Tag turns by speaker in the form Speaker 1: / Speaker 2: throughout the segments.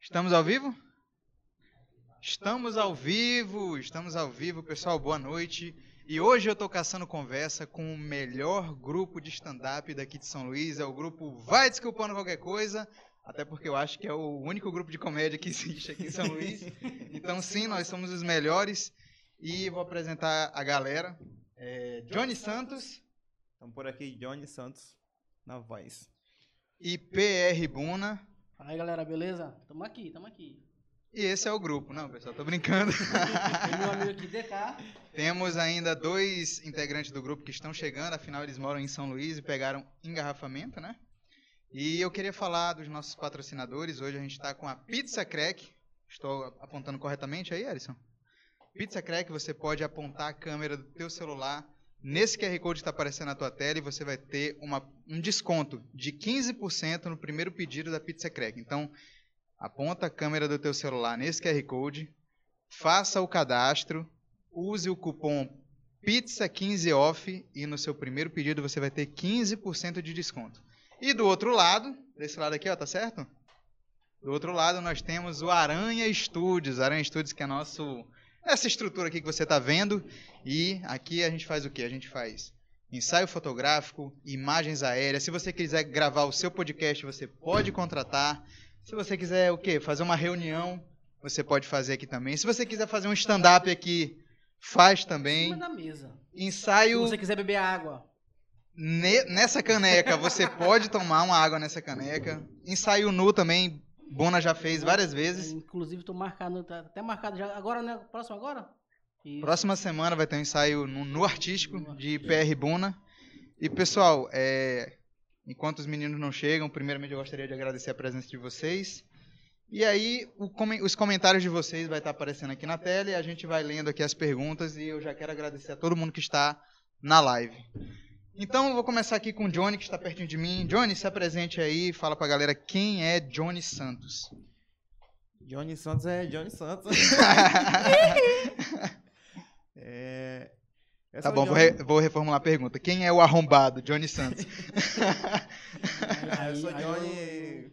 Speaker 1: Estamos ao vivo? Estamos ao vivo, estamos ao vivo, pessoal, boa noite. E hoje eu tô caçando conversa com o melhor grupo de stand-up daqui de São Luís, é o grupo Vai Desculpando Qualquer Coisa, até porque eu acho que é o único grupo de comédia que existe aqui em São Luís. Então sim, nós somos os melhores e vou apresentar a galera. É, Johnny Santos
Speaker 2: Então por aqui, Johnny Santos na voz.
Speaker 1: e PR Buna.
Speaker 3: Fala aí, galera, beleza? Tamo aqui, tamo aqui.
Speaker 1: E esse é o grupo. Não, pessoal, tô brincando.
Speaker 3: Tem meu amigo aqui, DK.
Speaker 1: Temos ainda dois integrantes do grupo que estão chegando, afinal eles moram em São Luís e pegaram engarrafamento, né? E eu queria falar dos nossos patrocinadores. Hoje a gente está com a Pizza Crack. Estou apontando corretamente aí, Alisson? Pizza Crack, você pode apontar a câmera do teu celular nesse QR Code que está aparecendo na tua tela e você vai ter uma- um desconto de 15% no primeiro pedido da Pizza Crack. Então, aponta a câmera do teu celular nesse QR Code, faça o cadastro, use o cupom PIZZA15OFF e no seu primeiro pedido você vai ter 15% de desconto. E do outro lado, desse lado aqui, ó, tá certo? Do outro lado nós temos o Aranha Studios, Aranha Studios que é nosso essa estrutura aqui que você tá vendo e aqui a gente faz o quê? A gente faz ensaio fotográfico, imagens aéreas. Se você quiser gravar o seu podcast, você pode contratar. Se você quiser o quê? Fazer uma reunião, você pode fazer aqui também. Se você quiser fazer um stand-up aqui, faz
Speaker 3: Em
Speaker 1: também.
Speaker 3: cima da mesa. Se
Speaker 1: Ensaio
Speaker 3: você quiser beber água,
Speaker 1: ne- nessa caneca. Você pode tomar uma água nessa caneca. Ensaio nu também. Bona já fez várias vezes.
Speaker 3: É, inclusive tô marcando, tá até marcado já. Agora, né? Próximo agora? Isso.
Speaker 1: Próxima semana vai ter um ensaio nu, nu artístico de PR Bona. E pessoal, é, enquanto os meninos não chegam, primeiramente eu gostaria de agradecer a presença de vocês. E aí, o comen- os comentários de vocês vai estar aparecendo aqui na tela e a gente vai lendo aqui as perguntas e eu já quero agradecer a todo mundo que está na live. Então, eu vou começar aqui com o Johnny, que está pertinho de mim. Johnny, se apresente aí e fala pra galera quem é Johnny Santos.
Speaker 2: Johnny Santos é Johnny Santos.
Speaker 1: Tá
Speaker 2: É, eu
Speaker 1: Tá
Speaker 2: sou
Speaker 1: bom, vou,
Speaker 2: Johnny-
Speaker 1: re- vou reformular a pergunta. Quem é o arrombado, Johnny Santos?
Speaker 2: É, eu sou
Speaker 3: aí
Speaker 2: Johnny.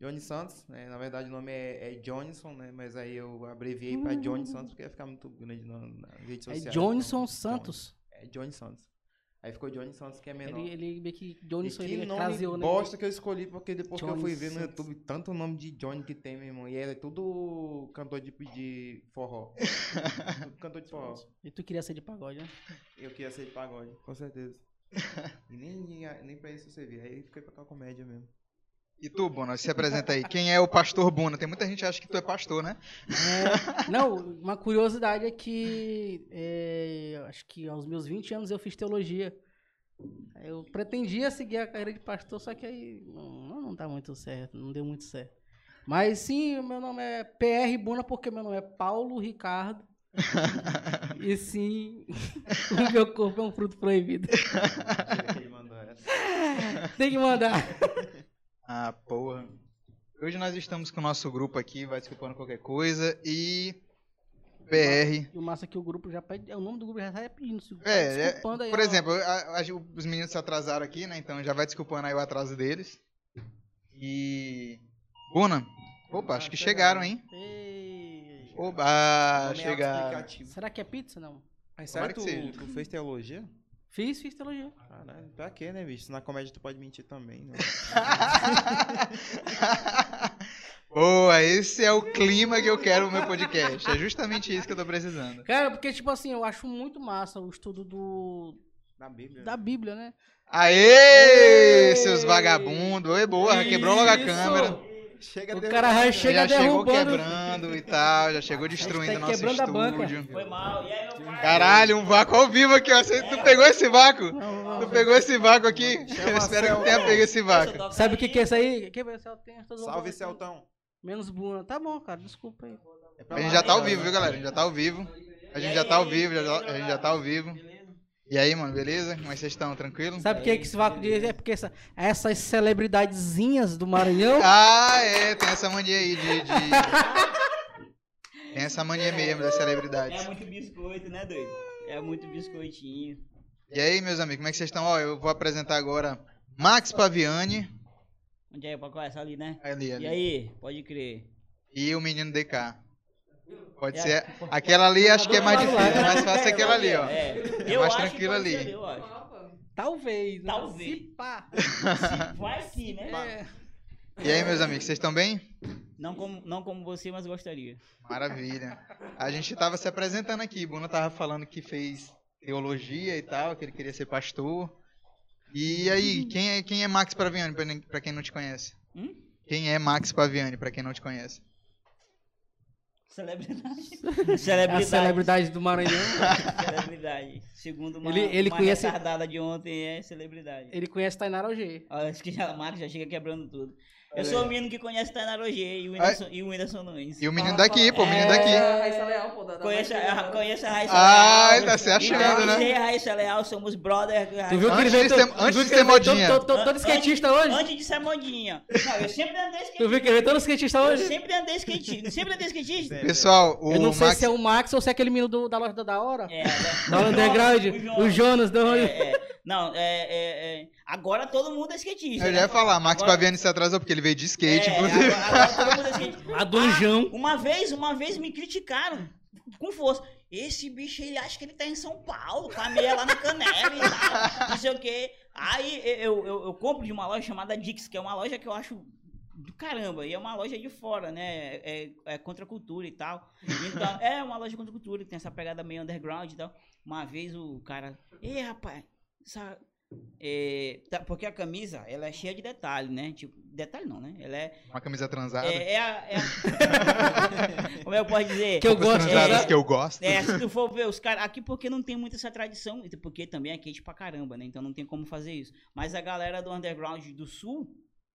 Speaker 2: Johnny Santos, né? Na verdade o nome é, é Johnson, né? Mas aí eu abreviei pra
Speaker 1: Hum.
Speaker 2: Johnny Santos porque ia ficar muito grande na, na rede
Speaker 3: É
Speaker 2: social.
Speaker 3: Johnson Santos.
Speaker 2: É Johnny Santos. Aí ficou Johnny Santos, que é menor.
Speaker 3: Ele, ele meio que
Speaker 2: E
Speaker 3: Johnson,
Speaker 2: que
Speaker 3: ele craseou,
Speaker 2: nome
Speaker 3: né?
Speaker 2: bosta que eu escolhi, porque depois que eu
Speaker 3: Johnny
Speaker 2: fui ver no
Speaker 3: Santos.
Speaker 2: YouTube tanto nome de Johnny que tem, meu irmão. E era tudo cantor de, de forró. Tudo cantor de forró.
Speaker 3: E tu queria ser de pagode, né?
Speaker 2: Eu queria ser de pagode, com certeza. E nem, nem, nem pra isso você via. Aí fiquei pra cá comédia mesmo.
Speaker 1: E tu, Bona, se apresenta aí. Quem é o pastor Bona? Tem muita gente que acha que tu é pastor, né?
Speaker 3: É, não, uma curiosidade é que é, acho que aos meus 20 anos eu fiz teologia. Eu pretendia seguir a carreira de pastor, só que aí não, não dá muito certo, não deu muito certo. Mas sim, o meu nome é PR Buna, porque meu nome é Paulo Ricardo. e sim, o meu corpo é um fruto proibido.
Speaker 2: Achei que ele mandou essa.
Speaker 3: Tem que mandar.
Speaker 1: Ah, porra. Hoje nós estamos com o nosso grupo aqui, vai desculpando qualquer coisa. E. PR.
Speaker 3: E o massa é que o grupo já pede. O nome do grupo já sai pedindo. se- tá
Speaker 1: É, é
Speaker 3: desculpando aí,
Speaker 1: por
Speaker 3: ó.
Speaker 1: exemplo, a- a- os meninos se atrasaram aqui, né? Então já vai desculpando aí o atraso deles. E. Bona. Opa, acho que chegaram, hein?
Speaker 3: Ei.
Speaker 1: Oba,
Speaker 2: Nome é
Speaker 1: chegaram.
Speaker 2: autoexplicativo.
Speaker 3: Será que é pizza? Não.
Speaker 2: Mas
Speaker 1: Ah, Tomara
Speaker 2: será
Speaker 1: que
Speaker 2: que tu,
Speaker 1: seja.
Speaker 2: tu fez teologia?
Speaker 3: Fiz, fiz teologia.
Speaker 2: Caralho, pra quê, né, bicho? Na comédia tu pode mentir também, né?
Speaker 1: Boa, esse é o clima que eu quero no meu podcast. É justamente isso que eu tô precisando.
Speaker 3: Cara, porque, tipo assim, eu acho muito massa o estudo do,
Speaker 2: Na Bíblia.
Speaker 3: da Bíblia, né?
Speaker 1: Aê,
Speaker 3: Ei!
Speaker 1: seus vagabundos! Oi, boa, quebrou logo a
Speaker 3: Isso!
Speaker 1: câmera.
Speaker 2: Chega né?
Speaker 3: O
Speaker 2: até-
Speaker 3: cara já
Speaker 1: Ele já
Speaker 3: chega
Speaker 1: chegou
Speaker 3: derrubando.
Speaker 1: quebrando e tal, já chegou destruindo o nosso
Speaker 3: quebrando a banca.
Speaker 1: estúdio.
Speaker 4: Foi mal, e aí meu pai?
Speaker 1: Caralho, um vácuo ao vivo aqui, ó. Você- Tu pegou esse vácuo?
Speaker 3: Não, não,
Speaker 1: Tu
Speaker 3: não.
Speaker 1: pegou esse vácuo aqui?
Speaker 2: Chama
Speaker 1: Eu espero que
Speaker 2: Celton.
Speaker 1: tenha pego esse
Speaker 4: Essa
Speaker 1: vácuo.
Speaker 4: toca
Speaker 3: Sabe o que,
Speaker 4: aí,
Speaker 3: que é isso aí? Que é Tem todo mundo
Speaker 2: Salve,
Speaker 3: aqui.
Speaker 2: Celtão. É
Speaker 3: Menos Buna. Tá bom, cara, desculpa aí.
Speaker 1: A gente já
Speaker 2: né?
Speaker 1: tá ao vivo, viu, galera? A gente já tá ao vivo. A gente já tá ao vivo, já tá- a gente já tá ao vivo.
Speaker 4: beleza?
Speaker 1: E aí, mano, beleza? Como é que vocês estão? Tranquilo?
Speaker 3: Sabe o que, é que esse vácuo diz? É porque essa- essas celebridadezinhas do Maranhão.
Speaker 1: Ah, é, tem essa mania aí de. de- Tem essa mania mesmo das celebridades.
Speaker 4: É muito biscoito, né, doido? É muito biscoitinho.
Speaker 1: E aí, meus amigos, como é que vocês estão? Ó, eu vou apresentar agora Max Paviani.
Speaker 4: Onde é? Pra começar ali, né?
Speaker 1: Ali, ali.
Speaker 4: E aí, pode crer.
Speaker 1: e o menino DK. Pode
Speaker 4: É
Speaker 1: ser. Aquela ali acho que é mais difícil, é mais fácil aquela ali, ó.
Speaker 4: É,
Speaker 1: É
Speaker 4: eu
Speaker 1: mais
Speaker 4: acho que
Speaker 1: tranquilo
Speaker 4: pode
Speaker 1: ali.
Speaker 4: ser, eu acho.
Speaker 3: Talvez. né?
Speaker 4: Talvez.
Speaker 3: Se pá.
Speaker 4: Vai que, né?
Speaker 3: É.
Speaker 1: E aí, meus amigos, vocês estão bem?
Speaker 4: Não como, não como você, mas gostaria.
Speaker 1: Maravilha. A gente tava se apresentando aqui. Bruno tava falando que fez teologia e tal, que ele queria ser pastor. E aí, quem é, quem é Max Paviani, pra nem- pra quem não te conhece?
Speaker 4: Hum?
Speaker 1: Quem é Max Paviani, pra quem não te conhece?
Speaker 4: Celebridade.
Speaker 3: É a
Speaker 4: Celebridade.
Speaker 3: celebridade do Maranhão.
Speaker 4: Celebridade. Segundo uma,
Speaker 3: Ele- ele
Speaker 4: uma
Speaker 3: conhece-
Speaker 4: retardada de ontem, é celebridade.
Speaker 3: Ele conhece Tainara OG.
Speaker 4: Olha, acho que já, a Marcos já chega quebrando tudo.
Speaker 1: Olha
Speaker 4: Eu sou
Speaker 1: aí.
Speaker 4: o menino que conhece Tainara OG e o Whindersson, e o Whindersson Nunes.
Speaker 1: E o menino daqui, pô, o menino
Speaker 3: É.
Speaker 1: daqui.
Speaker 5: A Raíssa Leal, pô, da- da
Speaker 4: Conheço a,
Speaker 5: Margarida.
Speaker 4: conheço a Raíssa
Speaker 1: Ah,
Speaker 4: Leal.
Speaker 1: ele tá se achando,
Speaker 4: Idolizei
Speaker 1: né?
Speaker 4: a Raíssa Leal, somos brother.
Speaker 3: Tu viu que ele
Speaker 1: Antes
Speaker 3: veio
Speaker 1: de
Speaker 3: todo-
Speaker 1: ser-
Speaker 3: tu
Speaker 1: antes
Speaker 3: viu
Speaker 1: de
Speaker 3: que
Speaker 1: ser
Speaker 3: ele veio todo-
Speaker 1: modinha.
Speaker 3: todo- todo- todo
Speaker 4: Antes-
Speaker 3: skatista hoje?
Speaker 4: Antes de ser modinha. Não, eu sempre andei
Speaker 3: Tu
Speaker 4: skatista.
Speaker 3: viu que ele veio todo skatista
Speaker 4: Eu
Speaker 3: hoje?
Speaker 4: sempre andei skatista. Sempre andei skatista.
Speaker 1: Pessoal, o
Speaker 3: É. Eu não sei
Speaker 1: Max.
Speaker 3: se é o Max ou se é aquele menino do- da loja da- da hora.
Speaker 4: É, né?
Speaker 3: Da hora underground.
Speaker 4: O Jonas,
Speaker 3: O Jonas da hora.
Speaker 4: É, é. Não, é, é, é. Agora todo mundo é skatista.
Speaker 1: Eu
Speaker 4: né?
Speaker 1: já ia falar, Max
Speaker 4: Agora-
Speaker 1: Paviani se atrasou porque ele veio de skate,
Speaker 4: É,
Speaker 1: inclusive.
Speaker 4: agora- agora todo mundo é skatista.
Speaker 3: A Donjão.
Speaker 4: Uma vez, uma vez me criticaram com força. Esse bicho, ele acha que ele tá em São Paulo, com a meia lá na canela e tal, não sei o quê. Aí eu, eu, eu compro de uma loja chamada Dix, que é uma loja que eu acho do caramba, e é uma loja de fora, né? É, é contra a cultura e tal. Então, é uma loja contra a cultura, que tem essa pegada meio underground e tal. Uma vez o cara. Ei, rapaz, essa- é, tá- porque a camisa, ela é cheia de detalhe, né? Tipo, detalhe não, né? Ela é.
Speaker 1: Uma camisa transada.
Speaker 4: É, é a- é a- Como eu posso dizer?
Speaker 3: Que eu
Speaker 1: Roupas
Speaker 3: gosto de
Speaker 1: transadas
Speaker 3: usar.
Speaker 1: que eu gosto.
Speaker 4: É, se tu for ver os caras. Aqui porque não tem muito essa tradição, e porque também é quente pra caramba, né? Então não tem como fazer isso. Mas a galera do underground do sul,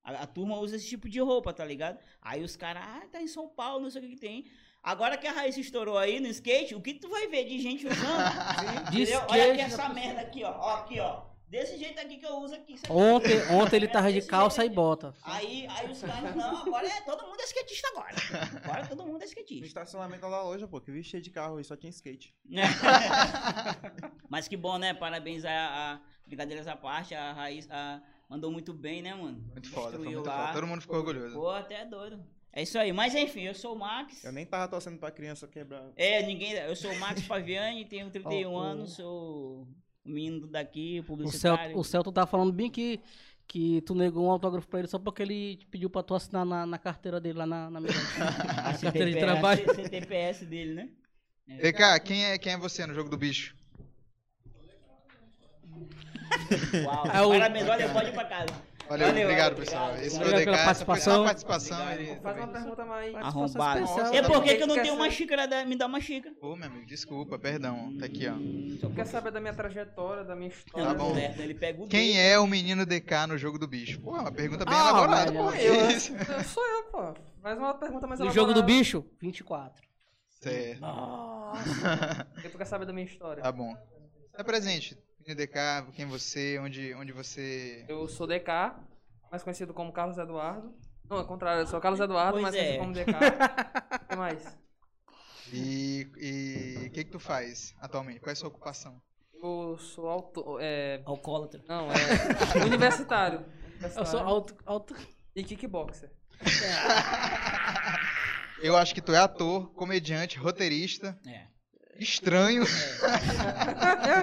Speaker 4: a, a turma usa esse tipo de roupa, tá ligado? Aí os caras, ah, tá em São Paulo, não sei o que, que tem. Agora que a raiz estourou aí no skate, o que tu vai ver de gente usando?
Speaker 3: De
Speaker 4: Entendeu? Olha aqui
Speaker 3: skate, né?
Speaker 4: essa merda aqui, ó. ó. Aqui, ó. Desse jeito aqui que eu uso aqui. isso aqui.
Speaker 3: Ontem, ontem ele tava de
Speaker 4: Desse
Speaker 3: calça e
Speaker 4: jeito aqui.
Speaker 3: bota.
Speaker 4: Aí, aí os caras, não, agora é todo mundo é skatista agora. Agora todo mundo é
Speaker 2: No
Speaker 4: skatista.
Speaker 2: estacionamento da loja, pô, que vi cheio de carro e só tinha skate.
Speaker 4: Né? Mas que bom, né? Parabéns a, a brincadeiras à parte, a Raiz a- mandou muito bem, né, mano?
Speaker 1: Muito foda, foi
Speaker 4: Destruiu tá?
Speaker 1: muito
Speaker 4: lá.
Speaker 1: foda. Todo mundo ficou orgulhoso.
Speaker 4: Pô, até é doido. É isso aí. Mas enfim, eu sou o Max.
Speaker 2: Eu nem tava torcendo pra criança quebrar.
Speaker 4: É, ninguém. Eu sou o Max Paviani, tenho 31
Speaker 3: Ó, o-
Speaker 4: anos, sou o menino daqui,
Speaker 3: O Celto,
Speaker 4: publicitário.
Speaker 3: o Celto tá falando bem que, que tu negou um autógrafo pra ele só porque ele te pediu pra tu assinar na, na carteira dele lá na, na minha
Speaker 4: a
Speaker 3: carteira de
Speaker 4: CTPS
Speaker 3: trabalho.
Speaker 4: CTPS dele, né?
Speaker 1: DK, quem é, quem é você no jogo do bicho?
Speaker 4: Uau.
Speaker 3: É o-
Speaker 4: Parabéns, olha, pode ir pra casa.
Speaker 1: Valeu,
Speaker 4: Valeu,
Speaker 1: obrigado,
Speaker 4: obrigado,
Speaker 1: pessoal. Esse foi o
Speaker 3: obrigado
Speaker 1: DK,
Speaker 3: pela
Speaker 1: essa foi só uma participação.
Speaker 4: Obrigado.
Speaker 1: Ele...
Speaker 5: Faz uma pergunta mais. né?
Speaker 3: Participação
Speaker 4: Arrombado.
Speaker 3: especial.
Speaker 1: É
Speaker 4: É
Speaker 1: por
Speaker 4: porque
Speaker 5: que
Speaker 4: que eu não
Speaker 5: que
Speaker 4: tenho
Speaker 5: essa-
Speaker 4: uma xícara da. Me dá uma xícara.
Speaker 1: Pô, meu amigo, desculpa, perdão. Tá aqui, ó.
Speaker 5: Quer saber da minha trajetória, da minha história?
Speaker 1: Tá bom.
Speaker 4: Certo, Ele pega o
Speaker 1: Quem
Speaker 4: dedo.
Speaker 1: é o menino DK no jogo do bicho? Pô, uma pergunta bem
Speaker 3: Ah,
Speaker 1: elaborada.
Speaker 3: velho,
Speaker 1: Pô,
Speaker 3: eu-
Speaker 1: que
Speaker 5: eu-
Speaker 1: isso?
Speaker 5: Eu sou eu, pô. Mais uma pergunta mais
Speaker 3: No jogo do
Speaker 5: elaborada.
Speaker 3: bicho, 24.
Speaker 1: Certo.
Speaker 5: Nossa. E tu quer saber da minha história?
Speaker 1: Tá bom. Tá presente. Menino DK, quem é você, onde, onde você...
Speaker 5: Eu sou DK, mais conhecido como Carlos Eduardo. Não, ao contrário, eu sou Carlos Eduardo,
Speaker 4: Pois
Speaker 5: mais
Speaker 4: é.
Speaker 5: conhecido como DK. O que mais?
Speaker 1: E e o que que tu faz atualmente? Qual é a sua ocupação?
Speaker 5: Eu sou autor. É...
Speaker 4: Alcoólatra.
Speaker 5: Não, é. Universitário.
Speaker 3: Eu sou
Speaker 5: Universitário.
Speaker 3: alto. alto.
Speaker 5: E kickboxer.
Speaker 1: Eu acho que tu é ator, comediante, roteirista,
Speaker 4: É.
Speaker 1: estranho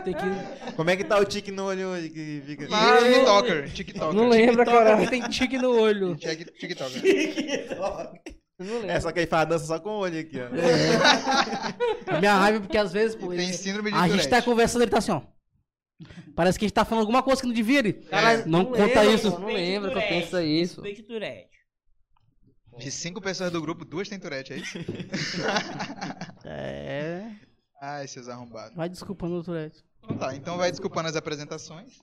Speaker 3: Tem que...
Speaker 2: Como é que tá o tique no olho hoje que fica.
Speaker 3: Mas-
Speaker 1: e TikToker. TikToker.
Speaker 3: Não lembra,
Speaker 1: TikToker.
Speaker 3: cara. Tem tique no olho.
Speaker 1: Tik- TikToker.
Speaker 5: Eu não lembro.
Speaker 2: É, só que ele faz dança só com o olho aqui, ó.
Speaker 3: A minha raiva, é porque às vezes, pô,
Speaker 1: E tem
Speaker 3: ele-
Speaker 1: síndrome de
Speaker 3: a gente tá
Speaker 1: Tourette.
Speaker 3: conversando, ele tá assim, ó. Parece que a gente tá falando alguma coisa que não devia. ele-
Speaker 5: Caralho,
Speaker 3: Não conta
Speaker 5: lembro,
Speaker 3: isso.
Speaker 5: pô, Não lembro que eu penso isso.
Speaker 4: Respeite o Tourette.
Speaker 1: De cinco pessoas do grupo, duas tem Tourette, é isso?
Speaker 3: É.
Speaker 1: Ai, seus arrombados.
Speaker 3: Vai desculpando o Tourette.
Speaker 1: Então tá, então vai desculpando as apresentações.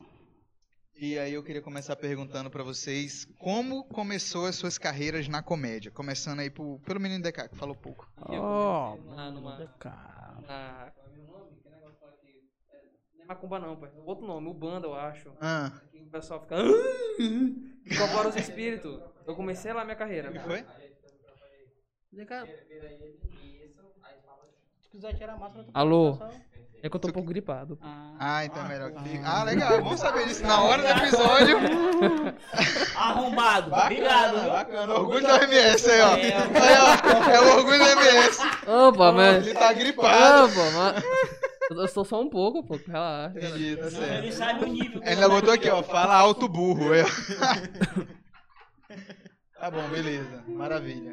Speaker 1: E aí eu queria começar perguntando pra vocês como começou as suas carreiras na comédia? Começando aí pro- pelo menino DK, que falou pouco.
Speaker 3: Ó,
Speaker 5: Ah, numa.
Speaker 3: cara.
Speaker 5: Na... Não Ah. é Macumba não, pai. Outro nome, o Banda, eu acho.
Speaker 1: Ah,
Speaker 5: E o pessoal fica. Incorpora os espíritos. Eu comecei lá a minha carreira.
Speaker 1: o que foi?
Speaker 3: Vem cá. Se quiser tirar a máscara, tu
Speaker 5: Alô? É que eu tô um pouco gripado.
Speaker 4: Ah,
Speaker 1: Ah, então é melhor.
Speaker 3: Ah.
Speaker 1: que- Ah, legal. Vamos saber disso na hora do episódio.
Speaker 4: Arrombado. Obrigado. viu?
Speaker 1: Bacana. Orgulho da MS aí, ó.
Speaker 4: É.
Speaker 1: Aí, ó. É o orgulho da MS.
Speaker 5: Opa, mas.
Speaker 1: Ele tá gripado.
Speaker 5: Opa, mas. Eu sou só um pouco, pô. Relaxa.
Speaker 1: Entendi, tá certo.
Speaker 4: Ele sabe o nível.
Speaker 1: Ele
Speaker 4: que eu
Speaker 1: ainda botou aqui, ó. Fala alto burro. aí, ó. Tá bom, beleza. Maravilha.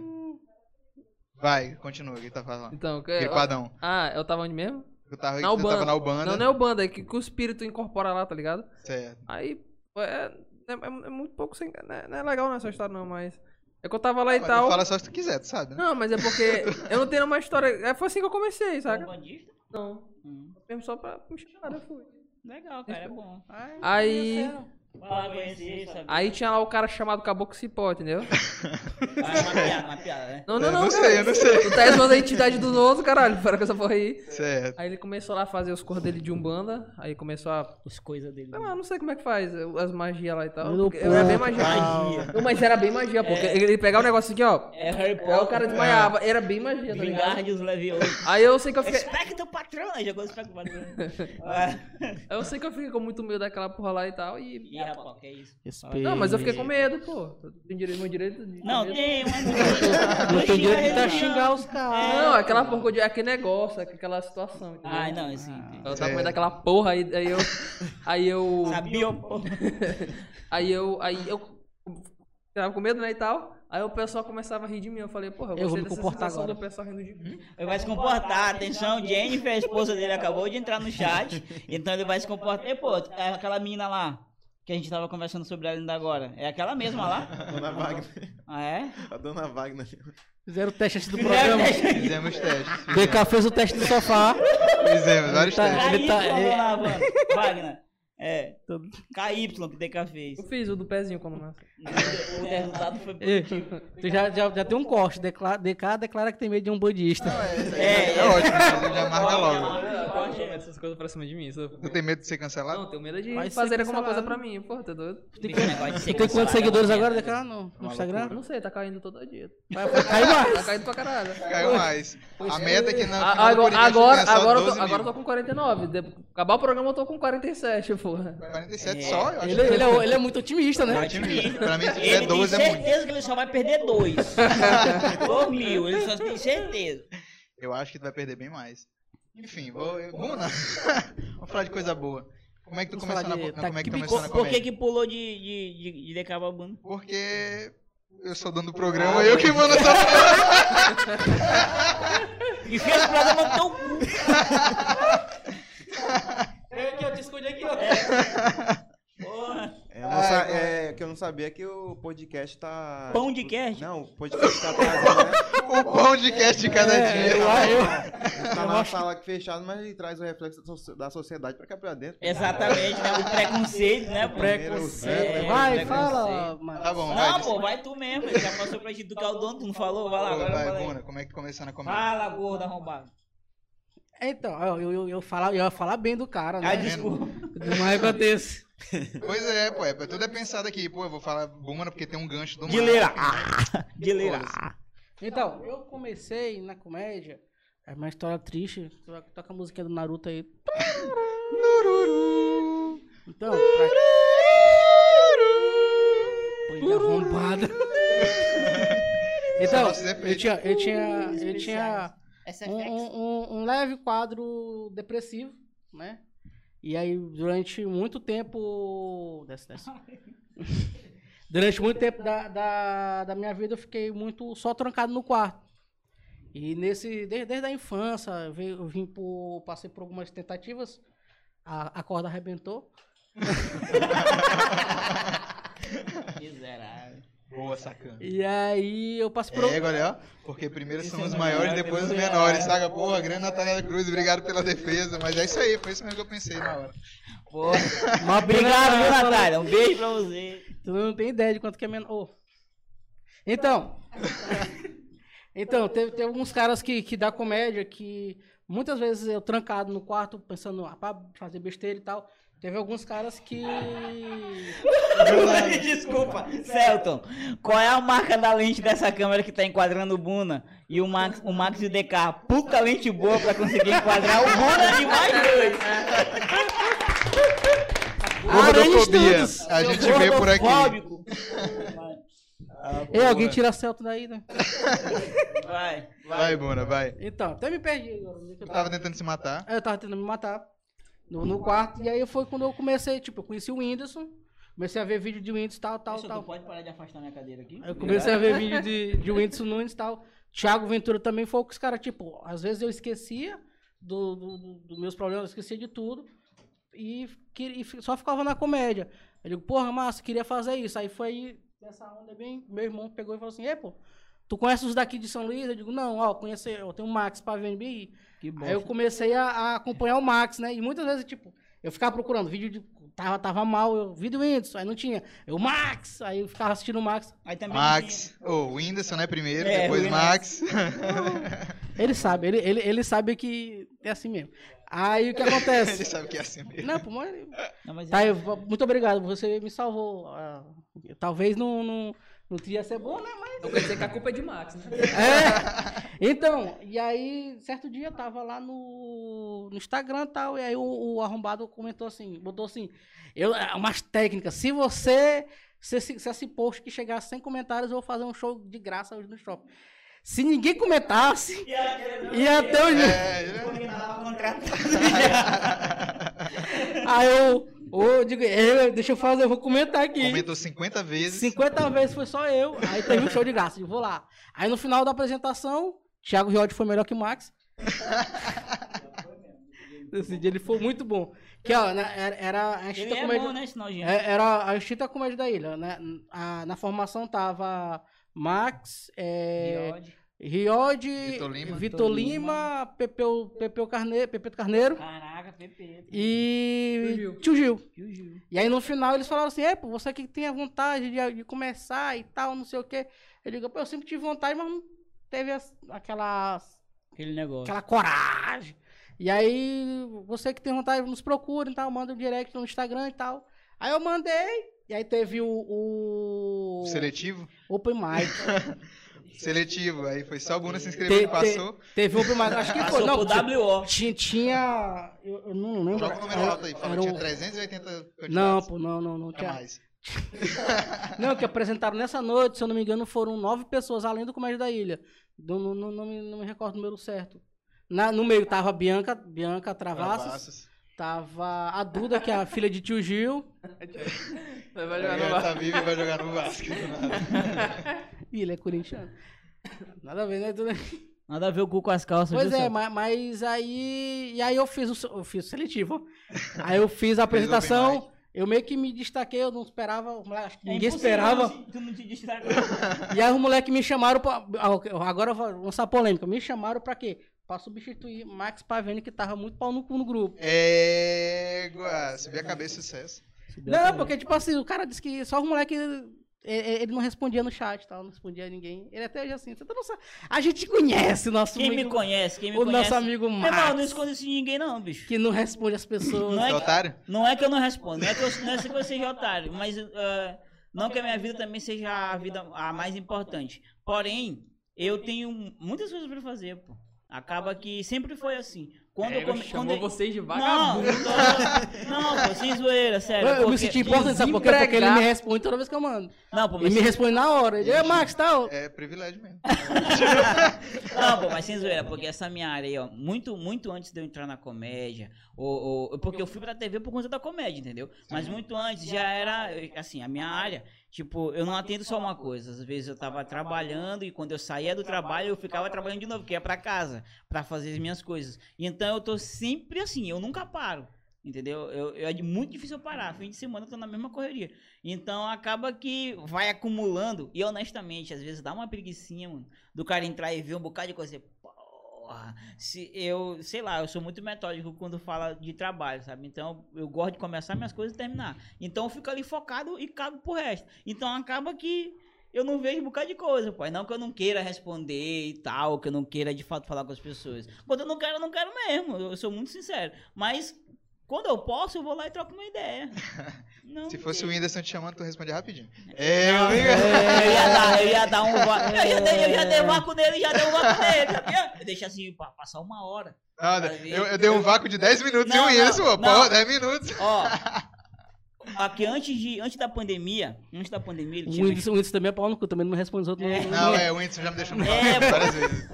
Speaker 1: Vai, continua. O que tá falando?
Speaker 5: Então, que...
Speaker 1: Gripadão.
Speaker 5: Ah, eu tava onde mesmo?
Speaker 1: Tu tava,
Speaker 5: Na
Speaker 1: você tava
Speaker 5: Ubanda.
Speaker 1: na Ubanda.
Speaker 5: Não, não é o banda, é que, que o espírito incorpora lá, tá ligado?
Speaker 1: Certo.
Speaker 5: Aí, pô, é, é, é muito pouco sem. Não é, não é legal nessa história, não, mas. É que eu tava lá e
Speaker 1: Ah, Mas tu
Speaker 5: tal.
Speaker 1: fala só se tu quiser, tu sabe, né?
Speaker 5: Não, mas é porque eu não tenho uma história. é, Foi assim que eu comecei,
Speaker 4: sou um
Speaker 5: saca?
Speaker 4: bandista.
Speaker 5: Não.
Speaker 4: Hum.
Speaker 5: Mesmo só pra puxar, eu fui.
Speaker 4: Legal, cara, é bom.
Speaker 5: Aí.
Speaker 4: Vai lá conhecer, sabe? Ah,
Speaker 5: Aí tinha lá o cara chamado Caboclo Cipó, entendeu?
Speaker 4: Vai, uma piada, uma piada, né?
Speaker 5: Não, não,
Speaker 1: eu
Speaker 5: não.
Speaker 1: É, não sei,
Speaker 5: cara.
Speaker 1: eu não sei.
Speaker 5: Tu tá zoando a entidade dos outros, caralho. Para com essa porra aí.
Speaker 1: Certo.
Speaker 5: Aí ele começou lá a fazer os cores dele de Umbanda. Aí começou a.
Speaker 4: As coisas dele.
Speaker 5: Sei lá, não sei como é que faz. As magias lá e tal.
Speaker 3: Meu
Speaker 5: porque Eu era bem
Speaker 3: povo,
Speaker 5: magia.
Speaker 4: Magia.
Speaker 5: Não, mas era bem magia, pô. Ele pegava o negócio aqui, ó.
Speaker 4: É Harry
Speaker 5: Aí o cara
Speaker 4: Potter.
Speaker 5: desmaiava. Era bem magia, tá ligado?
Speaker 4: Vingardius Leviosa.
Speaker 5: Aí eu sei que eu fiquei.
Speaker 4: Espectro patrão. Aí jogou o espectro patrão. Ah,
Speaker 5: Eu sei que eu fiquei com muito medo daquela porra lá e tal.
Speaker 4: E
Speaker 5: E.
Speaker 4: rapaz, que é isso?
Speaker 5: Não, mas eu fiquei com medo, pô. Eu tenho direito, meu direito. de-
Speaker 4: Não,
Speaker 5: medo.
Speaker 4: tem, mas
Speaker 3: Não tem direito de tá
Speaker 4: xinga
Speaker 3: xingar
Speaker 4: não.
Speaker 3: os caras.
Speaker 5: Não, aquela porra de aquele negócio, aquela situação. Entendeu?
Speaker 4: Ai, não, assim.
Speaker 5: Eu tava com
Speaker 1: É.
Speaker 5: medo daquela porra, aí, aí eu. Aí eu.
Speaker 4: Sabia o povo.
Speaker 5: Aí eu. Aí eu. Tava com medo, né? E tal. Aí o pessoal começava a rir de mim. Eu falei, porra, eu
Speaker 3: Eu vou
Speaker 5: gostei
Speaker 3: me
Speaker 5: dessa
Speaker 3: comportar
Speaker 5: sensação
Speaker 3: agora.
Speaker 5: do pessoal rindo de mim.
Speaker 4: Ele vai se comportar. Atenção, Jennifer, a esposa dele, acabou de entrar no chat. Então ele vai se comportar. E, pô, é aquela menina lá. Que a gente tava conversando sobre ela ainda agora. É aquela mesma lá?
Speaker 2: A dona Wagner.
Speaker 4: Ah, é?
Speaker 2: A dona Wagner.
Speaker 3: Fizeram o teste antes do programa.
Speaker 1: Fizemos testes. Fizemos,
Speaker 3: BK fez o teste do sofá.
Speaker 1: fizemos vários
Speaker 3: Tá.
Speaker 1: testes.
Speaker 4: KY,
Speaker 3: Ele tá- ele-
Speaker 4: lá, Wagner. Wagner. É.
Speaker 3: Todo-
Speaker 4: KY que DK fez.
Speaker 5: Eu fiz o do pezinho quando nasce.
Speaker 4: O resultado foi
Speaker 3: Ei, tu já, já, já tem um corte. Declara, DK declara que tem medo de um budista.
Speaker 1: É, é ótimo, ele já marca
Speaker 5: Ah,
Speaker 1: logo.
Speaker 5: Essas coisas pra cima de mim. Isso.
Speaker 1: Tu tem medo de ser cancelado?
Speaker 5: Não, tenho medo de
Speaker 3: Vai ser
Speaker 5: fazer alguma coisa
Speaker 3: cancelado.
Speaker 5: pra mim. Porra, tá doido?
Speaker 3: Tem,
Speaker 4: Tem negócio de ser
Speaker 3: tem
Speaker 4: cancelado,
Speaker 3: quantos seguidores
Speaker 4: é uma
Speaker 3: agora,
Speaker 4: merda.
Speaker 3: DK, no, no Instagram?
Speaker 5: Não sei, tá caindo todo dia.
Speaker 3: Vai, vai cair mais.
Speaker 5: Tá caindo pra caralho.
Speaker 1: Caiu mais. A meta aqui na
Speaker 5: Ah, agora, agora,
Speaker 1: é
Speaker 5: agora, eu tô, agora eu tô com 49. De, acabar o programa eu tô com 47, porra.
Speaker 1: 47 só, eu acho.
Speaker 3: Ele, ele é, ele é muito otimista, né?
Speaker 1: Otimista. um, Pra mim, se
Speaker 4: Ele
Speaker 1: tiver
Speaker 4: tem
Speaker 1: 12 é muito.
Speaker 4: certeza que ele só vai perder dois. Ou mil, ele só tem certeza.
Speaker 1: Eu acho que tu vai perder bem mais. Enfim, vou, eu- vamos lá. vamos falar de coisa boa. Como é que tu
Speaker 3: Vamos falar
Speaker 1: começou na,
Speaker 3: de
Speaker 1: po- não, como é que tu
Speaker 3: taquibico-
Speaker 1: começou na
Speaker 4: Por, por que
Speaker 1: comédia?
Speaker 4: que pulou de, de, de, de Decabalbano?
Speaker 1: Porque eu sou dono do programa e eu que mando essa porra.
Speaker 4: E fez o programa no teu cu.
Speaker 5: Aqui, É eu te escondi aqui,
Speaker 4: Porra.
Speaker 2: É, eu não sa- é, que eu não sabia que o podcast tá.
Speaker 4: Pão de cast?
Speaker 2: Não, o podcast tá trazendo. né?
Speaker 1: O pão de cast de cada
Speaker 3: É,
Speaker 1: dia.
Speaker 2: Tá na sala fechada, mas ele traz o reflexo da so- da sociedade pra cá pra dentro.
Speaker 4: Exatamente, né? O preconceito, né? pô?
Speaker 2: Preconceito.
Speaker 3: Vai,
Speaker 4: É,
Speaker 3: fala,
Speaker 1: Tá
Speaker 3: mano.
Speaker 1: bom, né? vai.
Speaker 4: Não, pô, vai tu mesmo. Ele já passou pra te educar o dono, tu não falou? Vai lá,
Speaker 1: Pô,
Speaker 4: agora
Speaker 1: vai,
Speaker 4: fala aí.
Speaker 1: Bruna, como é que começou na comédia?
Speaker 4: Fala, gordo arrombado.
Speaker 3: Então, eu, eu, eu, eu falar- eu ia falar bem do cara,
Speaker 1: Tá
Speaker 3: né?
Speaker 4: Ah, desculpa.
Speaker 3: Mas acontece.
Speaker 1: Pois é, pô, é, tudo é pensado aqui. Pô, eu vou falar Bruna porque tem um gancho do
Speaker 4: De
Speaker 1: mar.
Speaker 4: leira. Ah, De leira.
Speaker 3: Então, eu comecei na comédia. É uma história triste. To- Toca a musiquinha do Naruto aí. Então, pra... Pô, ele é arrombado. Então, eu tinha, eu tinha, eu tinha
Speaker 4: Essa é
Speaker 3: um,
Speaker 4: flex.
Speaker 3: um- um leve quadro depressivo, né? E aí, durante muito tempo. Desce, desce. Durante muito tempo da, da, da minha vida, eu fiquei muito só trancado no quarto. E nesse, desde, desde a infância, eu vim, eu vim por, passei por algumas tentativas, a, a corda arrebentou.
Speaker 4: Miserável.
Speaker 1: Boa, sacana.
Speaker 3: E aí eu passei por.
Speaker 1: É, olha, ó, porque primeiro são
Speaker 4: é
Speaker 1: os maiores,
Speaker 4: né?
Speaker 1: depois os menores, saca? Porra, grande Nathaniel Cruz, obrigado pela defesa, mas é isso aí, foi isso mesmo que eu pensei na hora.
Speaker 4: Porra.
Speaker 3: Mas
Speaker 4: Obrigado, viu, Natália? Um beijo pra você.
Speaker 3: Tu não tem ideia de quanto que é menor. Ô. Então. então, teve, teve alguns caras que, que da comédia que muitas vezes eu trancado no quarto pensando ah, pra fazer besteira e tal. Teve alguns caras que. Ah,
Speaker 4: Desculpa, Celton. Qual é a marca da lente dessa câmera que tá enquadrando o Buna? E o Max, o Max e o DK, puta lente boa pra conseguir enquadrar o Buna de mais dois.
Speaker 1: Gordofobia. A gente vê por aqui.
Speaker 4: Gordofóbico.
Speaker 3: Ei, É, alguém tira a selto daí, né?
Speaker 4: Vai.
Speaker 1: Vai, Buna, vai.
Speaker 3: Então, até me perdi agora. onde é que eu
Speaker 1: Tu
Speaker 3: tava?
Speaker 1: tava tentando se matar.
Speaker 3: Aí eu tava tentando me matar no, no quarto. E aí foi quando eu comecei, tipo, eu conheci o Whindersson. Comecei a ver vídeo de Whindersson, tal, tal,
Speaker 4: Pessoal,
Speaker 3: tal.
Speaker 4: tu pode parar de afastar minha cadeira aqui?
Speaker 3: Aí eu comecei a ver vídeo de, de Whindersson Nunes e tal. Thiago Ventura também foi o que os caras, tipo, às vezes eu esquecia do- do- do- dos meus problemas, eu esquecia de tudo. E, que- e fi- só ficava na comédia. Eu digo, porra, massa, queria fazer isso. Aí foi aí, nessa onda é bem, meu irmão pegou e falou assim, ei, pô, tu conhece os daqui de São Luís? Eu digo, não, ó, conheci, eu tenho o Max pra vender.
Speaker 4: Que bom.
Speaker 3: Aí eu comecei a, a acompanhar o Max, né? E muitas vezes, tipo, eu ficava procurando vídeo de. Tava, tava mal, eu vi do Whindersson, aí não tinha. Eu, Max! Aí eu ficava assistindo o Max.
Speaker 4: Aí também
Speaker 1: Max. Ou o Whindersson, né? Primeiro,
Speaker 4: É,
Speaker 1: depois
Speaker 4: o
Speaker 1: Max.
Speaker 3: Ele sabe, ele, ele, ele sabe que é assim mesmo. Aí o que acontece?
Speaker 1: Ele sabe que é assim mesmo.
Speaker 3: Não, pô, mas...
Speaker 4: tem- Não, mas
Speaker 3: Tá, eu vou- muito obrigado, você me salvou. Ah, talvez não, não, não teria ser bom, né? Mas...
Speaker 5: Eu quero dizer que a culpa é de Max, né?
Speaker 3: É. Então, e aí, certo dia eu tava lá no, no Instagram e tal, e aí o, o arrombado comentou assim, botou assim, eu, ah, umas técnicas, se você, se, esse- se esse post que chegar a 100 comentários, eu vou fazer um show de graça hoje no shopping. Se ninguém comentasse, ia ter um...
Speaker 1: É, né?
Speaker 4: Porque tava contratado.
Speaker 3: Aí eu, ô, eu digo, "Ei, deixa eu fazer, eu vou comentar aqui.
Speaker 1: Comentou 50 vezes.
Speaker 3: 50 vezes foi só eu. Aí teve um show de graça. Eu vou lá. Aí no final da apresentação, Thiago Riotti foi melhor que o Max. Esse dia ele foi muito bom. Que ó, na- era, era a
Speaker 4: Ele
Speaker 3: Instinta
Speaker 4: é
Speaker 3: Comédia.
Speaker 4: bom, né, esse nojento?
Speaker 3: é, Era a Instinta Comédia da Ilha. Né? A- na formação tava Max, é,
Speaker 4: Iode.
Speaker 3: Riode,
Speaker 1: Vitor Lima.
Speaker 3: Vitor Lima, Pepeu, Pepeu Carneiro, Pepeto Carneiro
Speaker 4: Caraca, Pepe.
Speaker 3: e
Speaker 5: Tio Gil.
Speaker 3: Tio Gil.
Speaker 4: Tio Gil.
Speaker 3: E aí no final eles falaram assim, é, pô, você que tem a vontade de, de começar e tal, não sei o quê. Eu digo, pô, eu sempre tive vontade, mas não teve as- aquela,
Speaker 4: Aquele negócio.
Speaker 3: aquela coragem. E aí, você que tem vontade, nos procura e tal, manda um direct no Instagram e tal. Aí eu mandei, e aí teve o... o...
Speaker 1: Seletivo?
Speaker 3: Open Mic.
Speaker 1: Seletivo. Aí foi só o Buna se inscreveu
Speaker 3: Te-
Speaker 1: e passou.
Speaker 3: Teve o Open Mic, acho que foi.
Speaker 4: Passou
Speaker 3: Não,
Speaker 4: pro WO.
Speaker 3: tinha... tinha eu, eu não lembro.
Speaker 1: Joga o número alto aí. Falou
Speaker 3: Era
Speaker 1: que tinha
Speaker 3: um-
Speaker 1: 380 candidatos.
Speaker 3: Não, pô, não, não, não
Speaker 1: Tinha
Speaker 3: tinha.
Speaker 1: mais.
Speaker 3: Não, que apresentaram nessa noite, se eu não me engano, foram nove pessoas, além do Comédia da Ilha. Do- não, não- não me, não me recordo o número certo. Na- no meio tava a Bianca, Bianca Travassos,
Speaker 1: Travassos.
Speaker 3: tava a Duda, que é a filha de tio Gil.
Speaker 5: Vai vai jogar no
Speaker 1: Ele
Speaker 5: Vasco.
Speaker 1: tá vivo e vai jogar no Vasco.
Speaker 3: Ih, ele é corintiano. Nada a ver, né? Duda?
Speaker 4: Nada a ver o cu com as calças.
Speaker 3: Pois
Speaker 4: viu,
Speaker 3: é,
Speaker 4: Celton?
Speaker 3: mas, mas aí. E aí eu fiz o, se- eu fiz o seletivo. Aí eu fiz a apresentação. Eu meio que me destaquei, eu não esperava, acho que
Speaker 4: É
Speaker 3: ninguém
Speaker 4: impossível
Speaker 3: esperava.
Speaker 4: não se- Tu não te destacou.
Speaker 3: E aí os moleques me chamaram pra. ah, Agora eu vou lançar polêmica. Me chamaram pra quê? Pra substituir Max Pavene, que tava muito pau no cu no grupo.
Speaker 1: Égua. Subir a cabeça, sucesso.
Speaker 5: Tá
Speaker 3: Não, porque, tipo assim, o cara disse que só os moleques. Ele ele não respondia no chat e tal, não respondia a ninguém. Ele até hoje é assim, você tá não sabe. A gente conhece o nosso
Speaker 4: Quem me
Speaker 3: amigo-
Speaker 4: conhece, quem me
Speaker 3: o
Speaker 4: conhece.
Speaker 3: nosso amigo
Speaker 4: Meu irmão, eu não
Speaker 3: Max,
Speaker 4: escondo isso de ninguém, não, bicho.
Speaker 3: que não responde as pessoas.
Speaker 4: Não é-
Speaker 1: Tá otário?
Speaker 4: Não é que eu não respondo, não é que eu, não é que eu seja otário, mas ah, não que a minha vida também seja a vida a mais importante. Porém, eu tenho muitas coisas pra fazer, pô. Acaba que sempre foi assim. Quando eu
Speaker 5: Ego
Speaker 4: come,
Speaker 5: É, chamou
Speaker 4: quando eu-
Speaker 5: vocês de
Speaker 4: não,
Speaker 5: vagabundo.
Speaker 4: não, não, pô, sem zoeira, sério.
Speaker 3: Eu, eu me
Speaker 4: porque-
Speaker 3: senti importante, sabe por quê? Porque ele
Speaker 5: desempregar.
Speaker 3: me responde toda vez que eu mando.
Speaker 4: Não, pô,
Speaker 3: Ele
Speaker 4: mas
Speaker 3: me responde na hora. Ele, é Max, tal.
Speaker 1: É privilégio mesmo.
Speaker 4: Não, pô, mas sem zoeira, porque essa minha área aí, ó, muito, muito antes de eu entrar na comédia, ou, ou- porque eu fui pra TV por conta da comédia, entendeu? Mas muito antes já era, assim, a minha área, tipo, eu não atendo só uma coisa. Às vezes eu tava trabalhando e quando eu saía do trabalho eu ficava trabalhando de novo, porque ia pra casa, pra fazer as minhas coisas. E então eu tô sempre assim, eu nunca paro. Entendeu? Eu, eu- é muito difícil eu parar. Fim de semana eu tô na mesma correria. Então acaba que vai acumulando. E honestamente, às vezes dá uma preguicinha, mano do cara entrar e ver um bocado de coisa. e, Porra, se eu, sei lá, eu sou muito metódico quando fala de trabalho, sabe? Então eu gosto de começar minhas coisas e terminar. Então eu fico ali focado e cago pro resto. Então acaba que eu não vejo um bocado de coisa, pai. Não que eu não queira responder e tal, que eu não queira de fato falar com as pessoas. Quando eu não quero, eu não quero mesmo. Eu eu sou muito sincero. Mas co- Quando eu posso, eu vou lá e troco uma ideia. Não,
Speaker 1: Se
Speaker 4: não
Speaker 1: fosse um o
Speaker 4: sei.
Speaker 1: Whindersson te chamando, tu responde rapidinho. É, meu amigo.
Speaker 4: É, eu ia dar, eu ia dar um vácuo. Eu já dei, eu já dei um vácuo nele, já dei um vácuo nele, sabia? Eu deixo assim, pa- passar uma hora.
Speaker 1: Nada. Eu, eu dei um vácuo de 10 minutos e
Speaker 4: Não,
Speaker 1: o Whindersson,
Speaker 4: não,
Speaker 1: pô, porra,
Speaker 4: não.
Speaker 1: 10 minutos.
Speaker 4: Ó, aqui antes, de, antes da pandemia, antes da pandemia, ele
Speaker 3: O
Speaker 4: tinha
Speaker 3: Whindersson, o Whindersson também é pau no cu, também não responde os outros. não-
Speaker 1: Não, é, o Whindersson já me deixou no vácuo
Speaker 4: É, pô.
Speaker 1: várias vezes.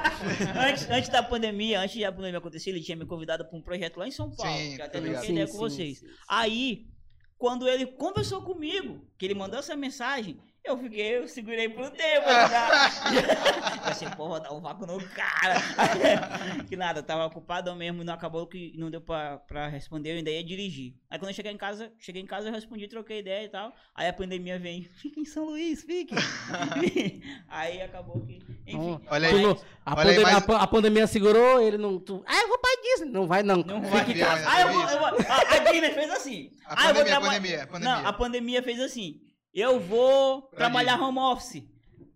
Speaker 4: antes, antes da pandemia, antes da pandemia acontecer, ele tinha me convidado para um projeto lá em São Paulo.
Speaker 1: Sim,
Speaker 4: que
Speaker 1: tô
Speaker 4: até não
Speaker 1: ligado.
Speaker 4: tinha ideia com vocês. Aí, quando ele conversou comigo, que ele mandou essa mensagem, eu fiquei, eu segurei por um tempo. Tá? Pensei, pô, vou dar um vácuo no cara. que nada, eu tava ocupado mesmo, não acabou que não deu pra, pra responder, eu ainda ia dirigir. Aí quando eu cheguei em casa, cheguei em casa, eu respondi, troquei ideia e tal. Aí a pandemia vem, fique em São Luís, fique. aí acabou que. Enfim.
Speaker 1: Olha
Speaker 3: Tu
Speaker 1: aí.
Speaker 3: não- a,
Speaker 1: Olha aí,
Speaker 3: pandem-
Speaker 1: mas-
Speaker 3: a pan- a pandemia segurou, ele não. tu- ah, eu vou pra Disney. Não vai, não. cara.
Speaker 4: Não vai
Speaker 1: Entendeu,
Speaker 4: ficar.
Speaker 1: né?
Speaker 4: Ah, eu
Speaker 1: Foi
Speaker 4: vou,
Speaker 1: isso.
Speaker 4: eu vou. A, a Disney fez assim.
Speaker 1: A
Speaker 4: ah, eu vou
Speaker 1: pandemia, a
Speaker 4: traba-
Speaker 1: pandemia, a pandemia.
Speaker 4: Não, a pandemia fez assim. Eu vou
Speaker 1: Pra
Speaker 4: trabalhar
Speaker 1: Disney.
Speaker 4: home office.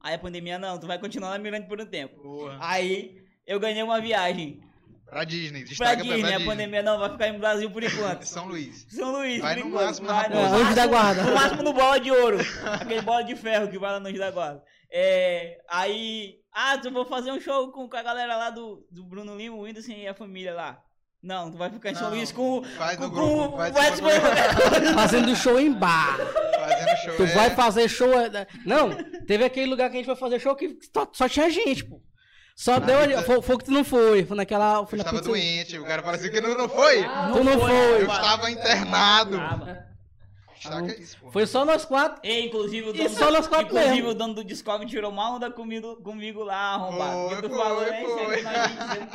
Speaker 4: Aí a pandemia, não, tu vai continuar na Mirante por um tempo.
Speaker 1: Porra.
Speaker 4: Aí eu ganhei uma viagem
Speaker 1: Pra Disney.
Speaker 4: pra
Speaker 1: Destaca pra,
Speaker 4: Disney.
Speaker 1: pra
Speaker 4: A
Speaker 1: Disney.
Speaker 4: pandemia não vai ficar no Brasil por enquanto.
Speaker 1: São Luís.
Speaker 4: São Luís,
Speaker 1: Vai
Speaker 4: por
Speaker 1: no
Speaker 4: enquanto.
Speaker 1: máximo na
Speaker 4: Vai no
Speaker 1: Raposa.
Speaker 3: Anjo da Guarda.
Speaker 4: No máximo no bola de ouro. Aquele bola de ferro que vai lá no Anjo da Guarda. É, aí. Ah, tu vou fazer um show com, com a galera lá do, do Bruno Lima, o Whindersson e a família lá. Não, tu vai ficar em
Speaker 1: Não.
Speaker 4: São Luís com,
Speaker 1: Faz no
Speaker 4: com,
Speaker 1: grupo.
Speaker 4: com
Speaker 1: Faz
Speaker 4: o
Speaker 1: no
Speaker 4: West
Speaker 1: grupo,
Speaker 3: Tá Fazendo show em bar.
Speaker 1: Fazendo show.
Speaker 3: Tu
Speaker 1: é.
Speaker 3: vai fazer show. é, Não, teve aquele lugar que a gente foi fazer show que só, só tinha gente, pô. Só deu ali. Foi, foi que tu não foi. Foi naquela.
Speaker 1: Eu
Speaker 3: Foi na
Speaker 1: estava
Speaker 3: pizza-
Speaker 1: doente. O cara fala assim que não, não foi.
Speaker 3: Tu não
Speaker 1: Eu
Speaker 3: foi.
Speaker 1: estava internado.
Speaker 4: Brava.
Speaker 1: Destaca isso, pô.
Speaker 3: Foi só nós quatro.
Speaker 4: E, É, inclusive, o
Speaker 3: E
Speaker 4: dono,
Speaker 3: só nós quatro
Speaker 4: inclusive,
Speaker 3: mesmo.
Speaker 4: o dono do Discovery tirou uma onda comigo, comigo lá, arrombado.
Speaker 1: Foi,
Speaker 4: Porque tu
Speaker 1: foi,
Speaker 4: falou, é isso
Speaker 1: foi.
Speaker 4: aqui, nós dizendo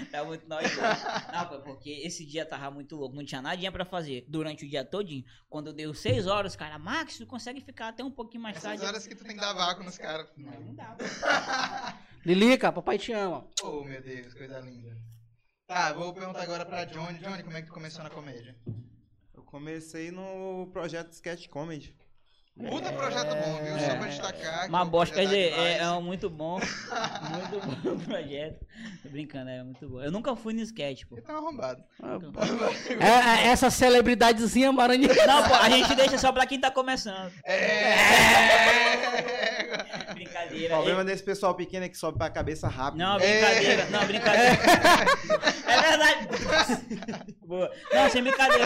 Speaker 4: que tá muito nós. dois. Não, foi porque esse dia tava muito louco, não tinha nadinha pra fazer durante o dia todinho. Quando deu seis horas, cara, Max, tu consegue ficar até um pouquinho mais
Speaker 1: Essas
Speaker 4: tarde?
Speaker 1: horas que tu tem que dar vácuo nos caras.
Speaker 4: Mas
Speaker 1: Não.
Speaker 4: não dá.
Speaker 3: Lilica, papai te ama.
Speaker 1: Oh, meu Deus, coisa linda. Tá, vou perguntar agora pra Johnny. Johnny, como é que tu começou na comédia?
Speaker 2: Eu comecei no projeto Sketch Comedy.
Speaker 1: Puta projeto bom, viu? Só pra
Speaker 4: É.
Speaker 1: destacar. Ah, que
Speaker 4: Uma
Speaker 1: o
Speaker 4: bosta, quer
Speaker 1: projeto
Speaker 4: dizer, é,
Speaker 1: Advice-
Speaker 4: é um muito bom, muito bom projeto. Tô brincando, é muito bom. Eu nunca fui no sketch, pô.
Speaker 1: Ele tá arrombado.
Speaker 3: É, é, essa celebridadezinha maranhense.
Speaker 4: Não, pô, a gente deixa só pra quem tá começando.
Speaker 1: É!
Speaker 2: O
Speaker 4: Brincadeira.
Speaker 2: problema desse pessoal pequeno é que sobe pra cabeça rápido.
Speaker 4: Não, brincadeira. Não, brincadeira. É verdade. Boa. Não, sem brincadeira.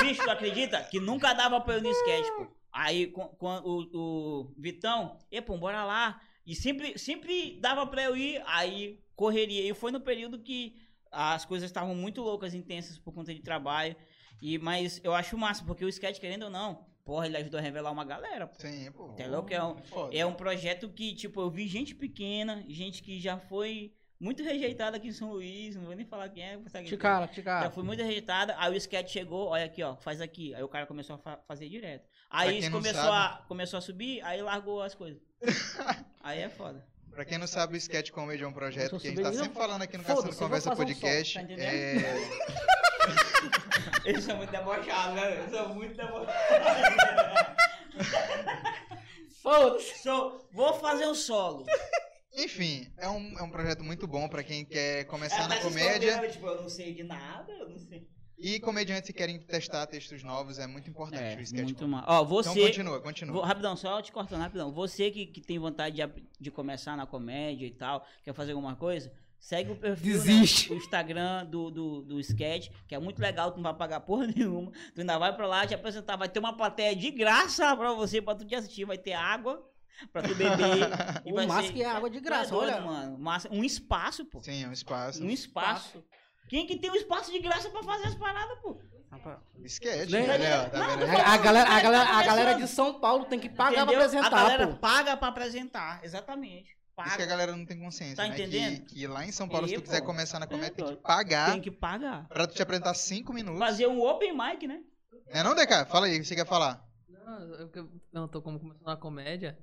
Speaker 4: Bicho, tu acredita que nunca dava pra eu no sketch, pô. Aí com, com o, o Vitão, e pô, bora lá. E sempre, sempre dava pra eu ir, aí correria. E foi no período que as coisas estavam muito loucas, intensas por conta de trabalho. E, mas eu acho massa, porque o sketch, querendo ou não, porra, ele ajudou a revelar uma galera, pô.
Speaker 1: Sim, pô.
Speaker 4: Tá louco? É um-
Speaker 1: Foda.
Speaker 4: É um projeto que, tipo, eu vi gente pequena, gente que já foi muito rejeitada aqui em São Luís, não vou nem falar quem é, vou saber quem é.
Speaker 3: Ticara,
Speaker 4: já
Speaker 3: ticara.
Speaker 4: foi muito rejeitada, aí o sketch chegou, olha aqui, ó, faz aqui. Aí o cara começou a fa- fazer direto.
Speaker 1: Pra
Speaker 4: Aí
Speaker 1: quem
Speaker 4: isso
Speaker 1: não
Speaker 4: começou a,
Speaker 1: sabe-
Speaker 4: começou a subir, aí largou as coisas. aí é foda.
Speaker 1: Pra quem não sabe, o Sketch Comedy é um projeto
Speaker 3: Eu
Speaker 1: que a gente tá
Speaker 3: sou
Speaker 1: sempre falando aqui no
Speaker 3: Foda-se,
Speaker 1: Caçando
Speaker 3: eu vou
Speaker 1: Conversa
Speaker 3: fazer um som,
Speaker 1: Podcast.
Speaker 4: tá entendendo?
Speaker 1: é...
Speaker 4: Eles são muito debochados, né? Eu sou muito debochado.
Speaker 3: Foda-se.
Speaker 4: Sou- vou fazer um solo.
Speaker 1: Enfim, é um, é um projeto muito bom pra quem quer começar
Speaker 4: Ela tá
Speaker 1: na
Speaker 4: se
Speaker 1: é comédia.
Speaker 4: escondendo, Tipo, eu não sei de nada, eu não sei.
Speaker 1: E comediantes que querem testar textos novos, é muito importante o Sketch Comedy.
Speaker 4: mal. Ó, você...
Speaker 1: Então continua, continua.
Speaker 4: Vou- rapidão, só te cortando, rapidão. Você que, que tem vontade de, ap- de começar na comédia e tal, quer fazer alguma coisa, segue o perfil,
Speaker 3: Desiste.
Speaker 4: né, o Instagram do, do, do Sketch, que é muito legal, tu não vai pagar porra nenhuma. Tu ainda vai pra lá te apresentar, vai ter uma plateia de graça pra você, pra tu te assistir, vai ter água pra tu beber. e
Speaker 3: O
Speaker 4: vai
Speaker 3: máximo
Speaker 4: ser-
Speaker 3: que é água de graça,
Speaker 4: Tu é doido,
Speaker 3: olha.
Speaker 4: mano. Massa- um espaço, pô.
Speaker 1: Sim, é um espaço.
Speaker 4: Um espaço. Quem que tem um espaço de graça pra fazer as paradas, pô?
Speaker 1: Sketch,
Speaker 3: Nem-
Speaker 1: olha, ó, tá
Speaker 4: Não,
Speaker 1: vendo?
Speaker 3: A, a galera, a, galera, a galera de São Paulo tem que pagar
Speaker 4: Entendeu?
Speaker 3: pra
Speaker 4: A
Speaker 3: apresentar,
Speaker 4: galera
Speaker 3: pô.
Speaker 4: paga pra apresentar, exatamente.
Speaker 1: Isso que a
Speaker 4: Paga.
Speaker 1: galera não tem consciência,
Speaker 4: Tá
Speaker 1: né? Que-
Speaker 4: entendendo?
Speaker 1: Que, lá em São Paulo, se
Speaker 4: E,
Speaker 1: tu quiser
Speaker 4: pô,
Speaker 1: começar na comédia, tem que
Speaker 4: doido.
Speaker 1: pagar
Speaker 4: Tem que pagar.
Speaker 1: pra tu te apresentar cinco minutos.
Speaker 4: Fazer um open mic, né?
Speaker 1: Não é não, DK? Fala aí, o que você quer falar?
Speaker 5: Não, eu que- Não, tô como começando uma comédia.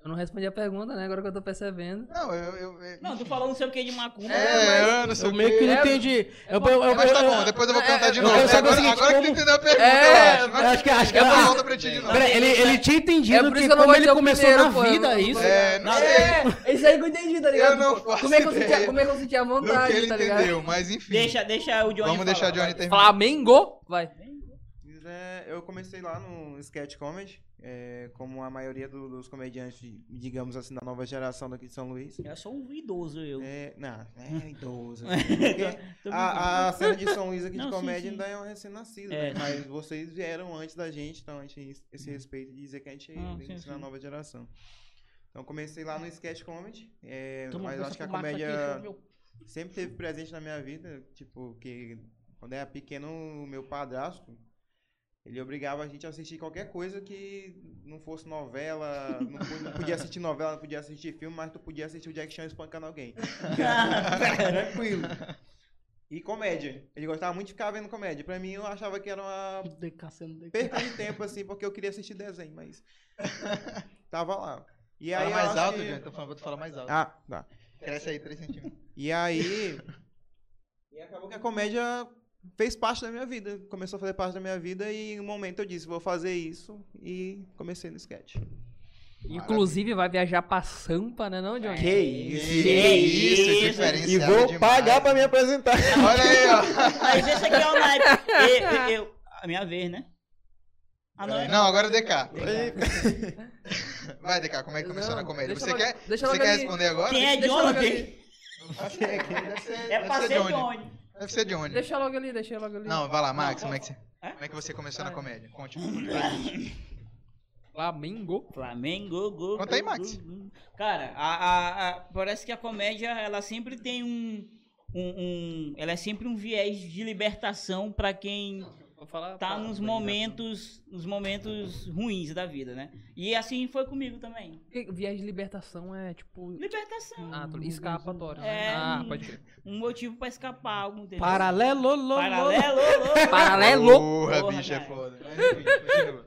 Speaker 5: Eu Eu não respondi a pergunta, né? Agora que eu tô percebendo.
Speaker 1: Não, eu. eu- eu-
Speaker 4: Não, tu falou não sei o que de macumba. né?
Speaker 1: é, eu não sei
Speaker 3: Eu
Speaker 1: o
Speaker 3: meio
Speaker 1: quê.
Speaker 3: que não
Speaker 5: É,
Speaker 3: entendi. Eu,
Speaker 5: bom,
Speaker 3: eu, eu,
Speaker 1: Mas tá
Speaker 3: eu-
Speaker 1: bom, depois eu vou
Speaker 5: é,
Speaker 1: perguntar de
Speaker 5: eu
Speaker 1: novo.
Speaker 5: quero
Speaker 1: né?
Speaker 5: saber o
Speaker 1: Agora,
Speaker 3: seguinte,
Speaker 1: agora que tu
Speaker 3: como-
Speaker 1: entendeu a pergunta,
Speaker 5: É,
Speaker 1: eu acho. Mas
Speaker 3: acho que- acho que-
Speaker 1: ela
Speaker 3: ah,
Speaker 1: volta pra ti de novo.
Speaker 3: Pera, ele, ele tinha entendido
Speaker 5: É por isso
Speaker 3: que,
Speaker 5: que eu não
Speaker 3: como
Speaker 5: vou
Speaker 3: ele
Speaker 5: ser o
Speaker 3: começou
Speaker 5: primeiro,
Speaker 3: na
Speaker 5: pô, eu
Speaker 3: vida,
Speaker 5: não-
Speaker 3: isso.
Speaker 1: É, não sei.
Speaker 5: É, isso aí que eu entendi, tá ligado?
Speaker 1: Eu não
Speaker 5: Pô,
Speaker 1: faço
Speaker 5: como, é que eu senti,
Speaker 1: ideia.
Speaker 5: a- como é que eu senti a
Speaker 1: No que
Speaker 5: vontade,
Speaker 1: ele
Speaker 5: tá ligado?
Speaker 1: entendeu, mas enfim.
Speaker 4: Deixa, deixa o Johnny
Speaker 1: Vamos deixar o
Speaker 4: falar,
Speaker 1: Johnny
Speaker 4: vai.
Speaker 1: terminar.
Speaker 5: Flamengo? Vai.
Speaker 2: É, eu comecei lá no sketch comedy, é, como a maioria do- dos comediantes, digamos assim, da nova geração daqui de São Luís.
Speaker 4: Eu sou um idoso, eu. Então,
Speaker 2: É, não, é idoso. porque
Speaker 4: Tô
Speaker 1: Ah,
Speaker 4: brincando.
Speaker 2: a, a cena de São Luís aqui de
Speaker 4: Não, sim,
Speaker 2: comédia
Speaker 4: sim.
Speaker 2: ainda é um recém-nascido,
Speaker 4: É.
Speaker 2: né? mas vocês vieram antes da gente, então a gente tem esse respeito de dizer que a gente
Speaker 4: Ah,
Speaker 2: é
Speaker 4: sim,
Speaker 2: isso na
Speaker 4: sim.
Speaker 2: nova geração. Então comecei lá no sketch comedy, é,
Speaker 4: Toma
Speaker 2: mas
Speaker 4: uma
Speaker 2: acho que a
Speaker 4: fumaça aqui,
Speaker 2: comédia
Speaker 4: deixa eu ver o-
Speaker 2: sempre teve presente na minha vida, tipo, que quando era pequeno, o meu padrasto, ele obrigava a gente a assistir qualquer coisa que não fosse novela, não, po- não podia assistir novela, não podia assistir filme, mas tu podia assistir o Jack Chan espancando alguém.
Speaker 1: ah.
Speaker 2: Tranquilo. E comédia. Ele gostava muito de ficar vendo comédia. Pra mim, eu achava que era uma
Speaker 3: Decacendo, decacendo.
Speaker 2: perca de tempo, assim, porque eu queria assistir desenho, mas... Tava lá. E aí,
Speaker 1: Fala
Speaker 2: eu
Speaker 1: mais
Speaker 2: acho
Speaker 1: alto,
Speaker 2: que-
Speaker 1: Johnny. Tô falando, vou te falar mais alto.
Speaker 2: Ah, tá.
Speaker 1: Cresce aí 3 centímetros.
Speaker 2: E aí. e acabou que a comédia fez parte da minha vida. Começou a fazer parte da minha vida e em um momento eu disse, vou fazer isso. E comecei no sketch.
Speaker 5: Inclusive vai viajar pra Sampa, né não, Johnny?
Speaker 1: isso,
Speaker 4: É. isso,
Speaker 1: diferenciado
Speaker 2: E vou
Speaker 1: demais.
Speaker 2: pagar pra me apresentar.
Speaker 1: Olha aí,
Speaker 4: Mas esse aqui é o naipe. Eu- eu- eu- A minha vez, né? Ah, não.
Speaker 1: ó.
Speaker 4: é-
Speaker 1: Não, agora o DK. Vai, DK, como é que começou
Speaker 5: Não,
Speaker 1: na comédia?
Speaker 5: deixa
Speaker 1: Você
Speaker 5: logo-
Speaker 1: quer,
Speaker 5: deixa
Speaker 1: você
Speaker 5: logo
Speaker 1: quer
Speaker 5: ali.
Speaker 1: responder agora?
Speaker 4: Quem é
Speaker 5: Deixa eu logo
Speaker 4: Johnny?
Speaker 5: ali.
Speaker 1: Deve ser,
Speaker 4: É pra
Speaker 1: deve
Speaker 4: ser
Speaker 1: ser Johnny.
Speaker 4: Johnny.
Speaker 1: Deve ser Johnny.
Speaker 5: Deixa logo ali, deixa logo ali.
Speaker 1: Não, vai lá, Max,
Speaker 4: Não,
Speaker 1: como é que você,
Speaker 4: Hã?
Speaker 1: como é que você começou na comédia? Conte um conte pra gente.
Speaker 5: Flamengo?
Speaker 4: Flamengo, go,
Speaker 1: Conta aí,
Speaker 4: go,
Speaker 1: Max.
Speaker 4: go, go. Cara, a- a- a- parece que a comédia, ela sempre tem um, um- um- Ela é sempre um viés de libertação pra quem
Speaker 5: Vou falar.
Speaker 4: tá
Speaker 5: fala,
Speaker 4: nos
Speaker 5: organização.
Speaker 4: momentos, nos momentos ruins da vida, né? E assim foi comigo também.
Speaker 5: Que- Viés de libertação é tipo.
Speaker 4: Libertação.
Speaker 5: Ah, tô...
Speaker 4: É.
Speaker 5: escapatório. né? Ah, pode crer.
Speaker 4: Um motivo pra escapar, algum tempo.
Speaker 3: Paralelo, lo, lo.
Speaker 4: Paralelo. lo-
Speaker 5: Paralelo!
Speaker 1: Porra,
Speaker 4: Porra,
Speaker 1: bicho, é
Speaker 4: cara.
Speaker 1: foda. Mas, enfim, continua.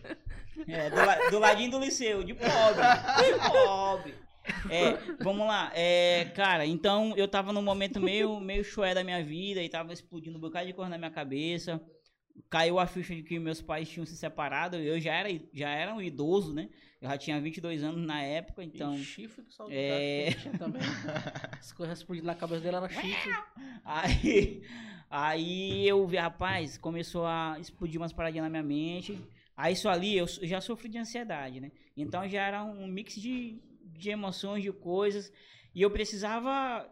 Speaker 4: É, do, la- do ladinho do liceu, de pobre. De pobre. É, vamos lá. É, cara, então eu tava num momento meio, meio choé da minha vida e tava explodindo um bocado de coisa na minha cabeça. Caiu a ficha de que meus pais tinham se separado. Eu já era, já era um idoso, né? Eu já tinha 22 anos na época, então.
Speaker 3: E chifre que só o
Speaker 4: É.
Speaker 3: cara tinha também. As coisas explodindo na cabeça dele era chifre.
Speaker 4: Aí, aí eu vi, rapaz, começou a explodir umas paradinhas na minha mente. Aí isso ali, eu so- já sofri de ansiedade, né? Então já era um mix de, de emoções, de coisas. E eu precisava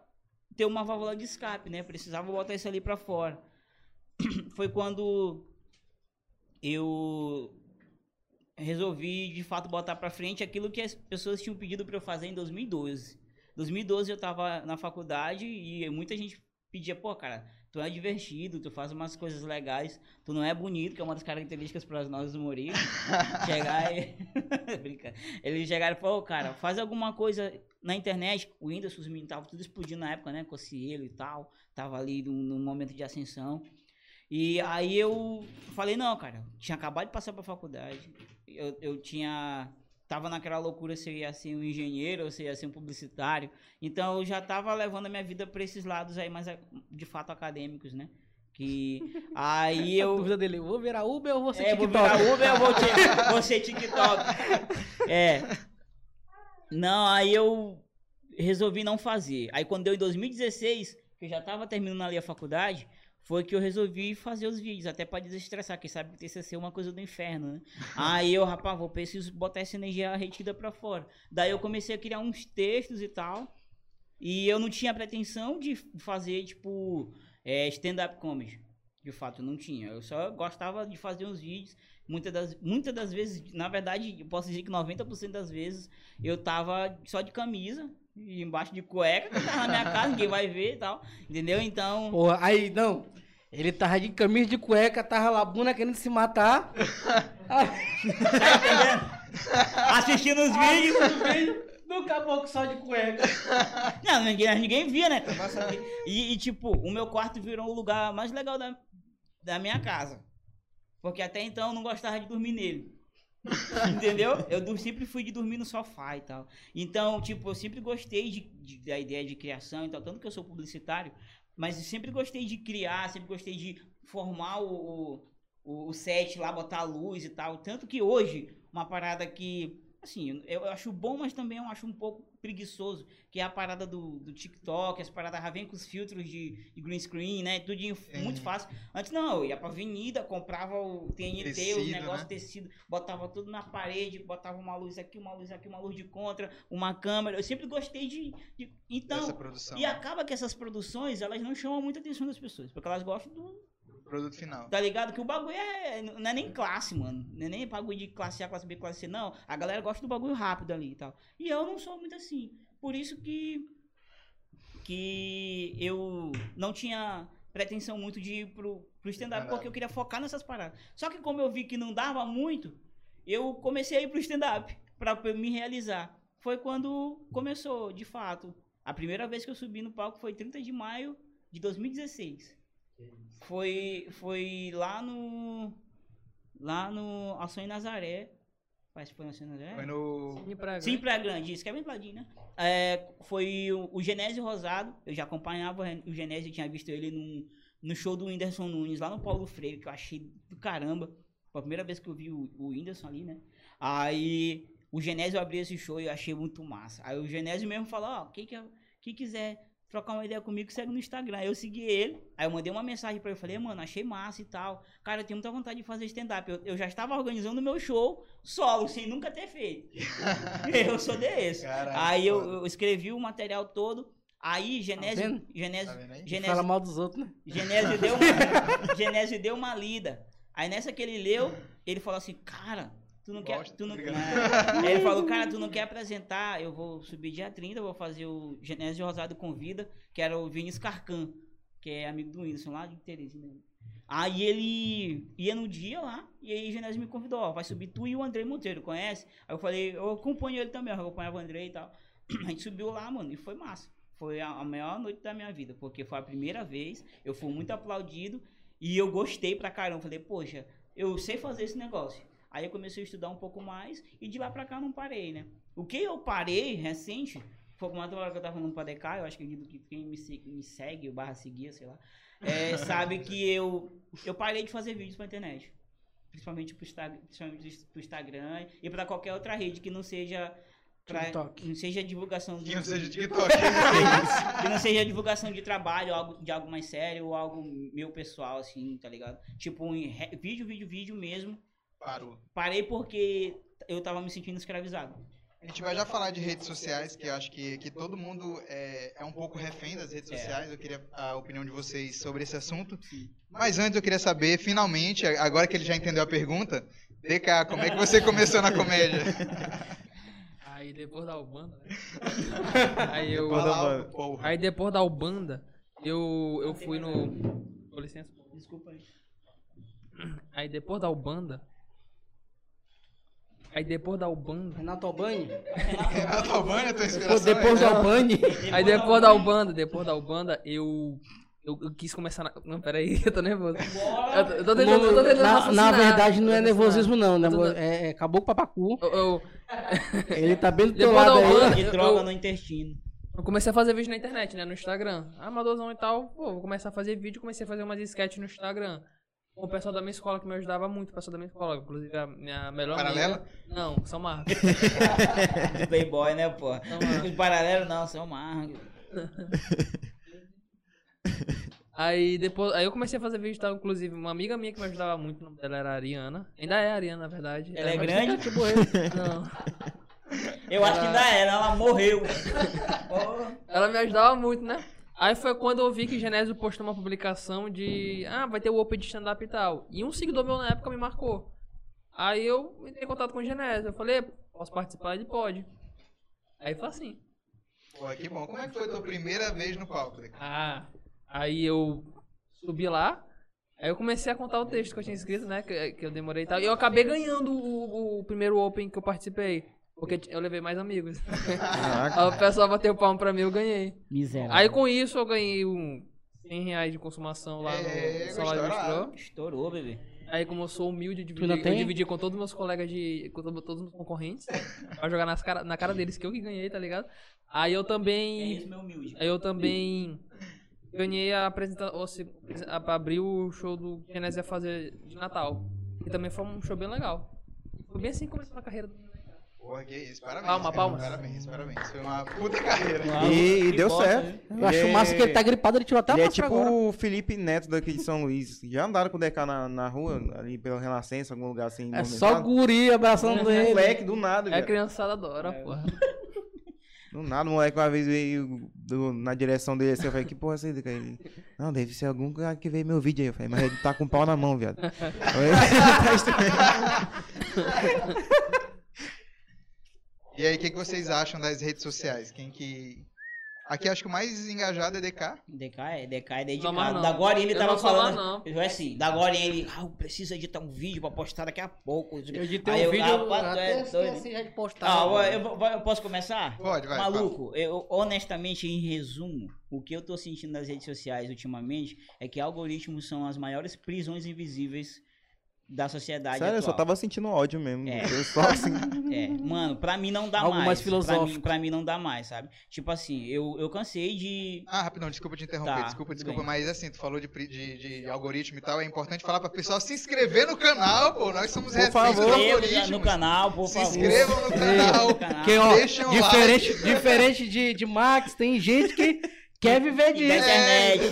Speaker 4: ter uma válvula de escape, né? Precisava botar isso ali pra fora. Foi quando eu resolvi, de fato, botar pra frente aquilo que as pessoas tinham pedido pra eu fazer em 2012. 2012 eu tava na faculdade e muita gente pedia, pô, cara, tu é divertido, tu faz umas coisas legais, tu não é bonito, que é uma das características para nós humoristas. Chegar e. Brinca. Eles chegaram e falaram, pô, cara, faz alguma coisa na internet. O Windows, os meninos estavam tudo explodindo na época, né? Cocielo e tal. Tava ali num, num momento de ascensão. E aí eu falei, não, cara, tinha acabado de passar pra faculdade. Eu, eu tinha. Tava naquela loucura se eu ia ser um engenheiro ou se eu ia ser um publicitário. Então eu já tava levando a minha vida pra esses lados aí, mais a- de fato acadêmicos, né? Que aí
Speaker 3: A
Speaker 4: eu
Speaker 3: dúvida dele, eu vou virar Uber ou vou ser
Speaker 4: é, vou virar
Speaker 3: TikTok?
Speaker 4: Uber, eu vou, ti- vou ser TikTok. É. Não, aí eu resolvi não fazer. Aí quando deu em 2016, que eu já tava terminando ali a faculdade, foi que eu resolvi fazer os vídeos, até pra desestressar, quem sabe que TCC é uma coisa do inferno, né? Aí eu, rapaz, vou preciso botar essa energia retida pra fora. Daí eu comecei a criar uns textos e tal, e eu não tinha pretensão de fazer, tipo, é, stand-up comedy. De fato, não tinha. Eu só gostava de fazer uns vídeos. Muitas das, muitas das vezes, na verdade, eu posso dizer que 90% das vezes eu tava só de camisa, e embaixo de cueca, que eu tava na minha casa, ninguém vai ver e tal. Entendeu? Então.
Speaker 3: Porra, aí, não. Ele tava de camisa de cueca, tava labuna querendo se matar. Ah,
Speaker 4: Tá entendendo? Assistindo os vídeos.
Speaker 3: do caboclo só de cueca.
Speaker 4: Não, ninguém, ninguém via, né? E, e, tipo, o meu quarto virou o lugar mais legal da, da minha casa. Porque até então eu não gostava de dormir nele. Entendeu? Eu dur- sempre fui de dormir no sofá e tal. Então, tipo, eu sempre gostei de, de- da ideia de criação e tal, tanto que eu sou publicitário, mas eu sempre gostei de criar, sempre gostei de formar o, o, o set lá, botar a luz e tal. Tanto que hoje, uma parada que, assim, eu, eu acho bom, mas também eu acho um pouco preguiçoso, que é a parada do, do TikTok, as paradas já vem com os filtros de, de green screen, né? Tudinho
Speaker 1: É.
Speaker 4: muito fácil. Antes não, eu ia pra avenida, comprava o TNT, os
Speaker 1: Tecido,
Speaker 4: negócios
Speaker 1: né?
Speaker 4: tecido, botava tudo na parede, botava uma luz aqui, uma luz aqui, uma luz de contra, uma câmera. Eu sempre gostei de. de-
Speaker 1: dessa
Speaker 4: Então.
Speaker 1: produção.
Speaker 4: E acaba que essas produções, elas não chamam muita atenção das pessoas, porque elas gostam do.
Speaker 1: Produto final.
Speaker 4: Tá ligado? Que o bagulho é. Não é nem classe, mano. Não é nem bagulho de classe A, classe B, classe C, não. A galera gosta do bagulho rápido ali e tal. E eu não sou muito assim. Por isso que. Que eu não tinha pretensão muito de ir pro, pro stand-up,
Speaker 1: Stand-up.
Speaker 4: porque eu queria focar nessas paradas. Só que como eu vi que não dava muito, eu comecei a ir pro stand-up pra pra me realizar. Foi quando começou, de fato. A primeira vez que eu subi no palco foi 30 de maio de 2016. Foi, foi lá no. Lá no Ação em Nazaré. Parece que foi na Ação em Nazaré?
Speaker 1: Foi no.
Speaker 5: Sim, pra
Speaker 4: Sim, Praia Grande, isso que é bem do ladinho, né? É, foi o, o Genésio Rosado, eu já acompanhava o Genésio, eu tinha visto ele num, no show do Whindersson Nunes, lá no Paulo Freire, que eu achei do caramba. Foi a primeira vez que eu vi o, o Whindersson ali, né? Aí o Genésio abriu esse show e eu achei muito massa. Aí o Genésio mesmo falou, ó, quem, que- é quem quiser trocar uma ideia comigo, segue no Instagram. Aí eu segui ele, aí eu mandei uma mensagem pra ele, falei, mano, achei massa e tal. Cara, eu tenho muita vontade de fazer stand-up. Eu, eu já estava organizando o meu show solo, sem nunca ter feito. Eu sou desse.
Speaker 1: Caralho,
Speaker 4: Então, Aí eu,
Speaker 1: foda.
Speaker 4: eu escrevi o material todo. Aí Genésio.
Speaker 3: vendo?
Speaker 1: Tá
Speaker 4: Genésio,
Speaker 1: vendo aí?
Speaker 4: Genésio,
Speaker 3: Fala mal dos outros, né?
Speaker 4: Genésio deu uma, Genésio deu uma lida. Aí nessa que ele leu, ele falou assim, cara, tu não quer.
Speaker 1: Gosto,
Speaker 4: Tu não,
Speaker 1: obrigado.
Speaker 4: É. Aí ele falou, cara, tu não quer apresentar, eu vou subir dia 30, eu vou fazer o Genésio Rosado Convida, que era o Vinícius Carcan, que é amigo do Whindersson lá de Teresina. Aí ele ia no dia lá, e aí o Genésio me convidou, ó, vai subir tu e o André Monteiro, conhece? Aí eu falei, eu acompanho ele também, eu acompanhava o André e tal. A gente subiu lá, mano, e foi massa. Foi a, a maior noite da minha vida, porque foi a primeira vez, eu fui muito aplaudido e eu gostei pra caramba. Falei, poxa, eu sei fazer esse negócio. Aí eu comecei a estudar um pouco mais e de lá pra cá não parei, né? O que eu parei recente, foi uma outra hora que eu tava falando pra DK, eu acho que eu digo que quem me, se- me segue, ou barra seguia, sei lá, é, sabe que eu, eu parei de fazer vídeos pra internet. Principalmente pro, Insta- principalmente pro Instagram e pra qualquer outra rede que não seja. Pra,
Speaker 3: TikTok.
Speaker 4: Não seja divulgação do
Speaker 1: Que não seja
Speaker 4: do-
Speaker 1: TikTok.
Speaker 4: que não seja divulgação de trabalho, algo, de algo mais sério ou algo meu pessoal, assim, tá ligado? Tipo, um re- vídeo, vídeo, vídeo mesmo.
Speaker 1: Parou.
Speaker 4: Parei porque eu tava me sentindo escravizado.
Speaker 1: A gente vai já falar de redes sociais, que eu acho que, que todo mundo é, é um pouco refém das redes
Speaker 4: É.
Speaker 1: sociais. Eu queria a opinião de vocês sobre esse assunto. Mas antes eu queria saber, finalmente, agora que ele já entendeu a pergunta, DK, como é que você começou na comédia?
Speaker 5: Aí depois da Ubanda, né? Aí eu.
Speaker 2: Depois da
Speaker 1: Fala
Speaker 2: Ubanda.
Speaker 1: alto, porra.
Speaker 5: Aí depois da Ubanda, eu, eu fui no. Com licença.
Speaker 4: Desculpa aí.
Speaker 5: Aí depois da Ubanda. Aí depois da Ubanda.
Speaker 3: Renato Albani?
Speaker 1: Renato Albani, a tua
Speaker 3: Pô,
Speaker 1: inspiração
Speaker 3: depois do
Speaker 5: né?
Speaker 1: é...
Speaker 3: Albani?
Speaker 5: Aí depois da Ubanda, depois da Ubanda, eu. Eu, eu quis começar na. Não, peraí, eu tô nervoso. Eu tô, eu tô tentando, eu tô tentando
Speaker 3: Na, na
Speaker 5: raciocinar.
Speaker 3: verdade, não é
Speaker 5: Eu tô tentando-
Speaker 3: nervosismo, não. né?
Speaker 5: Tudo-
Speaker 3: É, é caboclo papacu.
Speaker 5: Eu, eu-
Speaker 3: Ele tá bem do teu
Speaker 5: Depois da
Speaker 3: lado aí.
Speaker 5: Urbana.
Speaker 4: E
Speaker 5: Eu-
Speaker 4: droga
Speaker 5: eu-
Speaker 4: no intestino.
Speaker 5: eu comecei a fazer vídeo na internet, né? No Instagram. Amadorzão e tal. Pô, vou começar a fazer vídeo, comecei a fazer umas sketches no Instagram. Com o pessoal da minha escola que me ajudava muito, o pessoal da minha escola. Inclusive, a minha melhor
Speaker 1: Paralela?
Speaker 5: amiga. Não, São Marcos.
Speaker 4: Do Playboy, né, pô?
Speaker 5: mano.
Speaker 4: Os paralelos não, são marcos.
Speaker 5: Aí depois, aí eu comecei a fazer vídeo e tal, inclusive, uma amiga minha que me ajudava muito, o nome dela era a Ariana. Ainda é a Ariana, na verdade.
Speaker 4: Ela é
Speaker 5: mais-
Speaker 4: grande?
Speaker 5: Tipo eu. Não.
Speaker 4: Eu acho que ainda era, ela morreu. Pô,
Speaker 5: Ela me ajudava muito, né? Aí foi quando eu vi que Genésio postou uma publicação de, ah, vai ter o Open de stand-up e tal. E um seguidor meu na época me marcou. Aí eu entrei em contato com o Genésio, eu falei, posso participar? Ele pode. Aí foi assim.
Speaker 1: Pô, que bom. Como é que foi a tua primeira vez no palco, DK?
Speaker 5: Ah, aí eu subi lá, aí eu comecei a contar o texto que eu tinha escrito, né? Que, que eu demorei e tal. E eu acabei ganhando o, o primeiro Open que eu participei. Porque eu levei mais amigos. aí o pessoal bateu palmo pra mim, eu ganhei.
Speaker 4: Miserável.
Speaker 5: Aí com isso eu ganhei um 100 reais de consumação lá no
Speaker 1: É,
Speaker 5: salário
Speaker 1: gostoso.
Speaker 5: do Estrô.
Speaker 4: Estourou, bebê.
Speaker 5: Aí, como eu sou humilde, eu dividi,
Speaker 3: ainda
Speaker 5: eu
Speaker 3: tem?
Speaker 5: dividi com todos os meus colegas de. com to- todos os concorrentes. pra jogar nas cara, na cara deles que eu que ganhei, tá ligado? Aí eu
Speaker 4: É
Speaker 5: também.
Speaker 4: isso, meu humilde.
Speaker 5: Aí eu também ganhei a apresentação pra abrir o show do que a Genésio ia fazer de Natal. E também foi um show bem legal. Foi bem assim que começou a carreira do
Speaker 4: Tá
Speaker 1: Porra, que isso. Parabéns.
Speaker 5: Palma,
Speaker 1: cara.
Speaker 5: palma.
Speaker 1: Parabéns, parabéns. Foi uma puta carreira.
Speaker 2: E, e
Speaker 4: Que
Speaker 2: deu
Speaker 4: bosta,
Speaker 2: certo.
Speaker 4: né?
Speaker 3: Eu acho massa que ele tá gripado, ele tirou até a
Speaker 2: Ele é
Speaker 3: máscara
Speaker 2: tipo
Speaker 5: um
Speaker 3: agora.
Speaker 2: o Felipe Neto daqui de São Luís. Já andaram com o DK na, na rua, ali pela Renascença, algum lugar assim.
Speaker 3: É
Speaker 2: movimentado?
Speaker 3: só guri abraçando
Speaker 2: Um
Speaker 3: ele.
Speaker 2: moleque do nada,
Speaker 5: É, a
Speaker 2: velho.
Speaker 5: criançada adora,
Speaker 4: É.
Speaker 5: porra.
Speaker 2: Do nada, o moleque uma vez veio do- na direção dele assim, eu falei, que porra é essa aí, DK? Ele, Não, deve ser algum cara que veio meu vídeo aí. Eu falei, mas ele tá com o pau na mão, viado. Eu falei, "Tá estranho."
Speaker 1: E aí, o que, que vocês acham das redes sociais? Quem que. Aqui acho que o mais engajado é DK.
Speaker 4: DK é, DK é
Speaker 5: Não, mas
Speaker 4: dedicado.
Speaker 5: não.
Speaker 4: Da agora ele
Speaker 5: Eu
Speaker 4: tava
Speaker 5: não sou lá,
Speaker 4: falando.
Speaker 5: não.
Speaker 4: Eu falei assim, da agora ele. Ah, eu preciso editar um vídeo pra postar daqui a pouco.
Speaker 3: Eu editei um
Speaker 4: Aí eu-
Speaker 3: vídeo,
Speaker 4: ah, pá, tu é
Speaker 3: até
Speaker 4: doido.
Speaker 3: esqueci já de postar.
Speaker 4: Ah, eu, eu- eu posso começar?
Speaker 1: Pode, vai. fala.
Speaker 4: Maluco, eu, honestamente, em resumo, o que eu tô sentindo nas redes sociais ultimamente é que algoritmos são as maiores prisões invisíveis da sociedade
Speaker 2: Sério, eu só
Speaker 4: atual.
Speaker 2: tava sentindo ódio mesmo.
Speaker 4: É.
Speaker 2: Eu só assim.
Speaker 4: É, mano, pra mim não dá
Speaker 3: Algo
Speaker 4: mais.
Speaker 3: mais
Speaker 4: Pra mim,
Speaker 3: filosófico.
Speaker 4: pra mim não dá mais, sabe? Tipo assim, eu, eu cansei de...
Speaker 1: Ah, rapidão, desculpa te interromper,
Speaker 4: Tá,
Speaker 1: desculpa,
Speaker 4: tudo
Speaker 1: desculpa,
Speaker 4: bem.
Speaker 1: mas assim, tu falou de, pri- de- de algoritmo e tal, é importante falar pra pessoal se inscrever no canal, pô, nós somos
Speaker 2: Por
Speaker 1: reféns
Speaker 2: favor.
Speaker 1: do
Speaker 4: Inscreva
Speaker 1: algoritmo.
Speaker 4: no canal, por
Speaker 1: se
Speaker 4: favor.
Speaker 1: inscrevam no canal,
Speaker 3: Quem, é ó,
Speaker 1: deixa um
Speaker 3: diferente, diferente de, de Max, tem gente que quer viver
Speaker 4: Da
Speaker 3: disso.
Speaker 4: internet.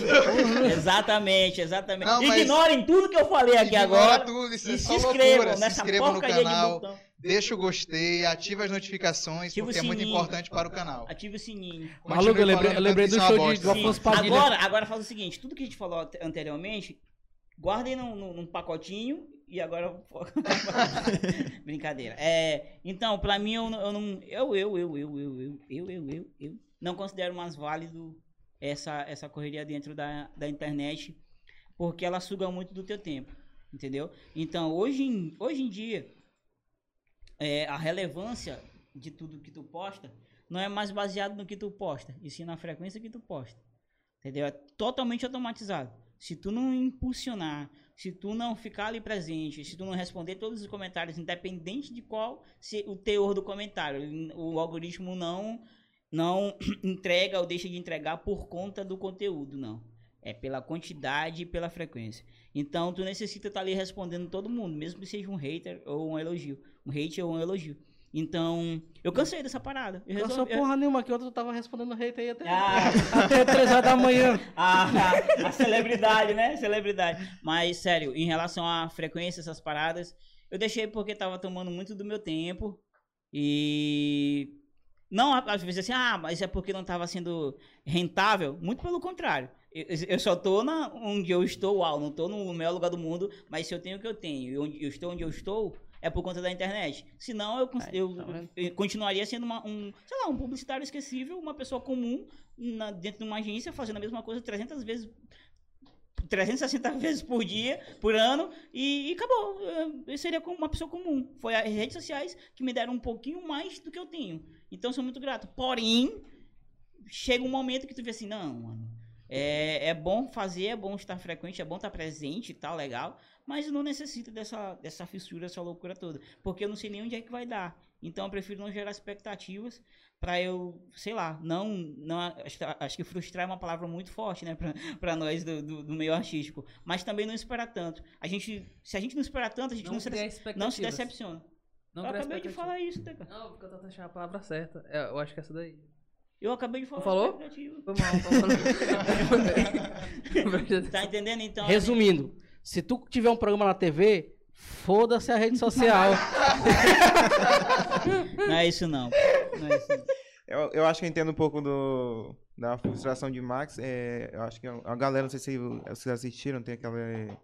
Speaker 4: exatamente, exatamente.
Speaker 1: Não, mas-
Speaker 4: Ignorem tudo que eu falei aqui
Speaker 1: Ignora
Speaker 4: agora.
Speaker 1: tudo, isso é
Speaker 4: e
Speaker 1: só
Speaker 4: se inscrevam
Speaker 1: loucura. Se
Speaker 4: nessa
Speaker 1: inscrevam no
Speaker 4: porcaria de
Speaker 1: canal,
Speaker 4: botão.
Speaker 1: deixa o gostei, ativa as notificações,
Speaker 4: Ativa o
Speaker 1: porque é muito
Speaker 4: sininho.
Speaker 1: importante para o canal.
Speaker 4: Ative o sininho.
Speaker 3: Maluco, eu lembrei, eu lembrei do
Speaker 1: é
Speaker 3: show de, do
Speaker 4: Sim.
Speaker 3: Afonso Padilha.
Speaker 4: Agora, agora faz o seguinte: tudo que a gente falou ante- anteriormente, guardem num, num- num pacotinho e agora. Brincadeira. É, então, pra mim, eu, não- eu não. Eu, eu, eu, eu, eu, eu, eu, eu, eu, eu. Não considero mais válido essa, essa correria dentro da, da internet, porque ela suga muito do teu tempo. Entendeu? Então, hoje em, hoje em dia, é, a relevância de tudo que tu posta não é mais baseado no que tu posta, e sim na frequência que tu posta. Entendeu? É totalmente automatizado. Se tu não impulsionar, se tu não ficar ali presente, se tu não responder todos os comentários, independente de qual se o teor do comentário, ele- o algoritmo não não entrega ou deixa de entregar por conta do conteúdo, não. É pela quantidade e pela frequência. Então tu necessita estar ali respondendo todo mundo, mesmo que seja um hater ou um elogio, um hate ou um elogio. Então, eu cansei dessa parada. Eu
Speaker 3: Não sou
Speaker 4: resolvi- eu-
Speaker 3: porra nenhuma, que outro tava respondendo hate aí até,
Speaker 4: Ah,
Speaker 3: até 3 horas da manhã.
Speaker 4: a, a- a celebridade, né? Celebridade. Mas, sério, em relação à frequência, essas paradas, eu deixei porque tava tomando muito do meu tempo. E. Não, às vezes assim, ah, mas é porque não tava sendo rentável. Muito pelo contrário. Eu, eu só tô na, onde eu estou, uau, não tô no melhor lugar do mundo, mas se eu tenho o que eu tenho e onde eu estou onde eu estou, é por conta da internet. Senão eu, cons-
Speaker 3: Aí,
Speaker 4: eu,
Speaker 3: tá vendo?
Speaker 4: eu continuaria sendo uma, um, sei lá, um publicitário esquecível, uma pessoa comum na- dentro de uma agência fazendo a mesma coisa 300 vezes 360 vezes por dia, por ano, e, e acabou. Eu seria como uma pessoa comum. Foi as redes sociais que me deram um pouquinho mais do que eu tenho. Então sou muito grato. Porém, chega um momento que tu vê assim, não, mano. É, é bom fazer, é bom estar frequente, é bom estar presente e tal, legal. Mas eu não necessito dessa, dessa fissura, dessa loucura toda. Porque eu não sei nem onde é que vai dar. Então eu prefiro não gerar expectativas pra eu, sei lá, não. não acho, que- acho que frustrar é uma palavra muito forte, né? Pra, pra nós do, do, do meio artístico. Mas também não esperar tanto. A gente. Se a gente não esperar tanto, a gente não,
Speaker 5: Não
Speaker 4: se,
Speaker 5: cria
Speaker 4: dece- não se
Speaker 5: expectativas.
Speaker 4: decepciona.
Speaker 5: Não
Speaker 4: eu
Speaker 5: cria
Speaker 4: acabei de
Speaker 5: expectativa.
Speaker 4: falar isso, Teca.
Speaker 5: Não, porque eu tava achando a palavra certa. É, eu acho que é essa daí.
Speaker 4: Eu acabei de falar
Speaker 5: Falou?
Speaker 4: expectativa.
Speaker 5: Foi mal, foi mal.
Speaker 4: Tá entendendo então?
Speaker 3: Resumindo, se tu tiver um programa na TV, foda-se a rede social.
Speaker 4: Não é isso não. Não é isso não.
Speaker 2: Eu, eu acho que eu entendo um pouco do, da frustração de Max. É, eu acho que a a galera, não sei se vocês assistiram, tem aquela. é,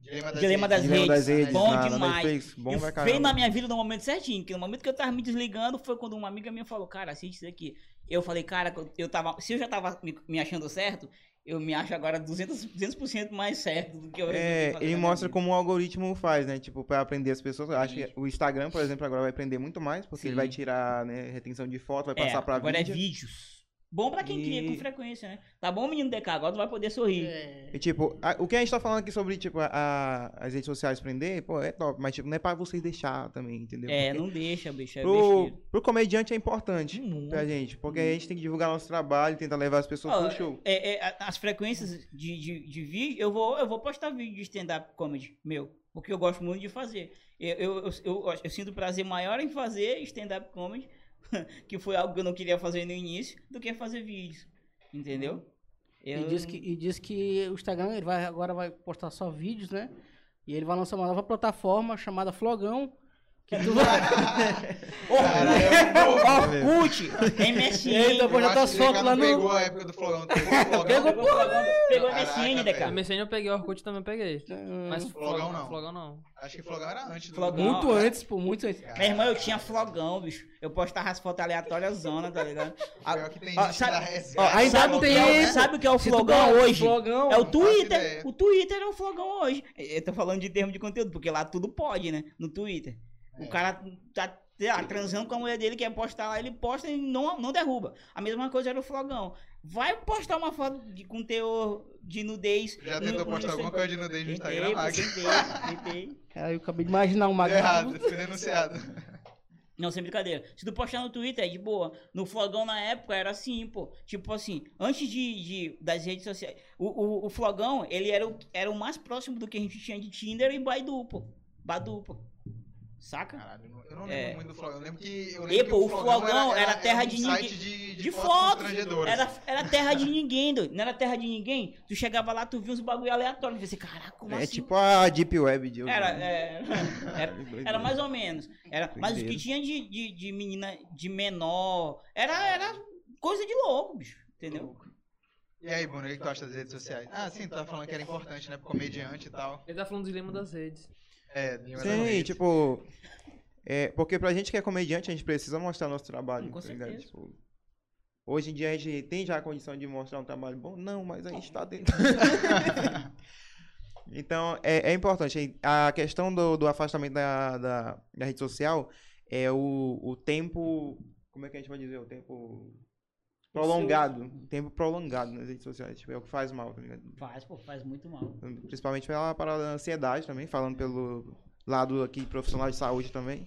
Speaker 1: Dilema das
Speaker 4: Dilema
Speaker 1: redes.
Speaker 4: das
Speaker 1: né?
Speaker 2: Dilema das
Speaker 4: redes,
Speaker 2: redes
Speaker 4: bom
Speaker 2: na, na
Speaker 4: demais.
Speaker 2: Netflix. Bom
Speaker 4: E
Speaker 2: pra
Speaker 4: veio na
Speaker 2: caramba.
Speaker 4: minha vida no momento certinho, que no momento que eu tava me desligando foi quando uma amiga minha falou, cara, assiste isso aqui. Eu falei, cara, eu- eu tava, se eu já tava me, me achando certo, eu me acho agora 200%, 200 mais certo do que eu resolvi
Speaker 2: É,
Speaker 4: fazer
Speaker 2: ele
Speaker 4: na minha
Speaker 2: mostra
Speaker 4: vida.
Speaker 2: como o algoritmo faz, né? Tipo, pra aprender as pessoas. Eu acho que o Instagram, por exemplo, agora vai aprender muito mais, porque
Speaker 4: Sim.
Speaker 2: ele vai tirar né, retenção de foto, vai
Speaker 4: é,
Speaker 2: passar pra
Speaker 4: agora
Speaker 2: vídeo.
Speaker 4: é vídeos. Bom pra quem
Speaker 2: E-
Speaker 4: cria com frequência, né? Tá bom, menino DK, agora tu vai poder sorrir.
Speaker 3: É.
Speaker 2: E, tipo, a- o que a gente tá falando aqui sobre, tipo, a- a- as redes sociais prender, pô, é top. Mas, tipo, não é pra vocês deixar também, entendeu?
Speaker 4: É,
Speaker 2: Porque
Speaker 4: não deixa, Uhum. bicho. É
Speaker 2: pro,
Speaker 4: besteira.
Speaker 2: pro comediante é importante
Speaker 4: Muito.
Speaker 2: pra gente. Porque a gente tem que divulgar nosso trabalho, tentar levar as pessoas
Speaker 4: Ó,
Speaker 2: pro show.
Speaker 4: É, é, a- as frequências de, de, de vídeo, eu vou, eu vou postar vídeo de stand-up comedy meu, porque eu gosto muito de fazer. Eu, eu, eu, eu, eu sinto prazer maior em fazer stand-up comedy, que foi algo que eu não queria fazer no início, do que fazer vídeos. Entendeu? Eu-
Speaker 3: E, diz que, e diz que o Instagram ele vai, agora vai postar só vídeos, né? E ele vai lançar uma nova plataforma chamada Flogão. Que tu vai. é
Speaker 4: Orkut, MSN.
Speaker 3: Eita, pô,
Speaker 4: pegou,
Speaker 3: já
Speaker 1: Eu
Speaker 3: tá
Speaker 1: acho que o
Speaker 3: solto
Speaker 1: DK
Speaker 3: lá no-
Speaker 1: Pegou a época do Flogão. Pegou o Flogão.
Speaker 3: Pegou-
Speaker 4: pegou, pegou MSN,
Speaker 1: Caraca,
Speaker 4: né,
Speaker 1: velho.
Speaker 5: A
Speaker 4: cara?
Speaker 5: MSN eu peguei, o Orkut também eu peguei.
Speaker 2: Hum.
Speaker 5: Mas
Speaker 1: Flogão não.
Speaker 5: Flogão não.
Speaker 1: Acho que Flogão era antes do
Speaker 4: Flogão.
Speaker 1: Grupo.
Speaker 3: muito
Speaker 4: Não,
Speaker 3: antes, pô, muito antes.
Speaker 1: Cara,
Speaker 4: Minha irmã, eu tinha flogão, bicho. Eu postava as fotos aleatórias zona, tá ligado?
Speaker 1: Pior que tem
Speaker 4: Ah,
Speaker 1: gente
Speaker 4: sabe-
Speaker 1: da RS.
Speaker 2: Ó, ainda
Speaker 4: sabe, o que é,
Speaker 3: tem-
Speaker 4: o- sabe o que é o
Speaker 3: Se tu
Speaker 4: flogão
Speaker 3: gosta de
Speaker 4: hoje?
Speaker 3: Flogão,
Speaker 4: É o
Speaker 1: faço
Speaker 4: Twitter.
Speaker 1: ideia.
Speaker 4: O Twitter é o flogão hoje. Eu tô falando de termo de conteúdo, porque lá tudo pode, né? No Twitter.
Speaker 1: É.
Speaker 4: O cara tá sei lá, transando com a mulher dele, quer postar lá, ele posta e não, não derruba. A mesma coisa era o flogão. Vai postar uma foto de, com teor de nudez.
Speaker 1: Já
Speaker 4: no-
Speaker 1: tentou
Speaker 4: no
Speaker 1: postar alguma
Speaker 4: Instagram.
Speaker 1: coisa de nudez no
Speaker 4: Tentei,
Speaker 1: Instagram? Ah, que-
Speaker 4: tentei, tentei.
Speaker 3: Cara, É, eu acabei de imaginar uma
Speaker 1: Deu
Speaker 4: é
Speaker 1: errado,
Speaker 3: garota.
Speaker 1: foi denunciado.
Speaker 4: Não, sem brincadeira. Se tu postar no Twitter, é de boa. No Flogão, na época, era assim, pô. Tipo assim, antes de, de- das redes sociais... O, o, o Flogão, ele era o, era o mais próximo do que a gente tinha de Tinder e Baidu, pô. Badu, pô. Saca?
Speaker 1: Caralho, eu não- eu não
Speaker 4: É.
Speaker 1: lembro muito do Flogão. Eu lembro que. Eu
Speaker 4: E,
Speaker 1: lembro que
Speaker 4: pô, o Flogão era terra de
Speaker 1: um
Speaker 4: ninguém-
Speaker 1: site de, de,
Speaker 4: De
Speaker 1: fotos
Speaker 4: fotos.
Speaker 1: constrangedoras.
Speaker 4: Era, era terra de ninguém, doido. Não era terra de ninguém. Tu chegava lá, tu via uns bagulho aleatório. Tu pensei, caraca, como
Speaker 2: é
Speaker 4: assim?
Speaker 2: tipo a Deep Web de hoje.
Speaker 4: Era,
Speaker 2: né?
Speaker 4: é, era, Era mais ou menos. Era, mas o que
Speaker 2: Doideira.
Speaker 4: tinha de, de, de menina de menor era, era coisa de louco, bicho. Entendeu?
Speaker 1: E aí, Bruno, o que tu acha das redes sociais? Ah, sim, tu tá falando que era importante, né? Pro comediante e tal.
Speaker 5: Ele tá falando dos lema das redes.
Speaker 1: É, de
Speaker 2: Sim, tipo. É, porque pra gente que é comediante, a gente precisa mostrar nosso trabalho.
Speaker 4: Com
Speaker 2: tá ligado?
Speaker 4: certeza.
Speaker 2: Tipo, hoje em dia a gente tem já a condição de mostrar um trabalho bom? Não, mas a gente tá dentro. então, é, é importante. A questão do, do afastamento da, da, da rede social é o, o tempo. Como é que a gente vai dizer? O tempo. Prolongado. Tempo prolongado nas redes sociais. Tipo, é o que faz mal, tá ligado?
Speaker 4: Faz, pô, faz muito mal.
Speaker 2: Principalmente pela parada da ansiedade também, falando pelo lado aqui profissional de saúde também.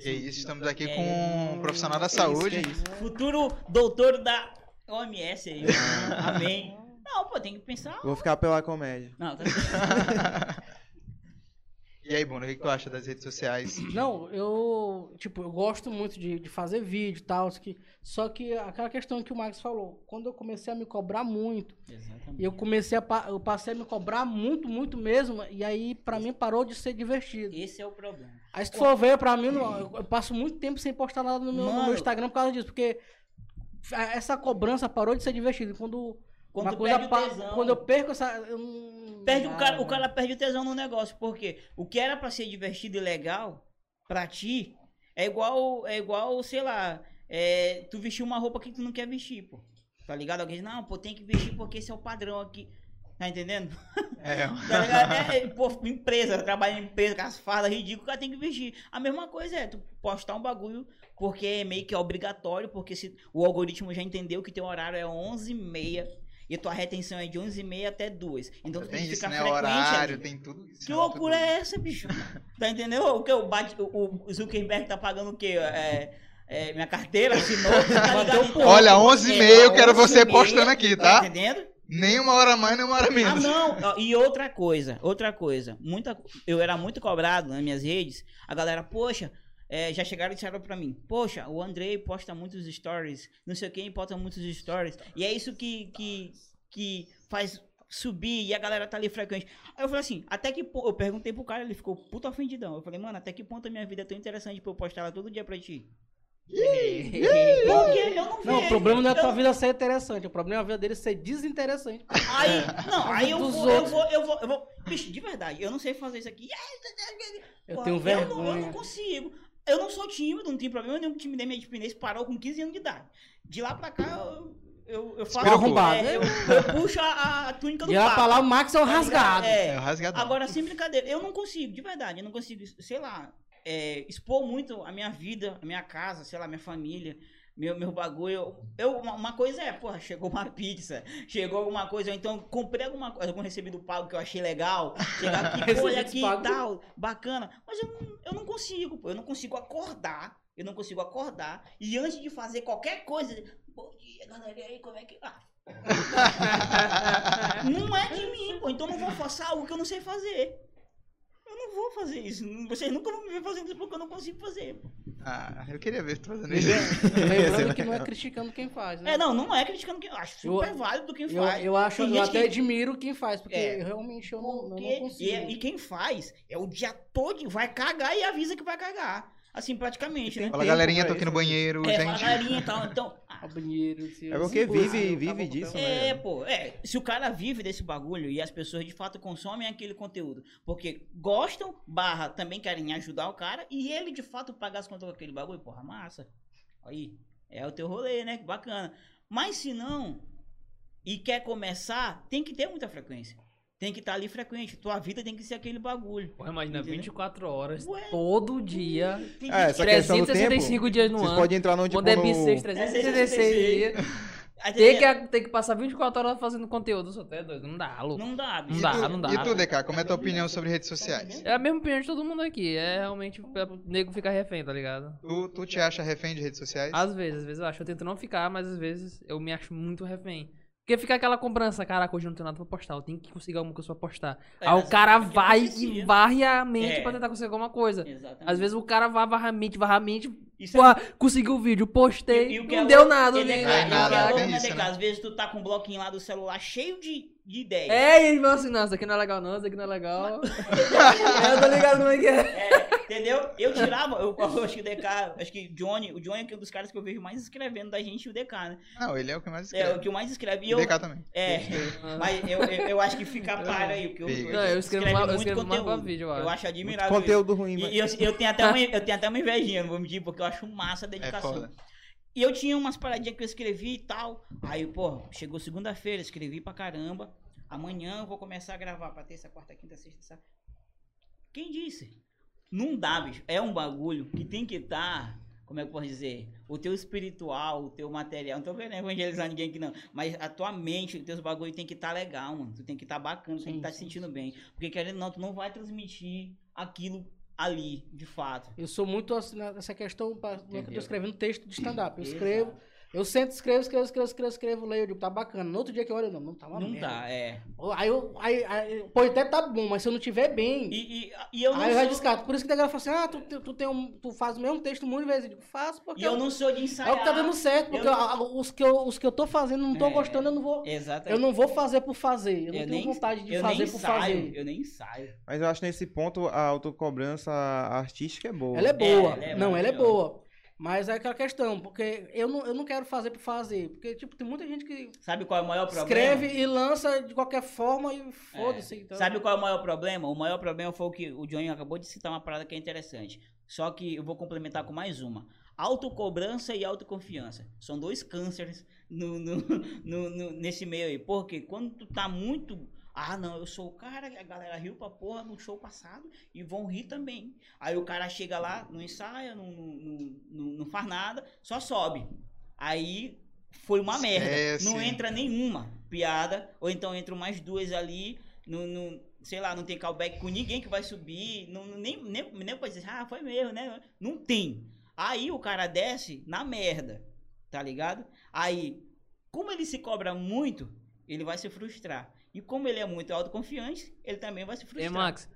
Speaker 1: E é isso, estamos aqui
Speaker 4: é
Speaker 1: com um profissional da saúde.
Speaker 2: Isso, que é isso.
Speaker 4: Futuro doutor da OMS aí. Amém. Não, pô, tem que pensar.
Speaker 2: Vou ficar pela comédia.
Speaker 4: Não, tá
Speaker 1: E aí, Bruno, o que tu acha das redes sociais?
Speaker 3: Não, eu, tipo, eu gosto muito de, de fazer vídeo e tal, isso que- só que aquela questão que o Max falou, quando eu comecei a me cobrar muito, e
Speaker 4: Exatamente.
Speaker 3: eu comecei a, pa- eu passei a me cobrar muito, muito mesmo, e aí pra mim parou de ser divertido.
Speaker 4: Esse é o problema.
Speaker 3: Aí se tu for ver pra mim, não, eu, eu passo muito tempo sem postar nada no meu, no meu
Speaker 4: Mano.
Speaker 3: Instagram por causa disso, porque a- essa cobrança parou de ser divertida. Quando,
Speaker 4: Quando
Speaker 3: uma
Speaker 4: tu
Speaker 3: coisa
Speaker 4: perde
Speaker 3: pa-
Speaker 4: o tesão.
Speaker 3: quando eu perco essa. eu não-
Speaker 4: Perde o, cara,
Speaker 3: Ah,
Speaker 4: o cara perde o tesão no negócio, porque o que era pra ser divertido e legal pra ti é igual, é igual, sei lá, é, tu vestir uma roupa que tu não quer vestir, pô. Tá ligado? Alguém diz, não, pô, tem que vestir porque esse é o padrão aqui. Tá entendendo?
Speaker 1: É,
Speaker 4: Tá ligado? É, é, pô, empresa, eu trabalho em empresa com as fardas ridículas, o cara tem que vestir. A mesma coisa é, tu postar um bagulho porque é meio que é obrigatório, porque se, o algoritmo já entendeu que teu horário é 11h30 e tua retenção é de 11h30 até 2. Então tu tem
Speaker 1: tem
Speaker 4: que
Speaker 1: isso,
Speaker 4: ficar
Speaker 1: né?
Speaker 4: frequente ali.
Speaker 1: Horário, tem tudo isso.
Speaker 4: Que
Speaker 1: né?
Speaker 4: loucura
Speaker 1: Tudo.
Speaker 4: é essa, bicho? Tá entendendo? O que o, Bat- o- o Zuckerberg tá pagando o quê? É, é, minha carteira, assinou, tá ligado?
Speaker 1: Olha, 11h30 eu quero você
Speaker 4: 11h30,
Speaker 1: postando aqui, tá?
Speaker 4: Tá entendendo?
Speaker 1: Nem uma hora mais, nem uma hora
Speaker 4: Ah,
Speaker 1: menos.
Speaker 4: não! Ó, E outra coisa, outra coisa. Muita, eu era muito cobrado nas minhas redes. A galera, poxa, é, já chegaram e disseram pra mim: Poxa, o Andrei posta muitos stories, não sei quem posta muitos stories. E é isso que, que, que faz subir e a galera tá ali frequente. Aí eu falei assim: Até que ponto. Eu perguntei pro cara, ele ficou puto ofendidão. Eu falei, mano, até que ponto a minha vida é tão interessante pra eu postar ela todo dia pra ti? Porque eu não vejo.
Speaker 3: Não, o problema não é a
Speaker 4: eu
Speaker 3: tua vida ser interessante, o problema é a vida dele ser desinteressante.
Speaker 4: Aí, não, aí eu
Speaker 3: Dos
Speaker 4: vou, eu
Speaker 3: outros.
Speaker 4: vou, eu vou, eu vou. Bicho, de verdade, eu não sei fazer isso aqui.
Speaker 3: Eu
Speaker 4: Porra,
Speaker 3: tenho
Speaker 4: Eu não, eu
Speaker 3: vergonha.
Speaker 4: não consigo. Eu não sou tímido, não tem problema nenhum. O time da minha independência parou com 15 anos de idade. De lá pra cá, eu, eu, eu faço.
Speaker 1: Espírito
Speaker 3: arrombado.
Speaker 4: é, eu, eu puxo a, a túnica do
Speaker 3: E ela
Speaker 4: Papa,
Speaker 3: falar o Max é o
Speaker 4: tá ligado?
Speaker 3: rasgado.
Speaker 1: É,
Speaker 4: É.
Speaker 1: o rasgadão.
Speaker 4: Agora, sem brincadeira, eu não consigo, de verdade, eu não consigo, sei lá, é, expor muito a minha vida, a minha casa, sei lá, a minha família, Meu, meu bagulho. eu- Eu, uma, uma coisa é, porra, chegou uma pizza, chegou alguma coisa, ou então comprei alguma coisa, algum recebido pago que eu achei legal. Chegar aqui, pô, olha
Speaker 5: Recebido
Speaker 4: aqui
Speaker 5: pago.
Speaker 4: e tal, bacana. Mas eu não, eu não consigo, pô. Eu não consigo acordar. Eu não consigo acordar. E antes de fazer qualquer coisa, bom dia, galera, e aí, como é que. Ah, não é de mim, pô. Então eu não vou forçar algo que eu não sei fazer. Eu não vou fazer isso. Vocês nunca vão me ver fazendo isso porque eu não consigo fazer. pô.
Speaker 1: Ah, eu queria ver tu fazendo isso.
Speaker 3: Lembrando que não é criticando quem faz, né?
Speaker 4: É, não, não é criticando quem. Eu acho
Speaker 3: Eu-
Speaker 4: super válido quem
Speaker 3: Eu,
Speaker 4: faz.
Speaker 3: eu acho,
Speaker 4: Tem
Speaker 3: eu
Speaker 4: gente
Speaker 3: até
Speaker 4: que-
Speaker 3: admiro quem faz, porque
Speaker 4: É.
Speaker 3: eu realmente eu não, eu não
Speaker 4: Porque-
Speaker 3: consigo.
Speaker 4: e, e quem faz é o dia todo, vai cagar e avisa que vai cagar. Assim, praticamente, né?
Speaker 1: Fala,
Speaker 2: tempo
Speaker 1: galerinha,
Speaker 2: pra
Speaker 1: tô aqui
Speaker 2: isso,
Speaker 1: no banheiro,
Speaker 4: É,
Speaker 1: gente.
Speaker 4: falarinha e tal. Então,
Speaker 3: Ao banheiro, se-
Speaker 2: É
Speaker 3: se
Speaker 2: porque
Speaker 3: impossível,
Speaker 2: vive- vive
Speaker 3: acaba
Speaker 2: disso,
Speaker 3: acontecendo.
Speaker 4: É, pô, é. Se o cara vive desse bagulho e as pessoas de fato consomem aquele conteúdo, porque gostam, barra, também querem ajudar o cara e ele de fato pagar as contas com aquele bagulho, porra, massa. Aí, é o teu rolê, né? Que bacana. Mas se não, e quer começar, tem que ter muita frequência. Tem que estar ali frequente. Tua vida tem que ser aquele bagulho.
Speaker 5: Porra, imagina,
Speaker 2: né?
Speaker 4: Entendeu?
Speaker 5: 24 horas,
Speaker 4: Ué.
Speaker 5: todo dia,
Speaker 4: Tem
Speaker 2: É,
Speaker 4: gente
Speaker 2: Essa questão do
Speaker 5: 365 dias no
Speaker 2: Vocês
Speaker 5: ano.
Speaker 2: podem entrar no tipo,
Speaker 5: Quando é bissexto,
Speaker 2: no...
Speaker 5: 366 dias.
Speaker 4: Aí tem
Speaker 5: Tem
Speaker 4: gente-
Speaker 5: que, tem que passar 24 horas fazendo conteúdo. Eu sou até doido, não dá, louco.
Speaker 4: Não dá, bicho.
Speaker 5: Não
Speaker 1: e
Speaker 5: dá,
Speaker 1: tu,
Speaker 5: não dá.
Speaker 1: E tu, DK, como é a tua opinião sobre redes sociais?
Speaker 5: É a mesma opinião de todo mundo aqui. É realmente pra nego ficar refém, tá ligado?
Speaker 1: Tu, tu te acha refém de redes sociais?
Speaker 5: Às vezes, às vezes eu acho. Eu tento não ficar, mas às vezes eu me acho muito refém. Porque fica aquela cobrança, caraca, hoje eu não tenho nada pra postar, eu tenho que conseguir alguma coisa pra postar.
Speaker 4: É,
Speaker 5: Aí o
Speaker 4: mas
Speaker 5: cara
Speaker 4: é que
Speaker 5: vai
Speaker 4: acontecia.
Speaker 5: e varre a mente
Speaker 4: É. Uhum.
Speaker 5: pra tentar conseguir alguma coisa.
Speaker 4: Exatamente.
Speaker 5: Às vezes o cara vai, varre a mente, varre a mente,
Speaker 4: Isso é
Speaker 5: porra, conseguiu o vídeo, postei,
Speaker 4: E- e o que
Speaker 5: não
Speaker 4: é
Speaker 5: deu
Speaker 4: louco,
Speaker 5: nada,
Speaker 4: ele
Speaker 5: né?
Speaker 4: é
Speaker 1: Aí
Speaker 4: caro,
Speaker 1: nada,
Speaker 4: ele é
Speaker 1: tem
Speaker 4: louco, né,
Speaker 1: isso,
Speaker 4: DK?
Speaker 1: né?
Speaker 4: Às vezes tu tá com um bloquinho lá do celular cheio de, de ideia.
Speaker 5: É, ele falou assim, não, isso aqui não é legal não, isso aqui não é legal. eu tô ligado como é que é.
Speaker 4: Entendeu? Eu tirava, eu, eu acho que o DK, acho que Johnny, o Johnny é um dos caras que eu vejo mais escrevendo da gente e o DK, né?
Speaker 1: Não, ele é o que mais
Speaker 4: É, o
Speaker 1: escreve.
Speaker 4: que eu mais escreve. E
Speaker 1: E
Speaker 4: eu,
Speaker 1: DK também.
Speaker 4: é, mas eu, eu, eu acho que fica para aí, porque eu,
Speaker 1: Fica.
Speaker 5: Não, eu escrevo
Speaker 4: escreve
Speaker 5: mais- eu
Speaker 4: muito
Speaker 5: escrevo mais pra
Speaker 4: conteúdo.
Speaker 5: vídeo, eu
Speaker 4: eu acho.
Speaker 5: acho.
Speaker 2: Muito
Speaker 4: admirável. isso.
Speaker 2: conteúdo ruim, mas...
Speaker 4: E eu, eu tenho até uma, eu tenho até uma invejinha, não vou mentir, porque eu acho massa a
Speaker 1: É
Speaker 4: dedicação.
Speaker 1: foda.
Speaker 4: E eu tinha umas paradinhas que eu escrevi e tal. Aí, pô, chegou segunda-feira, escrevi pra caramba. Amanhã eu vou começar a gravar pra terça, quarta, quinta, sexta, sábado. Quem disse? Não dá, bicho. É um bagulho que tem que estar. como é que eu posso dizer? O teu espiritual, o teu material. Não tô querendo evangelizar ninguém aqui, não. Mas a tua mente, os teus bagulhos tem que estar legal, mano. Tu tem que estar bacana, tu tem que
Speaker 3: Sim,
Speaker 4: estar se
Speaker 3: sim,
Speaker 4: sentindo bem. Porque querendo ou não, tu não vai transmitir aquilo ali, de fato.
Speaker 3: Eu sou muito assim na- nessa questão, pra- quando eu tô
Speaker 4: Entendeu?
Speaker 3: escrevendo texto de stand-up. Eu
Speaker 4: Exato.
Speaker 3: escrevo, eu sento, escrevo, escrevo, escrevo, escrevo, escrevo, leio, eu digo, tá bacana. No outro dia que eu olho, eu não, não tá uma
Speaker 4: Não
Speaker 3: merda.
Speaker 4: dá, é.
Speaker 3: Aí eu, aí, aí, pode até tá bom, mas se eu não tiver bem,
Speaker 4: E, e, e eu não
Speaker 3: aí eu já
Speaker 4: sou-
Speaker 3: descarto. Por isso que a galera fala assim, ah, tu, te- tu, tem um- tu faz o mesmo texto muitas vezes. Eu digo, faço porque
Speaker 4: E eu não sou de
Speaker 3: é
Speaker 4: ensaiar.
Speaker 3: o que tá dando certo, porque
Speaker 4: Eu-
Speaker 3: a- a- os, que eu, os que eu tô fazendo, não tô
Speaker 4: É.
Speaker 3: gostando, eu não vou... Eu
Speaker 4: Exatamente.
Speaker 3: não vou fazer por fazer. Eu não
Speaker 4: Eu
Speaker 3: tenho
Speaker 4: nem-
Speaker 3: vontade de
Speaker 4: eu
Speaker 3: fazer
Speaker 4: nem
Speaker 3: por
Speaker 4: saio,
Speaker 3: fazer.
Speaker 4: Eu nem ensaio.
Speaker 2: Mas eu acho que nesse ponto a autocobrança artística é boa.
Speaker 3: Ela é boa.
Speaker 4: ela é
Speaker 3: não, ela é
Speaker 4: maravilhosa.
Speaker 3: boa. Mas é aquela questão, porque eu não, eu não quero fazer por fazer. Porque, tipo, tem muita gente que
Speaker 4: Sabe qual é o maior problema? É.
Speaker 3: escreve e lança de qualquer forma e foda-se. então-
Speaker 4: Sabe qual é o maior problema? O maior problema foi o que o Johnny acabou de citar uma parada que é interessante. Só que eu vou complementar com mais uma. Autocobrança e autoconfiança. São dois cânceres no, no, no- no- nesse meio aí. Porque quando tu tá muito. Ah, não, eu sou o cara que a galera riu pra porra no show passado e vão rir também. Aí o cara chega lá, não ensaia, não, não, não, não- não faz nada, só sobe. Aí foi uma merda.
Speaker 1: Esquece.
Speaker 4: Não entra nenhuma piada, ou então entram mais duas ali, não, não, sei lá, não tem callback com ninguém que vai subir, não, não- nem, nem, nem pode dizer, ah, foi mesmo, né? Não tem. Aí o cara desce na merda, tá ligado? Aí, como ele se cobra muito, ele vai se frustrar. E como ele é muito autoconfiante, ele também vai se
Speaker 5: Ei,
Speaker 4: frustrar.
Speaker 5: Max,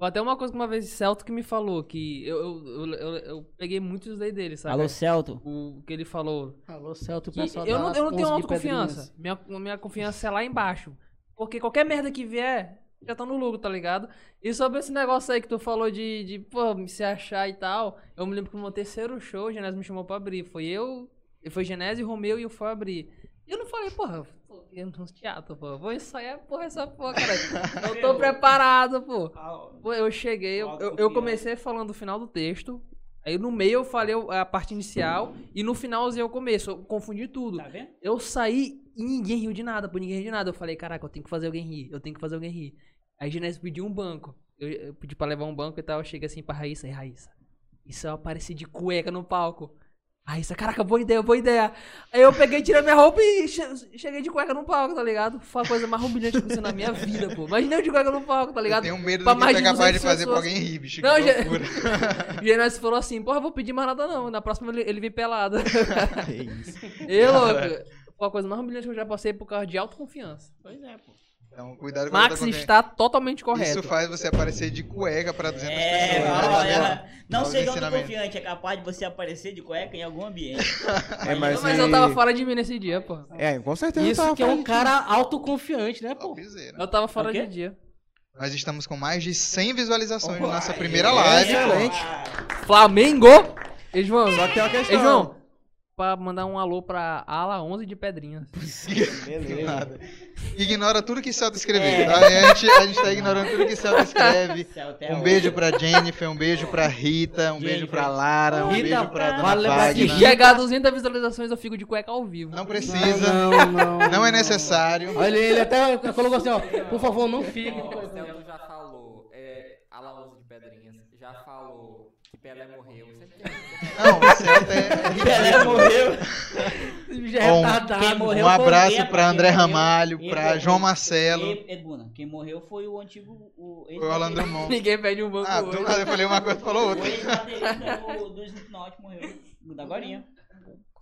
Speaker 5: até uma coisa que uma vez o Celto que me falou, que eu, eu, eu, eu- eu peguei muitos daí dele, sabe?
Speaker 4: Celto.
Speaker 5: O que ele falou.
Speaker 3: Alô, Celto,
Speaker 5: que
Speaker 3: pessoal
Speaker 5: eu
Speaker 3: da
Speaker 5: não, eu não tenho
Speaker 3: 11
Speaker 5: autoconfiança.
Speaker 3: Pedrinhas.
Speaker 5: Minha, minha confiança é lá embaixo. Porque qualquer merda que vier, já tá no lucro, tá ligado? E sobre esse negócio aí que tu falou de, de pô, me se achar e tal, eu me lembro que no meu terceiro show, o Genésio me chamou pra abrir. Foi eu, foi Genésio, Romeu e eu fui abrir. E eu não falei, porra, pô, eu não tô no teatro, pô, vou ensaiar, porra, essa porra, cara. Eu tô preparado, pô.
Speaker 4: Ah,
Speaker 5: Pô, Eu cheguei, eu, eu- eu comecei falando o final do texto, aí no meio eu falei o- a parte inicial, e no finalzinho eu começo, eu confundi tudo.
Speaker 4: Tá vendo?
Speaker 5: Eu saí e ninguém riu de nada, pô, ninguém riu de nada. Eu falei, caraca, eu tenho que fazer alguém rir, eu tenho que fazer alguém rir. Aí a Genésio pediu um banco, eu, eu é pedi pra levar um banco e tal, eu cheguei assim pra Raíssa, e Raíssa, isso eu apareci de cueca no palco. Aí isso, caraca, boa ideia, boa ideia. Aí eu peguei, tirei minha roupa e che- cheguei de cueca no palco, tá ligado? Foi a coisa mais humilhante que aconteceu na minha vida, pô. Imaginei eu de cueca no palco, tá
Speaker 1: Eu
Speaker 5: ligado?
Speaker 1: tenho medo
Speaker 5: Pra
Speaker 1: do que
Speaker 5: mais
Speaker 1: tu é
Speaker 5: de
Speaker 1: capaz de
Speaker 5: 200
Speaker 1: fazer pra
Speaker 5: pessoas.
Speaker 1: alguém rir, bicho.
Speaker 5: Não,
Speaker 1: que
Speaker 5: já-
Speaker 1: loucura.
Speaker 5: E aí nós falou assim, porra, eu vou pedir mais nada não. Na próxima ele, ele vem pelado.
Speaker 2: Que É isso.
Speaker 5: e louco. Foi a coisa mais humilhante que eu já passei por causa de autoconfiança.
Speaker 4: Pois é, pô.
Speaker 1: Então, cuidado com
Speaker 5: Max
Speaker 1: qualquer-
Speaker 5: está totalmente correto.
Speaker 1: Isso faz você aparecer de cueca pra 200
Speaker 4: É,
Speaker 1: pessoas.
Speaker 4: ó,
Speaker 1: tá vendo?
Speaker 4: ela- não
Speaker 1: Olha o
Speaker 4: seja
Speaker 1: ensinamento.
Speaker 4: autoconfiante, é capaz de você aparecer de cueca em algum ambiente.
Speaker 2: É, mas,
Speaker 5: Não, mas eu
Speaker 2: e-
Speaker 5: tava fora de mim nesse dia, pô.
Speaker 2: É, com certeza eu
Speaker 3: Isso
Speaker 2: tava
Speaker 3: que é
Speaker 2: falando.
Speaker 3: um cara autoconfiante, né, pô?
Speaker 1: Topzera.
Speaker 5: Eu tava fora
Speaker 4: O quê?
Speaker 5: de dia.
Speaker 1: Nós estamos com mais de 100 visualizações na nossa
Speaker 4: Uai,
Speaker 1: primeira
Speaker 4: é,
Speaker 1: live.
Speaker 2: excelente.
Speaker 1: pô.
Speaker 4: Ah,
Speaker 5: Flamengo! Ei, João.
Speaker 2: Só que tem uma
Speaker 5: Ei,
Speaker 2: questão.
Speaker 5: João. Pra mandar um alô pra ala 11 de Pedrinhas.
Speaker 2: Beleza.
Speaker 1: Ignora tudo que Celta escrever.
Speaker 4: É.
Speaker 1: tá? A, gente, a gente tá ignorando tudo que Celta escreve.
Speaker 4: Ah, céu, até
Speaker 1: Um
Speaker 4: hoje.
Speaker 1: beijo pra Jennifer, um beijo pra Rita, um beijo pra Lara, um
Speaker 3: Rita,
Speaker 1: beijo pra Dona
Speaker 3: vale lembrar
Speaker 5: Se
Speaker 3: que
Speaker 1: Wagner.
Speaker 5: chegar a 200 visualizações, eu fico de cueca ao vivo.
Speaker 1: Ah, Não precisa,
Speaker 3: Não, não, não.
Speaker 1: não é necessário.
Speaker 3: Olha, ele até colocou assim, ó. Por favor, não fique.
Speaker 6: Ó, o Celton já falou, é, Alaúso de Pedrinhas, já falou que Pelé morreu. Sempre tem alguém.
Speaker 1: Não, o Celta é
Speaker 4: Pelé morreu.
Speaker 3: Esse bicho é
Speaker 1: Bom,
Speaker 5: tá
Speaker 3: retardado.
Speaker 4: quem morreu
Speaker 1: Um abraço
Speaker 4: foi-
Speaker 1: pra André
Speaker 4: quem morreu-
Speaker 1: Ramalho,
Speaker 4: quem
Speaker 1: pra
Speaker 4: morreu-
Speaker 1: João Marcelo.
Speaker 4: E- Edmuna, quem morreu foi o antigo. O
Speaker 1: Foi o Orlando Drummond.
Speaker 5: Ninguém pede um banco
Speaker 1: Ah,
Speaker 5: hoje.
Speaker 1: do nada eu falei uma coisa e falou
Speaker 4: O
Speaker 1: outra.
Speaker 4: ex-baterista do, do Slipknot morreu. Da Gorinha.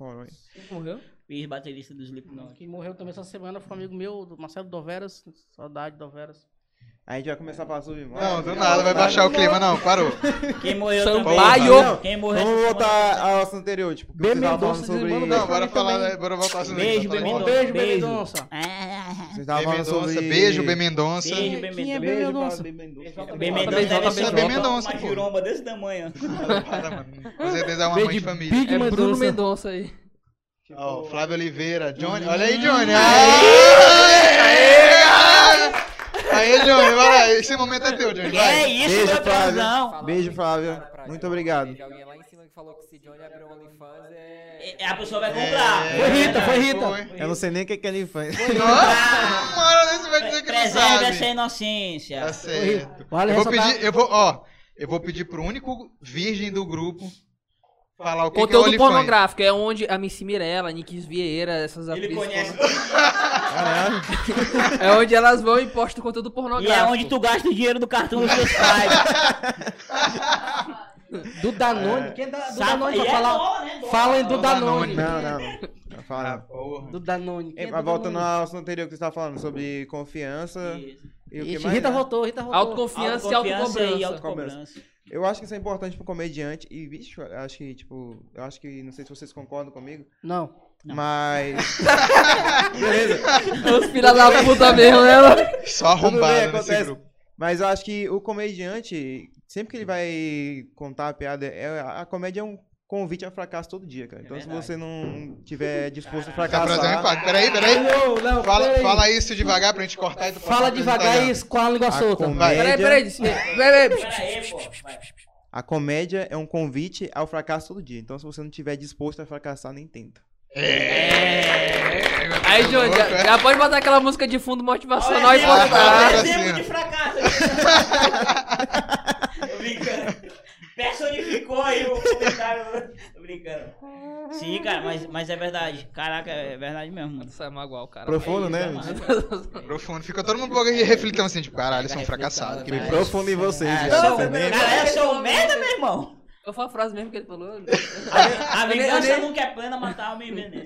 Speaker 5: Uhum.
Speaker 2: é?
Speaker 5: Morreu?
Speaker 4: O ex-baterista do Slipknot.
Speaker 3: Quem morreu também essa semana foi um amigo meu, do Marcelo Doveras. Saudade, Doveras.
Speaker 2: A gente vai começar a falar sobre morte.
Speaker 1: Não, do nada, vai baixar o clima, não, parou.
Speaker 4: Quem morreu
Speaker 5: Sampaio.
Speaker 4: também. Quem morreu
Speaker 2: Vamos
Speaker 4: essa semana-
Speaker 2: voltar ao assunto anterior, tipo, que vocês
Speaker 3: Bem
Speaker 2: estavam falando
Speaker 3: Mendonça
Speaker 2: sobre.
Speaker 3: dizimando
Speaker 1: Não,
Speaker 3: Beijo
Speaker 1: bora
Speaker 3: pra mim
Speaker 1: falar,
Speaker 3: também.
Speaker 1: bora voltar assim. tá
Speaker 4: Beijo, bem
Speaker 1: falando.
Speaker 3: Um beijo,
Speaker 4: Mendonça. Beijo.
Speaker 3: Bemendonça.
Speaker 4: Ah,
Speaker 2: Vocês
Speaker 1: Bem
Speaker 2: estavam falando
Speaker 1: Mendonça,
Speaker 2: sobre.
Speaker 1: beijo, Bem Mendonça.
Speaker 4: Beijo, bem
Speaker 3: Quem é
Speaker 4: Mendonça.
Speaker 3: Bem
Speaker 2: Beijo pra
Speaker 3: Mendonça?
Speaker 2: Bem Mendonça.
Speaker 4: Bem
Speaker 5: Bem
Speaker 4: Mendonça deve
Speaker 5: Mendonça,
Speaker 4: ser
Speaker 5: Bem
Speaker 1: Mendonça,
Speaker 4: uma
Speaker 1: pô.
Speaker 4: giromba desse tamanho.
Speaker 1: Para, mano. Com certeza é uma mãe de
Speaker 3: Beijo,
Speaker 1: família.
Speaker 3: Big
Speaker 5: É Bruno
Speaker 3: Mendonça.
Speaker 5: Mendonça aí.
Speaker 1: Ó, Flávio Oliveira, Johnny. Olha aí, Johnny. Aê, aê, aê, Johnny, vai lá. Esse momento é teu, Johnny.
Speaker 4: Que
Speaker 1: Vai.
Speaker 4: é isso,
Speaker 2: Beijo,
Speaker 4: meu
Speaker 2: Flávio.
Speaker 4: transão?
Speaker 6: Falou
Speaker 2: Beijo,
Speaker 6: que
Speaker 2: Flávio.
Speaker 6: cara pra
Speaker 2: Muito
Speaker 6: Johnny,
Speaker 2: obrigado.
Speaker 6: Teve alguém lá em cima que falou que se Johnny abrir um OnlyFans é...
Speaker 4: É, A pessoa vai comprar.
Speaker 3: Foi Rita, foi
Speaker 1: Foi.
Speaker 3: Rita.
Speaker 2: Eu não sei nem o que é que ele faz.
Speaker 1: Nossa, uma hora desse vai dizer que não
Speaker 4: Preserve essa
Speaker 1: sabe.
Speaker 4: inocência.
Speaker 1: Tá certo.
Speaker 3: Vale
Speaker 1: Eu vou
Speaker 3: ressaltar-
Speaker 1: pedir, eu vou, ó, eu vou pedir pro único virgem do grupo falar o que, que é
Speaker 5: Conteúdo
Speaker 1: OnlyFans.
Speaker 5: pornográfico é onde a Missy Mirella, a Nikis Vieira, essas
Speaker 4: Ele
Speaker 5: atrizes.
Speaker 4: conhece.
Speaker 5: É onde elas vão e postam conteúdo
Speaker 4: E é
Speaker 5: pornográfico.
Speaker 4: onde tu gasta o dinheiro do cartão dos seus pais.
Speaker 3: Do Danone. Quem é da, do
Speaker 4: Sabe?
Speaker 3: Danone
Speaker 4: E
Speaker 3: pra
Speaker 4: é
Speaker 3: falar?
Speaker 4: dólar, né? Dólar.
Speaker 3: Falem do
Speaker 1: Danone.
Speaker 3: Danone.
Speaker 2: Não, não, não. Não fala
Speaker 1: Ah,
Speaker 2: não.
Speaker 1: porra.
Speaker 3: Do Danone.
Speaker 2: Ei,
Speaker 3: Quem é
Speaker 2: mas
Speaker 3: do
Speaker 2: voltando
Speaker 3: Danone?
Speaker 2: ao assunto anterior que você estava falando, sobre confiança
Speaker 4: Isso.
Speaker 2: e o que
Speaker 3: Ixi,
Speaker 2: mais.
Speaker 3: Rita
Speaker 2: né?
Speaker 3: voltou, Rita voltou.
Speaker 5: Autoconfiança e
Speaker 4: Autoconfiança e
Speaker 5: autocobrança.
Speaker 4: autocobrança.
Speaker 2: Eu acho que isso é importante pro comediante. E, bicho, eu acho que, tipo, eu acho que, não sei se vocês concordam comigo,
Speaker 3: Não.
Speaker 4: Não.
Speaker 2: mas.
Speaker 5: Os filha da puta mesmo, né?
Speaker 1: Só
Speaker 2: Tudo bem,
Speaker 1: arrombado nesse
Speaker 2: acontece.
Speaker 1: grupo.
Speaker 2: Mas eu acho que o comediante, sempre que ele vai contar a piada, é- a comédia é um convite a fracasso todo dia,
Speaker 3: É
Speaker 2: cara. Então, se
Speaker 4: verdade.
Speaker 2: você não tiver disposto a
Speaker 1: Tá trazendo
Speaker 2: fracassar.
Speaker 1: impacto. Peraí, peraí.
Speaker 3: Não, não,
Speaker 1: Fala,
Speaker 3: peraí.
Speaker 1: fala isso devagar pra gente cortar e tu
Speaker 3: Fala
Speaker 1: postar no
Speaker 3: devagar
Speaker 1: Instagram.
Speaker 3: e com a língua
Speaker 2: A
Speaker 3: solta.
Speaker 2: comédia-
Speaker 5: Peraí, peraí. Peraí.
Speaker 4: Peraí, pô. vai.
Speaker 2: A comédia é um convite ao fracasso todo dia. Então, se você não tiver disposto a fracassar, nem tenta.
Speaker 4: É.
Speaker 5: Aí, Johnny,
Speaker 1: Louco,
Speaker 5: já,
Speaker 1: é?
Speaker 5: já pode botar aquela música de fundo motivacional
Speaker 4: Olha,
Speaker 5: e
Speaker 4: exemplo-
Speaker 5: postar.
Speaker 1: tá.
Speaker 4: exemplo de fracasso. Tô brincando. Personificou aí o comentário. Tô brincando. Sim, cara, mas, mas é verdade. Caraca, é verdade mesmo.
Speaker 5: Isso é magoar o cara.
Speaker 2: Profundo,
Speaker 4: É isso,
Speaker 2: né?
Speaker 4: é massa.
Speaker 1: Profundo. Fica todo mundo aqui refletindo assim, tipo, caralho, eles são fracassados. Que
Speaker 2: né,
Speaker 4: Reflexão,
Speaker 1: merda.
Speaker 2: Profundo em vocês,
Speaker 4: Ah,
Speaker 2: já,
Speaker 4: sou-
Speaker 2: tá entendendo?
Speaker 4: Cara, eu sou um merda, meu irmão.
Speaker 5: Eu falo a frase mesmo que ele
Speaker 4: É
Speaker 5: falou.
Speaker 4: A
Speaker 5: Eu nem-
Speaker 4: vingança
Speaker 5: eu nem-
Speaker 4: nunca é plena, matar homem veneno.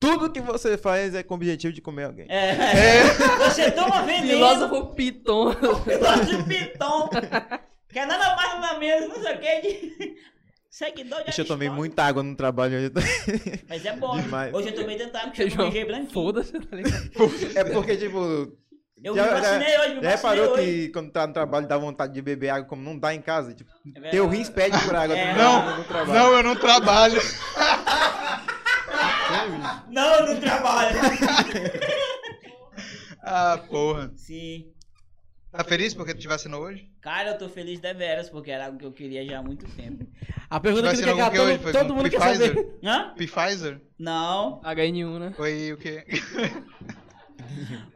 Speaker 2: Tudo que você faz é com o objetivo de comer alguém.
Speaker 4: É. Você toma veneno,
Speaker 5: Filósofo Piton.
Speaker 4: filósofo piton. Quer nada mais nada menos, não sei o que. De... Seguidor de
Speaker 2: Bicho, eu tomei
Speaker 4: Aristóteles.
Speaker 2: muita água no trabalho hoje.
Speaker 4: Mas é bom. né?
Speaker 2: Demais.
Speaker 4: Hoje eu tomei dentário, porque eu tomei G branquinho.
Speaker 5: Foda-se, tá ligado?
Speaker 2: É porque, tipo.
Speaker 4: Eu me vacinei hoje,
Speaker 2: já
Speaker 4: me vacinei
Speaker 2: reparou
Speaker 4: hoje.
Speaker 2: que quando tá no trabalho dá vontade de beber água, como não dá em casa? Tipo,
Speaker 4: verdade.
Speaker 2: teu rins pede por água.
Speaker 4: É.
Speaker 2: tu
Speaker 1: Não,
Speaker 2: no trabalho.
Speaker 1: não, eu não trabalho.
Speaker 4: Não, eu não trabalho.
Speaker 1: Ah, porra.
Speaker 4: Sim.
Speaker 1: Tá feliz porque tu te vacinou hoje?
Speaker 4: Cara, eu tô feliz deveras, porque era algo que eu queria já há muito tempo.
Speaker 3: A pergunta
Speaker 1: Vai
Speaker 3: que tu
Speaker 1: ser
Speaker 3: quer
Speaker 1: algum que hoje
Speaker 3: todo,
Speaker 1: foi
Speaker 3: todo
Speaker 1: com
Speaker 3: mundo quer
Speaker 1: Pfizer?
Speaker 3: saber.
Speaker 4: Hã?
Speaker 1: Pfizer?
Speaker 4: Não,
Speaker 5: HN1, né?
Speaker 1: Foi o quê?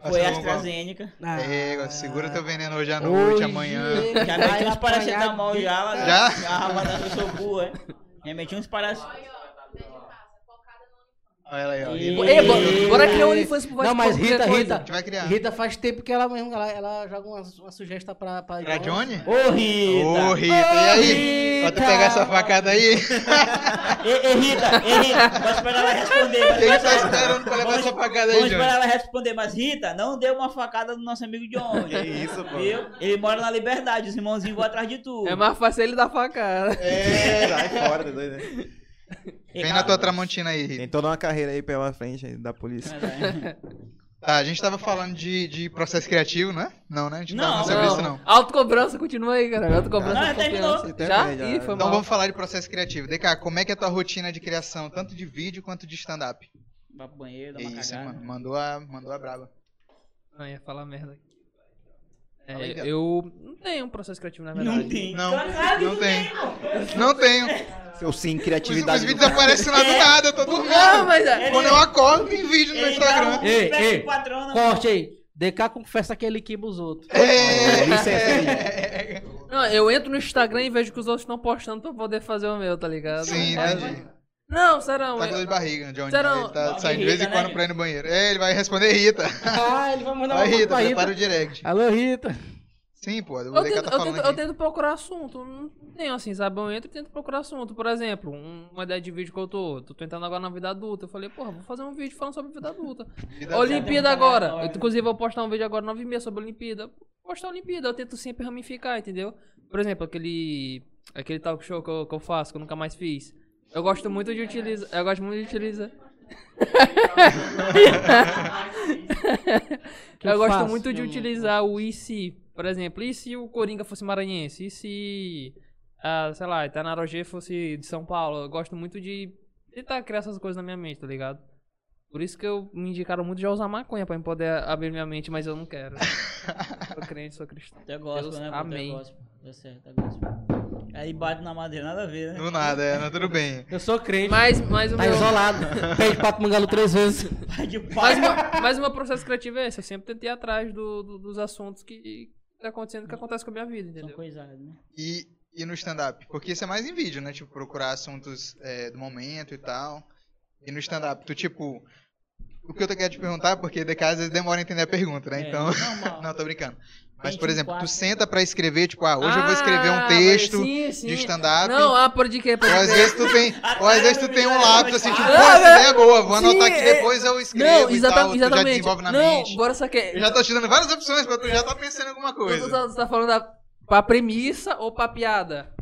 Speaker 4: foi
Speaker 1: Vacinou
Speaker 4: AstraZeneca.
Speaker 3: Ah.
Speaker 1: qual? É, segura teu veneno hoje à noite,
Speaker 3: Hoje
Speaker 1: amanhã.
Speaker 3: ele
Speaker 4: Já
Speaker 3: vai
Speaker 4: meti uns
Speaker 3: apanhar
Speaker 4: paracetamol
Speaker 3: de-
Speaker 4: já. lá-
Speaker 1: Já?
Speaker 4: Já, mas eu sou burro, é. Remeti uns parasitas.
Speaker 1: Olha ela aí, ó.
Speaker 4: E-
Speaker 5: Ei, bora, bora criar um OnlyFans pro
Speaker 3: Não, mas
Speaker 5: qualquer
Speaker 3: Rita,
Speaker 5: coisa.
Speaker 1: A
Speaker 3: Rita.
Speaker 1: gente vai criar.
Speaker 3: Rita faz tempo que ela mesmo, ela, ela joga uma, uma sugestão pra... Pra,
Speaker 1: Pra Johnny?
Speaker 4: Ô, Rita!
Speaker 1: Ô, Rita, e aí? Pode pegar essa facada aí?
Speaker 4: Ei, ei, Rita, ei, Rita, vou esperar ela responder. mas
Speaker 1: Ele
Speaker 4: vamos
Speaker 1: tá
Speaker 4: esperar-
Speaker 1: esperando pra levar
Speaker 4: vamos-
Speaker 1: essa facada aí,
Speaker 4: Vamos
Speaker 1: Johnny.
Speaker 4: esperar ela responder, mas Rita, não deu uma facada no nosso amigo John.
Speaker 2: Que isso, pô.
Speaker 4: Viu? Ele mora na liberdade, os irmãozinhos vão atrás de tu.
Speaker 5: É mais fácil ele dar facada.
Speaker 2: É, sai fora, tá doido, né?
Speaker 4: Ei,
Speaker 1: Vem
Speaker 4: cara,
Speaker 1: na tua tramontina aí, Rita.
Speaker 2: Tem toda uma carreira aí pela frente aí da polícia.
Speaker 1: Tá, a gente tava falando de, de processo criativo, não é? Não, né? A gente
Speaker 4: Não,
Speaker 1: tava sobre isso, não.
Speaker 5: Autocobrança, continua aí, cara. Autocobrança.
Speaker 4: Não, já
Speaker 5: confiança.
Speaker 4: terminou.
Speaker 2: Você
Speaker 5: Já?
Speaker 2: terminou, já.
Speaker 5: Ih, foi
Speaker 1: Então
Speaker 5: mal.
Speaker 1: vamos falar de processo criativo. DK, como é que é a tua rotina de criação, tanto de vídeo quanto de stand-up?
Speaker 4: Vai pro banheiro,
Speaker 1: É
Speaker 4: dá uma
Speaker 1: isso,
Speaker 4: cagada.
Speaker 1: mano. Mandou a, mandou a braba.
Speaker 5: Não, ia falar merda aqui. É,
Speaker 1: Fala aí, Gato.
Speaker 5: eu não tenho um processo criativo, na verdade.
Speaker 4: Não tem.
Speaker 1: Não,
Speaker 4: Caralho,
Speaker 1: não tem. Não tenho.
Speaker 2: Seu sim,
Speaker 1: Os,
Speaker 2: criatividade.
Speaker 1: os
Speaker 2: do
Speaker 1: vídeos
Speaker 2: cara.
Speaker 1: aparecem
Speaker 4: É.
Speaker 1: lá do nada, eu tô
Speaker 5: Não,
Speaker 1: dormindo.
Speaker 5: mas é.
Speaker 1: Quando eu acordo, tem vídeo no
Speaker 4: Ele grava um
Speaker 1: Instagram.
Speaker 3: Ei,
Speaker 4: feedback
Speaker 3: ei,
Speaker 4: pro patrão, não.
Speaker 3: Corte aí. DK confessa que ele queima os outros.
Speaker 2: É, isso é-
Speaker 1: É,
Speaker 5: Não, eu entro no Instagram e vejo que os outros estão postando pra eu poder fazer o meu, tá ligado?
Speaker 1: Sim,
Speaker 4: É.
Speaker 5: Aí eu-
Speaker 1: entendi.
Speaker 5: Não, serão.
Speaker 1: Tá com dor
Speaker 5: eu-
Speaker 1: de barriga, Johnny.
Speaker 5: Serão-
Speaker 1: Ele tá
Speaker 4: Não,
Speaker 1: saindo de vez em
Speaker 4: Rita, né?
Speaker 1: quando pra ir no banheiro. É, ele vai responder Rita.
Speaker 3: Ah, ele vai mandar
Speaker 1: Vai, Rita,
Speaker 3: pra
Speaker 1: prepara o direct.
Speaker 3: Alô, Rita.
Speaker 1: Sim, pô, o
Speaker 5: Eu
Speaker 1: DK
Speaker 5: tento,
Speaker 1: tá
Speaker 5: eu, tento,
Speaker 1: falando
Speaker 5: eu
Speaker 1: aqui.
Speaker 5: tento procurar assunto. Não tenho assim, sabe? Eu entro e tento procurar assunto. Por exemplo, um- uma ideia de vídeo que eu tô. Tô tentando agora na vida adulta. Eu falei, porra, vou fazer um vídeo falando sobre vida adulta.
Speaker 1: Vida
Speaker 5: Olimpíada
Speaker 4: Tá tentando
Speaker 5: agora.
Speaker 4: agora.
Speaker 5: Eu, inclusive, vou postar um vídeo agora, 9 e meia, sobre a Olimpíada. Postar a Olimpíada, eu tento sempre ramificar, entendeu? Por exemplo, aquele. Aquele talk show que eu, que eu faço, que eu nunca mais fiz. Eu gosto muito de utilizar. Eu gosto muito de utilizar.
Speaker 3: Que eu
Speaker 5: eu gosto
Speaker 3: faço,
Speaker 5: muito
Speaker 3: que
Speaker 5: de
Speaker 3: eu não-
Speaker 5: utilizar o e se, por exemplo, e se o Coringa fosse maranhense? E se. ah, sei lá, Itanarogê fosse de São Paulo? Eu gosto muito de tentar criar essas coisas na minha mente, tá ligado? Por isso que eu me indicaram muito já usar maconha pra eu poder abrir minha mente, mas eu não quero. sou crente, sou cristão.
Speaker 4: Até gospel,
Speaker 5: Deus,
Speaker 4: né? pô?
Speaker 5: amém.
Speaker 4: Até gospel. Deu certo, até gospel. Aí bate na madeira, nada a ver, né?
Speaker 1: Do nada, é, não, tudo bem.
Speaker 3: Eu sou crente.
Speaker 5: Mas, mas, o
Speaker 3: Tá
Speaker 5: meu,
Speaker 3: isolado. Pede pato mangalo três vezes.
Speaker 4: Pai de pai.
Speaker 5: mas, o meu- mas o meu processo criativo é esse. Eu sempre tentei ir atrás do- do- dos assuntos que tá acontecendo, que acontece com a minha vida,
Speaker 4: São
Speaker 5: entendeu?
Speaker 4: coisadas, né?
Speaker 1: E, e no stand-up? Porque isso é mais em vídeo, né? Tipo, procurar assuntos é, do momento e tal. E no stand-up, tu tipo. O que eu quero te perguntar, é porque de casa às vezes demora a entender a pergunta, né?
Speaker 4: É,
Speaker 1: Então.
Speaker 4: normal.
Speaker 1: Não, tô brincando. Mas,
Speaker 4: Gente,
Speaker 1: por exemplo,
Speaker 4: quatro.
Speaker 1: tu senta pra escrever, tipo, ah, hoje eu vou
Speaker 5: Ah,
Speaker 1: escrever um
Speaker 5: mas
Speaker 1: texto
Speaker 5: sim, sim.
Speaker 1: de stand-up.
Speaker 5: Não, ah, pode crer, pode
Speaker 1: Ou às
Speaker 5: crer.
Speaker 1: vezes tu tem, ou às vezes tu tem um lápis assim, tipo, pô,
Speaker 5: Ah,
Speaker 1: essa ideia é boa, vou anotar
Speaker 5: sim,
Speaker 1: aqui
Speaker 5: é-
Speaker 1: depois eu escrevo
Speaker 5: Não,
Speaker 1: e
Speaker 5: exata-
Speaker 1: tal, tu já
Speaker 5: exatamente.
Speaker 1: desenvolve na
Speaker 5: não,
Speaker 1: mente.
Speaker 5: agora só que.
Speaker 1: Eu já tô te dando várias opções pra tu já tá pensando em alguma
Speaker 5: Você
Speaker 1: coisa.
Speaker 5: tá, tá falando da, pra premissa ou pra piada?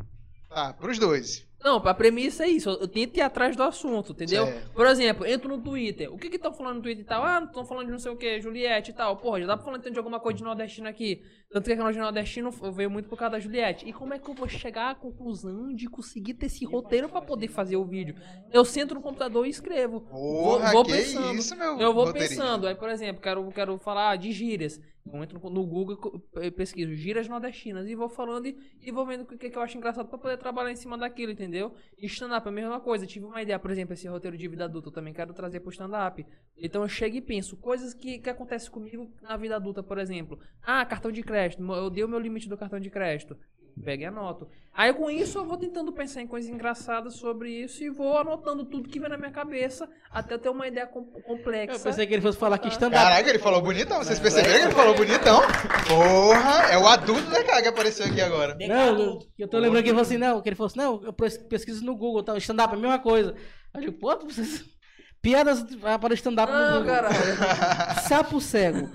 Speaker 1: Tá, pros dois.
Speaker 5: Não, pra premissa é isso. Eu eu tento ir atrás do assunto, entendeu?
Speaker 1: Certo.
Speaker 5: Por exemplo, entro no Twitter. O que que estão falando no Twitter e tal? Ah, estão falando de não sei o que, Juliette e tal. Porra, já dá pra falar então, de alguma coisa de nordestino aqui. Tanto que a canal de nordestino eu veio muito por causa da Juliette. E como é que eu vou chegar à conclusão de conseguir ter esse roteiro pra poder fazer o vídeo? Eu sento no computador e escrevo.
Speaker 1: Porra,
Speaker 5: vou
Speaker 1: que
Speaker 5: pensando.
Speaker 1: isso, meu
Speaker 5: Eu vou
Speaker 1: roteirista.
Speaker 5: pensando, aí por exemplo, quero, quero falar de gírias. Eu entro no Google e co- e pesquiso gírias nordestinas e vou falando e, e vou vendo o que, que eu acho engraçado pra poder trabalhar em cima daquilo, entendeu? E stand-up é a mesma coisa. Tive uma ideia, por exemplo, esse roteiro de vida adulta, eu também quero trazer pro stand-up. Então eu chego e penso, coisas que, que acontecem comigo na vida adulta, por exemplo. Ah, cartão de crédito, mo- eu dei o meu limite do cartão de crédito. Pega e anoto. Aí com isso eu vou tentando pensar em coisas engraçadas sobre isso e vou anotando tudo que vem na minha cabeça até eu ter uma ideia com- complexa.
Speaker 3: Eu pensei que ele fosse falar que stand-up.
Speaker 1: Caraca, ele falou bonitão,
Speaker 5: É.
Speaker 1: vocês perceberam que ele falou bonitão? Porra, é o adulto da cara que apareceu aqui agora.
Speaker 3: Não, eu, eu tô lembrando que ele falou assim, não, que ele falou assim, não, eu pres- pesquiso no Google, tá, stand-up é a mesma coisa. Aí eu digo, pô, tu precisa- piadas ah, para stand-up no
Speaker 5: Não,
Speaker 3: Google.
Speaker 5: Ah, caralho.
Speaker 3: Sapo cego.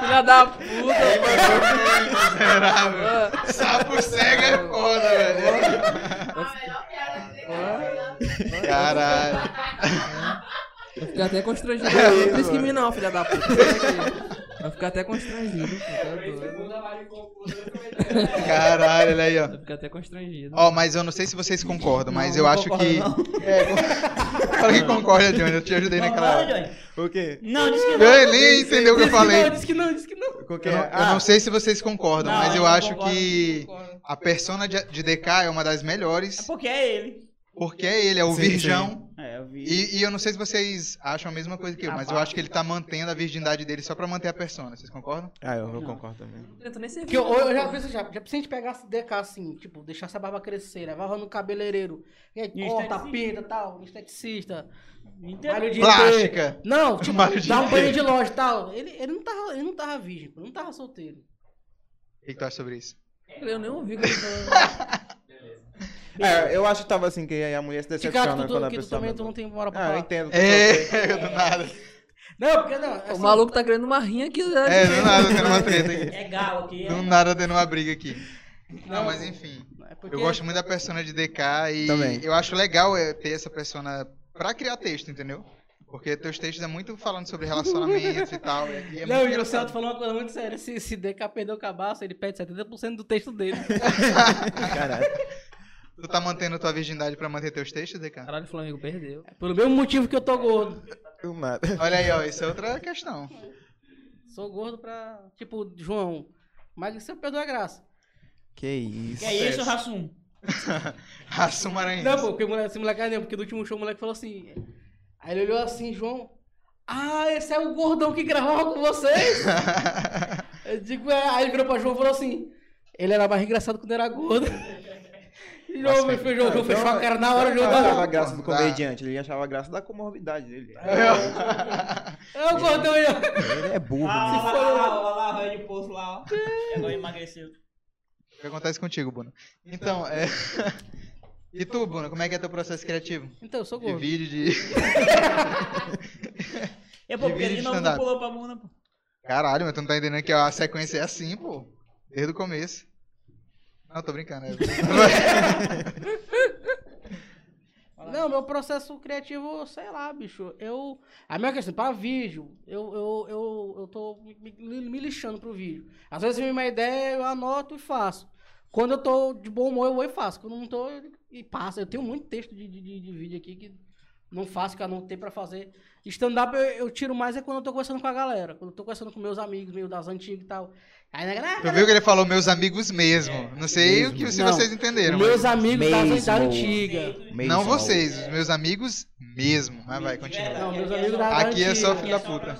Speaker 5: Filha da puta.
Speaker 1: Miserável.
Speaker 5: mano.
Speaker 1: Sapo cego é foda, velho. Caralho.
Speaker 5: Vou ficar até constrangido. Não precisa que me não, filha da puta. Vou ficar até constrangido. pô, tá doido.
Speaker 1: Caralho, olha aí, ó.
Speaker 5: Vou ficar até constrangido.
Speaker 1: Ó, mas eu não sei se vocês concordam, mas
Speaker 4: Não,
Speaker 1: eu
Speaker 4: não
Speaker 1: acho
Speaker 4: concordo,
Speaker 1: que. É, con- Fala que concorda, Johnny, eu te ajudei
Speaker 4: Não,
Speaker 1: naquela
Speaker 4: não,
Speaker 1: hora.
Speaker 4: Johnny.
Speaker 2: O quê?
Speaker 4: Não, disse que não. É,
Speaker 1: Ele nem entendeu o que eu
Speaker 3: Diz que
Speaker 1: falei.
Speaker 3: não, diz que não, diz que não.
Speaker 2: Qual que
Speaker 1: Eu
Speaker 2: é?
Speaker 1: não, eu
Speaker 2: Ah,
Speaker 1: não sei se vocês concordam,
Speaker 4: Não,
Speaker 1: mas eu
Speaker 4: eu não
Speaker 1: acho
Speaker 4: concordo,
Speaker 1: que a persona de de DK é uma das melhores
Speaker 4: É porque é ele.
Speaker 1: Porque é ele, é o
Speaker 2: Sim,
Speaker 1: virgão.
Speaker 4: É, eu vi.
Speaker 1: E, e eu não sei se vocês acham a mesma coisa que eu, mas eu acho que ele tá mantendo a virgindade dele só pra manter a persona. Vocês concordam?
Speaker 2: Ah, eu, eu
Speaker 3: Não.
Speaker 2: concordo também.
Speaker 5: Não tento nem servir.
Speaker 3: Que eu, eu já penso, já, já pensei em pegar esse DK assim, tipo, deixar essa barba crescer, levar ela no cabeleireiro. E aí
Speaker 4: E
Speaker 3: corta,
Speaker 4: esteticista.
Speaker 3: pinta e tal, esteticista.
Speaker 4: Entendeu?
Speaker 3: Mário de-
Speaker 1: Plástica!
Speaker 3: Não, tipo,
Speaker 1: Mário de
Speaker 3: dá um
Speaker 1: Deus.
Speaker 3: banho de loja e tal. Ele, ele, não tava, ele não tava virgem, pô, ele não tava solteiro.
Speaker 1: O que, que tu acha sobre isso?
Speaker 5: Eu nem ouvi o que ele falou.
Speaker 2: É, eu acho que tava assim, que aí a mulher se
Speaker 3: De cara,
Speaker 2: decepciona
Speaker 3: que tu,
Speaker 2: quando a
Speaker 3: que tu
Speaker 2: pessoa.
Speaker 3: também tu não tem moral pra
Speaker 2: Ah, eu
Speaker 3: falar.
Speaker 2: entendo.
Speaker 1: É, do nada.
Speaker 3: Não, porque não. assim,
Speaker 5: O maluco tá querendo uma rinha aqui. né?
Speaker 1: É, do nada tendo uma treta aqui.
Speaker 4: É galo aqui. é.
Speaker 1: Do nada tendo uma briga aqui. Não, mas enfim.
Speaker 3: É porque
Speaker 1: Eu gosto muito da persona de DK e
Speaker 2: Também.
Speaker 1: eu acho legal é, ter essa persona pra criar texto, entendeu? Porque teus textos é muito falando sobre relacionamentos e tal. E é
Speaker 3: não,
Speaker 1: muito
Speaker 3: e o Celto
Speaker 1: engraçado.
Speaker 3: falou uma coisa muito séria. Se, se DK perdeu o cabaço, ele perde 70% do texto dele.
Speaker 2: Caralho.
Speaker 1: Tu tá mantendo tua virgindade pra manter teus textos, DK?
Speaker 5: Caralho, o Flamengo perdeu.
Speaker 3: Pelo mesmo motivo que eu tô gordo.
Speaker 2: Do nada.
Speaker 1: Olha aí, ó, isso é outra questão.
Speaker 3: Sou gordo pra. Tipo, João. Mas você perdeu a graça.
Speaker 2: Que isso.
Speaker 4: Que é isso, Rassum?
Speaker 1: Raço Maranhense.
Speaker 3: Não, pô, porque o moleque- esse moleque não, porque do último show o moleque falou assim. Aí ele olhou assim, João. Ah, esse é o gordão que gravava com vocês? Eu digo, é. Aí ele virou pra João e falou assim. Ele era mais engraçado quando era gordo. E João, meu filho, João, João fechou a cara na hora,
Speaker 2: Ele
Speaker 3: João.
Speaker 2: não achava a
Speaker 3: falou,
Speaker 2: graça do
Speaker 1: Dá.
Speaker 2: comediante, ele achava a graça da comorbidade dele.
Speaker 3: É o gordão aí, ó.
Speaker 2: Ele é burro,
Speaker 4: Ah,
Speaker 2: né?
Speaker 4: olha lá, olha lá, olha lá, olha de poço lá, ó. Agora emagreceu.
Speaker 1: O que acontece contigo, Bruno? Então, é... E tu, Bruno, como é que é teu processo criativo?
Speaker 3: Então, eu sou
Speaker 1: De
Speaker 3: gordo.
Speaker 1: vídeo, de...
Speaker 4: É, pô, porque
Speaker 1: Divide
Speaker 4: de novo
Speaker 1: stand-up.
Speaker 4: não pulou pra bunda, pô.
Speaker 1: Caralho, mas tu não tá entendendo que a sequência é assim, pô. Desde o começo. Não, tô brincando. É...
Speaker 3: Não, meu processo criativo, sei lá, bicho. Eu. A minha questão, pra vídeo, eu, eu, eu, eu tô me, me- me lixando pro vídeo. Às vezes vem uma ideia, eu anoto e faço. Quando eu tô de bom humor, eu vou e faço. Quando eu não tô, eu- e passa. Eu tenho muito texto de, de, de- de vídeo aqui que não faço, que eu anotei pra fazer. Stand-up eu, eu tiro mais é quando eu tô conversando com a galera. Quando eu tô conversando com meus amigos, meio das antigas e tal. Aí na galera.
Speaker 1: Tu viu que ele falou meus amigos mesmo. Não sei o que, se
Speaker 3: Não.
Speaker 1: vocês entenderam. mas-
Speaker 3: Meus amigos das, da
Speaker 2: Mesmo.
Speaker 3: antiga.
Speaker 1: Não vocês, os meus amigos mesmo. Mas vai, continua.
Speaker 3: Não, meus amigos da, da
Speaker 1: Aqui é só
Speaker 3: antiga.
Speaker 1: filho da puta.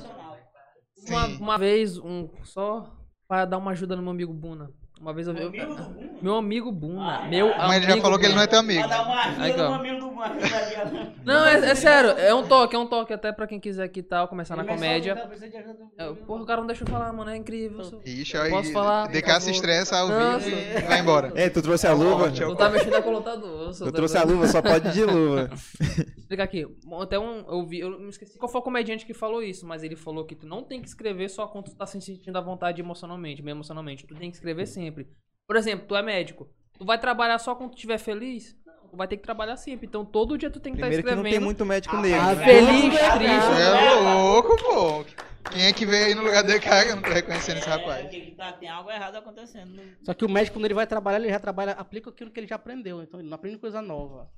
Speaker 5: Uma,
Speaker 1: Sim.
Speaker 5: uma vez, um só pra dar uma ajuda no meu amigo Buna. Uma vez eu vi.
Speaker 4: Mamilo do Buna?
Speaker 5: Meu amigo Buna.
Speaker 4: Ah,
Speaker 5: Meu
Speaker 1: Mas ele já
Speaker 5: amigo
Speaker 1: falou que ele não é
Speaker 5: Buna.
Speaker 1: teu amigo.
Speaker 4: Pra dar uma
Speaker 5: Aí,
Speaker 4: ajuda
Speaker 5: ó.
Speaker 4: no mamilo do tá mamilo ali, ó.
Speaker 5: Não, é, é sério, é um toque, é um toque até pra quem quiser que tal, começar na
Speaker 3: Mas só
Speaker 5: comédia.
Speaker 3: não precisa de ajuda do-
Speaker 5: É, Porra, o cara não deixa eu falar, mano, é incrível. sou-
Speaker 1: Ixi, aí
Speaker 5: Posso falar?
Speaker 1: DK se estressa ao
Speaker 5: Nossa.
Speaker 1: vivo e vai embora.
Speaker 2: Ei, tu trouxe a luva?
Speaker 1: Corte, é
Speaker 5: Tu tá mexendo com o lutador. sou
Speaker 2: Eu
Speaker 5: doido.
Speaker 2: trouxe a luva, só pode ir de luva.
Speaker 3: Tá
Speaker 5: Explica aqui. Bom, Até um. Eu vi. Eu me esqueci qual foi o comediante que falou isso, mas ele falou que tu não tem que escrever só quando tu tá se sentindo à vontade emocionalmente, meio emocionalmente. Tu tem que escrever sempre. Por exemplo, tu é médico. Tu vai trabalhar só quando tu estiver feliz? Não, tu vai ter que trabalhar sempre. Então todo dia tu tem que estar
Speaker 2: Primeiro que não tem
Speaker 5: escrevendo.
Speaker 2: muito médico
Speaker 4: Ah,
Speaker 2: negro. né?
Speaker 5: Feliz,
Speaker 4: Ah,
Speaker 5: triste.
Speaker 3: né?
Speaker 1: É louco, pô. Quem é que veio aí no lugar do DK? que Eu não tô reconhecendo esse
Speaker 4: É,
Speaker 1: rapaz.
Speaker 4: que tá- tem algo errado acontecendo.
Speaker 3: Só que o médico, quando ele vai trabalhar, ele já trabalha, aplica aquilo que ele já aprendeu. Então ele não aprende coisa nova.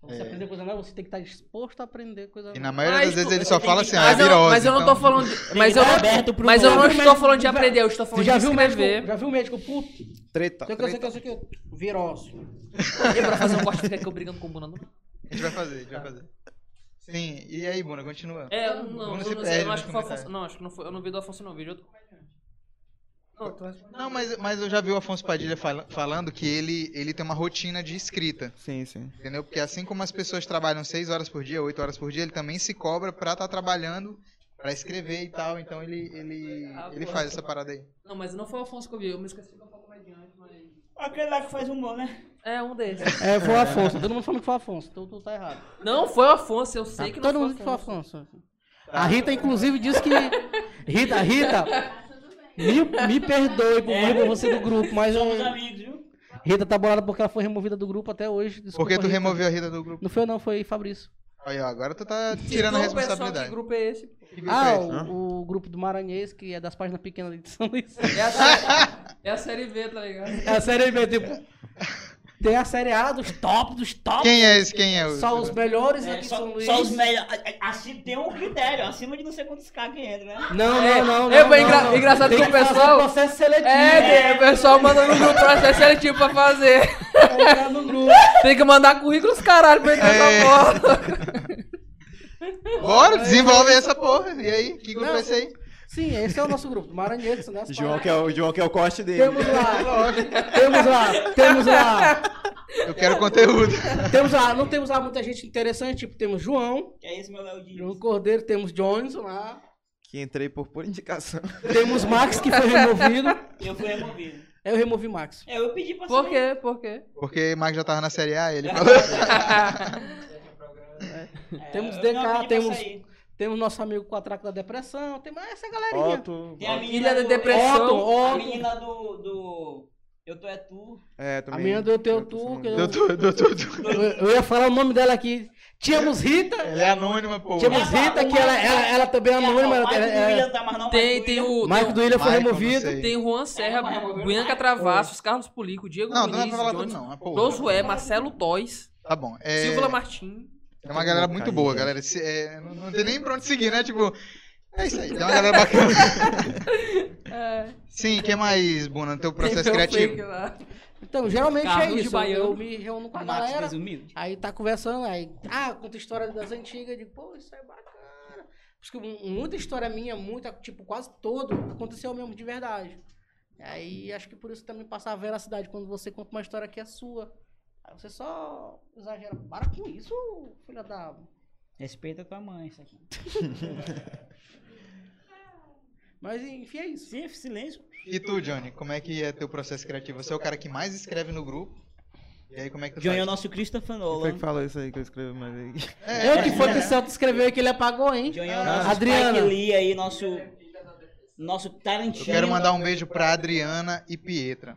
Speaker 3: Pra Você
Speaker 1: É.
Speaker 3: aprender coisa nova, você tem que estar disposto a aprender coisa
Speaker 1: E
Speaker 3: nova.
Speaker 1: na maioria
Speaker 5: Mas
Speaker 1: das vezes
Speaker 5: tu-
Speaker 1: ele só fala assim, ah, é
Speaker 5: mas, eu,
Speaker 1: virose.
Speaker 5: mas eu não tô
Speaker 1: então-
Speaker 5: falando. De, mas eu
Speaker 4: que
Speaker 5: não,
Speaker 4: dar aberto pro
Speaker 5: mas eu não
Speaker 4: mundo.
Speaker 5: estou falando de aprender, eu estou
Speaker 3: Você
Speaker 5: falando de
Speaker 3: já viu o médico?
Speaker 5: escrever.
Speaker 3: Já viu o médico? Puto, sei
Speaker 2: Treta.
Speaker 3: que, eu
Speaker 2: treta.
Speaker 3: sei que, eu sei que. eu- Virose.
Speaker 5: Deu pra fazer um corte fica aqui eu brigando com o Buna. não?
Speaker 1: A gente vai fazer, a gente vai fazer. Sim, e aí, Buna, continua.
Speaker 5: É, eu não, eu
Speaker 1: Buna
Speaker 5: não
Speaker 1: se
Speaker 5: sei, eu
Speaker 1: perde
Speaker 5: não acho
Speaker 1: nos
Speaker 5: que foi
Speaker 1: comentários.
Speaker 5: Afonso. Não, acho que não foi. Eu não vi do Afonso, não, vi de outro comediante. Não, tu responde.
Speaker 1: Não, mas, mas eu já vi o Afonso Padilha fala- falando que ele, ele tem uma rotina de escrita.
Speaker 2: Sim, sim.
Speaker 1: Entendeu? Porque assim como as pessoas trabalham 6 horas por dia, 8 horas por dia, ele também se cobra pra estar trabalhando, pra escrever e tal. Então ele, ele, ele faz essa parada aí.
Speaker 5: Não, mas não foi o Afonso que eu vi, eu me esqueci qual foi o comediante, mas.
Speaker 4: Aquele lá que faz humor, né?
Speaker 5: É, um deles.
Speaker 3: É, foi o Afonso. Todo mundo falando que foi o Afonso. Então tu tá errado.
Speaker 5: Não foi o Afonso, eu sei que não
Speaker 3: Tá, Todo mundo que
Speaker 5: foi
Speaker 3: foi
Speaker 5: o
Speaker 3: o
Speaker 5: Afonso.
Speaker 3: Afonso. A Rita, inclusive, disse que. Rita, Rita. Me, me perdoe por remover você do grupo, mas eu-
Speaker 4: Os amigos, viu?
Speaker 3: Rita tá bolada porque ela foi removida do grupo até hoje.
Speaker 1: Por
Speaker 3: Desculpa,
Speaker 1: que tu
Speaker 3: Rita.
Speaker 1: removeu a Rita do grupo?
Speaker 3: Não foi eu, não, foi Fabrício.
Speaker 1: Aí, ó, agora tu tá tirando a
Speaker 5: Então, Pessoal, que
Speaker 1: responsabilidade.
Speaker 5: grupo é esse? pô?
Speaker 1: Que grupo
Speaker 3: Ah,
Speaker 1: é esse?
Speaker 3: o, o grupo do Maranhês, que é das páginas pequenas de São Luís.
Speaker 5: É a série, é a série B, tá ligado?
Speaker 3: É a série B, tipo. Tem a Série A dos top, dos top.
Speaker 1: Quem é esse? Quem é o.
Speaker 3: Só os melhores
Speaker 4: É,
Speaker 3: aqui em
Speaker 4: só,
Speaker 3: São Luís.
Speaker 4: só os melhores. Assim tem um critério, acima de não sei quantos K que entra, né?
Speaker 3: Não,
Speaker 5: É,
Speaker 3: não, não.
Speaker 5: é,
Speaker 3: não,
Speaker 5: bem
Speaker 3: não,
Speaker 5: engra-
Speaker 3: não.
Speaker 5: engraçado
Speaker 3: Tem
Speaker 5: que o
Speaker 3: fazer um
Speaker 5: pessoal-
Speaker 3: processo seletivo.
Speaker 5: É, tem o pessoal manda no grupo processo seletivo pra fazer.
Speaker 3: pra
Speaker 5: é.
Speaker 3: entrar é, no grupo.
Speaker 5: Tem que mandar currículos, caralho, pra entrar
Speaker 1: É.
Speaker 5: nessa porra.
Speaker 1: Bora, desenvolve essa porra. E aí? Que grupo
Speaker 3: Não,
Speaker 1: é esse aí?
Speaker 3: Sim, esse é o nosso grupo. Maranhense, né?
Speaker 2: João que é o, João que é o corte dele.
Speaker 3: Temos lá, temos lá, temos lá,
Speaker 1: Eu quero conteúdo.
Speaker 3: temos lá, não temos lá muita gente interessante, tipo, temos João,
Speaker 4: Que é esse meu Léo Dias.
Speaker 3: João Cordeiro, temos Jones lá,
Speaker 2: Que entrei por pura indicação.
Speaker 3: temos Max que foi removido,
Speaker 4: Eu fui removido.
Speaker 3: eu removi Max.
Speaker 4: É, eu pedi pra
Speaker 5: Por
Speaker 4: sair.
Speaker 5: quê? Por quê?
Speaker 1: Porque o Mark já tava na série A, ele falou.
Speaker 4: É,
Speaker 3: Temos
Speaker 4: eu- não,
Speaker 3: DK,
Speaker 4: eu pedi pra
Speaker 3: temos-
Speaker 4: sair.
Speaker 3: Temos nosso amigo com a traca da depressão, temos essa galerinha.
Speaker 2: Otto.
Speaker 4: Tem a
Speaker 5: Ilha
Speaker 4: menina
Speaker 5: da
Speaker 4: do-
Speaker 5: Depressão.
Speaker 3: Otto,
Speaker 4: A
Speaker 3: Otto,
Speaker 4: menina do. do eu tô é tu.
Speaker 2: É,
Speaker 3: a
Speaker 2: também.
Speaker 3: minha do Teu
Speaker 2: Eu tô
Speaker 3: Tu,
Speaker 2: falando.
Speaker 3: que eu,
Speaker 1: Deu tudo, deu tudo.
Speaker 3: eu- eu ia falar o nome dela aqui, tínhamos Rita,
Speaker 1: Ela é anônima, pô.
Speaker 3: tínhamos
Speaker 4: É,
Speaker 3: Rita, que ela, ela, ela também é anônima, ela,
Speaker 4: Mike do
Speaker 3: ela-
Speaker 4: William tá mais não,
Speaker 5: Tem,
Speaker 4: Mike do
Speaker 5: tem
Speaker 4: William.
Speaker 5: o.
Speaker 3: Maico do William foi
Speaker 1: Michael, não
Speaker 3: removido.
Speaker 1: sei.
Speaker 5: Tem o Juan Serra, Bianca Travassos, Carlos Pulico, Diego
Speaker 1: Não, não dá pra
Speaker 5: Muniz,
Speaker 1: falar tudo,
Speaker 5: Jones,
Speaker 1: não. mas, Porra.
Speaker 5: Josué, Marcelo Toys,
Speaker 1: Tá bom. É,
Speaker 5: Silvia Martim.
Speaker 1: é uma galera muito boa, galera. Se- é, não, não tem nem pra onde seguir, né? Tipo, é isso aí. Tem uma galera bacana. Sim, o que mais, Buna, no teu processo
Speaker 5: É. Tem meu
Speaker 1: criativo?
Speaker 5: fake lá.
Speaker 3: Então, geralmente
Speaker 5: Carlos
Speaker 3: é
Speaker 5: de
Speaker 3: isso.
Speaker 5: Baiano.
Speaker 3: Eu me reúno com a
Speaker 4: Max
Speaker 3: galera,
Speaker 4: Presumido.
Speaker 3: aí tá conversando, aí, ah, conta história das antigas, eu digo, pô, isso é bacana. Porque mu- muita história minha, muita, tipo, quase todo aconteceu mesmo de verdade. Aí acho que por isso também passa a veracidade quando você conta uma história que é sua. Aí você só exagera. Para com isso, filha da.
Speaker 4: Respeita tua mãe, isso aqui.
Speaker 3: Mas enfim, é isso.
Speaker 4: Sim, silêncio.
Speaker 1: E tu, Johnny, como é que é teu processo criativo? Você é o cara que mais escreve no grupo. E aí, como é que tu
Speaker 4: Johnny é o
Speaker 1: faz?
Speaker 4: nosso Christopher
Speaker 2: Quem foi
Speaker 4: Nolan.
Speaker 2: que falou isso aí que eu escrevi mais aí?
Speaker 1: É,
Speaker 3: Eu que foi que o Celto escreveu aí que ele apagou, hein?
Speaker 4: Johnny é o nosso
Speaker 3: Adriana.
Speaker 4: Spike Lee aí, nosso... Nosso
Speaker 1: eu
Speaker 4: Tarantino.
Speaker 1: quero mandar um beijo pra Adriana e Pietra.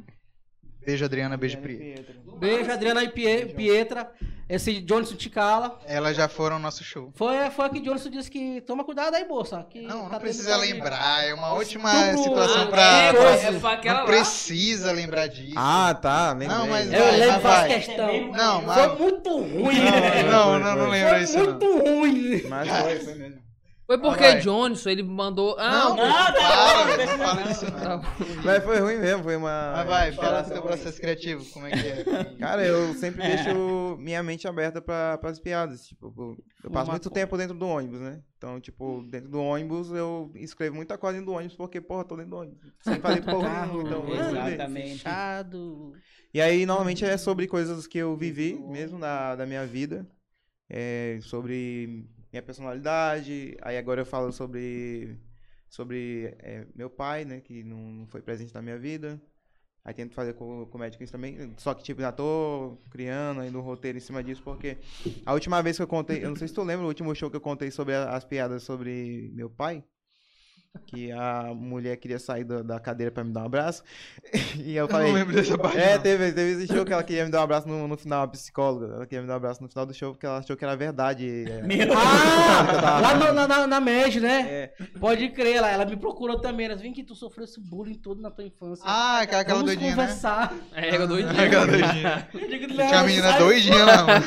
Speaker 1: Beijo, Adriana, beijo, Pietra.
Speaker 3: Beijo, Adriana e Pie- Pietra. Esse Johnson Ticala.
Speaker 1: Elas já foram ao nosso show.
Speaker 3: Foi, foi que Johnson disse que toma cuidado aí, moça. Que
Speaker 1: Não,
Speaker 3: tá
Speaker 1: não
Speaker 3: tendo
Speaker 1: precisa
Speaker 3: tal de-
Speaker 1: lembrar. É uma ótima
Speaker 3: Estupro.
Speaker 1: situação
Speaker 5: Ah,
Speaker 1: pra.
Speaker 5: é,
Speaker 1: pra-
Speaker 5: é, pra aquela
Speaker 1: não
Speaker 5: lá.
Speaker 1: precisa lembrar disso.
Speaker 2: Ah, tá. Lembrei.
Speaker 1: Não, mas-
Speaker 3: Eu
Speaker 1: Vai,
Speaker 3: lembro
Speaker 1: vai,
Speaker 3: das
Speaker 1: vai.
Speaker 3: questão.
Speaker 1: Não, mas-
Speaker 3: Foi muito ruim.
Speaker 1: Não, não, não,
Speaker 2: Foi, foi.
Speaker 1: não lembro
Speaker 3: Foi
Speaker 1: isso. não.
Speaker 3: muito ruim.
Speaker 2: Mas foi, foi mesmo.
Speaker 5: Foi porque
Speaker 1: Ah, vai.
Speaker 5: Johnson, ele mandou. Ah,
Speaker 1: Não,
Speaker 4: Não, tá bom,
Speaker 1: Para,
Speaker 4: não
Speaker 1: não fala
Speaker 4: não.
Speaker 1: isso não.
Speaker 5: tá bom.
Speaker 2: Mas foi ruim mesmo, foi uma.
Speaker 1: Mas vai, fala do
Speaker 2: inspiração
Speaker 1: teu
Speaker 2: ruim.
Speaker 1: processo criativo, como é que é?
Speaker 2: Cara, eu sempre deixo minha mente aberta pra, pras piadas. Tipo, eu- eu passo
Speaker 3: Uma
Speaker 2: muito
Speaker 3: co-
Speaker 2: tempo dentro do ônibus, né? Então, tipo, dentro do ônibus eu escrevo muita coisa dentro do ônibus, porque, porra, tô dentro do ônibus. Sem fazer porra
Speaker 3: Tá
Speaker 2: nenhuma, então.
Speaker 4: Exatamente.
Speaker 3: Fechado.
Speaker 2: E aí, normalmente é sobre coisas que eu vivi mesmo da, da minha vida, é, sobre minha personalidade. Aí agora eu falo sobre, sobre é, meu pai, né, que não, não foi presente na minha vida. Aí tento fazer co- comédia com isso também. Só que, tipo, já tô criando ainda um roteiro em cima disso, porque a última vez que eu contei, eu não sei se tu lembra, o último show que eu contei sobre a- as piadas sobre meu pai. Que a mulher queria sair da, da cadeira pra me dar um abraço. E
Speaker 1: Eu
Speaker 2: eu
Speaker 1: não
Speaker 2: falei,
Speaker 1: lembro dessa parte.
Speaker 2: é,
Speaker 1: não.
Speaker 2: teve, teve esse show que ela queria me dar um abraço no, no final, a psicóloga. Ela queria me dar um abraço no final do show porque ela achou que era verdade. é.
Speaker 4: Meu
Speaker 3: Ah, lá no- na, na, na MED, né?
Speaker 2: É,
Speaker 3: Pode crer, ela, ela me procurou também. Ela vem que tu sofreu esse bullying todo na tua infância.
Speaker 1: Ah, aquela, aquela
Speaker 3: Vamos
Speaker 1: doidinha, né?
Speaker 3: conversar.
Speaker 5: É, eu doidinho.
Speaker 1: Aquela doidinha.
Speaker 3: Eu digo,
Speaker 1: Tinha uma
Speaker 3: não,
Speaker 1: menina
Speaker 3: sai-
Speaker 1: doidinha lá, mano.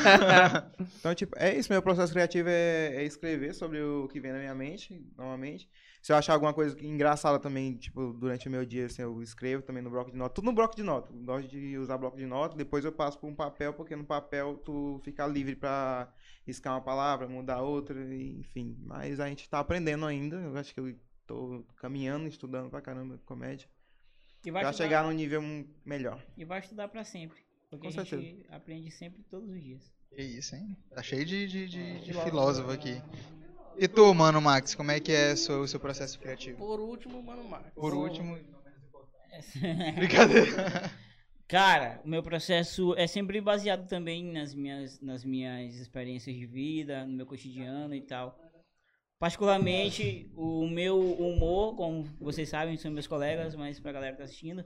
Speaker 2: Então, tipo, é isso. Meu processo criativo é, é escrever sobre o que vem na minha mente, normalmente. Se eu achar alguma coisa que- engraçada também, tipo, durante o meu dia, assim, eu escrevo também no bloco de nota. Tudo no bloco de nota. Eu Gosto de usar bloco de nota. Depois eu passo por um papel, porque no papel tu fica livre pra riscar uma palavra, mudar outra, e- enfim. Mas a gente tá aprendendo ainda. Eu acho que eu tô caminhando, estudando pra caramba comédia.
Speaker 4: E
Speaker 1: um-
Speaker 4: vai,
Speaker 2: Pra
Speaker 4: estudar,
Speaker 2: chegar num nível melhor.
Speaker 4: e vai estudar pra sempre. Porque
Speaker 2: Com
Speaker 4: a gente
Speaker 2: certeza.
Speaker 4: aprende sempre todos os dias.
Speaker 1: Que isso, hein? Tá cheio de, de,
Speaker 2: Ah,
Speaker 1: de- de filósofo aqui. E tu, mano, Max, como é que é o seu, o seu processo criativo?
Speaker 3: Por último, mano, Marcos.
Speaker 1: Por último. Brincadeira.
Speaker 4: Cara, o meu processo é sempre baseado também nas minhas, nas minhas experiências de vida, no meu cotidiano e tal. Particularmente, o meu humor, como vocês sabem, são meus colegas, mas pra galera que tá assistindo,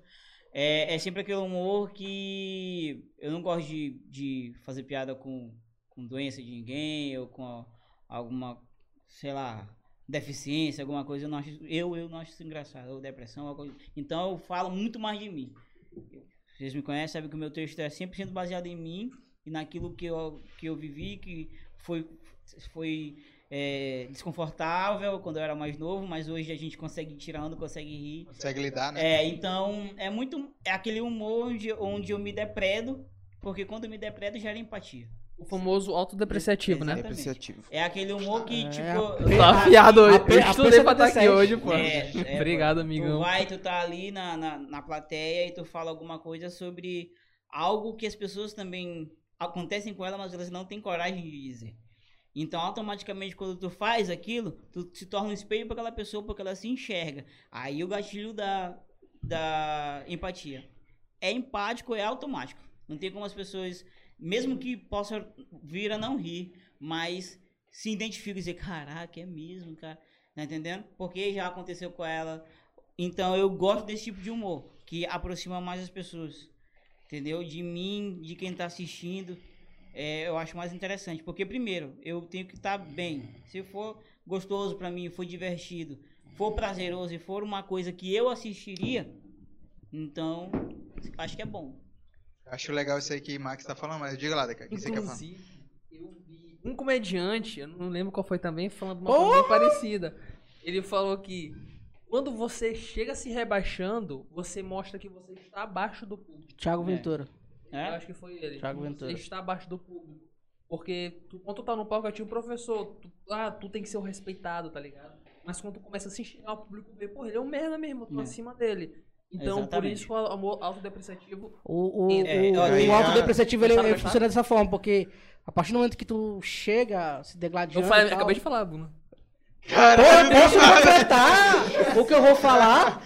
Speaker 4: é, é sempre aquele humor que eu não gosto de, de fazer piada com, com doença de ninguém ou com alguma, sei lá, deficiência, alguma coisa. Eu não acho, isso- eu, eu não acho isso engraçado, ou depressão, alguma coisa. Então eu falo muito mais de mim. Se Vocês me conhecem, sabem que o meu texto é 100% baseado em mim e naquilo que eu, que eu vivi, que foi, foi é, desconfortável quando eu era mais novo, mas hoje a gente consegue ir tirando, consegue rir.
Speaker 1: Consegue lidar, né?
Speaker 4: É, então é muito. É aquele humor onde, onde eu me depredo, porque quando eu me depredo gera empatia.
Speaker 5: O famoso autodepreciativo, né?
Speaker 4: Exatamente.
Speaker 2: Depreciativo.
Speaker 4: É aquele humor que,
Speaker 3: É,
Speaker 4: tipo.
Speaker 3: a-
Speaker 4: eu-
Speaker 5: Tô Tá afiado hoje.
Speaker 3: a-
Speaker 5: Eu
Speaker 3: a
Speaker 5: estudei pra estar aqui
Speaker 3: 77.
Speaker 5: hoje, pô.
Speaker 4: É, é,
Speaker 5: Obrigado,
Speaker 4: Tu
Speaker 5: amigão.
Speaker 4: vai, tu tá ali na, na, na plateia e tu fala alguma coisa sobre algo que as pessoas também acontecem com ela, mas elas não têm coragem de dizer. Então, automaticamente, quando tu faz aquilo, tu se torna um espelho para aquela pessoa, porque ela se enxerga. Aí o gatilho da, da empatia. É empático, é automático. Não tem como as pessoas, mesmo que possam vir a não rir, mas se identificam e dizer, caraca, é mesmo, cara. Tá entendendo? Porque já aconteceu com ela, então eu gosto desse tipo de humor, que aproxima mais as pessoas, entendeu? De mim, de quem tá assistindo, é, eu acho mais interessante. Porque, primeiro, eu tenho que estar bem. Se for gostoso pra mim, for divertido, for prazeroso e for uma coisa que eu assistiria, então acho que é bom.
Speaker 1: Acho legal isso aí que o Max tá falando, mas diga lá, Deca, o que você quer falar?
Speaker 5: Inclusive, eu vi um comediante, eu não lembro qual foi também, falando uma coisa bem parecida. Ele falou que quando você chega se rebaixando, você mostra que você está abaixo do público.
Speaker 3: Thiago
Speaker 4: É.
Speaker 3: Ventura.
Speaker 5: Eu
Speaker 4: Né?
Speaker 5: acho que foi ele.
Speaker 3: Thiago
Speaker 5: Você
Speaker 3: Ventura.
Speaker 5: está tá abaixo do público. Porque tu- quando tu tá no palco, eu tinha um professor. Tu, ah, tu tem que ser o respeitado, tá ligado? Mas quando tu começa a se enxergar, o público vê, pô, ele é um merda mesmo, tu tá
Speaker 4: É.
Speaker 5: acima dele. Então, por
Speaker 4: Exatamente.
Speaker 5: isso que o amor autodepreciativo
Speaker 3: O, o,
Speaker 4: É,
Speaker 3: o,
Speaker 2: olha,
Speaker 3: o
Speaker 2: já-
Speaker 3: autodepreciativo ele,
Speaker 5: Sabe
Speaker 3: ele
Speaker 5: gostar?
Speaker 3: funciona dessa forma, porque a partir do momento que tu chega se
Speaker 5: Eu
Speaker 3: degladiando.
Speaker 5: falei-
Speaker 3: e tal-
Speaker 5: acabei de falar, Bruno.
Speaker 3: Pô, deixa eu completar o que eu vou falar.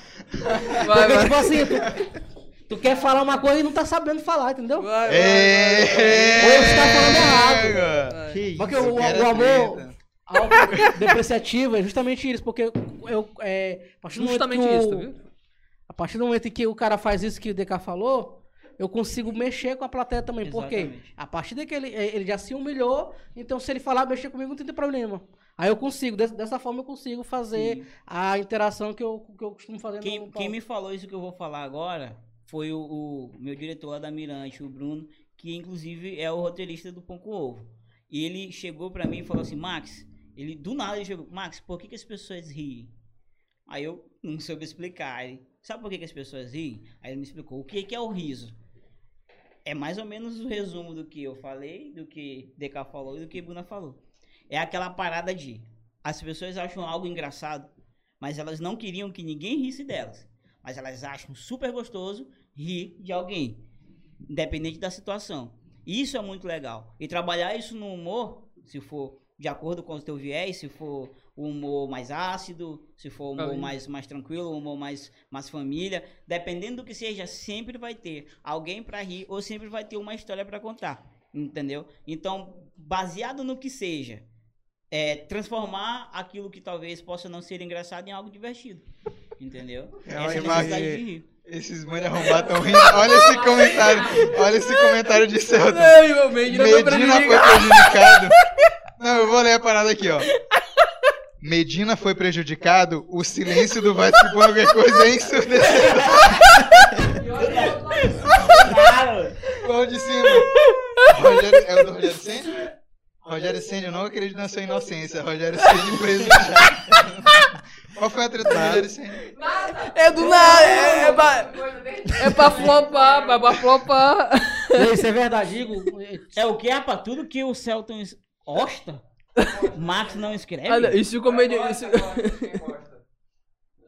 Speaker 5: Vai,
Speaker 3: porque,
Speaker 5: vai.
Speaker 3: tipo assim, tu, tu quer falar uma coisa e não tá sabendo falar, entendeu?
Speaker 5: Vai, vai, É.
Speaker 1: Ê,
Speaker 3: Ou você tá falando errado.
Speaker 1: agora.
Speaker 5: vai.
Speaker 2: Que
Speaker 3: Porque
Speaker 1: Eu
Speaker 3: o,
Speaker 1: quero
Speaker 3: o amor
Speaker 1: treta.
Speaker 3: depreciativo é justamente isso, porque eu, é, a partir do momento que
Speaker 5: Justamente
Speaker 3: o-
Speaker 5: isso, tá viu?
Speaker 3: A partir do momento em que o cara faz isso que o DK falou, eu consigo mexer com a plateia também. Por quê?
Speaker 4: Exatamente.
Speaker 3: A partir daí que ele, é, ele já se humilhou, então se ele falar, mexer comigo, não tem problema. Aí eu consigo, des- dessa forma eu consigo fazer a interação que eu, que eu costumo fazer
Speaker 4: Quem,
Speaker 3: no
Speaker 4: quem me falou isso que eu vou falar agora foi o, o meu diretor lá da Mirante, o Bruno, que inclusive é o roteirista do Pão com Ovo. E ele chegou pra mim e falou assim, Max, ele do nada ele chegou, Max, por que, que as pessoas riem? Aí eu não soube explicar. Ele, Sabe por que, que as pessoas riem? Aí ele me explicou o que, que é o riso. É mais ou menos o resumo do que eu falei, do que DK falou e do que Bruna falou. É aquela parada de as pessoas acham algo engraçado, mas elas não queriam que ninguém risse delas. Mas elas acham super gostoso rir de alguém, independente da situação. Isso é muito legal. E trabalhar isso no humor, se for de acordo com o teu viés, se for o humor mais ácido, se for o humor
Speaker 5: Aí.
Speaker 4: mais, mais tranquilo, o humor mais, mais família, dependendo do que seja, sempre vai ter alguém para rir ou sempre vai ter uma história para contar. Entendeu? Então, baseado no que seja, é, transformar aquilo que talvez possa não ser engraçado em algo divertido. Entendeu?
Speaker 1: É
Speaker 4: Essa
Speaker 1: uma
Speaker 4: é a
Speaker 1: imagem-
Speaker 4: necessidade de rir.
Speaker 1: Esses manos arrombados tão rindo. Olha esse comentário. Olha esse comentário de Celton.
Speaker 5: Ei, meu bem, não
Speaker 3: tá
Speaker 5: deu pra
Speaker 1: Medina
Speaker 5: mim.
Speaker 1: foi prejudicado. Não, eu vou ler a parada aqui, ó. Medina foi prejudicado, o silêncio do Vaticano qualquer coisa é ensurdecedor.
Speaker 4: Claro!
Speaker 1: Qual de cima? Rogério, é o do Rogério Senni? Rogério Senni, eu não acredito na sua inocência. Rogério Senni prejudicado. Qual foi a treta do Rogério Senni?
Speaker 5: É do nada, é, é, pra, é pra flopar, é pra flopar.
Speaker 3: Não, Isso é verdade, digo. é,
Speaker 4: É o que é pra tudo que o Celton es- osta? Max não escreve?
Speaker 5: Olha, é e se o comediante. se-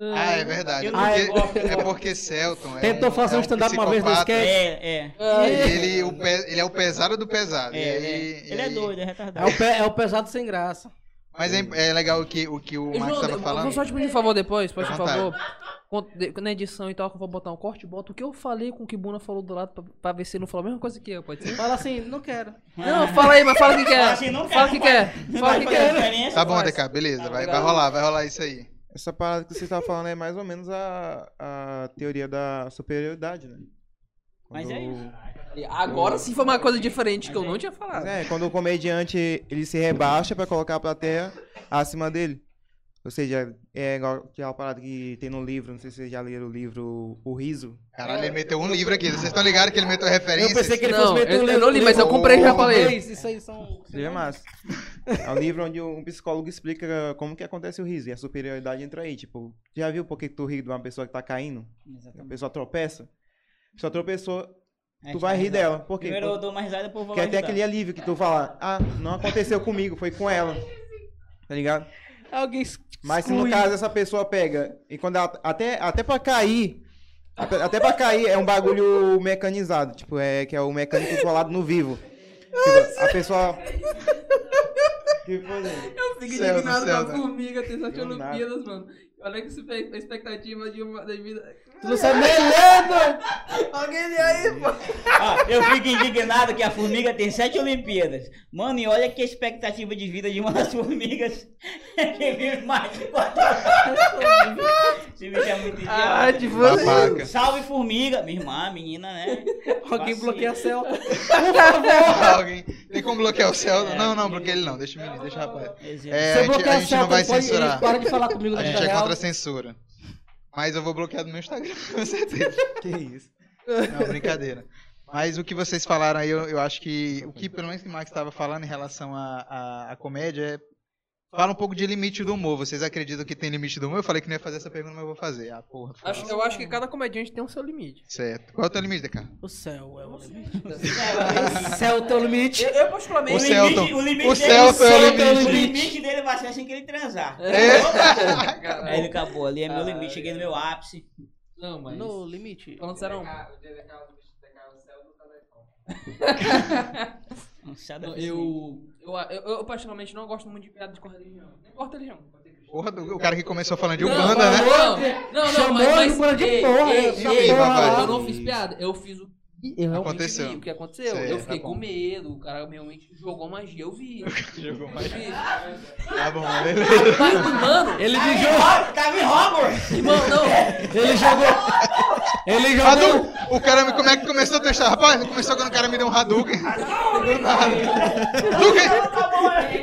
Speaker 1: Ah, é verdade. É
Speaker 3: Ah, é
Speaker 1: porque, é porque Celton é
Speaker 3: Tentou
Speaker 1: um-
Speaker 3: fazer
Speaker 1: é
Speaker 3: um stand-up uma vez no
Speaker 1: psicopata.
Speaker 3: skate.
Speaker 4: É, é.
Speaker 5: Ah,
Speaker 1: E Ele, o pe- ele é o pesado do pesado.
Speaker 4: É,
Speaker 1: E aí-
Speaker 4: é.
Speaker 1: e
Speaker 4: Ele é
Speaker 1: aí-
Speaker 4: doido, é
Speaker 3: É
Speaker 4: retardado.
Speaker 3: o, pe- é o pesado sem graça.
Speaker 1: Mas é, é legal o que o, que o
Speaker 5: Ei,
Speaker 1: Max
Speaker 5: João,
Speaker 1: tava
Speaker 5: eu-
Speaker 1: falando.
Speaker 5: Eu vou só te pedir um favor depois, pode, por
Speaker 1: Fica à
Speaker 5: favor. Quando- de- Na edição e tal, que eu vou botar um corte, bota o que eu falei com o que Buna falou do lado pra, pra ver se ele não falou a mesma coisa que eu, pode ser?
Speaker 3: Fala assim, não quero.
Speaker 5: Não, fala aí, mas fala o que
Speaker 4: Fala
Speaker 5: quer.
Speaker 4: assim, não
Speaker 5: Fala
Speaker 4: quero,
Speaker 5: o que
Speaker 4: não
Speaker 5: quer. Fala o
Speaker 4: vai
Speaker 5: que é?
Speaker 4: fazer
Speaker 5: quer.
Speaker 4: diferença?
Speaker 1: Tá bom,
Speaker 5: Faz.
Speaker 1: DK, beleza.
Speaker 4: Tá
Speaker 1: vai, vai
Speaker 5: legal.
Speaker 1: rolar, vai rolar isso aí.
Speaker 2: Essa parada que você tava falando é mais ou menos a, a teoria da superioridade, né?
Speaker 4: Mas é isso.
Speaker 5: Agora sim foi uma coisa diferente que eu não tinha
Speaker 2: Mas
Speaker 5: falado.
Speaker 2: é, quando o comediante ele se rebaixa pra colocar a plateia acima dele. Ou seja, é igual que é uma parada que tem no livro, não sei se vocês já leram o livro O Riso.
Speaker 1: Caralho, ele meteu um livro aqui. Vocês estão ligados que ele meteu referência?
Speaker 2: Eu pensei que ele
Speaker 5: Não,
Speaker 2: fosse meter
Speaker 5: eu-
Speaker 2: um
Speaker 5: eu
Speaker 2: livro.
Speaker 5: não li, mas eu comprei e já falei.
Speaker 3: Isso, isso aí são.
Speaker 2: Seria massa. É um livro onde um psicólogo explica como que acontece o riso e a superioridade entra aí. Tipo, já viu por que tu ri de uma pessoa que tá caindo? A
Speaker 4: Exatamente.
Speaker 2: pessoa tropeça? Se ela tropeçou,
Speaker 4: É,
Speaker 2: tu vai rir
Speaker 4: risada.
Speaker 2: dela. Por quê?
Speaker 4: Primeiro eu dou uma risada, depois eu vou
Speaker 2: Porque
Speaker 4: lá
Speaker 2: até
Speaker 4: ajudar.
Speaker 2: aquele alívio que tu fala, ah, não aconteceu comigo, foi com ela. Tá ligado?
Speaker 3: Alguém. s-
Speaker 2: Mas se no
Speaker 3: exclui.
Speaker 2: caso essa pessoa pega e quando ela. Até, até pra cair. Até, até pra cair é um bagulho mecanizado. Tipo, é que é o mecânico colado no vivo. Tipo, a pessoa. Tipo, Que foi, gente?
Speaker 5: Eu fico
Speaker 1: Céu do
Speaker 5: indignado
Speaker 1: céu,
Speaker 5: com a
Speaker 1: né?
Speaker 5: formiga ter sete
Speaker 2: Do nada.
Speaker 5: Olimpíadas, mano. Olha que espe- a expectativa de uma da vida.
Speaker 3: Tu não
Speaker 1: É,
Speaker 3: sabe nem ler, doido!
Speaker 5: Alguém lê aí, pô.
Speaker 4: Ah, eu fico indignado que a formiga tem sete Olimpíadas. Mano, e olha que expectativa de vida de uma das formigas que vive mais de quatro anos. Esse bicho é muito
Speaker 5: Ah,
Speaker 4: idiota.
Speaker 5: de você.
Speaker 1: Babaca.
Speaker 4: Salve formiga, minha irmã, menina, né?
Speaker 3: Alguém
Speaker 4: Vacilo.
Speaker 3: bloqueia a céu.
Speaker 1: É, Alguém. Tem como bloquear o Celso? Não, não, bloqueia ele não. Deixa o menino, deixa o rapaz. É, a
Speaker 3: Se eu
Speaker 1: gente-
Speaker 3: bloquear
Speaker 1: a
Speaker 3: a
Speaker 1: gente
Speaker 3: céu,
Speaker 1: não vai
Speaker 3: tu pode-
Speaker 1: censurar.
Speaker 3: Para de falar comigo no
Speaker 1: A gente é
Speaker 3: real.
Speaker 1: contra a censura. Mas eu vou bloquear do meu Instagram, com certeza.
Speaker 2: Que isso?
Speaker 1: Não, brincadeira. Mas o que vocês falaram aí, eu, eu acho que o que pelo menos que o Max estava falando em relação à- à à comédia é. Fala um pouco de limite do humor. Vocês acreditam que tem limite do humor? Eu falei que não ia fazer essa pergunta, mas eu vou fazer. Ah, porra.
Speaker 5: Acho- eu acho que cada comediante tem o seu limite.
Speaker 1: Certo. Qual é o teu limite, cara?
Speaker 3: O céu é o limite. O céu é o teu limite.
Speaker 5: Eu, eu particularmente.
Speaker 1: É, O Celton.
Speaker 4: o limite
Speaker 1: O
Speaker 4: dele-
Speaker 1: Celton é o
Speaker 4: O
Speaker 1: limite.
Speaker 4: limite dele vai ser assim que ele transar.
Speaker 5: É.
Speaker 4: Aí ele acabou, ali é
Speaker 5: Ah,
Speaker 4: meu limite, cheguei no meu ápice.
Speaker 5: Não, mas.
Speaker 3: No limite.
Speaker 5: Falando sério, não.
Speaker 6: O DDK é o bicho do DDK, o céu do telefone.
Speaker 4: Não sei nada
Speaker 5: Eu,
Speaker 4: disso.
Speaker 5: eu, eu, eu particularmente não gosto muito de piada de com religião. Não importa a religião.
Speaker 1: Porra, do- o cara que começou falando de
Speaker 5: Não,
Speaker 1: Umbanda, né?
Speaker 5: não, Não, não,
Speaker 3: Chamou
Speaker 5: mas, mas
Speaker 3: a Umbanda de
Speaker 5: ei,
Speaker 3: porra,
Speaker 5: ei,
Speaker 3: eu
Speaker 5: ei,
Speaker 1: chamei,
Speaker 5: ei,
Speaker 1: papai.
Speaker 5: eu não fiz piada, eu fiz o que eu realmente
Speaker 1: Aconteceu.
Speaker 5: vi, o que aconteceu.
Speaker 1: Certo,
Speaker 5: eu fiquei
Speaker 1: tá bom.
Speaker 5: com medo, o cara realmente jogou magia, eu vi.
Speaker 1: Jogou
Speaker 5: Eu vi.
Speaker 1: Tá bom, beleza.
Speaker 5: Mas, mano,
Speaker 3: Ele
Speaker 4: Tá me
Speaker 3: jogou.
Speaker 4: roubando, tá me roubando!
Speaker 5: mano, não.
Speaker 3: Ele jogou.
Speaker 1: um-
Speaker 3: Ele jogou.
Speaker 1: Hadouken! O cara, me- como é que começou a testar? Rapaz, começou quando o cara me deu um Hadouken. Do nada. Hadouken!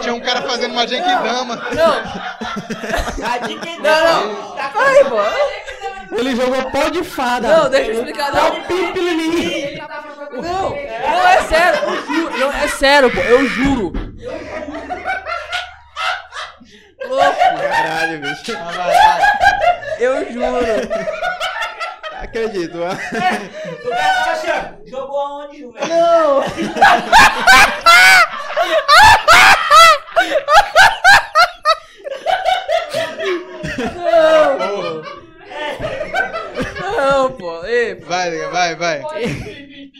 Speaker 1: Tinha um cara fazendo uma Genkidama.
Speaker 4: Tá de que
Speaker 5: Não,
Speaker 4: Tá com
Speaker 5: Ai, mano.
Speaker 3: Ele jogou pau de fada.
Speaker 5: Não, deixa eu explicar, não.
Speaker 3: Pipililim.
Speaker 5: Não, não, é sério, eu juro, não, é sério, pô, eu juro. Louco,
Speaker 2: Caralho, bicho.
Speaker 5: eu juro.
Speaker 2: Acredito, ó.
Speaker 4: O cara tá achando, jogou aonde, Juventus?
Speaker 5: Não, pô, ei,
Speaker 1: Vai, nega, vai, vai.
Speaker 5: ei,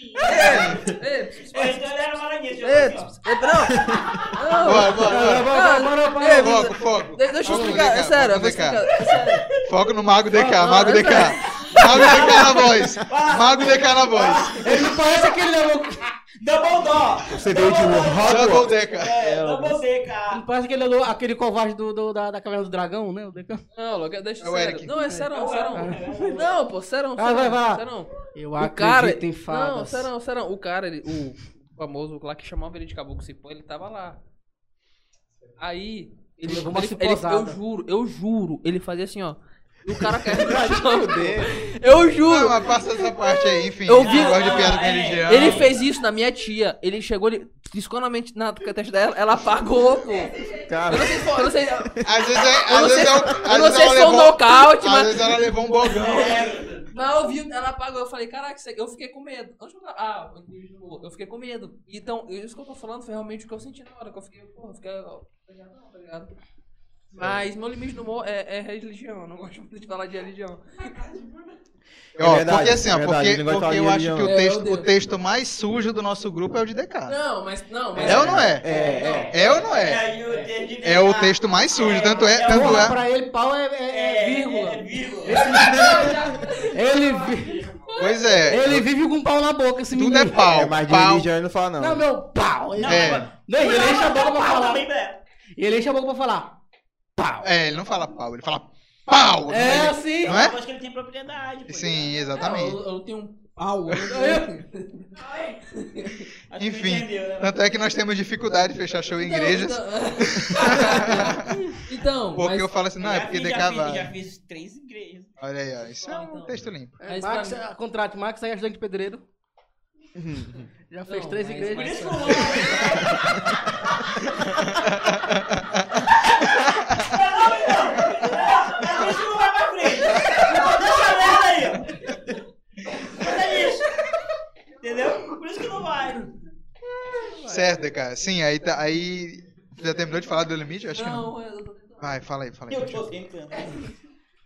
Speaker 4: Então ele era maranhense, jogou
Speaker 5: ei,
Speaker 4: assim, ó.
Speaker 5: não. Não.
Speaker 1: Bora, bora, bora.
Speaker 5: Cara, ei,
Speaker 1: Foco, foco.
Speaker 5: de- deixa eu
Speaker 1: Foco no
Speaker 5: explicar,
Speaker 1: DK,
Speaker 5: é sério, eu vou
Speaker 1: foco no
Speaker 5: explicar.
Speaker 1: DK.
Speaker 5: É sério.
Speaker 1: Foco no Mago DK, Mago
Speaker 5: é
Speaker 1: DK.
Speaker 5: sério.
Speaker 1: Mago DK na voz. Mago DK na voz.
Speaker 3: Ele não parece aquele level.
Speaker 4: Dumbledore!
Speaker 2: Você veio de
Speaker 1: Double
Speaker 2: Hogwarts.
Speaker 1: DK.
Speaker 4: É, Dumbledore, cara.
Speaker 3: Não parece aquele, level- aquele covarde do, do- da, da caverna do dragão, né? O Decão.
Speaker 5: Não, louco, deixa
Speaker 1: É o
Speaker 5: sério.
Speaker 1: Eric.
Speaker 5: Não, é sério, sério. Não, pô, sério,
Speaker 3: Ah, vai, vai lá.
Speaker 5: Sério.
Speaker 3: Eu
Speaker 5: O
Speaker 3: acredito
Speaker 5: cara.
Speaker 3: em
Speaker 5: Não,
Speaker 3: fadas.
Speaker 5: sério, sério. O cara, ele- o famoso lá que chamava ele de caboclo cipó, ele tava lá. Aí. Ele,
Speaker 3: Levou uma
Speaker 5: ele- ele-
Speaker 3: cipozada.
Speaker 5: eu juro, eu juro. Ele fazia assim, ó. E o cara caiu no chão.
Speaker 2: Dele.
Speaker 5: Eu
Speaker 1: Não,
Speaker 5: juro.
Speaker 1: mas passa essa parte aí, enfim.
Speaker 5: Eu vi-
Speaker 1: Gosto de piada com
Speaker 4: É.
Speaker 1: religião.
Speaker 5: Ele fez isso na minha tia. Ele chegou, ele piscou na mente na testa dela, ela apagou, pô. Eu
Speaker 2: Cara,
Speaker 5: não sei, se foi- eu não sei,
Speaker 1: Às vezes é.
Speaker 5: eu
Speaker 1: Às
Speaker 5: não sei,
Speaker 1: vezes é um-
Speaker 5: eu
Speaker 1: às
Speaker 5: não
Speaker 1: vezes
Speaker 5: sei
Speaker 1: ela
Speaker 5: se foi um
Speaker 1: levou-
Speaker 5: nocaute,
Speaker 1: Às
Speaker 5: mas
Speaker 1: vezes ela levou um bogão.
Speaker 5: Mas eu vi, ela apagou, eu falei, caraca, isso aqui- eu fiquei com medo. Onde que eu tava? Ah, eu entendi de novo. eu fiquei com medo. Então, isso que eu tô falando foi realmente o que eu senti na hora, que eu fiquei, porra, eu fiquei. ó, tá ligado? Não, tá ligado? Mas meu limite do humor é, é religião, eu não gosto muito de falar de religião.
Speaker 1: Ó,
Speaker 2: É verdade,
Speaker 1: porque assim, ó,
Speaker 2: é verdade,
Speaker 1: porque,
Speaker 2: ele gosta
Speaker 1: porque
Speaker 2: de
Speaker 1: eu acho
Speaker 2: religião.
Speaker 1: que o
Speaker 5: É,
Speaker 1: texto,
Speaker 5: eu
Speaker 1: o texto mais sujo do nosso grupo é o de DK.
Speaker 5: Não, mas não, mas.
Speaker 1: É ou não é?
Speaker 2: é, é.
Speaker 1: É ou não é?
Speaker 4: Aí o texto de
Speaker 1: É o
Speaker 4: DK.
Speaker 1: texto mais sujo, tanto é,
Speaker 4: É,
Speaker 1: tanto
Speaker 3: Porra,
Speaker 1: é.
Speaker 3: pra ele, pau é, é- é vírgula.
Speaker 4: É vírgula.
Speaker 3: Ele, vi-
Speaker 1: Pois é.
Speaker 3: ele vive com pau na boca, esse
Speaker 1: Tudo é
Speaker 3: menino.
Speaker 1: pau.
Speaker 2: É, mas de
Speaker 1: pau.
Speaker 2: religião ele não fala, não.
Speaker 3: Não, meu pau. Ele,
Speaker 4: Não,
Speaker 1: É.
Speaker 4: agora-
Speaker 3: Não, ele enche a boca pra falar.
Speaker 4: Também, né?
Speaker 3: ele enche a boca pra falar. Pau.
Speaker 1: É, ele não fala pau, ele fala pau.
Speaker 3: É,
Speaker 1: Ele-
Speaker 3: assim.
Speaker 1: Não é?
Speaker 4: Depois que ele tem propriedade. pô.
Speaker 1: Sim,
Speaker 5: Não,
Speaker 1: exatamente.
Speaker 5: eu, eu tenho um pau. eu-
Speaker 4: Acho que
Speaker 1: Enfim,
Speaker 4: entendeu, né?
Speaker 5: Então,
Speaker 1: tanto é que nós temos dificuldade de fechar show em igrejas.
Speaker 5: Não, não. Então,
Speaker 1: Porque
Speaker 5: mas,
Speaker 1: eu falo assim, não, é
Speaker 4: já
Speaker 1: porque
Speaker 4: fiz,
Speaker 1: de
Speaker 4: já fiz, já
Speaker 1: cavalo.
Speaker 4: fiz três igrejas.
Speaker 1: Olha aí, ó. Isso é
Speaker 5: Ah,
Speaker 1: um
Speaker 5: então.
Speaker 1: texto limpo.
Speaker 5: mas pra
Speaker 3: Max,
Speaker 5: mim-
Speaker 3: ah, contrate Max aí, ajudante de pedreiro. Já fez
Speaker 5: Não,
Speaker 3: três
Speaker 5: mas-
Speaker 4: Por
Speaker 3: igrejas.
Speaker 4: isso que eu amo. Não, não, não. Não, Por isso que eu vou mais pra frente. Não, deixa a merda aí. ó. Mas é isso. Entendeu? Por isso que não vai.
Speaker 1: Certo, cara. Sim, aí tá. Aí. Já terminou de falar do limite? Eu Acho que não.
Speaker 5: não, eu tô tentando.
Speaker 1: Vai, fala aí, fala aí.
Speaker 4: Eu
Speaker 1: continua.
Speaker 4: tô tentando.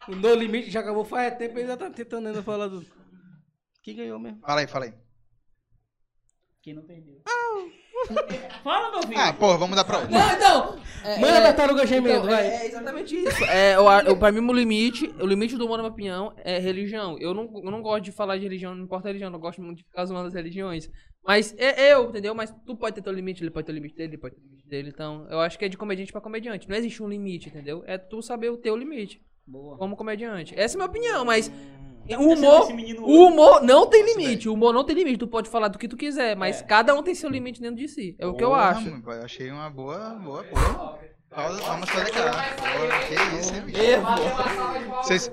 Speaker 3: O No Limite já acabou faz tempo, ele já tá tentando ainda falar do. Que ganhou mesmo.
Speaker 1: Fala aí, fala aí.
Speaker 4: Quem não perdeu? Fala, meu filho.
Speaker 1: Ah, porra, vamos dar pra outra.
Speaker 5: Não, então! É,
Speaker 3: Manda
Speaker 5: é,
Speaker 3: tartaruga gemendo,
Speaker 5: então,
Speaker 3: vai.
Speaker 5: é, é exatamente isso. É, eu, a- eu, pra mim, o limite, o limite do Mano Opinião é religião. Eu não, eu não gosto de falar de religião, não importa a religião, eu não gosto muito de ficar zoando as religiões. Mas é eu, entendeu? Mas tu pode ter teu limite, ele pode ter o limite dele, ele pode ter o limite dele. Então, eu acho que é de comediante pra comediante. Não existe um limite, entendeu? É tu saber o teu limite
Speaker 4: Boa.
Speaker 5: como comediante. Essa é a minha opinião, mas
Speaker 1: Hum. é
Speaker 5: o
Speaker 4: Deixa
Speaker 5: humor.
Speaker 4: esse menino
Speaker 5: O humor não tem
Speaker 1: Nossa,
Speaker 5: limite, o humor não tem limite, tu pode falar do que tu quiser, mas
Speaker 4: É.
Speaker 5: cada um tem seu limite dentro de si. É o que eu
Speaker 1: Porra,
Speaker 5: acho.
Speaker 1: mano, Eu achei uma boa, boa, boa. Pausa, vamos fazer aquela. Porra, Que isso, hein, bicho? Vocês,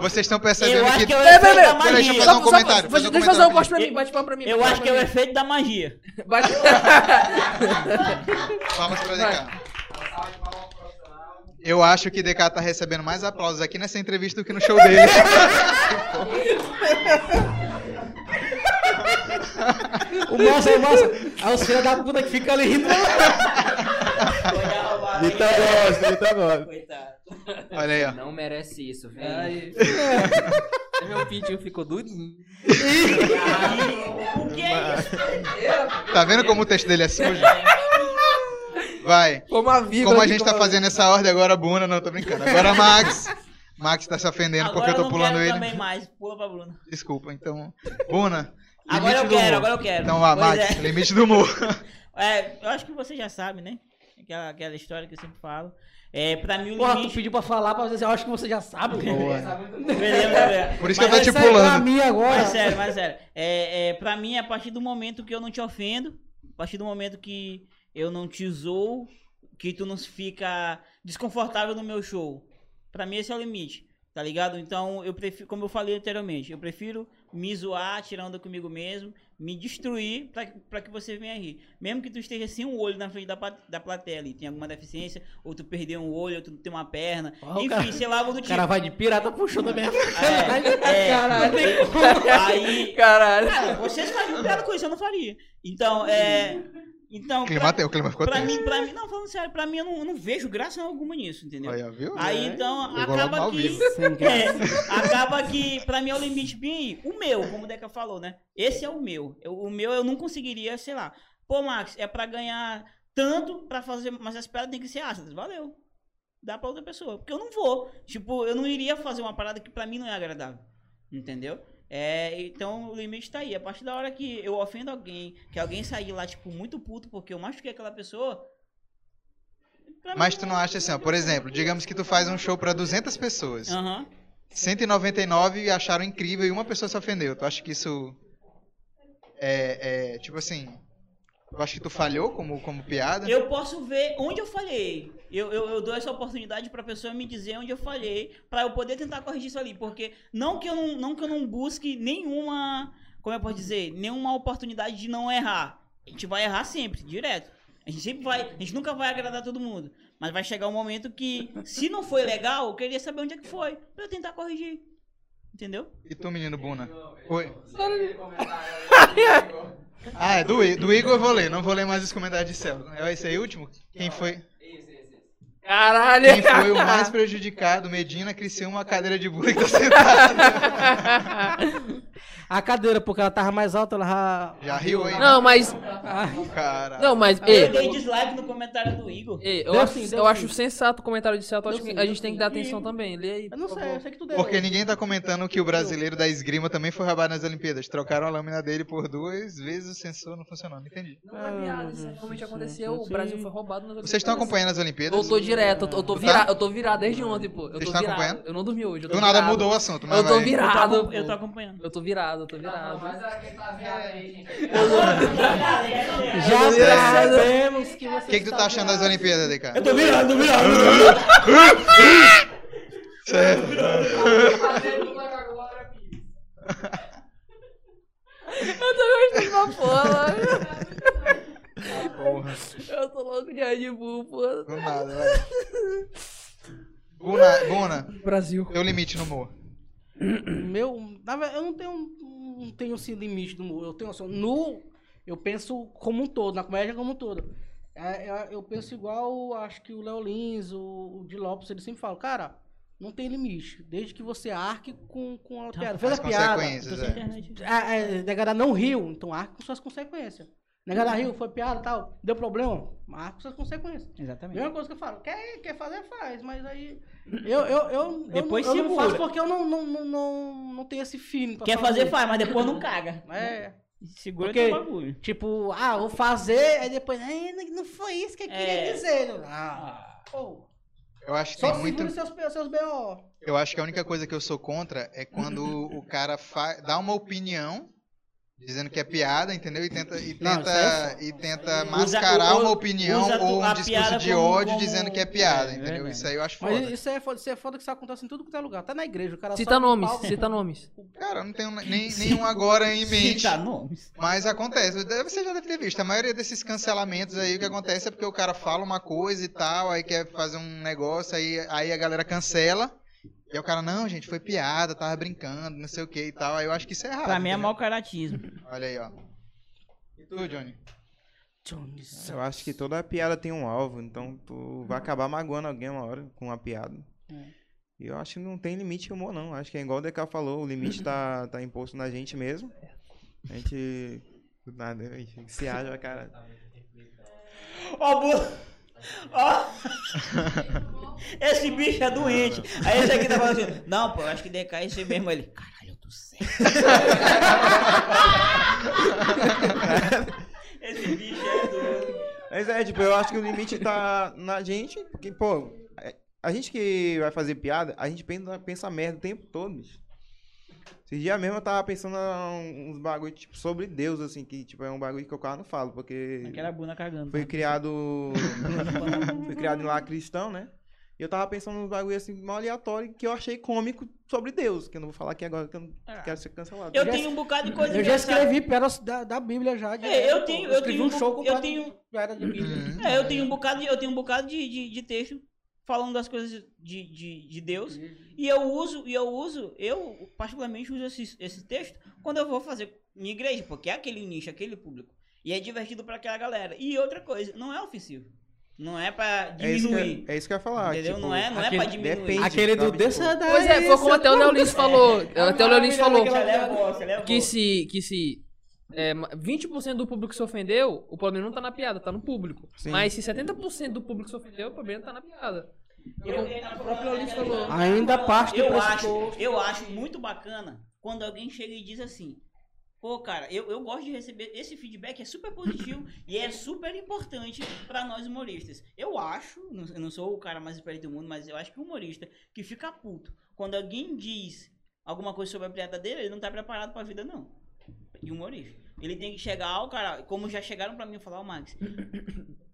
Speaker 1: vocês estão percebendo
Speaker 4: Eu acho que é o
Speaker 5: Peraí,
Speaker 4: efeito
Speaker 5: peraí,
Speaker 4: da
Speaker 1: peraí, deixa eu
Speaker 4: magia.
Speaker 1: fazer um
Speaker 5: Só- só-
Speaker 1: comentário, fazer
Speaker 5: Deixa
Speaker 1: um
Speaker 5: eu fazer um
Speaker 1: comentário.
Speaker 5: corte pra mim, bate palma pra mim.
Speaker 4: Eu
Speaker 5: bate
Speaker 4: acho que é
Speaker 5: palma
Speaker 4: o
Speaker 5: pra
Speaker 4: efeito da magia.
Speaker 5: mim. Bate...
Speaker 1: Vamos pra DK. Eu acho que DK tá recebendo mais aplausos aqui nessa entrevista do que no show dele.
Speaker 3: O Márcio, o Márcio. Aí É os filhos da puta que fica ali rindo.
Speaker 2: Vitor gosta, Vitor gosta.
Speaker 4: Coitado.
Speaker 1: Olha aí, ó.
Speaker 6: Não merece isso, velho.
Speaker 5: Meu vídeo ficou durinho.
Speaker 4: O que é isso?
Speaker 1: Tá vendo como o texto dele é sujo? Vai.
Speaker 5: Como a vida. né?
Speaker 1: Como a gente tá fazendo essa ordem agora, Bruna, não, tô brincando. Agora Max. Max tá se ofendendo porque
Speaker 4: Agora
Speaker 1: eu tô
Speaker 4: não
Speaker 1: pulando
Speaker 4: quero
Speaker 1: ele.
Speaker 4: também mais. Pula pra Bruna.
Speaker 1: Desculpa, então. Bruna.
Speaker 4: Agora
Speaker 1: limite
Speaker 4: eu
Speaker 1: do humor.
Speaker 4: quero, agora eu quero.
Speaker 1: Então, ah,
Speaker 4: Pois
Speaker 1: Max, limite do humor.
Speaker 4: É, eu acho que você já sabe, né? Aquela, aquela história que eu sempre falo. É, pra mim o
Speaker 3: Porra, tu
Speaker 4: limite.
Speaker 3: pediu pra falar, pra você, eu acho que você já sabe.
Speaker 4: Beleza, beleza.
Speaker 1: Por isso
Speaker 4: é Mas
Speaker 1: que eu tô te
Speaker 3: Isso aí é pra
Speaker 1: pulando.
Speaker 3: mim agora.
Speaker 4: Mas sério, mas sério. É, é, pra mim, a partir do momento que eu não te ofendo, a partir do momento que eu não te zoo, que tu não fica desconfortável no meu show. Pra mim, esse é o limite, tá ligado? Então, eu prefiro, como eu falei anteriormente, eu prefiro me zoar, tirar onda comigo mesmo, me destruir pra, pra que você venha rir. Mesmo que tu esteja sem um olho na frente da, pa- da plateia ali, tem alguma deficiência, ou tu perdeu um olho, ou tu não tem uma perna.
Speaker 3: Ó, o
Speaker 4: Enfim,
Speaker 3: cara-
Speaker 4: sei lá, algo do
Speaker 3: O
Speaker 4: tipo.
Speaker 3: cara vai de pirata puxando a minha
Speaker 4: É, é. Aí,
Speaker 5: Caralho.
Speaker 4: Cara, vocês fariam piada com isso, eu não faria. Então, é. Então.
Speaker 1: O clima,
Speaker 4: pra,
Speaker 1: o clima ficou
Speaker 4: pra
Speaker 1: tenso.
Speaker 4: mim, pra mim, não, falando sério, pra mim eu não, eu não vejo graça alguma nisso, entendeu?
Speaker 1: Olha, viu?
Speaker 4: Aí então
Speaker 1: Pegou logo
Speaker 4: acaba
Speaker 1: ao
Speaker 4: que.
Speaker 1: vivo.
Speaker 4: É, acaba que, pra mim, é o limite bem. aí. O meu, como o Deca falou, né? Esse é o meu. Eu- o meu eu não conseguiria, sei lá. Pô, Max, é pra ganhar tanto pra fazer. Mas as piadas tem que ser ácidas. Valeu. Dá pra outra pessoa. Porque eu não vou. Tipo, eu não iria fazer uma parada que pra mim não é agradável. Entendeu? É, então o limite tá aí. A partir da hora que eu ofendo alguém, que alguém sair lá, tipo, muito puto porque eu machuquei aquela pessoa. pra mim
Speaker 1: Mas tu não acha assim, ó, por exemplo, digamos que tu faz um show pra 200 pessoas.
Speaker 4: Aham.
Speaker 1: 199 acharam incrível e uma pessoa se ofendeu. Tu acha que isso é, é, tipo assim, tu acha que tu falhou como, como piada?
Speaker 4: Eu posso ver onde eu falhei. Eu, eu, eu dou essa oportunidade pra pessoa me dizer onde eu falhei, pra eu poder tentar corrigir isso ali. Porque não que eu não, não, que eu não busque nenhuma, como eu posso dizer, nenhuma oportunidade de não errar. A gente vai errar sempre, direto. A gente sempre vai, a gente nunca vai agradar todo mundo. Mas vai chegar um momento que, se não foi legal, eu queria saber onde é que foi, pra eu tentar corrigir. Entendeu?
Speaker 1: E tu, menino Buna? Oi. Ah, é do, I- do Igor eu vou ler, não vou ler mais os comentários de céu. É esse aí o último? Quem foi,
Speaker 5: Caralho.
Speaker 1: quem foi o mais prejudicado? Medina, cresceu uma cadeira de bula que tá sentada.
Speaker 3: A cadeira, porque ela tava mais alta, ela já.
Speaker 1: Já riu aí?
Speaker 5: Não, mas.
Speaker 1: Cara.
Speaker 5: Não, mas.
Speaker 4: Eu
Speaker 5: ei,
Speaker 4: dei dislike no comentário do Igor.
Speaker 5: ei, eu
Speaker 3: Deu
Speaker 5: acho,
Speaker 3: sim,
Speaker 5: eu
Speaker 3: deu sim.
Speaker 5: acho sensato o comentário de Celto. Acho
Speaker 3: Deu
Speaker 5: que
Speaker 3: sim,
Speaker 5: a
Speaker 3: deu
Speaker 5: gente tem que
Speaker 3: sim.
Speaker 5: dar atenção também. Lê aí.
Speaker 3: Eu não
Speaker 5: por
Speaker 3: sei, eu
Speaker 5: favor.
Speaker 3: sei que tu deu.
Speaker 1: Porque ninguém tá comentando que o brasileiro da esgrima também foi roubado nas Olimpíadas. Trocaram a lâmina dele por duas vezes, o sensor não funcionou. Não entendi.
Speaker 5: Não é piada, isso realmente aconteceu. O Brasil foi roubado nas
Speaker 1: Vocês estão
Speaker 5: Olimpíadas.
Speaker 1: acompanhando as Olimpíadas?
Speaker 5: Eu tô direto, eu tô, eu tô
Speaker 1: Tu tá?
Speaker 5: virado, eu tô virado desde ontem, pô. Eu
Speaker 1: Vocês
Speaker 5: tô
Speaker 1: tão
Speaker 5: virado.
Speaker 1: acompanhando?
Speaker 5: Eu não dormi hoje. Eu tô
Speaker 1: Do nada
Speaker 5: virado.
Speaker 1: mudou o assunto, mas
Speaker 5: Eu Tá tô
Speaker 1: vai.
Speaker 5: virado.
Speaker 4: eu tô
Speaker 5: Ah, pô.
Speaker 4: acompanhando.
Speaker 5: Eu tô virado. virado, eu tô virado.
Speaker 6: Mas é quem tá vendo aí, gente.
Speaker 3: Já sabemos que você.
Speaker 1: O que, que tu tá achando das Olimpíadas aí, cara?
Speaker 2: tô virando, tô virando.
Speaker 1: Certo.
Speaker 6: Fazer dupla com a Glória Pires.
Speaker 5: Eu tô gostando da porra. Tá Eu tô louco de Red Bull, porra.
Speaker 1: Do nada, vai. Buna, Buna,
Speaker 5: Brasil.
Speaker 1: teu limite no humor.
Speaker 3: Meu, na verdade, eu não tenho, um, não tenho esse limite do humor. Eu tenho assim, no. Eu penso como um todo, na comédia como um todo. É, é, Eu penso igual, acho que o Léo Lins, o, o Di Lopes, eles sempre falam, cara, não tem limite. Desde que você arque com, com a piada. Fez
Speaker 1: As
Speaker 3: a piada.
Speaker 1: consequências, é.
Speaker 4: internet.
Speaker 3: Ah, é, negada não riu, então arque com suas consequências. Negada riu, foi piada tal, deu problema, arque com suas consequências.
Speaker 7: Exatamente.
Speaker 3: Mesma coisa que eu falo, quer, quer fazer, faz, mas aí. Eu, eu, eu,
Speaker 4: Depois
Speaker 3: eu, não- eu não
Speaker 4: segura.
Speaker 3: faço porque eu não, não, não, não, não tenho esse feeling. pra
Speaker 4: Quer fazer,
Speaker 3: fazer,
Speaker 4: faz, mas depois não caga.
Speaker 3: É.
Speaker 4: Segura
Speaker 3: Porque-
Speaker 4: teu bagulho.
Speaker 3: Tipo, ah, vou fazer, aí depois, "Ai, não não foi isso que eu queria
Speaker 4: É.
Speaker 3: dizer. Ah, É pô,
Speaker 1: Eu acho que
Speaker 3: só
Speaker 1: tem
Speaker 3: segura
Speaker 1: muito.
Speaker 3: os seus, seus BO.
Speaker 1: Eu acho que a única coisa que eu sou contra é quando o cara fa- dá uma opinião dizendo que é piada, entendeu? E tenta, e
Speaker 3: Não,
Speaker 1: tenta,
Speaker 3: isso
Speaker 1: e tenta mascarar
Speaker 4: é o-
Speaker 1: uma opinião
Speaker 4: usa
Speaker 1: ou
Speaker 4: a
Speaker 1: um discurso
Speaker 4: piada
Speaker 1: de
Speaker 4: como-
Speaker 1: ódio
Speaker 4: como-
Speaker 1: dizendo que é piada,
Speaker 7: É,
Speaker 1: entendeu?
Speaker 7: verdade.
Speaker 1: Isso aí eu acho foda.
Speaker 3: Mas isso é foda, isso é foda que isso acontece em tudo quanto é lugar. Até na igreja, o cara
Speaker 5: Cita
Speaker 3: sobe no
Speaker 5: nomes,
Speaker 3: palco-
Speaker 5: cita nomes.
Speaker 1: Cara, eu não tenho nem, nenhum agora em mente.
Speaker 4: Cita nomes.
Speaker 1: Mas acontece, Deve- você já deve ter visto. A maioria desses cancelamentos aí, o que acontece é porque o cara fala uma coisa e tal, aí quer fazer um negócio, aí, aí a galera cancela. E aí o cara, não, gente, foi piada, tava brincando, não sei o que e tal. Aí eu acho que isso é errado.
Speaker 4: Pra mim é
Speaker 1: entendeu?
Speaker 4: mau caratismo.
Speaker 1: Olha aí, ó. E tu, Johnny?
Speaker 3: Johnny
Speaker 2: Eu acho que toda piada tem um alvo, então tu vai acabar magoando alguém uma hora com uma piada.
Speaker 3: É.
Speaker 2: E eu acho que não tem limite humor, não. Acho que é igual o DK falou, o limite tá, tá imposto na gente mesmo. A gente. do Nada, a gente se acha, cara.
Speaker 4: Ó, bu... Ó. Esse bicho é doente. Aí esse aqui tá falando assim, não, pô, eu acho que DK é esse mesmo. Ele, caralho, eu tô certo. esse bicho é doido.
Speaker 2: Mas é, tipo, eu acho que o limite tá na gente, porque, pô, a- a gente que vai fazer piada, a gente pensa, pensa merda o tempo todo, bicho. Esses dias mesmo eu tava pensando a um- uns bagulho, tipo, sobre Deus, assim, que, tipo, é um bagulho que eu quase não falo, porque.
Speaker 4: Aquela bunda cagando.
Speaker 2: Foi criado. foi criado em lá cristão, né? E eu tava pensando nos bagulho assim, mal aleatório, que eu achei cômico sobre Deus, que eu não vou falar aqui agora, que eu não quero ser cancelado.
Speaker 4: É. Eu tenho um bocado de coisa
Speaker 3: Eu já
Speaker 4: engraçada.
Speaker 3: escrevi pedras da, da Bíblia já. de-
Speaker 4: É, eu tenho- eu
Speaker 3: escrevi
Speaker 4: tenho
Speaker 3: um
Speaker 4: um
Speaker 3: show
Speaker 4: bo-
Speaker 3: com
Speaker 4: eu
Speaker 3: pedra-
Speaker 4: tenho-
Speaker 3: pedra de Bíblia.
Speaker 4: É, eu tenho um bocado de, eu tenho um bocado de, de, de texto falando das coisas de, de, de Deus. E eu uso, e eu uso, eu particularmente uso esse, esse texto quando eu vou fazer minha igreja, porque é aquele nicho, aquele público. E é divertido pra aquela galera. E outra coisa, não é ofensivo. Não é pra
Speaker 2: É isso, que, eu-
Speaker 4: diminuir.
Speaker 2: é isso que eu ia falar.
Speaker 4: entendeu?
Speaker 2: tipo,
Speaker 4: não é, não é
Speaker 7: aquele-
Speaker 4: pra diminuir.
Speaker 2: depende.
Speaker 7: Aquele do
Speaker 2: sabe,
Speaker 7: Desça daí.
Speaker 5: Pois é, foi como até o
Speaker 7: seu-
Speaker 5: Leolins falou.
Speaker 4: É
Speaker 5: Até o Leolins falou.
Speaker 4: Você levou, você levou.
Speaker 5: Que se, que se é, ma- 20% do público se ofendeu, o problema não tá na piada, tá no público.
Speaker 2: Sim.
Speaker 5: Mas se 70% do público se ofendeu, o problema tá na piada.
Speaker 4: Eu-
Speaker 5: o próprio Leolins falou.
Speaker 3: Ainda parte do
Speaker 4: eu acho,
Speaker 3: pressuposto.
Speaker 4: eu acho muito bacana quando alguém chega e diz assim: Pô, cara, eu, eu gosto de receber esse feedback, é super positivo e é super importante pra nós humoristas. Eu acho, não- eu não sou o cara mais esperto do mundo, mas eu acho que o humorista que fica puto quando alguém diz alguma coisa sobre a piada dele, ele não tá preparado pra vida, não. E humorista. Ele tem que chegar, ó, cara, como já chegaram pra mim e falar, ó, Max,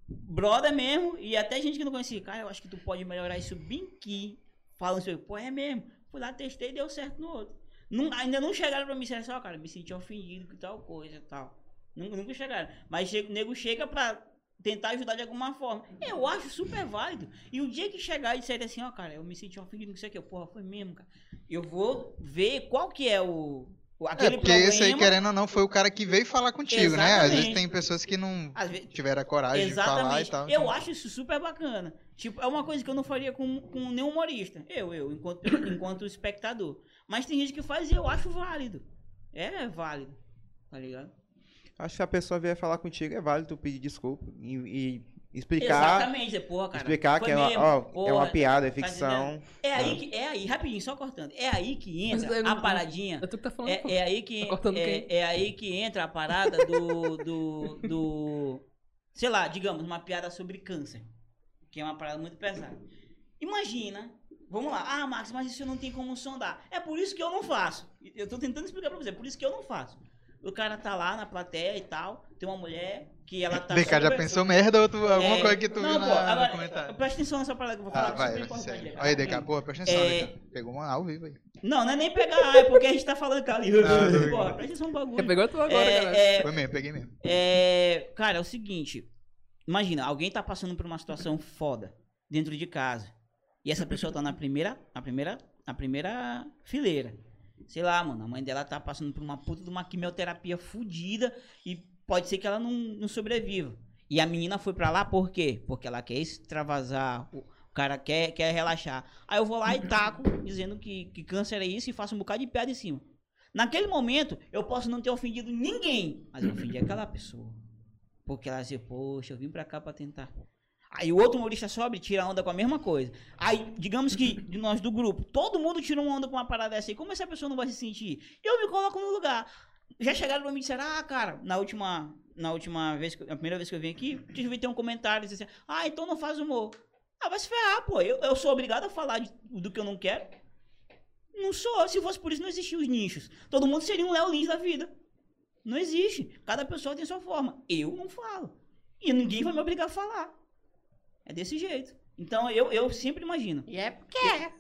Speaker 4: brother mesmo, e até gente que não conhecia, cara, eu acho que tu pode melhorar isso bem aqui. Falando assim, pô, é mesmo. Fui lá, testei, deu certo no outro. Não- ainda não chegaram pra mim, disseram assim, ó, cara, me senti ofendido que tal coisa e tal. Nunca, nunca chegaram. Mas che- o nego chega pra tentar ajudar de alguma forma. Eu acho super válido. E o dia que chegar e disser assim, ó, cara, eu me senti ofendido com isso aqui, eu, porra, foi mesmo, cara. Eu vou ver qual que é o. o-
Speaker 1: É,
Speaker 4: Aquele
Speaker 1: porque esse aí,
Speaker 4: problema.
Speaker 1: querendo ou não, foi o cara que veio falar contigo, né? Às
Speaker 4: Exatamente.
Speaker 1: vezes tem pessoas que não
Speaker 4: Às vezes-
Speaker 1: tiveram a coragem de falar e
Speaker 4: Exatamente.
Speaker 1: tal. então.
Speaker 4: Eu acho isso super bacana. Tipo, é uma coisa que eu não faria com, com nenhum humorista. Eu, eu, enquanto, enquanto espectador. Mas tem gente que faz e eu acho válido. É, é válido. Tá ligado?
Speaker 2: Acho que se a pessoa vier falar contigo, é válido tu pedir desculpa e, e explicar.
Speaker 4: Exatamente, é, porra, cara.
Speaker 2: Explicar
Speaker 4: Foi
Speaker 2: que é uma, Ah.
Speaker 4: mesmo,
Speaker 2: ó, é
Speaker 4: porra.
Speaker 2: uma piada, é
Speaker 4: tá
Speaker 2: ficção.
Speaker 4: É aí que, é aí, rapidinho, só cortando. É aí que
Speaker 5: Mas
Speaker 4: entra
Speaker 5: eu não-
Speaker 4: a paradinha.
Speaker 5: É tu que tá falando. pô.
Speaker 4: É, é aí que
Speaker 5: Tá cortando
Speaker 4: é,
Speaker 5: quem?
Speaker 4: é aí que entra a parada do, do do sei lá, digamos, uma piada sobre câncer, que é uma parada muito pesada. Imagina Vamos lá. Ah, Max, mas isso não tem como sondar. É por isso que eu não faço. Eu tô tentando explicar pra você, é por isso que eu não faço. O cara tá lá na plateia e tal, tem uma mulher que ela tá.
Speaker 1: Vem cá, já
Speaker 4: super-
Speaker 1: pensou merda ou tu- alguma
Speaker 4: É,
Speaker 1: coisa que tu
Speaker 4: não,
Speaker 1: viu
Speaker 4: pô,
Speaker 1: na-
Speaker 4: agora,
Speaker 1: no comentário?
Speaker 4: Presta atenção nessa parada que eu vou falar.
Speaker 1: Ah,
Speaker 4: que é
Speaker 1: vai,
Speaker 4: super
Speaker 1: vai,
Speaker 4: importante,
Speaker 1: sério.
Speaker 4: cara.
Speaker 1: Olha, DK, porra, presta atenção,
Speaker 4: É.
Speaker 1: DK. Pegou uma ao vivo aí.
Speaker 4: Não, não é nem pegar, é porque a gente tá falando que tá ali.
Speaker 1: Ah, tô
Speaker 4: Porra,
Speaker 1: ligado.
Speaker 4: presta atenção no bagulho.
Speaker 5: Quer pegar tu agora, cara?
Speaker 4: É, é,
Speaker 1: Foi mesmo, peguei mesmo.
Speaker 4: É, cara, é o seguinte. Imagina, alguém tá passando por uma situação foda dentro de casa. E essa pessoa tá na primeira, na primeira, na primeira fileira. Sei lá, mano, a mãe dela tá passando por uma puta de uma quimioterapia fodida e pode ser que ela não, não sobreviva. E a menina foi pra lá por quê? Porque ela quer extravasar, o o cara quer, quer relaxar. Aí eu vou lá e taco, dizendo que, que câncer é isso e faço um bocado de piada em cima. Naquele momento, eu posso não ter ofendido ninguém, mas eu ofendi aquela pessoa. Porque ela dizia, poxa, eu vim pra cá pra tentar. Aí o outro humorista sobe e tira onda com a mesma coisa. Aí, digamos que de nós do grupo, todo mundo tira uma onda com uma parada dessa aí. Como essa pessoa não vai se sentir? Eu me coloco no lugar. Já chegaram pra mim e disseram, ah, cara, na última, na última vez, que, eu- na primeira vez que eu vim aqui, tive que ter um comentário dizendo assim, ah, então não faz humor. Ah, vai se ferrar, pô. Eu, eu sou obrigado a falar de- do que eu não quero. Não sou. Se fosse por isso, não existiam os nichos. Todo mundo seria um Léo Lins da vida. Não existe. Cada pessoa tem sua forma. Eu não falo. E ninguém vai me obrigar a falar. É desse jeito. Então eu, eu sempre imagino.
Speaker 3: E é porque é.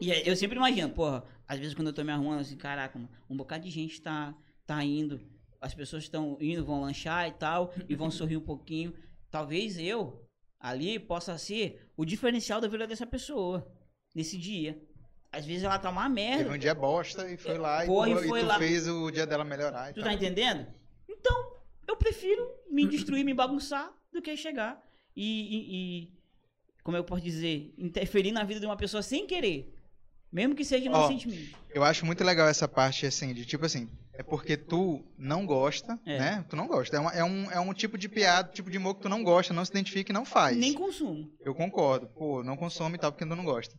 Speaker 4: E é- eu sempre imagino, porra, às vezes quando eu tô me arrumando, assim, caraca, mano, um bocado de gente tá, tá indo. As pessoas estão indo, vão lanchar e tal, e vão sorrir um pouquinho. Talvez eu, ali, possa ser o diferencial da vida dessa pessoa. Nesse dia. Às vezes ela tá uma merda.
Speaker 1: Teve um dia bosta e foi lá e,
Speaker 4: Porra, e
Speaker 1: tu, e
Speaker 4: foi
Speaker 1: tu
Speaker 4: lá.
Speaker 1: fez o dia dela melhorar e
Speaker 4: Tu
Speaker 1: tal.
Speaker 4: tá entendendo? Então, eu prefiro me destruir, me bagunçar, do que chegar e, e- e- como eu posso dizer, interferir na vida de uma pessoa sem querer. Mesmo que seja
Speaker 1: Ó.
Speaker 4: inocentemente.
Speaker 1: Eu acho muito legal essa parte, assim, de tipo assim, é porque tu não gosta,
Speaker 4: É.
Speaker 1: né? Tu não gosta. É, uma- é um, é um tipo de piada, tipo de humor que tu não gosta, não se identifica e não faz.
Speaker 4: Nem consumo.
Speaker 1: Eu concordo. Pô, não consome e tal, porque tu não gosta.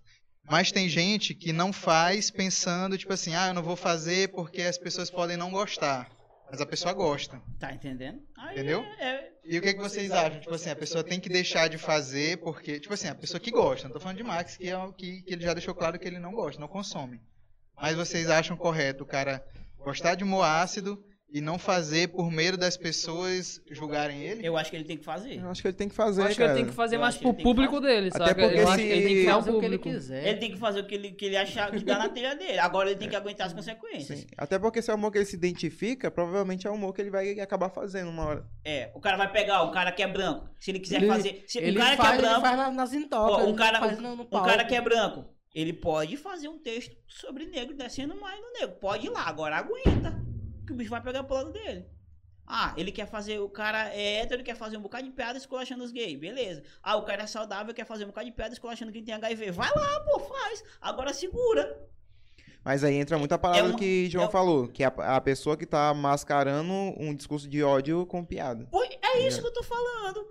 Speaker 1: Mas tem gente que não faz pensando, tipo assim, ah, eu não vou fazer porque as pessoas podem não gostar. Mas a pessoa gosta.
Speaker 4: Tá entendendo? Aí
Speaker 1: Entendeu?
Speaker 4: é- é-
Speaker 1: E o que, que vocês acham? Tipo assim, a pessoa tem que deixar de fazer porque. Tipo assim, a pessoa que gosta. Não tô falando de Max, que, é o que, que ele já deixou claro que ele não gosta, não consome. Mas vocês acham correto o cara gostar de humor ácido e não fazer por medo das pessoas julgarem ele?
Speaker 4: eu acho que ele tem que fazer.
Speaker 2: Eu acho que ele tem que fazer,
Speaker 5: acho que
Speaker 2: cara.
Speaker 5: ele tem que fazer
Speaker 4: Eu
Speaker 5: mais
Speaker 4: acho que
Speaker 5: pro
Speaker 4: ele tem que
Speaker 5: público dele,
Speaker 2: Até
Speaker 5: sabe?
Speaker 2: porque
Speaker 5: Eu acho que
Speaker 2: se-
Speaker 5: ele tem que criar
Speaker 3: Fazer
Speaker 5: o
Speaker 3: o que ele
Speaker 5: público.
Speaker 3: quiser.
Speaker 4: Ele tem que fazer o que ele, que ele achar que dá na telha dele. Agora ele tem
Speaker 3: É.
Speaker 4: que aguentar as consequências.
Speaker 2: Sim. Até porque se é o humor que ele se identifica, provavelmente é o humor que ele vai acabar fazendo uma hora.
Speaker 4: É, o cara vai pegar, o cara que é branco. Se ele quiser
Speaker 3: Ele-
Speaker 4: fazer. Se,
Speaker 3: Ele
Speaker 4: o cara
Speaker 3: faz,
Speaker 4: que é
Speaker 3: ele
Speaker 4: branco.
Speaker 3: faz na- nas
Speaker 4: Ó,
Speaker 3: intocas.
Speaker 4: um cara,
Speaker 3: faz
Speaker 4: um,
Speaker 3: no, no
Speaker 4: um
Speaker 3: palco.
Speaker 4: cara que é branco, ele pode fazer um texto sobre negro descendo mais no negro. Pode ir lá, agora aguenta. Que o bicho vai pegar pro lado dele. Ah, ele quer fazer. O cara é hétero, quer fazer um bocado de piada esculachando os gays. Beleza. Ah, o cara é saudável, quer fazer um bocado de piada esculachando quem tem HIV. Vai lá, pô, faz. Agora segura.
Speaker 2: Mas aí entra muita parada
Speaker 4: É uma-
Speaker 2: que João
Speaker 4: é-
Speaker 2: falou, que é a, a pessoa que tá mascarando um discurso de ódio com piada.
Speaker 4: Pô, É isso que eu tô falando.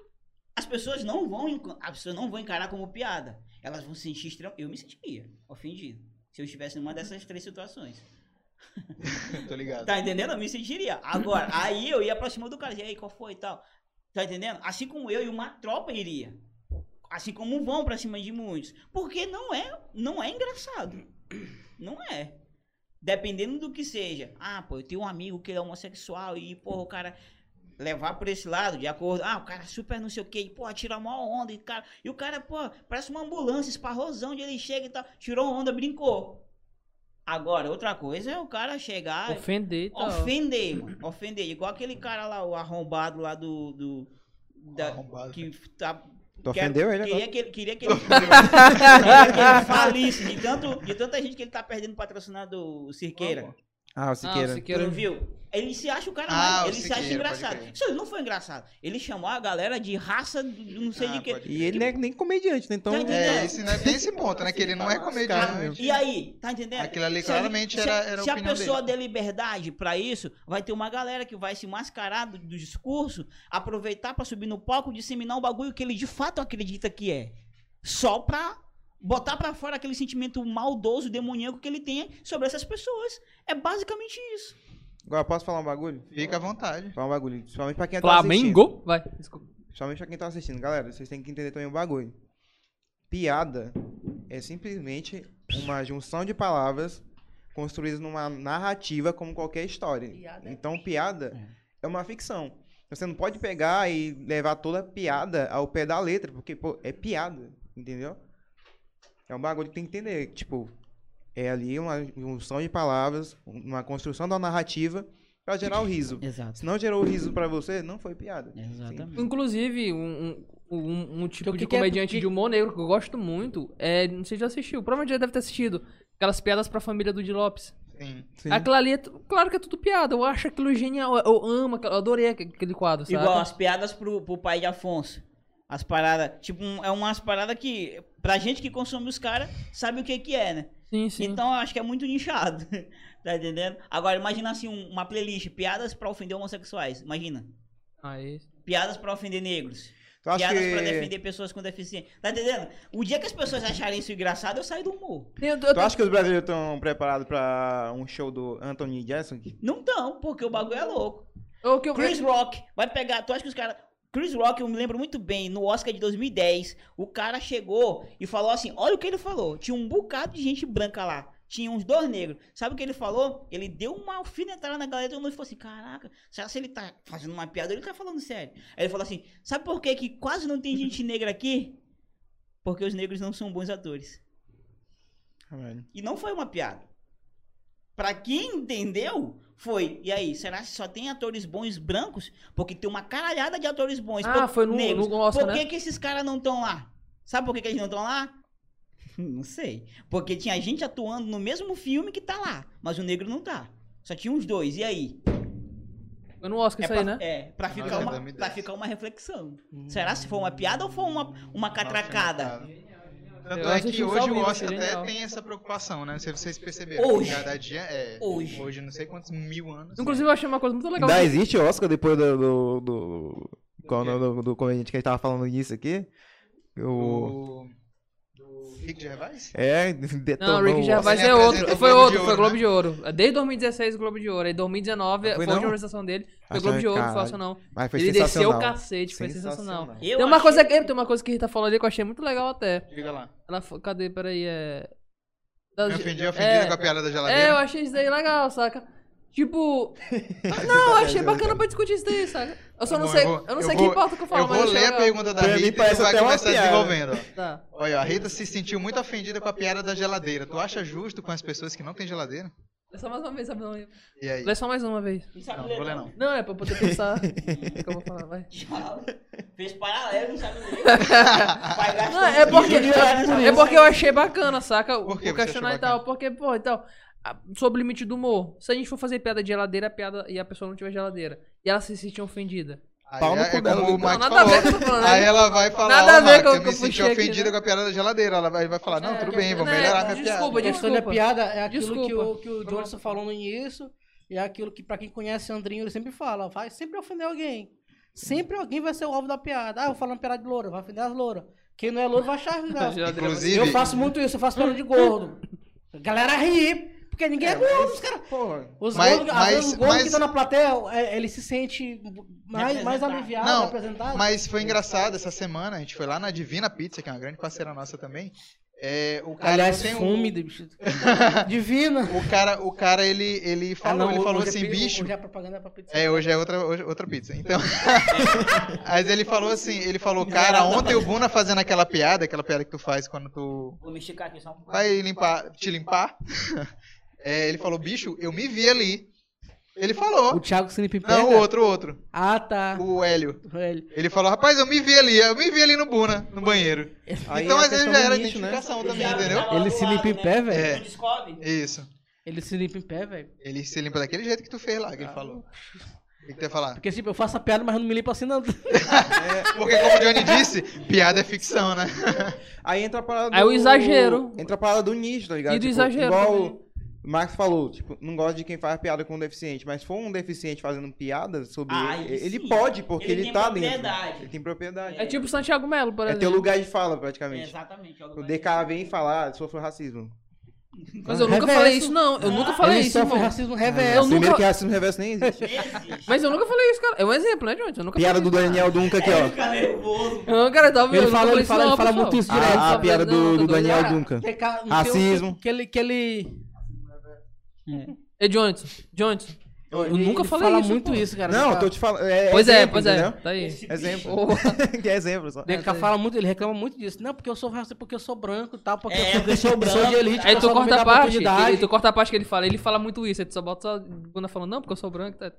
Speaker 4: As pessoas não vão, enca- as pessoas não vão encarar como piada. Elas vão se sentir estranho. Eu me sentiria ofendido se eu estivesse numa dessas três situações.
Speaker 1: Tô ligado.
Speaker 4: Tá entendendo? Eu me sentiria. Agora, aí eu ia pra cima do cara e aí, qual foi e tal? Tá entendendo? Assim como eu e uma tropa iria. Assim como vão pra cima de muitos. Porque não é, não é engraçado. Não é. Dependendo do que seja. Ah, pô, eu tenho um amigo que ele é homossexual e, porra, o cara levar por esse lado, de acordo. Ah, o cara super não sei o quê, e, pô, tira mó onda, e, cara, e o cara, pô, parece uma ambulância, esparrosão onde ele chega e tal. Tirou onda, brincou. Agora, outra coisa é o cara chegar. e-
Speaker 5: Ofender e tal.
Speaker 4: Ofender, mano. Ofender. Igual aquele cara lá, o arrombado lá do. do da-
Speaker 1: Arrombado.
Speaker 4: que tá.
Speaker 2: Tu
Speaker 4: quer-
Speaker 2: ofendeu ele agora?
Speaker 4: queria que, ele- queria que ele. queria que ele falisse de, tanto, de tanta gente que ele tá perdendo patrocinado o Cirqueira.
Speaker 2: Ah, o
Speaker 5: Ah, o
Speaker 2: Siqueira.
Speaker 4: Tu
Speaker 5: Siqueira.
Speaker 4: não viu? Ele se acha o cara
Speaker 1: Ah,
Speaker 4: mais.
Speaker 1: o
Speaker 4: Ele se acha
Speaker 1: Siqueira, pode
Speaker 4: engraçado.
Speaker 1: crer.
Speaker 4: Isso ele não foi engraçado. Ele chamou a galera de raça de não sei
Speaker 1: Ah,
Speaker 4: de quê.
Speaker 1: pode
Speaker 2: E ele não é nem comediante, né? Então,
Speaker 4: Tá entendendo?
Speaker 1: É, esse, né, tem esse ponto, né? Que ele não é comediante.
Speaker 4: E aí, tá entendendo?
Speaker 1: Aquilo ali
Speaker 4: Se a-
Speaker 1: claramente era,
Speaker 4: se,
Speaker 1: era a
Speaker 4: se a
Speaker 1: opinião
Speaker 4: pessoa
Speaker 1: dele.
Speaker 4: der liberdade pra isso, vai ter uma galera que vai se mascarar do, do discurso, aproveitar pra subir no palco, e disseminar um bagulho que ele de fato acredita que é. Só pra botar pra fora aquele sentimento maldoso, demoníaco que ele tem sobre essas pessoas. É basicamente isso.
Speaker 2: agora posso falar um bagulho?
Speaker 1: Fica à vontade.
Speaker 2: Falar um bagulho, principalmente pra quem tá assistindo.
Speaker 5: Flamengo? Vai, desculpa.
Speaker 2: Principalmente pra quem tá assistindo. Galera, vocês têm que entender também o bagulho. Piada é simplesmente uma junção de palavras construídas numa narrativa como qualquer história.
Speaker 4: Piada.
Speaker 2: Então, piada é uma ficção. Você não pode pegar e levar toda a piada ao pé da letra, porque pô, é piada, entendeu? É um bagulho que tem que entender. Tipo, é ali uma junção de palavras, uma construção da narrativa pra gerar o riso.
Speaker 7: Exato.
Speaker 2: Se não gerou riso pra você, não foi piada.
Speaker 7: Exatamente.
Speaker 5: Inclusive, um, um, um- um tipo
Speaker 3: Então, o
Speaker 5: de
Speaker 3: que que é-
Speaker 5: comediante
Speaker 3: que-
Speaker 5: de humor negro que eu gosto muito é. Não sei se já assistiu, provavelmente já deve ter assistido. Aquelas piadas pra família do Di Lopes.
Speaker 1: Sim.
Speaker 5: Aquilo ali, é tu- claro que é tudo piada. Eu acho aquilo genial. Eu- Eu amo, aquela- eu adorei aque- aquele quadro, sabe?
Speaker 4: Igual as piadas pro, pro pai de Afonso. As paradas, tipo, um- é umas paradas que, pra gente que consome os caras, sabe o que que é, né?
Speaker 5: Sim, sim.
Speaker 4: Então eu acho que é muito nichado, tá entendendo? Agora, imagina assim, um- uma playlist, piadas pra ofender homossexuais, imagina.
Speaker 5: Aí,
Speaker 4: Piadas pra ofender negros,
Speaker 2: Tu acha
Speaker 4: piadas pra
Speaker 2: que...
Speaker 4: defender pessoas com deficiência, tá entendendo? O dia que as pessoas acharem isso engraçado, eu saio do humor.
Speaker 5: Eu- eu-
Speaker 2: Tu acha que os brasileiros estão preparados pra um show do Anthony Jackson?
Speaker 4: Não tão, porque o bagulho é louco.
Speaker 5: eu- o que eu-
Speaker 4: Chris Rock vai pegar. Tu acha que os caras. Chris Rock, eu me lembro muito bem, no Oscar de 2010, o cara chegou e falou assim: olha o que ele falou. Tinha um bocado de gente branca lá. Tinha uns dois negros. Sabe o que ele falou? Ele deu uma alfinetada na galera e todo mundo ficou assim: caraca, será que ele tá fazendo uma piada? ou Ele tá falando sério. Aí ele falou assim: sabe por que, que quase não tem gente negra aqui? Porque os negros não são bons atores.
Speaker 2: Caralho.
Speaker 4: E não foi uma piada. Pra quem entendeu, foi. E aí, será que só tem atores bons brancos? Porque tem uma caralhada de atores bons.
Speaker 5: Ah,
Speaker 4: Por-
Speaker 5: foi no-
Speaker 4: negros.
Speaker 5: no Oscar,
Speaker 4: é Por que,
Speaker 5: né?
Speaker 4: que esses caras não estão lá? Sabe por que, que eles não estão lá? Não sei. Porque tinha gente atuando no mesmo filme que tá lá, mas o negro não tá. Só tinha uns dois. E aí?
Speaker 5: Foi no Oscar
Speaker 4: É
Speaker 5: isso
Speaker 4: pra,
Speaker 5: aí, né? Hum.
Speaker 4: é, pra
Speaker 1: Nós
Speaker 4: ficar, uma,
Speaker 1: lembra
Speaker 4: pra
Speaker 1: desse.
Speaker 4: ficar uma reflexão. Será se foi uma piada ou foi uma, uma
Speaker 5: Tá
Speaker 2: é
Speaker 4: catracada?
Speaker 1: Tanto
Speaker 5: Eu
Speaker 1: é
Speaker 5: assisti
Speaker 1: que
Speaker 5: o
Speaker 1: hoje
Speaker 5: Salve,
Speaker 1: o
Speaker 5: vai
Speaker 1: Oscar
Speaker 5: ser
Speaker 1: até
Speaker 5: genial.
Speaker 1: tem essa preocupação, né? Se vocês perceberam.
Speaker 4: Hoje.
Speaker 1: Cada dia é.
Speaker 4: Hoje.
Speaker 1: Hoje, não sei quantos mil anos.
Speaker 5: Inclusive, eu achei uma coisa muito legal.
Speaker 2: Ainda existe Oscar depois do... do, do- Qual o nome do, do comediante que a gente tava falando disso aqui? O...
Speaker 1: O. Do Rick Gervais?
Speaker 2: É,
Speaker 5: Não,
Speaker 2: detonou
Speaker 5: o Rick
Speaker 2: o
Speaker 5: Gervais
Speaker 1: Oscar.
Speaker 5: é
Speaker 1: Ele
Speaker 5: outro.
Speaker 1: apresenta
Speaker 5: Foi
Speaker 1: o Globo
Speaker 5: outro,
Speaker 1: de
Speaker 5: foi
Speaker 1: Ouro,
Speaker 5: Globo de Ouro. Desde 2016, Globo de Ouro. Aí 2019
Speaker 2: Não
Speaker 5: foi
Speaker 2: foi,
Speaker 5: a
Speaker 2: não?
Speaker 5: organização dele. Foi
Speaker 2: Achei,
Speaker 5: Globo de Ouro,
Speaker 2: caralho.
Speaker 5: não foi não.
Speaker 2: Mas foi
Speaker 5: Ele desceu
Speaker 2: sensacional.
Speaker 5: o cacete, foi sensacional.
Speaker 4: Eu
Speaker 5: Tem uma,
Speaker 4: achei-
Speaker 5: coisa, que- tem uma coisa que a Rita falou ali que eu achei muito legal até.
Speaker 1: Diga lá.
Speaker 5: Ela, fo- cadê? Peraí, é. Das-
Speaker 1: Me ofendi, ofendida
Speaker 5: é,
Speaker 1: com a piada da
Speaker 5: é, eu
Speaker 1: geladeira.
Speaker 5: achei isso daí legal, saca? Tipo. Não, eu achei bacana pra discutir isso daí, saca? Eu só
Speaker 1: Tá
Speaker 5: não
Speaker 1: bom,
Speaker 5: sei.
Speaker 1: eu vou-
Speaker 5: Eu não
Speaker 1: eu
Speaker 5: sei
Speaker 1: vou-
Speaker 5: que pauta que eu falo,
Speaker 1: Eu
Speaker 5: mas
Speaker 1: vou
Speaker 5: achei
Speaker 1: ler a
Speaker 5: legal.
Speaker 1: pergunta da
Speaker 2: Pra mim
Speaker 1: Rita e
Speaker 2: parece
Speaker 1: tu vai
Speaker 2: até uma
Speaker 1: começar
Speaker 2: piada.
Speaker 1: desenvolvendo. ó.
Speaker 5: Tá.
Speaker 1: Olha, a Rita se sentiu muito ofendida com a piada da geladeira. Tu acha justo com as pessoas que não têm geladeira?
Speaker 5: Lê É só mais uma vez, sabe? Não, eu-
Speaker 1: E aí?
Speaker 5: Lê só mais uma vez.
Speaker 4: Não sabe
Speaker 1: Não,
Speaker 4: ler,
Speaker 1: vou ler
Speaker 4: não.
Speaker 1: não.
Speaker 5: Não, é pra eu poder pensar. o que eu vou falar, vai.
Speaker 4: Já Fez paralelo, não sabe ler. Vai gastar
Speaker 5: Não, é
Speaker 4: um
Speaker 5: porque,
Speaker 4: dinheiro, né, sabe?
Speaker 5: é porque eu achei bacana, saca? O
Speaker 1: Por que
Speaker 5: o
Speaker 1: você
Speaker 5: questionar
Speaker 1: achou
Speaker 5: e tal. Porque, pô, então, a- sobre o limite do humor. Se a gente for fazer piada de geladeira, a piada e a pessoa não tiver geladeira. E ela se sentir ofendida.
Speaker 1: Aí
Speaker 2: Pau no
Speaker 1: é,
Speaker 2: cu
Speaker 1: é
Speaker 2: dela,
Speaker 1: como o
Speaker 2: então.
Speaker 1: Max
Speaker 5: Não, nada a
Speaker 1: falou.
Speaker 5: ver com o que eu tô falando, né?
Speaker 2: é
Speaker 1: Aí ela vai falar,
Speaker 5: Nada a
Speaker 1: nada
Speaker 5: ver com o
Speaker 1: eu
Speaker 5: que eu
Speaker 1: me senti
Speaker 5: puxei aqui,
Speaker 1: ofendida
Speaker 5: né?
Speaker 1: com a piada da geladeira. Ela vai, vai falar, não,
Speaker 5: É,
Speaker 1: tudo
Speaker 5: que-
Speaker 1: bem, vou
Speaker 5: né,
Speaker 1: melhorar minha piada.
Speaker 5: desculpa,
Speaker 3: A questão da
Speaker 5: desculpa.
Speaker 3: piada é aquilo que o,
Speaker 5: Desculpa.
Speaker 3: que o Dorso falou no início e é aquilo que, pra quem conhece o Andrinho, ele sempre fala, vai sempre ofender alguém. Sempre alguém vai ser o alvo da piada. Ah, eu falo uma piada de loura, vai ofender as louras. Quem não é louro vai achar graça.
Speaker 5: Geladeira-
Speaker 1: Inclusive-
Speaker 3: Eu faço muito isso, eu faço piada de gordo. A galera ri, porque ninguém é gordo, os caras...
Speaker 2: Porra.
Speaker 3: Os
Speaker 1: Mas-
Speaker 3: gordos, às vezes,
Speaker 1: mas-
Speaker 3: o gordo
Speaker 1: mas-
Speaker 3: que tá na plateia, é, ele se sente mais, mais
Speaker 4: Representado.
Speaker 3: aliviado,
Speaker 1: Não,
Speaker 3: representado.
Speaker 1: Mas foi engraçado essa semana, a gente foi lá na Divina Pizza, que é uma grande parceira nossa também. É, o cara
Speaker 3: Aliás,
Speaker 1: tem um-
Speaker 3: fome, bicho. Divina.
Speaker 1: O cara, o cara ele, ele falou,
Speaker 3: Ah, não,
Speaker 1: ele falou
Speaker 3: hoje é
Speaker 1: assim,
Speaker 3: pi-
Speaker 1: bicho.
Speaker 3: Hoje é propaganda pra pizza.
Speaker 1: É, hoje é outra, hoje- outra pizza. Então. Mas ele falou assim, ele falou, cara, ontem o Buna fazendo aquela piada, aquela piada que tu faz quando tu
Speaker 4: Vou me esticar aqui só um pouco.
Speaker 1: vai limpar, te limpar. É, ele falou, bicho, eu me vi ali. Ele falou.
Speaker 3: O Thiago Cine Pipeta?
Speaker 1: Não, o outro, o outro.
Speaker 3: Ah, tá.
Speaker 1: O Hélio.
Speaker 3: Ele.
Speaker 1: Ele falou, rapaz, eu me vi ali, eu me vi ali no Buna, no banheiro.
Speaker 2: Aí
Speaker 1: então,
Speaker 2: é a
Speaker 1: às vezes
Speaker 2: questão
Speaker 1: já
Speaker 2: do
Speaker 1: era
Speaker 2: nicho, né?
Speaker 1: identificação
Speaker 4: O
Speaker 1: também,
Speaker 4: Thiago
Speaker 1: entendeu?
Speaker 4: tá lá
Speaker 7: Ele
Speaker 4: do
Speaker 7: se
Speaker 4: lado,
Speaker 7: limpa em
Speaker 4: né?
Speaker 7: pé, velho.
Speaker 1: É.
Speaker 4: Não descobre.
Speaker 1: Isso.
Speaker 3: Ele se limpa em pé, velho.
Speaker 1: Ele se limpa daquele jeito que tu fez lá, que ele falou. O que tu ia falar?
Speaker 3: Porque, tipo, eu faço a piada, mas eu não me limpo assim, não.
Speaker 1: Porque, como o Johnny disse, piada é ficção, né?
Speaker 2: Aí entra a parada
Speaker 5: Aí o exagero.
Speaker 2: Entra a parada do nicho, tá ligado?
Speaker 5: E do exagero
Speaker 2: Igual
Speaker 5: também.
Speaker 2: o Max falou, tipo, não gosta de quem faz piada com um deficiente, mas se for um deficiente fazendo piada sobre
Speaker 4: Ah,
Speaker 2: ele,
Speaker 4: aí
Speaker 2: ele
Speaker 4: sim.
Speaker 2: pode, porque
Speaker 4: Ele
Speaker 2: ele,
Speaker 4: tem
Speaker 2: tá
Speaker 4: propriedade.
Speaker 2: dentro. Ele tem propriedade.
Speaker 5: É tipo Santiago Melo, por
Speaker 2: É
Speaker 5: exemplo.
Speaker 2: teu lugar de fala,
Speaker 4: É,
Speaker 2: praticamente.
Speaker 4: exatamente.
Speaker 2: o DK vem falar, sofreu racismo.
Speaker 5: Mas
Speaker 2: Ah,
Speaker 5: eu
Speaker 2: é
Speaker 5: nunca falei isso, não. Eu nunca falei
Speaker 3: Ele
Speaker 5: isso,
Speaker 3: sofre
Speaker 5: irmão.
Speaker 3: racismo
Speaker 5: É, Eu
Speaker 3: reverso.
Speaker 5: nunca-
Speaker 2: Primeiro que é racismo reverso nem existe.
Speaker 4: é. Existe.
Speaker 5: Mas eu nunca falei isso, cara. É um exemplo, né, Jonathan? Eu nunca É,
Speaker 2: Piada do
Speaker 5: falei isso,
Speaker 2: Daniel Dunca aqui, ó.
Speaker 4: Fica nervoso.
Speaker 5: cara. Não, cara, talvez
Speaker 2: Ele
Speaker 5: eu nunca
Speaker 2: fala-
Speaker 5: falei
Speaker 2: ele fala-
Speaker 5: isso, não,
Speaker 2: ele fala
Speaker 5: pessoal.
Speaker 2: muito isso direto.
Speaker 5: Ah,
Speaker 2: A piada
Speaker 5: não,
Speaker 2: do-
Speaker 5: tô
Speaker 2: do
Speaker 5: doido.
Speaker 2: Daniel
Speaker 5: Ah,
Speaker 2: Duncan.
Speaker 3: Tem ca- não tem
Speaker 2: Racismo.
Speaker 3: o- Que ele. Que ele...
Speaker 5: Ei, Jonathan, Jonathan. Eu,
Speaker 3: ele-
Speaker 5: nunca
Speaker 3: ele
Speaker 5: falei
Speaker 3: fala
Speaker 5: isso.
Speaker 3: muito
Speaker 5: pô.
Speaker 3: isso, cara.
Speaker 2: Não,
Speaker 3: Deca-
Speaker 2: tô te falando.
Speaker 5: Pois é,
Speaker 2: exemplo,
Speaker 5: pois é.
Speaker 2: entendeu?
Speaker 5: Tá aí.
Speaker 4: Esse
Speaker 2: Exemplo.
Speaker 5: Porra.
Speaker 2: que é exemplo só.
Speaker 3: Deca fala muito, ele reclama muito disso. Não, porque eu sou racista, porque eu sou branco e tal, porque
Speaker 4: É,
Speaker 3: eu sou,
Speaker 4: porque sou
Speaker 3: sou de
Speaker 4: branco.
Speaker 3: elite,
Speaker 5: Aí
Speaker 3: o
Speaker 5: tu
Speaker 3: pessoal não me
Speaker 5: corta a
Speaker 3: dá
Speaker 5: parte,
Speaker 3: oportunidade.
Speaker 5: e tu corta a parte que ele fala. Ele fala muito isso, aí tu só bota só bunda falando, não, porque eu sou branco, tá.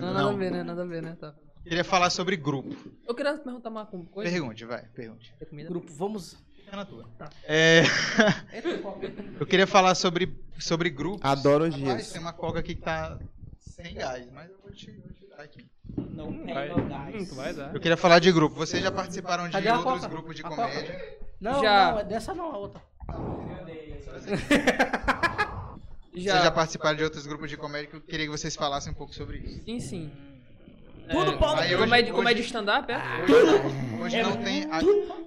Speaker 5: Não, nada a ver, né? Nada a ver, né? Tá.
Speaker 1: Queria falar sobre grupo.
Speaker 5: Eu queria perguntar uma co- coisa.
Speaker 1: Pergunte, vai, pergunte.
Speaker 5: Tem comida?
Speaker 3: Grupo, vamos.
Speaker 1: Fica É na tua. É, eu queria falar sobre, sobre grupos.
Speaker 2: Adoro os
Speaker 1: Rapaz,
Speaker 2: dias.
Speaker 1: tem uma coca aqui que tá sem gás, mas eu vou te, vou te dar aqui.
Speaker 4: Não tem
Speaker 5: Vai.
Speaker 4: maldade.
Speaker 5: Hum, tu vai dar.
Speaker 1: Eu queria falar de grupo. Vocês já participaram de
Speaker 3: Cadê a
Speaker 1: outros
Speaker 3: coca?
Speaker 1: grupos de
Speaker 3: A
Speaker 1: comédia?
Speaker 3: Não,
Speaker 5: Já.
Speaker 3: não, é dessa não, a outra.
Speaker 1: Vocês já
Speaker 5: Já.
Speaker 1: participaram de outros grupos de comédia que eu queria que vocês falassem um pouco sobre isso.
Speaker 5: Sim, sim.
Speaker 4: Tudo Paulo
Speaker 1: aí hoje-
Speaker 5: Comédia,
Speaker 1: hoje-
Speaker 5: comédia stand-up, é?
Speaker 1: Hoje não tem. a-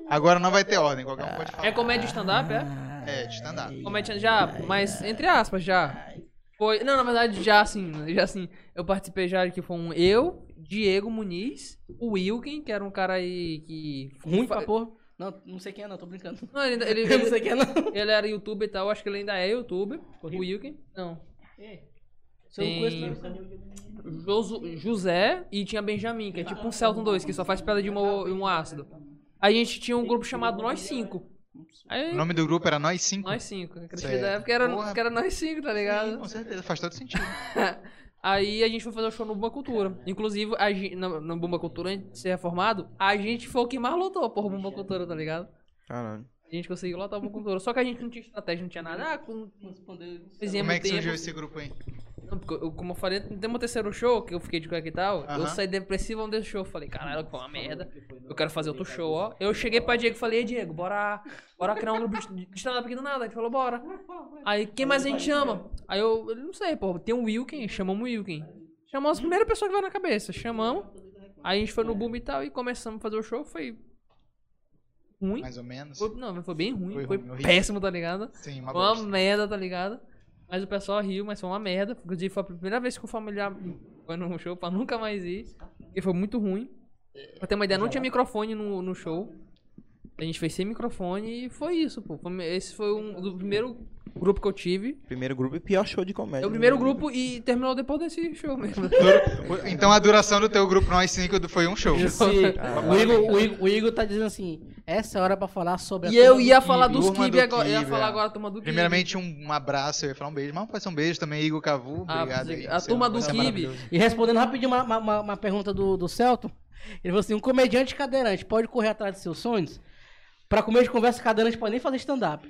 Speaker 1: Agora não vai ter ordem, qualquer um pode falar.
Speaker 5: É comédia stand-up, é?
Speaker 1: É, de stand-up.
Speaker 5: Comédia já, mas entre aspas, já. Foi. Não, na verdade, já assim, já assim, eu participei já que foi um eu, Diego Muniz, o Wilkin, que era um cara aí que.
Speaker 3: Ruim
Speaker 5: fa-
Speaker 3: pra porra. Não, não sei quem é, não, tô brincando.
Speaker 5: Não, ele, ele,
Speaker 3: Eu não
Speaker 5: ele,
Speaker 3: sei quem é, não.
Speaker 5: ele era youtuber e tal, acho que ele ainda é youtuber. O Wilkin. Não.
Speaker 3: Se eu não conheço,
Speaker 5: Tem-
Speaker 3: não, sabe?
Speaker 5: Josu- José e tinha Benjamin, que é tipo um Celton 2, que só faz pedra de humor e um ácido. Aí a gente tinha um grupo chamado Nós Cinco.
Speaker 1: O
Speaker 5: Aí,
Speaker 1: nome do grupo era Nós Cinco?
Speaker 5: nós cinco. Acredito
Speaker 1: Certo.
Speaker 5: da época era,
Speaker 1: Porra.
Speaker 5: que era nós cinco, tá ligado?
Speaker 1: Sim, com certeza, faz todo sentido.
Speaker 5: Aí a gente foi fazer o show no Bumba Cultura. Inclusive, a gente, na, na Bumba Cultura, antes de ser reformado, a gente foi o que mais lotou por Bumba Cultura, tá ligado?
Speaker 2: Caralho.
Speaker 5: A gente conseguiu lotar o Bumba Cultura. Só que a gente não tinha estratégia, não tinha nada. Ah, com-
Speaker 1: Como
Speaker 5: fizemos
Speaker 1: é que surgiu
Speaker 5: tempo.
Speaker 1: esse grupo aí?
Speaker 5: Não, porque eu- como eu falei, no meu terceiro show, que eu fiquei de cueca e tal, eu
Speaker 1: Aham.
Speaker 5: saí depressivo desse show. Falei, caralho, que foi uma merda. Eu quero fazer outro show, ó. Eu cheguei pra Diego e falei, ei, Diego, bora, bora criar um grupo de de stand-up aqui do nada. Ele falou, bora. Aí, quem mais a gente chama? Aí eu, eu não sei, pô, tem o Wilkin, chamamos o Wilkin. Chamamos a primeira pessoa que vai na cabeça, chamamos. Aí a gente foi no boom e tal e começamos a fazer o show, foi ruim.
Speaker 1: Mais ou menos?
Speaker 5: Foi- não, foi bem ruim,
Speaker 1: Foi
Speaker 5: foi
Speaker 1: ruim, horrível.
Speaker 5: péssimo, tá ligado?
Speaker 1: Sim, uma
Speaker 5: Foi uma
Speaker 1: bosta.
Speaker 5: merda, tá ligado? Mas o pessoal riu, mas foi uma merda. Inclusive, foi a primeira vez que o familiar foi num show pra nunca mais ir. E foi muito ruim. Pra ter uma ideia, não tinha microfone no, no show. A gente fez sem microfone e foi isso, pô. Foi- Esse foi um do primeiro grupo que eu tive.
Speaker 2: Primeiro grupo e pior show de comédia.
Speaker 5: É o primeiro grupo e terminou depois desse show mesmo.
Speaker 1: Dura- Então a duração do teu grupo Nós Cinco do- foi um show.
Speaker 3: Se- o, Igor, o, Igor, o Igor tá dizendo assim, essa é a hora pra falar sobre a
Speaker 5: E eu
Speaker 3: turma
Speaker 5: ia
Speaker 3: do
Speaker 5: falar
Speaker 3: Kibe.
Speaker 5: dos
Speaker 1: turma
Speaker 5: Kibe
Speaker 1: do
Speaker 5: agora. Ia
Speaker 1: Kibe,
Speaker 5: falar
Speaker 1: é.
Speaker 5: agora a turma do Kibe.
Speaker 1: Primeiramente, um abraço, eu ia falar um beijo, mas pode ser um beijo também, Igor Cavu,
Speaker 5: Ah,
Speaker 1: obrigado.
Speaker 5: você-
Speaker 1: aí,
Speaker 5: a
Speaker 1: você é
Speaker 5: turma
Speaker 1: uma
Speaker 5: do
Speaker 1: pessoa
Speaker 5: Kibe.
Speaker 1: maravilhosa.
Speaker 3: E respondendo rapidinho uma, uma- uma- uma pergunta do, do Celto, ele falou assim: um comediante cadeirante pode correr atrás de seus sonhos? Pra comer de conversa cadeirante pode nem fazer stand-up.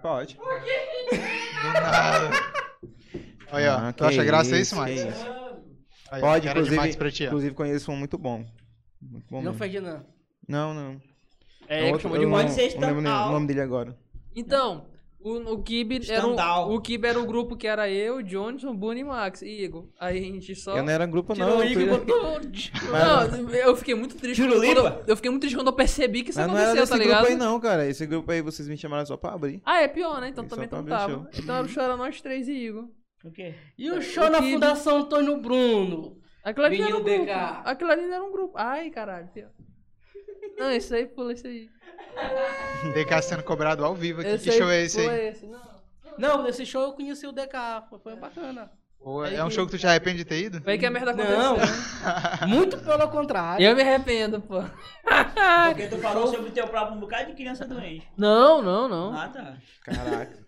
Speaker 2: Pode.
Speaker 1: Do nada. Olha, ó,
Speaker 2: Ah,
Speaker 1: tu
Speaker 2: que
Speaker 1: acha graça isso,
Speaker 2: que
Speaker 1: Max?
Speaker 2: isso.
Speaker 1: Aí,
Speaker 2: Pode,
Speaker 1: cara de Max
Speaker 2: inclusive,
Speaker 1: pra ti, ó.
Speaker 2: inclusive conheço um muito bom. Muito bom.
Speaker 3: Não
Speaker 2: mesmo.
Speaker 3: Ferdinand.
Speaker 2: Não, não.
Speaker 5: É, que
Speaker 2: outro-
Speaker 5: chamou de
Speaker 2: eu não-
Speaker 5: Mike.
Speaker 4: Pode ser
Speaker 2: não lembro nem
Speaker 4: Standal.
Speaker 2: o nome dele agora.
Speaker 5: Então, o, o Kibe era um,
Speaker 4: Standal.
Speaker 5: o, o Kibe era o grupo que era eu, Johnson, Boone, Max e Igor. Aí a gente só
Speaker 2: Eu não era grupo, não.
Speaker 5: tirou o
Speaker 2: eu
Speaker 5: Igor e
Speaker 2: fui-
Speaker 5: botou. Não, eu fiquei muito triste.
Speaker 2: Tirou
Speaker 5: Quando,
Speaker 2: Lipa?
Speaker 5: eu fiquei muito triste quando eu percebi que isso
Speaker 2: Mas não era
Speaker 5: aconteceu,
Speaker 2: desse
Speaker 5: tá ligado?
Speaker 2: grupo aí, não, cara. Esse grupo aí vocês me chamaram só pra abrir.
Speaker 5: Ah, é pior, né? Então
Speaker 2: Isso
Speaker 5: também
Speaker 2: só
Speaker 5: não
Speaker 2: pra abrir
Speaker 5: tava. Então era o show era nós três e Igor.
Speaker 4: O quê?
Speaker 3: E o show na
Speaker 5: Kibe.
Speaker 3: Fundação Antônio Bruno?
Speaker 5: Aquilo ali era um
Speaker 3: Menino
Speaker 5: grupo.
Speaker 3: DK.
Speaker 5: Aquilo ali era um grupo. Ai, caralho, pior. Não, esse aí pula esse aí.
Speaker 1: DK sendo cobrado ao vivo aqui.
Speaker 5: Esse
Speaker 1: Que
Speaker 5: aí,
Speaker 1: show é esse
Speaker 5: pula
Speaker 1: aí?
Speaker 5: Esse. Não.
Speaker 3: Não, nesse show eu conheci o DK, foi- foi bacana.
Speaker 1: Pô, É um show que tu te arrepende de ter ido?
Speaker 5: Foi aí que a merda aconteceu.
Speaker 3: Não.
Speaker 5: né?
Speaker 3: Muito pelo contrário.
Speaker 5: Eu me arrependo, pô.
Speaker 4: Porque tu falou sobre o teu próprio um bocado de criança doente.
Speaker 5: Não, não, não.
Speaker 4: Ah, tá.
Speaker 2: Caraca.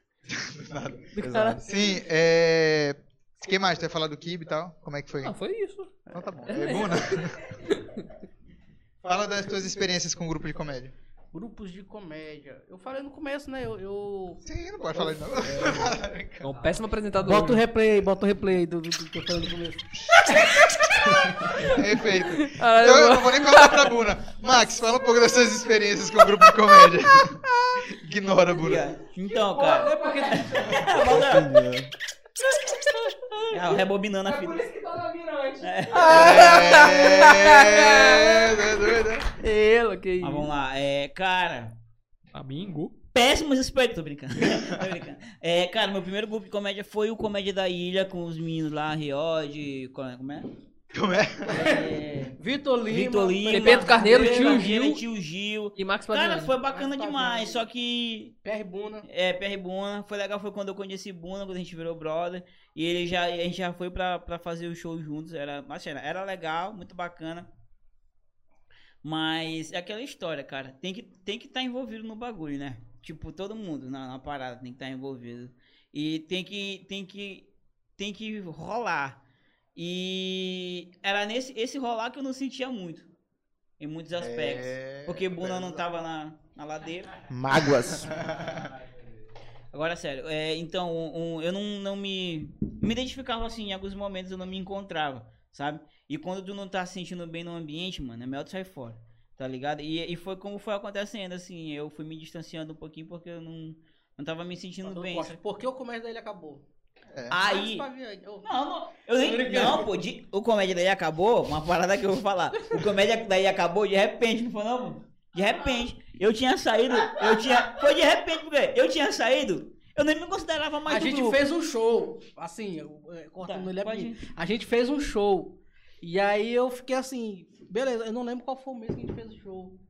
Speaker 5: Cara-
Speaker 1: Sim, é. Quem mais? Tu ia falar do Kibe e tal? Como é que foi?
Speaker 5: Não, foi isso.
Speaker 1: Então tá bom. Pergunta. Fala das tuas experiências com o grupo de comédia.
Speaker 3: Grupos de comédia. Eu falei no começo, né? Eu. eu...
Speaker 1: Sim, não pode falar de novo.
Speaker 5: É um péssimo apresentador.
Speaker 3: Bota o replay, bota o replay do, do- do que eu falei no começo.
Speaker 1: Perfeito.
Speaker 5: Caralho,
Speaker 1: eu
Speaker 5: eu-
Speaker 1: não vou nem perguntar pra Buna. Max, fala um pouco das suas experiências com o grupo de comédia. Ignora, Buna.
Speaker 4: Então,
Speaker 3: Tá.
Speaker 4: cara. É, eu rebobinando a fita.
Speaker 5: que tá na mirante.
Speaker 1: É, é doido, é?
Speaker 5: Ela, que
Speaker 4: Tá Mas vamos lá. É, cara.
Speaker 5: Amigo?
Speaker 4: péssimos espectros, tô brincando. tô brincando. É, cara, meu primeiro grupo de comédia foi o Comédia da Ilha, com os meninos lá, Riod, como é- como é?
Speaker 1: Como é?
Speaker 4: é
Speaker 3: Vitor Lima.
Speaker 4: Vitor Lima.
Speaker 5: Bebeto Carneiro,
Speaker 4: Bebeto
Speaker 5: Tio
Speaker 4: Carneiro,
Speaker 5: Gil.
Speaker 4: Tio Gil.
Speaker 5: E Max
Speaker 4: Cara,
Speaker 5: Padrão.
Speaker 4: foi bacana
Speaker 3: Mas
Speaker 4: demais,
Speaker 3: Fabiano.
Speaker 4: só que
Speaker 3: PR Buna.
Speaker 4: é, PR Buna, foi legal, foi quando eu conheci Buna, quando a gente virou brother. E ele já, e a gente já foi pra, pra fazer o show juntos. Era, mas era, era legal, muito bacana. Mas é aquela história, cara. Tem que tem que estar envolvido no bagulho, né? Tipo, todo mundo na, na parada tem que estar envolvido. E tem que tem que tem que rolar. E era nesse esse rolar que eu não sentia muito em muitos aspectos.
Speaker 1: É,
Speaker 4: Porque Buna não tava na, na ladeira.
Speaker 2: Mágoas.
Speaker 4: Agora, sério, é, então, um- um- eu não, não me. Me identificava assim, em alguns momentos eu não me encontrava, sabe? E quando tu não tá se sentindo bem no ambiente, mano, é melhor tu sair fora, tá ligado? E, e foi como foi acontecendo, assim, eu fui me distanciando um pouquinho porque eu não, não tava me sentindo bem. sabe?
Speaker 3: Por que o comércio dele acabou? né?
Speaker 4: Aí.
Speaker 3: Marcos Fabiani, ô.
Speaker 4: Não, não, eu nem. Não, pô, de- o comédia daí acabou, uma parada que eu vou falar. O comédia daí acabou de repente, não foi não, pô? De repente. Eu tinha saído, eu tinha. Foi de repente, porque eu tinha saído, eu nem me considerava mais
Speaker 3: a
Speaker 4: do
Speaker 3: gente
Speaker 4: grupo.
Speaker 3: fez um show, assim, eu, é,
Speaker 4: Tá,
Speaker 3: cortando ele a
Speaker 4: pode
Speaker 3: mim.
Speaker 4: ir.
Speaker 3: A gente fez um show. E aí eu fiquei assim, beleza, eu não lembro qual foi o mês que a gente fez o show.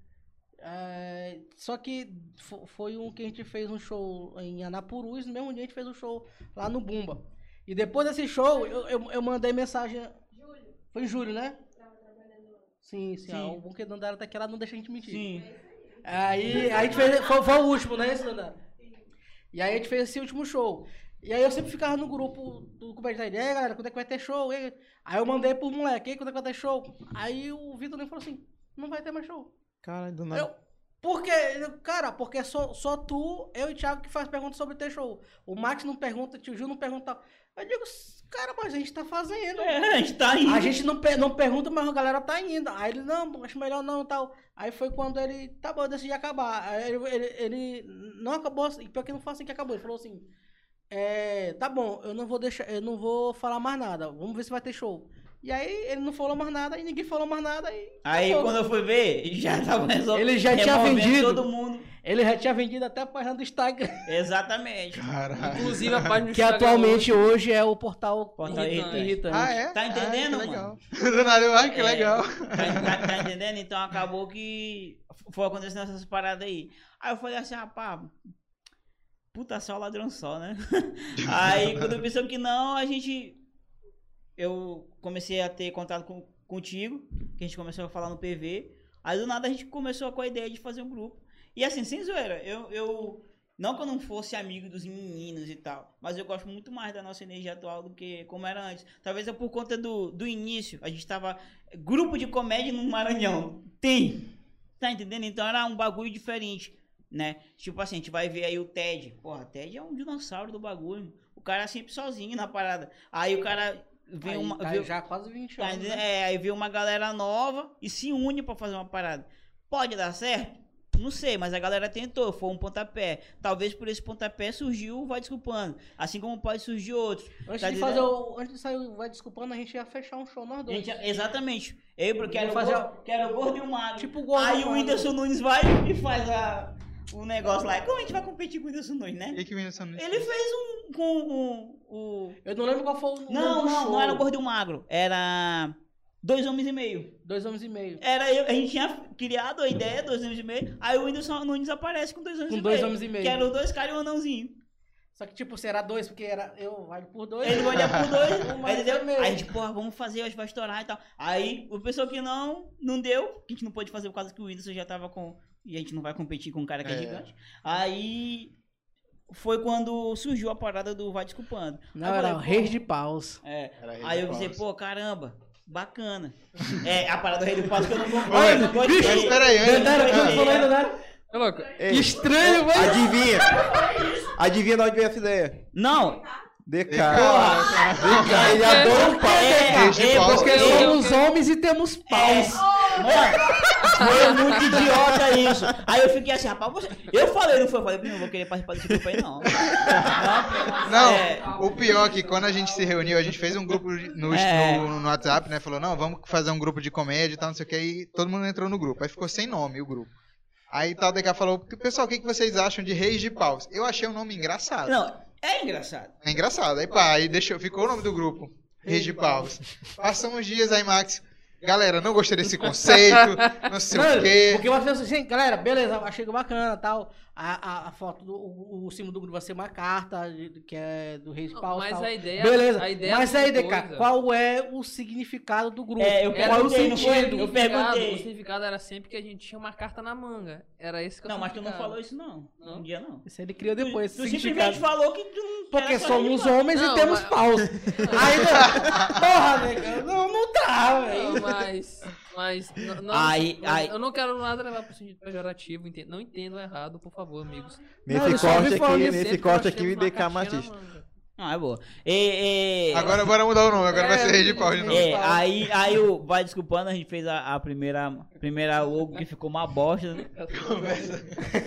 Speaker 3: É, só que fo- foi um que a gente fez um show em Anapurus, no mesmo dia a gente fez um show lá no Bumba. E depois desse show, eu, eu, eu mandei mensagem. Foi em julho, né? Sim, sim.
Speaker 4: Sim.
Speaker 3: ah, o Bunker Dandara tá aqui, ela não deixa a gente mentir.
Speaker 4: Sim.
Speaker 3: Aí, aí a gente fez. Foi, foi o último, né, esse, Dandara? E aí a gente fez esse último show. E aí eu sempre ficava no grupo do Comédia da Ideia, galera, quando é que vai ter show? E aí- Aí eu mandei pro moleque, "Ei, quando é que vai ter show? Aí o Vitor nem falou assim, não vai ter mais show.
Speaker 2: Cara, do
Speaker 3: Eu,
Speaker 2: nada.
Speaker 3: por quê? Ele, Cara, porque só, só tu, eu e o Thiago que faz perguntas sobre ter show. O Max não pergunta, o tio Gil não pergunta. Eu digo, cara, mas a gente tá fazendo.
Speaker 4: É, a gente tá aí.
Speaker 3: A gente não, per- não pergunta, mas a galera tá indo. Aí ele, não, acho melhor não tal. Aí foi quando ele, tá bom, eu decidi acabar. Aí ele, ele- ele não acabou assim, pior que não foi assim que acabou. Ele falou assim, é, tá bom, eu não vou deixar, eu não vou falar mais nada, vamos ver se vai ter show. E aí ele não falou mais nada, e ninguém falou mais nada, e
Speaker 4: Aí
Speaker 3: acabou.
Speaker 4: quando eu fui ver, já tava resolvido.
Speaker 3: tá Ele já tinha
Speaker 4: removendo
Speaker 3: vendido.
Speaker 4: todo mundo.
Speaker 3: ele já tinha vendido até a página do Instagram,
Speaker 4: Exatamente.
Speaker 1: Caralho.
Speaker 5: Inclusive a página do
Speaker 3: que
Speaker 5: Instagram
Speaker 3: atualmente hoje é o portal,
Speaker 4: Portal
Speaker 3: irritante.
Speaker 5: irritante.
Speaker 1: Ah, é?
Speaker 4: Tá entendendo,
Speaker 1: ah, que
Speaker 4: mano?
Speaker 1: Legal. Do nada, eu, ah, que
Speaker 4: É.
Speaker 1: legal.
Speaker 4: Tá, tá- tá entendendo? Então acabou que f- foi acontecendo essas paradas aí. Aí eu falei assim, rapaz, puta só ladrão só, né? aí quando eu pensei que não, a gente. Eu comecei a ter contato com, contigo, que a gente começou a falar no PV. Aí do nada a gente começou com a ideia de fazer um grupo. E assim, sem zoeira, eu. eu não que eu não fosse amigo dos meninos e tal, mas eu gosto muito mais da nossa energia atual do que como era antes. Talvez é por conta do, do início. A gente tava grupo de comédia no Maranhão. Tem. Tá entendendo? Então era um bagulho diferente, né? Tipo assim, a gente vai ver aí o Ted. Porra, Ted é um dinossauro do bagulho. O cara é sempre sozinho na parada. Aí o cara vê
Speaker 3: Aí
Speaker 4: uma.
Speaker 3: tá
Speaker 4: vê-
Speaker 3: já quase 20
Speaker 4: tá
Speaker 3: anos,
Speaker 4: entendendo?
Speaker 3: né?
Speaker 4: É, aí vê uma galera nova e se une pra fazer uma parada. Pode dar certo? Não sei, mas a galera tentou, foi um pontapé. Talvez por esse pontapé surgiu o Vai Desculpando. Assim como pode surgir outros.
Speaker 3: Antes
Speaker 4: tá
Speaker 3: de
Speaker 4: entendendo?
Speaker 3: fazer o, antes de sair o Vai Desculpando, a gente ia fechar um show nós
Speaker 4: A
Speaker 3: dois.
Speaker 4: gente- exatamente. Eu quero,
Speaker 3: fazer-
Speaker 4: fazer... quero o gordo e o magro.
Speaker 3: Tipo o Gordo
Speaker 4: Aí o
Speaker 3: Gordo.
Speaker 4: Whindersson Nunes vai e faz a, o negócio lá. É Como a gente vai competir com o Whindersson Nunes, né?
Speaker 1: E que menino são
Speaker 4: Ele fez um com o. o-
Speaker 3: Eu não lembro qual foi o nome
Speaker 4: Não,
Speaker 3: do
Speaker 4: não,
Speaker 3: show.
Speaker 4: não era o gordo e o magro. Era. Dois homens e meio.
Speaker 3: Dois anos e meio.
Speaker 4: Era eu, a gente tinha criado a ideia, dois homens e meio. Aí o Whindersson Nunes aparece com dois homens
Speaker 3: Com
Speaker 4: e
Speaker 3: dois
Speaker 4: meio.
Speaker 3: homens e meio.
Speaker 4: Que eram dois caras e um anãozinho.
Speaker 3: Só que, tipo, será dois, porque era eu valho por dois.
Speaker 4: Ele olha por dois,
Speaker 3: é. Um
Speaker 4: aí,
Speaker 3: mais e meio.
Speaker 4: entendeu? Aí tipo, a gente, porra, vamos fazer, hoje vai estourar e tal. Aí o pessoal que não, não deu, que a gente não pôde fazer por causa que o Whindersson já tava com. E a gente não vai competir com um cara que é,
Speaker 1: É.
Speaker 4: gigante. Aí foi quando surgiu a parada do Vai Desculpando.
Speaker 3: Não,
Speaker 4: Aí eu
Speaker 3: era o
Speaker 4: falei,
Speaker 3: Reis de Paus.
Speaker 4: pô, é. Aí eu disse,
Speaker 1: pensei,
Speaker 4: pô, caramba, bacana. é, a parada do Rei do Passo que eu não vou
Speaker 1: Olha,
Speaker 4: não gostei.
Speaker 1: Mas peraí, antes.
Speaker 4: Dandara,
Speaker 1: Ah,
Speaker 4: quando-
Speaker 5: É louco.
Speaker 2: Ei,
Speaker 3: Estranho, mas...
Speaker 2: Adivinha. Adivinha de onde veio essa ideia?
Speaker 4: Não,
Speaker 2: DK.
Speaker 1: Porra.
Speaker 2: DK, ele adora um pau.
Speaker 4: é,
Speaker 1: Reis de
Speaker 4: é,
Speaker 1: Paus,
Speaker 4: porque
Speaker 1: que
Speaker 4: eu-
Speaker 3: Somos homens e temos
Speaker 4: É,
Speaker 3: paus.
Speaker 4: Mano, foi muito idiota isso. Aí eu fiquei assim, rapaz, você... eu falei, não foi? Eu falei, "Pô, não vou querer participar desse grupo aí, não.
Speaker 1: Não,
Speaker 4: É.
Speaker 1: o pior é que quando a gente se reuniu, a gente fez um grupo de- no,
Speaker 4: É.
Speaker 1: no, no WhatsApp, né? Falou, não, vamos fazer um grupo de comédia e tal, não sei o que. E todo mundo entrou no grupo. Aí ficou sem nome o grupo. Aí tal DK falou, pessoal, o que que vocês acham de Reis de Paus? Eu achei um nome engraçado.
Speaker 4: Não, é engraçado.
Speaker 1: É engraçado. Aí pá, aí deixou, ficou o nome do grupo. Reis de Paus. Passam uns dias aí, Max. Galera, não gostei desse conceito, não sei o
Speaker 3: Mano,
Speaker 1: quê.
Speaker 3: Porque eu acho assim, galera, beleza, achei bacana tal. A, a, a foto do o, o símbolo do grupo vai ser uma carta de- que é do Rei de Pau.
Speaker 5: Mas
Speaker 3: tal.
Speaker 5: a ideia.
Speaker 3: beleza,
Speaker 5: a ideia
Speaker 3: mas
Speaker 5: é
Speaker 3: aí,
Speaker 5: outra
Speaker 3: DK,
Speaker 5: coisa.
Speaker 3: qual é o significado do grupo?
Speaker 4: É, eu
Speaker 5: Era
Speaker 3: qual é o
Speaker 4: perguntei, não foi?
Speaker 3: sentido?
Speaker 4: Eu
Speaker 5: significado-
Speaker 4: perguntei.
Speaker 5: O significado era sempre que a gente tinha uma carta na manga. Era esse que
Speaker 4: Não, mas tu não falou
Speaker 5: isso.
Speaker 4: isso, não.
Speaker 5: Não?
Speaker 4: Um dia não.
Speaker 3: Isso ele criou depois, esse
Speaker 4: tu, tu
Speaker 3: significado.
Speaker 4: simplesmente falou que tu não
Speaker 3: Porque um
Speaker 4: era só
Speaker 3: somos
Speaker 4: religioso.
Speaker 3: homens
Speaker 5: Não,
Speaker 3: e temos
Speaker 5: mas-
Speaker 3: paus. Aí, não, porra, nega, né, não, não tá,
Speaker 5: Não,
Speaker 3: velho.
Speaker 5: mas. Mas. n- não-
Speaker 7: Ai,
Speaker 5: eu,
Speaker 7: ai.
Speaker 5: eu não quero nada levar pro sentido pejorativo. ente- Não entendo errado, por favor, amigos.
Speaker 3: Não,
Speaker 7: Nesse
Speaker 3: eu só ouvi
Speaker 7: corte
Speaker 3: falar
Speaker 7: aqui,
Speaker 3: nisso,
Speaker 7: nesse
Speaker 5: Sempre
Speaker 7: corte
Speaker 5: nós
Speaker 7: aqui, me
Speaker 5: temos uma
Speaker 7: DK
Speaker 5: caixinha
Speaker 7: machista.
Speaker 5: na manga.
Speaker 4: Ah, é boa. E, e-
Speaker 1: Agora bora mudar o nome, agora
Speaker 5: É,
Speaker 1: vai ser Reis de Paus de novo.
Speaker 4: É, aí, aí o Vai Desculpando, a gente fez a, a primeira, primeira logo que ficou uma bosta. né?
Speaker 1: Conversa.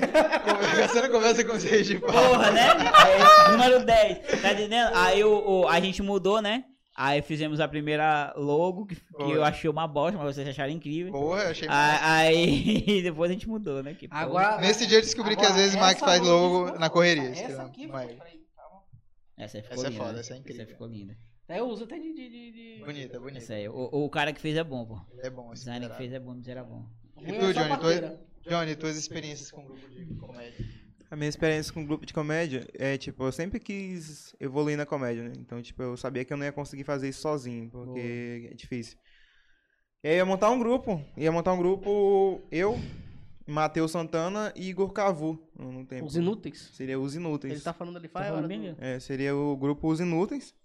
Speaker 1: Conversa não conversa com os Reis de Paus.
Speaker 4: Porra, né? É, número 10, tá entendendo? Aí o, o- a gente mudou, né? Aí fizemos a primeira logo, que, que eu
Speaker 1: Foi.
Speaker 4: achei uma bosta, mas vocês acharam incrível.
Speaker 1: Porra, eu achei.
Speaker 4: A- Aí depois a gente mudou, né? Que porra.
Speaker 3: Agora.
Speaker 1: Nesse dia eu descobri
Speaker 3: agora,
Speaker 1: que às vezes o Max
Speaker 3: essa
Speaker 1: faz
Speaker 3: luz-
Speaker 1: logo na correria.
Speaker 3: Essa
Speaker 1: entendeu?
Speaker 3: aqui,
Speaker 1: Mas-
Speaker 3: peraí, calma.
Speaker 4: Essa aí ficou
Speaker 1: Essa é
Speaker 4: linda.
Speaker 1: foda,
Speaker 4: né?
Speaker 1: essa é incrível.
Speaker 4: Essa aí ficou linda.
Speaker 3: Até eu uso até de. de, de, de...
Speaker 1: Bonita, bonita.
Speaker 4: Essa aí. O, o cara que fez é bom, pô.
Speaker 1: É bom
Speaker 4: O
Speaker 1: esse
Speaker 4: designer que
Speaker 1: mineral.
Speaker 4: fez é bom, mas era bom.
Speaker 1: E
Speaker 3: Ruim é
Speaker 1: tu,
Speaker 3: só
Speaker 1: Johnny, tu-
Speaker 3: parteira.
Speaker 1: Johnny, tuas experiências com o grupo de comédia.
Speaker 2: A minha experiência com o grupo de comédia é, tipo, eu sempre quis evoluir na comédia, né? Então, tipo, eu sabia que eu não ia conseguir fazer isso sozinho, porque é difícil. E aí eu ia montar um grupo. Ia montar um grupo eu, Matheus Santana e Igor Cavu. Não tem.
Speaker 3: Os inúteis.
Speaker 2: Seria os inúteis.
Speaker 3: Ele tá falando ali,
Speaker 4: Tá
Speaker 3: faz
Speaker 4: falando
Speaker 3: hora.
Speaker 4: bem,
Speaker 3: do-
Speaker 4: né?
Speaker 2: É, seria o grupo Os Inúteis.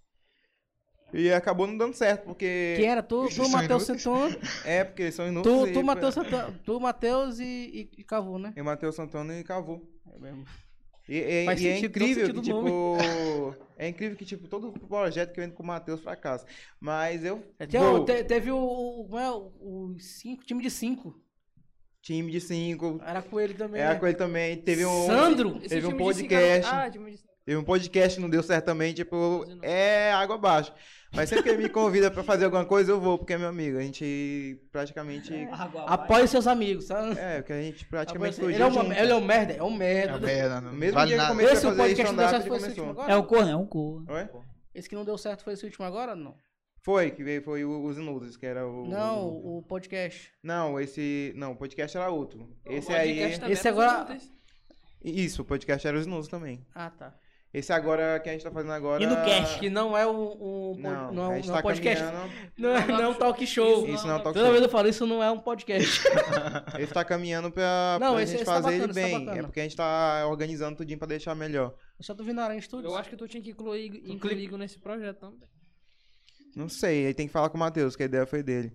Speaker 2: E acabou não dando certo, porque.
Speaker 3: Que era tu, tu
Speaker 1: São
Speaker 3: Matheus
Speaker 1: inúteis?
Speaker 3: Santana.
Speaker 2: É, porque eles são inúteis.
Speaker 3: Tu,
Speaker 2: e-
Speaker 3: tu Matheus Santana. Tu, Matheus e, e, e Cavu, né?
Speaker 2: E Matheus Santana e Cavu.
Speaker 3: É mesmo.
Speaker 2: E, e-
Speaker 3: Faz
Speaker 2: e é
Speaker 3: sentido, todo
Speaker 2: incrível que,
Speaker 3: sentido do
Speaker 2: tipo. é incrível que, tipo, todo projeto que eu entro com o Matheus fracassa. Mas eu.
Speaker 3: É, Até
Speaker 2: vou-
Speaker 3: o- te- teve o. o- Como é? O o cinco, time de cinco.
Speaker 2: Time de cinco.
Speaker 3: Era com ele também.
Speaker 2: Era
Speaker 3: né?
Speaker 2: com ele também. Teve um.
Speaker 3: Sandro?
Speaker 5: Esse
Speaker 2: Teve um
Speaker 5: time de cinco
Speaker 2: podcast.
Speaker 5: era- Ah, time de cinco.
Speaker 2: Teve um podcast que não deu certo também, tipo,
Speaker 5: Mas eu não-
Speaker 2: é água abaixo. Mas sempre que ele me convida pra fazer alguma coisa, eu vou, porque é meu amigo. A gente praticamente.
Speaker 3: Apoie seus amigos, sabe?
Speaker 2: É, porque a gente praticamente
Speaker 3: Apoie- ele, é um,
Speaker 2: junto.
Speaker 3: ele é um merda, é um
Speaker 1: É uma
Speaker 3: merda.
Speaker 1: merda, não
Speaker 2: Mesmo
Speaker 1: vale
Speaker 2: dia que
Speaker 1: nada.
Speaker 2: comecei-
Speaker 3: Esse
Speaker 2: Pra
Speaker 3: o
Speaker 2: fazer
Speaker 3: podcast que não deu
Speaker 2: stand-up,
Speaker 3: certo
Speaker 2: ele
Speaker 3: foi esse último
Speaker 2: começou.
Speaker 3: agora?
Speaker 4: É um corno, é um corno.
Speaker 2: Oi?
Speaker 3: Esse que não deu certo foi esse último agora? Não.
Speaker 2: Foi, que veio, foi o- os Inúteis, que era o.
Speaker 3: Não, o o podcast.
Speaker 2: Não, esse. Não, o podcast era outro. Esse
Speaker 5: O podcast
Speaker 2: aí. é-
Speaker 5: também é
Speaker 3: Esse
Speaker 5: era
Speaker 3: agora-
Speaker 5: dos inúteis.
Speaker 2: Isso, o podcast era os Inúteis também.
Speaker 3: Ah, tá.
Speaker 2: Esse agora que a gente tá fazendo agora.
Speaker 4: E no cast?
Speaker 3: Que não é um, um, pod-
Speaker 2: Não,
Speaker 3: não,
Speaker 2: a
Speaker 3: é um-
Speaker 2: gente
Speaker 3: não é
Speaker 2: tá
Speaker 3: um podcast.
Speaker 2: caminhando.
Speaker 3: Não, é- não é um talk show.
Speaker 2: Isso não é um talk
Speaker 3: Toda
Speaker 2: show.
Speaker 3: vez eu falo, isso não é um podcast.
Speaker 2: Ele tá caminhando pra,
Speaker 3: Não,
Speaker 2: pra
Speaker 3: esse-
Speaker 2: gente
Speaker 3: esse tá
Speaker 2: fazer
Speaker 3: bacana,
Speaker 2: ele
Speaker 3: esse tá
Speaker 2: bem.
Speaker 3: bacana.
Speaker 2: é porque a gente tá organizando tudinho pra deixar melhor.
Speaker 3: Eu só tô vindo na Aranha Studios.
Speaker 5: Eu acho que tu tinha que incluir, incluir Igor nesse projeto também.
Speaker 2: Não sei, aí tem que falar com o Matheus, que a ideia foi dele.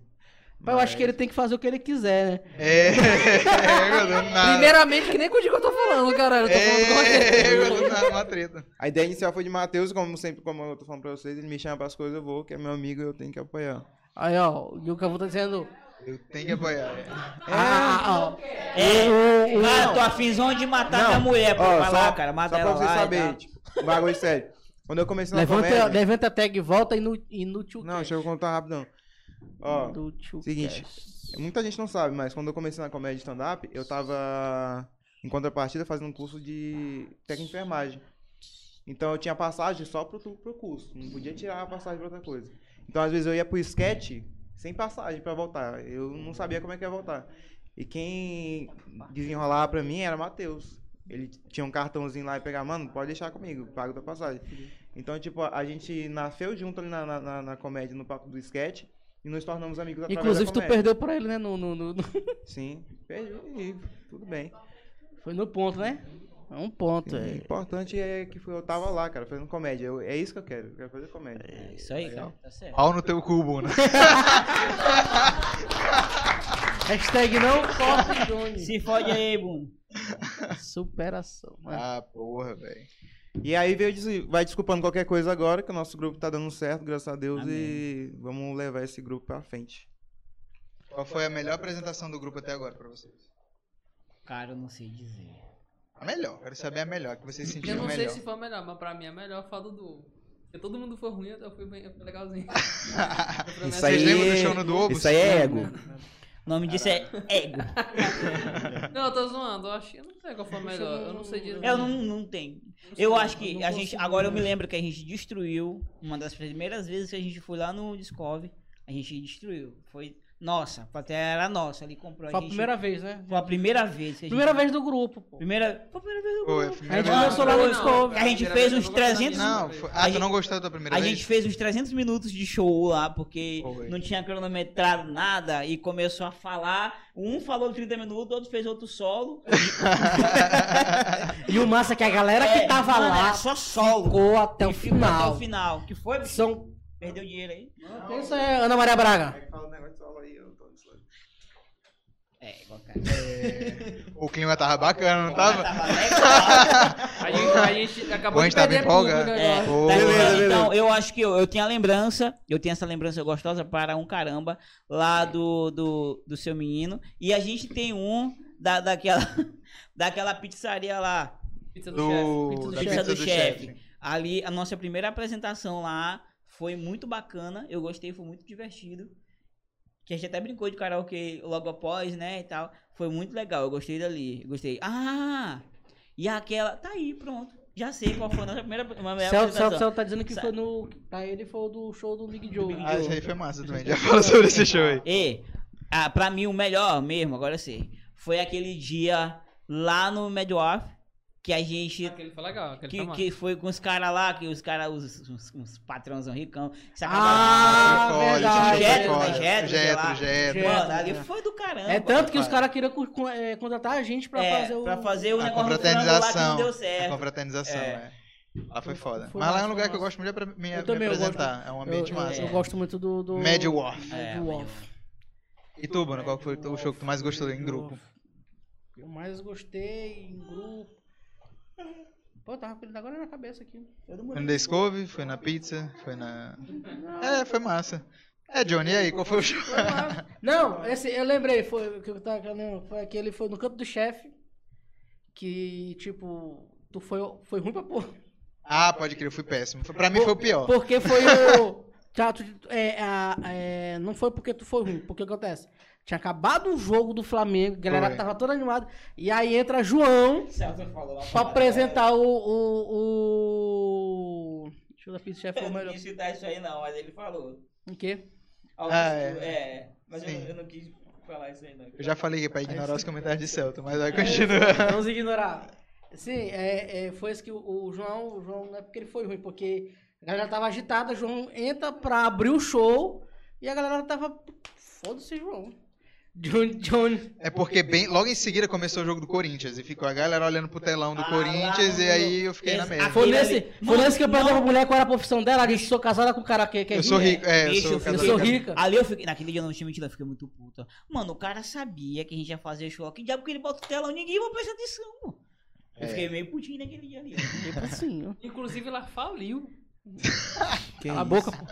Speaker 3: Mas eu acho que ele tem que fazer o que ele quiser, né?
Speaker 1: É, eu não nada.
Speaker 5: Primeiramente, que nem contigo eu tô falando, caralho. Eu tô falando com
Speaker 1: É,
Speaker 5: você.
Speaker 1: eu não nada, uma treta.
Speaker 2: A ideia inicial foi de Matheus, como sempre, como eu tô falando pra vocês, ele me chama pras coisas, eu vou, que é meu amigo e eu tenho que apoiar.
Speaker 3: Aí, ó, o Yuka tá dizendo.
Speaker 1: Eu tenho que apoiar.
Speaker 3: Ah, ó.
Speaker 4: É, ah, tô afinzão de matar minha mulher, pô.
Speaker 2: Ó,
Speaker 4: vai lá, cara,
Speaker 2: só
Speaker 4: mata
Speaker 2: pra
Speaker 4: ela
Speaker 2: vocês
Speaker 4: lá. e
Speaker 2: saberem,
Speaker 4: tal.
Speaker 2: tipo, bagulho sério. Quando eu comecei na
Speaker 3: Levanta,
Speaker 2: comédia...
Speaker 3: levanta a tag, volta e no, e no tio
Speaker 2: Não, deixa eu contar rapidão. Ó, seguinte. Muita gente não sabe, mas quando eu comecei na comédia de stand-up, eu tava, em contrapartida, fazendo um curso de técnica de enfermagem. Então eu tinha passagem só pro, tu- pro curso, não podia tirar a passagem pra outra coisa. Então às vezes eu ia pro sketch sem passagem pra voltar, eu
Speaker 3: Uhum.
Speaker 2: não sabia como é que ia voltar. E quem desenrolava pra mim era Matheus. Ele tinha um cartãozinho lá e pegava, mano, pode deixar comigo, pago tua passagem.
Speaker 3: Uhum.
Speaker 2: Então, tipo, a a gente nasceu junto ali na, na- na- na comédia, no papo do sketch, e nos tornamos amigos através
Speaker 3: Inclusive,
Speaker 2: da
Speaker 3: tu
Speaker 2: comédia.
Speaker 3: perdeu pra ele, né? No, no, no- no-
Speaker 2: Sim, perdi e tudo bem.
Speaker 3: Foi no ponto, né? É um ponto,
Speaker 2: O
Speaker 3: é.
Speaker 2: importante é que foi- eu tava lá, cara, fazendo comédia. Eu- é isso que eu quero, eu quero fazer comédia.
Speaker 4: É isso aí, cara. Tá certo.
Speaker 1: Pau no teu cubo, né?
Speaker 3: Hashtag não corta Johnny.
Speaker 4: Se fode aí, Bruno.
Speaker 3: Superação. mano.
Speaker 1: Ah, porra, velho.
Speaker 2: E aí veio, des- vai desculpando qualquer coisa agora, que o nosso grupo tá dando certo, graças a Deus, e vamos levar esse grupo pra frente.
Speaker 1: Qual foi a melhor apresentação do grupo até agora pra vocês?
Speaker 4: Cara, eu não sei dizer.
Speaker 1: A melhor, quero saber a melhor, que vocês
Speaker 5: Eu
Speaker 1: sentiram
Speaker 5: não sei
Speaker 1: melhor.
Speaker 5: se foi a melhor, mas pra mim é a melhor fala do. Porque todo mundo foi ruim, eu fui, bem, eu fui legalzinho.
Speaker 2: Isso
Speaker 1: Vocês
Speaker 2: aí-
Speaker 1: lembram do show no do Obos?
Speaker 2: Isso aí é ego.
Speaker 4: O nome disso é ego.
Speaker 5: né?" Não, eu tô zoando. Eu acho que eu não sei qual foi a melhor. Eu não sei disso.
Speaker 4: Eu não, não tenho. Eu acho que a gente. Agora eu me lembro que a gente destruiu. Uma das primeiras vezes que a gente foi lá no Discovery, a gente destruiu. Foi nossa, a plateia era nossa. Ali comprou
Speaker 3: Foi a
Speaker 4: gente-
Speaker 3: primeira vez, né?
Speaker 4: Foi a primeira vez que a gente.
Speaker 3: Primeira vez do grupo, pô.
Speaker 4: Primeira, foi a primeira vez do
Speaker 1: Foi,
Speaker 4: grupo.
Speaker 1: foi.
Speaker 3: A gente
Speaker 1: Não,
Speaker 3: começou lá
Speaker 5: não,
Speaker 3: no
Speaker 5: não.
Speaker 3: Discovery.
Speaker 4: A gente fez uns 300
Speaker 1: Não, foi... ah,
Speaker 4: A
Speaker 1: tu
Speaker 4: gente-
Speaker 1: não gostou da primeira
Speaker 4: A
Speaker 1: vez?
Speaker 4: gente fez uns 300 minutos de show lá, porque
Speaker 1: Foi.
Speaker 4: não tinha cronometrado nada e começou a falar. Um falou 30 minutos, outro fez outro solo.
Speaker 7: E o massa é que a galera que
Speaker 4: É,
Speaker 7: tava
Speaker 4: mano, era
Speaker 7: lá
Speaker 4: só solo.
Speaker 7: ficou até o
Speaker 4: E ficou até
Speaker 7: final.
Speaker 4: o Então, final. Que foi? bicho?
Speaker 7: São.
Speaker 4: Perdeu dinheiro aí.
Speaker 7: Isso é Ana Maria Braga.
Speaker 2: É que fala um negócio solo aí, eu tô nisso.
Speaker 4: É, igual
Speaker 1: O clima tava bacana, não tava?
Speaker 4: Tava legal. Tá
Speaker 5: A gente, a gente acabou
Speaker 1: Ou a
Speaker 5: de
Speaker 1: gente tava
Speaker 5: perder
Speaker 1: empolgado?
Speaker 5: público
Speaker 4: É,
Speaker 5: agora.
Speaker 1: Pô,
Speaker 4: tá
Speaker 2: beleza,
Speaker 4: entendendo?
Speaker 2: beleza.
Speaker 4: Então, eu acho que eu, eu tenho a lembrança, eu tenho essa lembrança gostosa para um caramba, lá do, do, do seu menino. E a gente tem um da, daquela, daquela pizzaria lá.
Speaker 5: Pizza do
Speaker 1: Do...
Speaker 5: chefe. do
Speaker 1: Da
Speaker 5: chefe.
Speaker 1: pizza do chefe.
Speaker 4: Ali, a nossa primeira apresentação lá foi muito bacana, eu gostei, foi muito divertido. Que a gente até brincou de karaokê logo após, né, e tal. Foi muito legal, eu gostei dali, eu gostei. Ah, e aquela, tá aí, pronto. Já sei qual foi a nossa primeira, uma primeira
Speaker 3: Celso, Celso,
Speaker 4: apresentação.
Speaker 3: Celso tá dizendo que
Speaker 4: Sa-
Speaker 3: foi no. Pra ele foi o do show do Big Joe.
Speaker 1: Ah, isso aí foi massa também. Já falou sobre esse show aí.
Speaker 4: E, ah, pra mim, o melhor mesmo, agora eu sei, foi aquele dia lá no Medwar, que a gente...
Speaker 5: Aquele foi legal. Aquele foi
Speaker 4: Que,
Speaker 5: massa.
Speaker 4: que foi com os caras lá, que os caras, os, os, os patrãozão ricão, que se
Speaker 3: Ah,
Speaker 1: Foi foda,
Speaker 3: verdade.
Speaker 1: esse show foi
Speaker 4: Jetro,
Speaker 1: foda.
Speaker 4: né? Jetro, sei lá.
Speaker 1: Jetro, Jetro.
Speaker 3: Jetro.
Speaker 4: Mano,
Speaker 1: né?
Speaker 4: ali foi do caramba.
Speaker 3: É tanto que os caras queriam cu- cu- é, contratar a gente pra
Speaker 4: Ah, É,
Speaker 3: fazer o.
Speaker 4: pra fazer o
Speaker 1: A
Speaker 4: negócio do frango lá que não
Speaker 1: confraternização.
Speaker 4: deu
Speaker 1: A
Speaker 4: certo.
Speaker 1: confraternização,
Speaker 4: É.
Speaker 1: é. Lá foi foda.
Speaker 3: Foi
Speaker 1: Mas lá é
Speaker 3: massa,
Speaker 1: um lugar
Speaker 3: foi
Speaker 1: que eu
Speaker 3: massa.
Speaker 1: gosto muito pra me,
Speaker 3: Eu
Speaker 1: me
Speaker 3: também, eu gosto.
Speaker 1: apresentar. É um
Speaker 3: eu,
Speaker 1: ambiente
Speaker 3: eu,
Speaker 1: massa.
Speaker 3: eu gosto muito do. do...
Speaker 1: Médio Warf.
Speaker 3: É,
Speaker 4: É,
Speaker 3: do
Speaker 4: Médio
Speaker 3: Off.
Speaker 1: E tu, mano, qual foi o teu- o show que tu mais gostou em grupo?
Speaker 3: Eu mais gostei em grupo. Pô, eu tava com ele agora na cabeça aqui.
Speaker 1: Foi no Discovery, foi na pizza, foi na. É, foi massa. É, Johnny, e aí, qual foi o show?
Speaker 3: Não, esse, eu lembrei, foi o que eu tava falando, foi aquele foi no campo do chefe. Que, tipo, tu foi, foi ruim pra porra.
Speaker 1: Ah, pode crer, eu fui péssimo. Foi- Pra mim foi o pior.
Speaker 3: Porque foi o. tá, tu- é, a- é, não foi porque tu foi ruim, porque acontece. Tinha acabado o jogo do Flamengo, a galera
Speaker 1: Foi.
Speaker 3: tava toda animada. E aí entra João
Speaker 4: Celso falou lá. é,
Speaker 3: pra apresentar o. o, o... Deixa eu dar pizza chefe foi
Speaker 4: Eu
Speaker 3: o
Speaker 4: não
Speaker 3: melhor.
Speaker 4: quis citar isso aí não, mas ele falou.
Speaker 3: O quê?
Speaker 4: Ó,
Speaker 1: Ah,
Speaker 4: isso-
Speaker 1: é.
Speaker 4: é. Mas eu,
Speaker 1: Sim.
Speaker 4: eu não quis falar isso aí não.
Speaker 1: Eu já falei que é pra ignorar os comentários de Celta, mas vai continuar.
Speaker 3: Vamos ignorar. Sim, é, é, foi isso que o, o João, o João, não é porque ele foi ruim, porque a galera tava agitada, o João entra pra abrir o show e a galera tava. Foda-se, João. John, John.
Speaker 1: É porque bem, logo em seguida começou o jogo do Corinthians e ficou a galera olhando pro telão do
Speaker 4: Ah,
Speaker 1: Corinthians
Speaker 4: lá
Speaker 1: e
Speaker 4: no-
Speaker 1: aí eu fiquei na
Speaker 4: Ex-
Speaker 1: merda.
Speaker 4: aqui-
Speaker 3: Foi
Speaker 4: Aquele
Speaker 3: nesse,
Speaker 4: ali.
Speaker 3: foi
Speaker 4: Mano,
Speaker 3: nesse que eu perguntei
Speaker 4: não.
Speaker 3: pra mulher qual era a profissão dela, ela disse, sou casada com um cara que, que é
Speaker 1: Eu sou
Speaker 3: rico."
Speaker 1: rico, é, eu
Speaker 4: Bicho,
Speaker 1: sou
Speaker 4: eu
Speaker 1: casado.
Speaker 3: sou
Speaker 1: com-
Speaker 3: rica.
Speaker 4: Ali eu fiquei. Naquele dia eu não tinha mentira, eu fiquei muito puta. Mano, o cara sabia que a gente ia fazer show aqui. Diabo que ele bota o telão, ninguém vai prestar atenção, mano. Eu
Speaker 1: É.
Speaker 4: fiquei meio putinho naquele dia ali.
Speaker 3: Tipo assim, ó.
Speaker 5: Inclusive, ela faliu.
Speaker 3: Cala a boca, pô.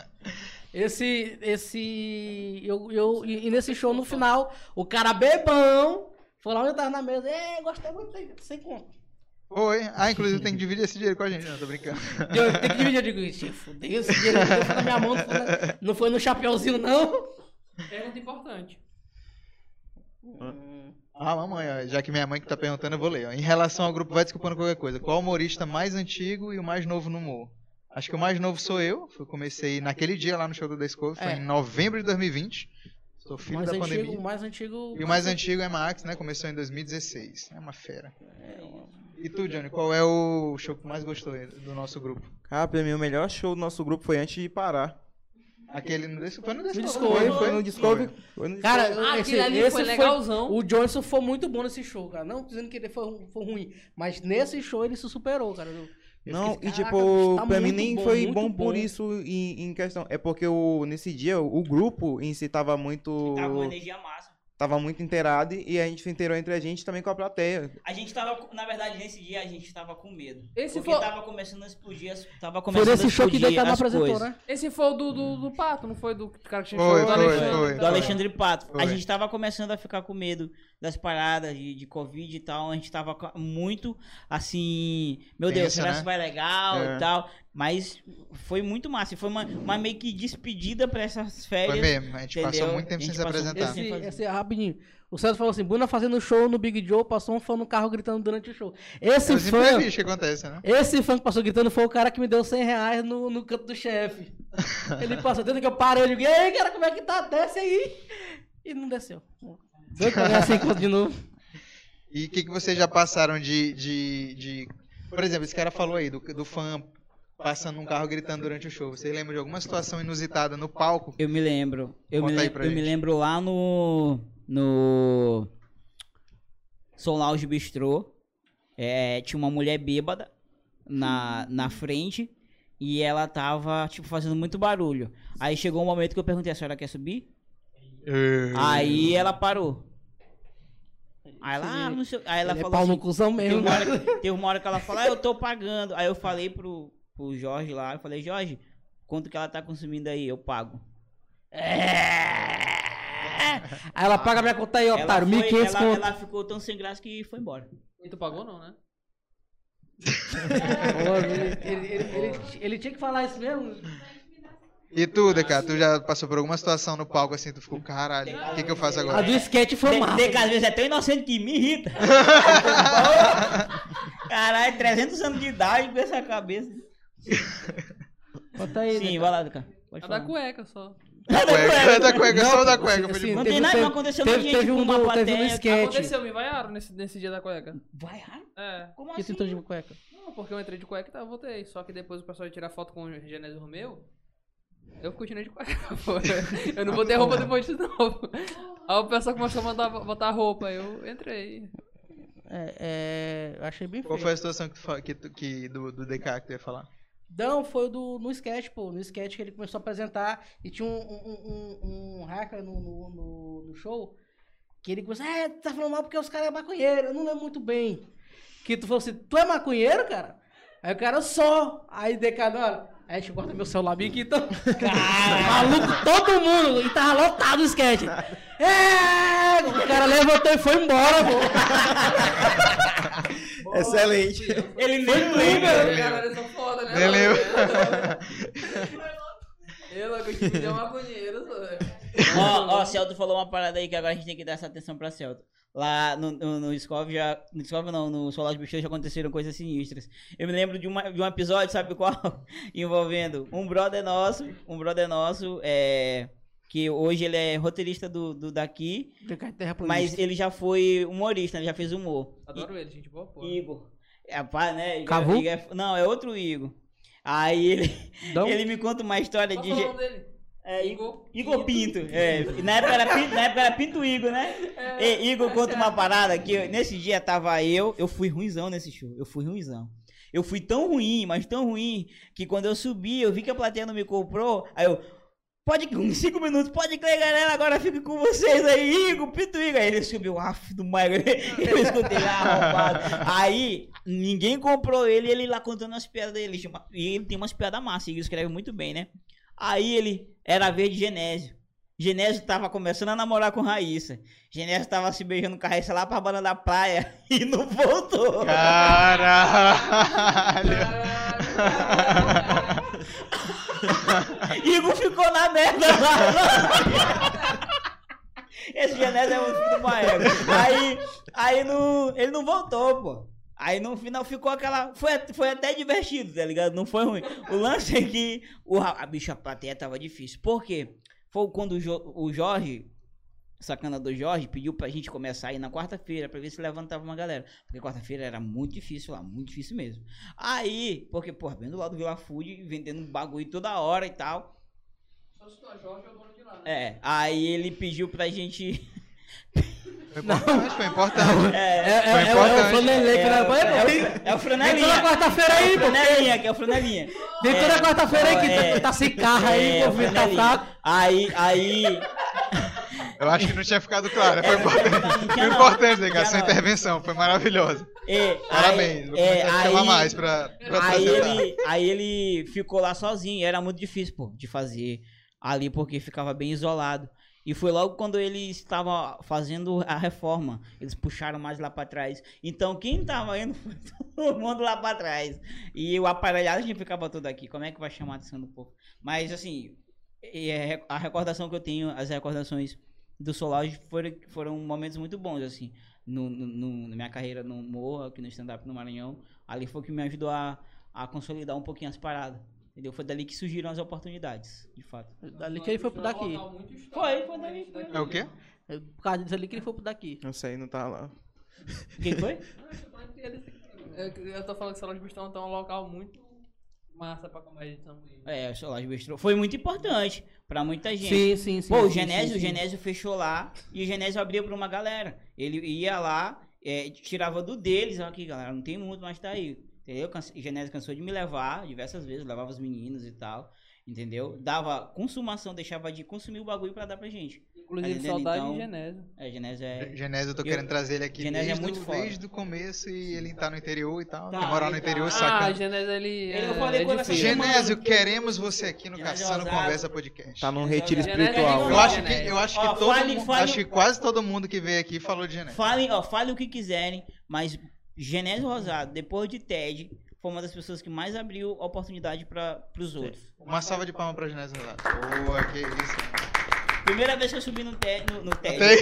Speaker 3: Esse, esse, eu, eu, e e nesse show no final, o cara bebão, foi lá onde eu tava na mesa, é, gostei muito, sem conta.
Speaker 1: Foi. Ah, inclusive tem que dividir esse dinheiro com a gente, não, tô brincando.
Speaker 3: Eu tenho que dividir, eu digo, "Ixi, fudeu, esse dinheiro aqui foi na minha mão, não foi, na- não foi no chapeuzinho, não.
Speaker 5: Pergunta é importante.
Speaker 1: Ah, mamãe, ó, já que minha mãe que tá perguntando, eu vou ler. ó. Em relação ao grupo, vai desculpando qualquer coisa. Qual humorista mais antigo e o mais novo no humor? Acho que o mais novo sou eu. Eu comecei naquele dia lá no show do Discovery, foi
Speaker 3: É.
Speaker 1: em novembro de 2020. Sou filho
Speaker 3: mais
Speaker 1: da
Speaker 3: antigo,
Speaker 1: pandemia.
Speaker 3: mais antigo.
Speaker 1: E o mais antigo é Max, né? Começou em 2016. É uma fera. E tu, Johnny, qual é o show que tu mais gostou aí do nosso grupo?
Speaker 2: Cara, pra mim o é melhor show do nosso grupo foi antes de parar.
Speaker 1: Aquele no Discovery? Foi no
Speaker 3: Discovery,
Speaker 1: foi,
Speaker 2: Foi, foi no Discovery. Foi no
Speaker 3: Cara,
Speaker 2: Discovery.
Speaker 5: Ah,
Speaker 3: esse,
Speaker 5: aquele ali
Speaker 3: esse
Speaker 5: foi
Speaker 3: foi
Speaker 5: legalzão.
Speaker 3: O Johnson foi muito bom nesse show, cara. Não dizendo que ele foi, ru- foi ruim, mas nesse show ele se superou, cara. Eu- eu
Speaker 2: não,
Speaker 3: fiquei,
Speaker 2: e
Speaker 3: "Caraca,
Speaker 2: tipo,
Speaker 3: bicho, tá
Speaker 2: pra mim
Speaker 3: muito
Speaker 2: nem foi
Speaker 3: muito
Speaker 2: bom, por isso em, em questão. É porque o, nesse dia o grupo em si tava muito.
Speaker 4: Tava uma energia massa.
Speaker 2: Tava muito inteirado e a gente se inteirou entre a gente também com a plateia.
Speaker 4: A gente tava, com- na verdade, nesse dia a gente tava com medo.
Speaker 5: Esse
Speaker 4: porque
Speaker 5: foi-
Speaker 4: tava começando a explodir, as- tava
Speaker 3: Foi
Speaker 4: começando a
Speaker 3: nesse show que
Speaker 4: explodir
Speaker 3: ele tava
Speaker 4: as
Speaker 3: apresentou,
Speaker 4: coisas.
Speaker 3: né?
Speaker 5: Esse foi o do, do, do Pato, não foi do cara que tinha
Speaker 1: Foi,
Speaker 5: show do
Speaker 1: foi,
Speaker 5: Alexandre.
Speaker 1: foi.
Speaker 5: e
Speaker 4: Do
Speaker 5: tal.
Speaker 4: Alexandre Pato. A
Speaker 1: Foi.
Speaker 4: gente tava começando a ficar com medo das paradas de, de Covid e tal, a gente tava co- muito assim, meu
Speaker 1: Tensa,
Speaker 4: Deus, será
Speaker 1: né?
Speaker 4: se vai legal
Speaker 2: É.
Speaker 4: e tal. Mas foi muito massa. E foi uma, uma meio que despedida pra essas
Speaker 1: Foi
Speaker 4: férias.
Speaker 1: mesmo, a gente passou
Speaker 4: entendeu?
Speaker 1: muito tempo
Speaker 4: A
Speaker 1: sem
Speaker 4: gente
Speaker 1: se
Speaker 4: passou-
Speaker 1: apresentar.
Speaker 3: Esse,
Speaker 4: Tá.
Speaker 3: esse- rapidinho. O Celso falou assim: Bruna fazendo show no Big Joe, passou um fã no carro gritando durante o show.
Speaker 1: É
Speaker 3: Esse
Speaker 1: os
Speaker 3: fã.
Speaker 1: imprevistos que acontecem, né?
Speaker 3: Esse fã que passou gritando foi o cara que me deu 100 reais no, no canto do chefe. Ele passou, dentro que eu parei, eu digo, e aí, cara, como é que tá? Desce aí. E não desceu. Doido pra ganhar 100 conto assim, de novo.
Speaker 1: E o que, que vocês já passaram de, de, de- Por exemplo, esse cara falou aí do, do fã passando num carro gritando durante o show. Vocês lembram de alguma situação inusitada no palco?
Speaker 4: Eu me lembro. Eu,
Speaker 1: Conta
Speaker 4: me,
Speaker 1: aí
Speaker 4: lem-
Speaker 1: pra
Speaker 4: eu me
Speaker 1: gente.
Speaker 4: lembro lá no. No. Soul Lounge Bistrô. É, tinha uma mulher bêbada na, na frente. E ela tava, tipo, fazendo muito barulho. Aí chegou um momento que eu perguntei, a senhora quer subir? É. Aí ela parou. Aí ela, ah, não sei. o- Aí ela
Speaker 3: Ele é
Speaker 4: falou.
Speaker 3: pau no
Speaker 4: assim,
Speaker 3: cuzão
Speaker 4: Teve
Speaker 3: mesmo.
Speaker 4: uma, hora que, teve uma hora que ela falou, ah, eu tô pagando. Aí eu falei pro, pro Jorge lá, eu falei, Jorge, quanto que ela tá consumindo aí? Eu pago.
Speaker 3: É. Aí ela paga minha conta aí,
Speaker 4: Ela,
Speaker 3: otário,
Speaker 4: foi-
Speaker 3: 1.500
Speaker 4: ela-
Speaker 3: conto.
Speaker 4: ela ficou tão sem graça que foi embora.
Speaker 5: E tu pagou não, né?
Speaker 3: Pô, ele, ele- ele- ele- ele tinha que falar isso mesmo.
Speaker 1: E tu, Deca, tu já passou por alguma situação no palco assim, tu ficou, caralho, o que, que eu faço
Speaker 3: A
Speaker 1: agora?
Speaker 3: do sketch foi massa.
Speaker 4: Tem que às vezes é tão inocente que me irrita. Caralho, 300 anos de idade com essa cabeça.
Speaker 3: Bota aí,
Speaker 4: Sim,
Speaker 3: né,
Speaker 4: vai lá, cara. Pode
Speaker 5: A É da
Speaker 4: falar. Tá
Speaker 5: cueca só.
Speaker 1: Da Tá cueca, da cueca, só o da cueca. foi de
Speaker 3: assim,
Speaker 1: boa.
Speaker 4: Não tem
Speaker 3: Teve-
Speaker 4: nada, não
Speaker 3: teve-
Speaker 4: aconteceu
Speaker 3: teve-
Speaker 4: ninguém,
Speaker 3: teve
Speaker 4: tipo,
Speaker 3: um
Speaker 4: uma
Speaker 3: do- teve um
Speaker 4: plateia.
Speaker 3: sketch.
Speaker 5: Aconteceu, me vaiaram nesse, nesse dia da cueca.
Speaker 4: Vai, ah,
Speaker 5: É.
Speaker 4: como
Speaker 3: Que
Speaker 4: assim?
Speaker 3: tentou de cueca.
Speaker 5: Não, porque eu entrei de cueca e tá, voltei. Só que depois o pessoal ia tirar foto com o Genésio Romeu. Eu continuei de cueca. pô. Eu não botei roupa depois disso, não. Aí o pessoal começou a mandar botar roupa. Eu entrei.
Speaker 3: É, é, eu achei bem
Speaker 1: Qual
Speaker 3: feio.
Speaker 1: foi a situação que tu, fa- que tu- que do, do DK que tu ia falar?
Speaker 3: Não, foi o do, no sketch, pô. No sketch que ele começou a apresentar e tinha um, um, um, um hacker no, no, no- no show que ele começou, ah, tu tá falando mal porque os caras é maconheiro, eu não lembro muito bem. Que tu falou assim, tu é maconheiro, cara? Aí o cara, eu sou. Aí decado, olha, aí "É, deixa eu guardar meu celular bem aqui, então. Maluco, todo mundo, e tava lotado o sketch. É, o cara levantou e foi embora, pô.
Speaker 2: Excelente.
Speaker 4: Ele nem lembra.
Speaker 5: Cara, eles são foda, né?
Speaker 1: Nem lembro.
Speaker 5: Eu logo que me deu uma agonia, só.
Speaker 4: Ó, ó, Celto falou uma parada aí que agora a gente tem que dar essa atenção pra Celto. Lá no, no, no Scov já. No Scov não, no Solar de Bichos já aconteceram coisas sinistras. Eu me lembro de, uma, de um episódio, sabe qual? Envolvendo um brother nosso, um brother nosso, é. Que hoje ele é roteirista do, do daqui, mas ele já foi humorista, ele já fez humor.
Speaker 5: Adoro ele, gente. Boa porra.
Speaker 4: Igor. É, pá, né? Igor-
Speaker 3: Cavu?
Speaker 4: Igor é- não, é outro Igor. Aí ele,
Speaker 3: Dão?
Speaker 4: ele me conta uma história
Speaker 5: Qual
Speaker 4: de.
Speaker 5: foi o
Speaker 4: ge-
Speaker 5: nome dele?
Speaker 4: É,
Speaker 5: Igor.
Speaker 4: Igor Pinto. É, na, época era Pinto na época era Pinto Igor, né? E Igor conta uma parada que eu- nesse dia tava eu, eu fui ruimzão nesse show, eu fui ruimzão. Eu fui tão ruim, mas tão ruim, que quando eu subi, eu vi que a plateia não me comprou, aí eu, pode, com cinco minutos, pode crer, galera, agora fico com vocês aí, Igor, Pinto Igor. Aí ele subiu, af, do Mago, eu escutei, ah, arrombado. Aí, ninguém comprou ele, ele lá contando as piadas dele, chama- e ele tem umas piadas massas, ele escreve muito bem, né? Aí ele, era verde Genésio. Genésio tava começando a namorar com Raíssa. Genésio tava se beijando com a Raíssa lá pra banda da praia e não voltou.
Speaker 1: Caralho!
Speaker 4: Igor ficou na merda lá. Esse Genésio é o filho do Maego. Aí, aí não, ele não voltou, pô. Aí no final ficou aquela. Foi, foi até divertido, tá ligado? Não foi ruim. O lance é que o, ra- a bicha plateia tava difícil. Por quê? Foi quando o, Jo- o Jorge, sacana do Jorge, pediu pra gente começar aí na quarta-feira pra ver se levantava uma galera. Porque quarta-feira era muito difícil lá, muito difícil mesmo. Aí, porque, pô, vendo lá do Vila Food, vendendo bagulho toda hora e tal.
Speaker 5: Só se tu é Jorge, é o dono de lá, né?
Speaker 4: É, aí ele pediu pra gente.
Speaker 1: Foi importante, foi importante.
Speaker 4: É,
Speaker 3: É, é, é, é o
Speaker 1: importante.
Speaker 3: Flanelê que era.
Speaker 4: é,
Speaker 3: Pô,
Speaker 4: o- é o
Speaker 3: Vem toda
Speaker 4: Franelinha.
Speaker 3: quarta-feira
Speaker 4: É
Speaker 3: aí,
Speaker 4: o
Speaker 3: pô.
Speaker 4: Franelinha, que é o Franelinha.
Speaker 3: Vem toda
Speaker 4: É.
Speaker 3: quarta-feira aí que
Speaker 4: É.
Speaker 3: tá- tá sem carro aí,
Speaker 4: É,
Speaker 3: pô.
Speaker 4: o
Speaker 3: Vem tá
Speaker 4: Franelinha.
Speaker 3: fraco.
Speaker 4: Aí, aí.
Speaker 1: Eu acho que não tinha ficado claro. né?
Speaker 3: É.
Speaker 1: Foi importante,
Speaker 4: Não
Speaker 1: foi
Speaker 4: tinha não.
Speaker 1: É importante né, Deca,
Speaker 4: Tinha
Speaker 1: sua
Speaker 4: não.
Speaker 1: intervenção. Foi maravilhosa.
Speaker 4: É, aí-
Speaker 1: Parabéns. Vou
Speaker 4: é,
Speaker 1: começar a te chamar
Speaker 4: aí-
Speaker 1: mais pra, pra
Speaker 4: Aí
Speaker 1: apresentar.
Speaker 4: ele, aí ele ficou lá sozinho, era muito difícil, pô, de fazer ali, porque ficava bem isolado. E foi logo quando eles estavam fazendo a reforma. Eles puxaram mais lá pra trás. Então quem tava indo foi todo mundo lá pra trás. E o aparelhagem ficava todo aqui. Como é que vai chamar a atenção do povo? Mas assim, e é- a recordação que eu tenho, as recordações do Solange foram, foram momentos muito bons, assim. No, no- no- na minha carreira no Moa, aqui no stand-up no Maranhão. Ali foi o que me ajudou a, a consolidar um pouquinho as paradas. Entendeu? Foi dali que surgiram as oportunidades, de fato.
Speaker 8: Dali que ele foi pro daqui.
Speaker 4: Foi, foi dali.
Speaker 1: É o quê?
Speaker 8: É Por causa disso ali que ele foi pro daqui.
Speaker 2: Eu sei, não tá lá.
Speaker 4: Quem foi?
Speaker 5: Eu, eu tô falando que Salão de Bustão é um local muito massa pra então, comédia de tamborim.
Speaker 4: É, o Solange Bestrou. Foi muito importante pra muita gente.
Speaker 8: Sim, sim, sim.
Speaker 4: Pô, o
Speaker 8: sim,
Speaker 4: Genésio,
Speaker 8: sim,
Speaker 4: o
Speaker 8: sim.
Speaker 4: Genésio fechou lá e o Genésio abriu pra uma galera. Ele ia lá, é, tirava do deles, ó, aqui, galera, não tem muito, mas tá aí. Entendeu? Canse- O Genésio cansou de me levar diversas vezes, levava os meninos e tal. Entendeu? Dava consumação, deixava de consumir o bagulho pra dar pra gente.
Speaker 5: Inclusive,
Speaker 4: Entendendo?
Speaker 5: saudade
Speaker 4: Então-
Speaker 5: de Genésio.
Speaker 4: É, o Genésio é.
Speaker 1: Genésio, eu tô
Speaker 4: Eu-
Speaker 1: querendo trazer ele aqui
Speaker 4: Genésio é
Speaker 1: desde,
Speaker 4: muito
Speaker 1: o,
Speaker 4: foda.
Speaker 1: desde o começo e ele tá no interior e tal.
Speaker 4: Tá,
Speaker 1: Quem morar no
Speaker 4: ele tá.
Speaker 1: interior,
Speaker 5: Ah,
Speaker 1: saca.
Speaker 5: Genésio, ele.
Speaker 4: Eu
Speaker 5: é,
Speaker 4: falei
Speaker 5: é
Speaker 4: quando essa
Speaker 5: difícil.
Speaker 4: semana-
Speaker 1: Genésio, queremos você aqui no
Speaker 4: Genésio
Speaker 1: Caçando
Speaker 4: Osasco.
Speaker 1: Conversa Podcast.
Speaker 2: Tá
Speaker 3: é
Speaker 2: num retiro
Speaker 4: Genésio-
Speaker 2: espiritual.
Speaker 1: Eu
Speaker 5: Genésio-
Speaker 1: acho que, eu acho que
Speaker 4: Ó,
Speaker 1: todo
Speaker 4: fale-
Speaker 1: mundo,
Speaker 4: fale-
Speaker 1: acho que quase todo mundo que veio aqui falou de Genésio.
Speaker 4: Falem, ó, falem o que quiserem, mas Genésio Rosado, depois de Ted, foi uma das pessoas que mais abriu oportunidade para pros outros.
Speaker 1: Uma salva de palmas pra Genésio Rosado. Boa, que isso.
Speaker 4: Primeira vez que eu subi no, te, no, no TED.
Speaker 1: Tem-
Speaker 4: Ai,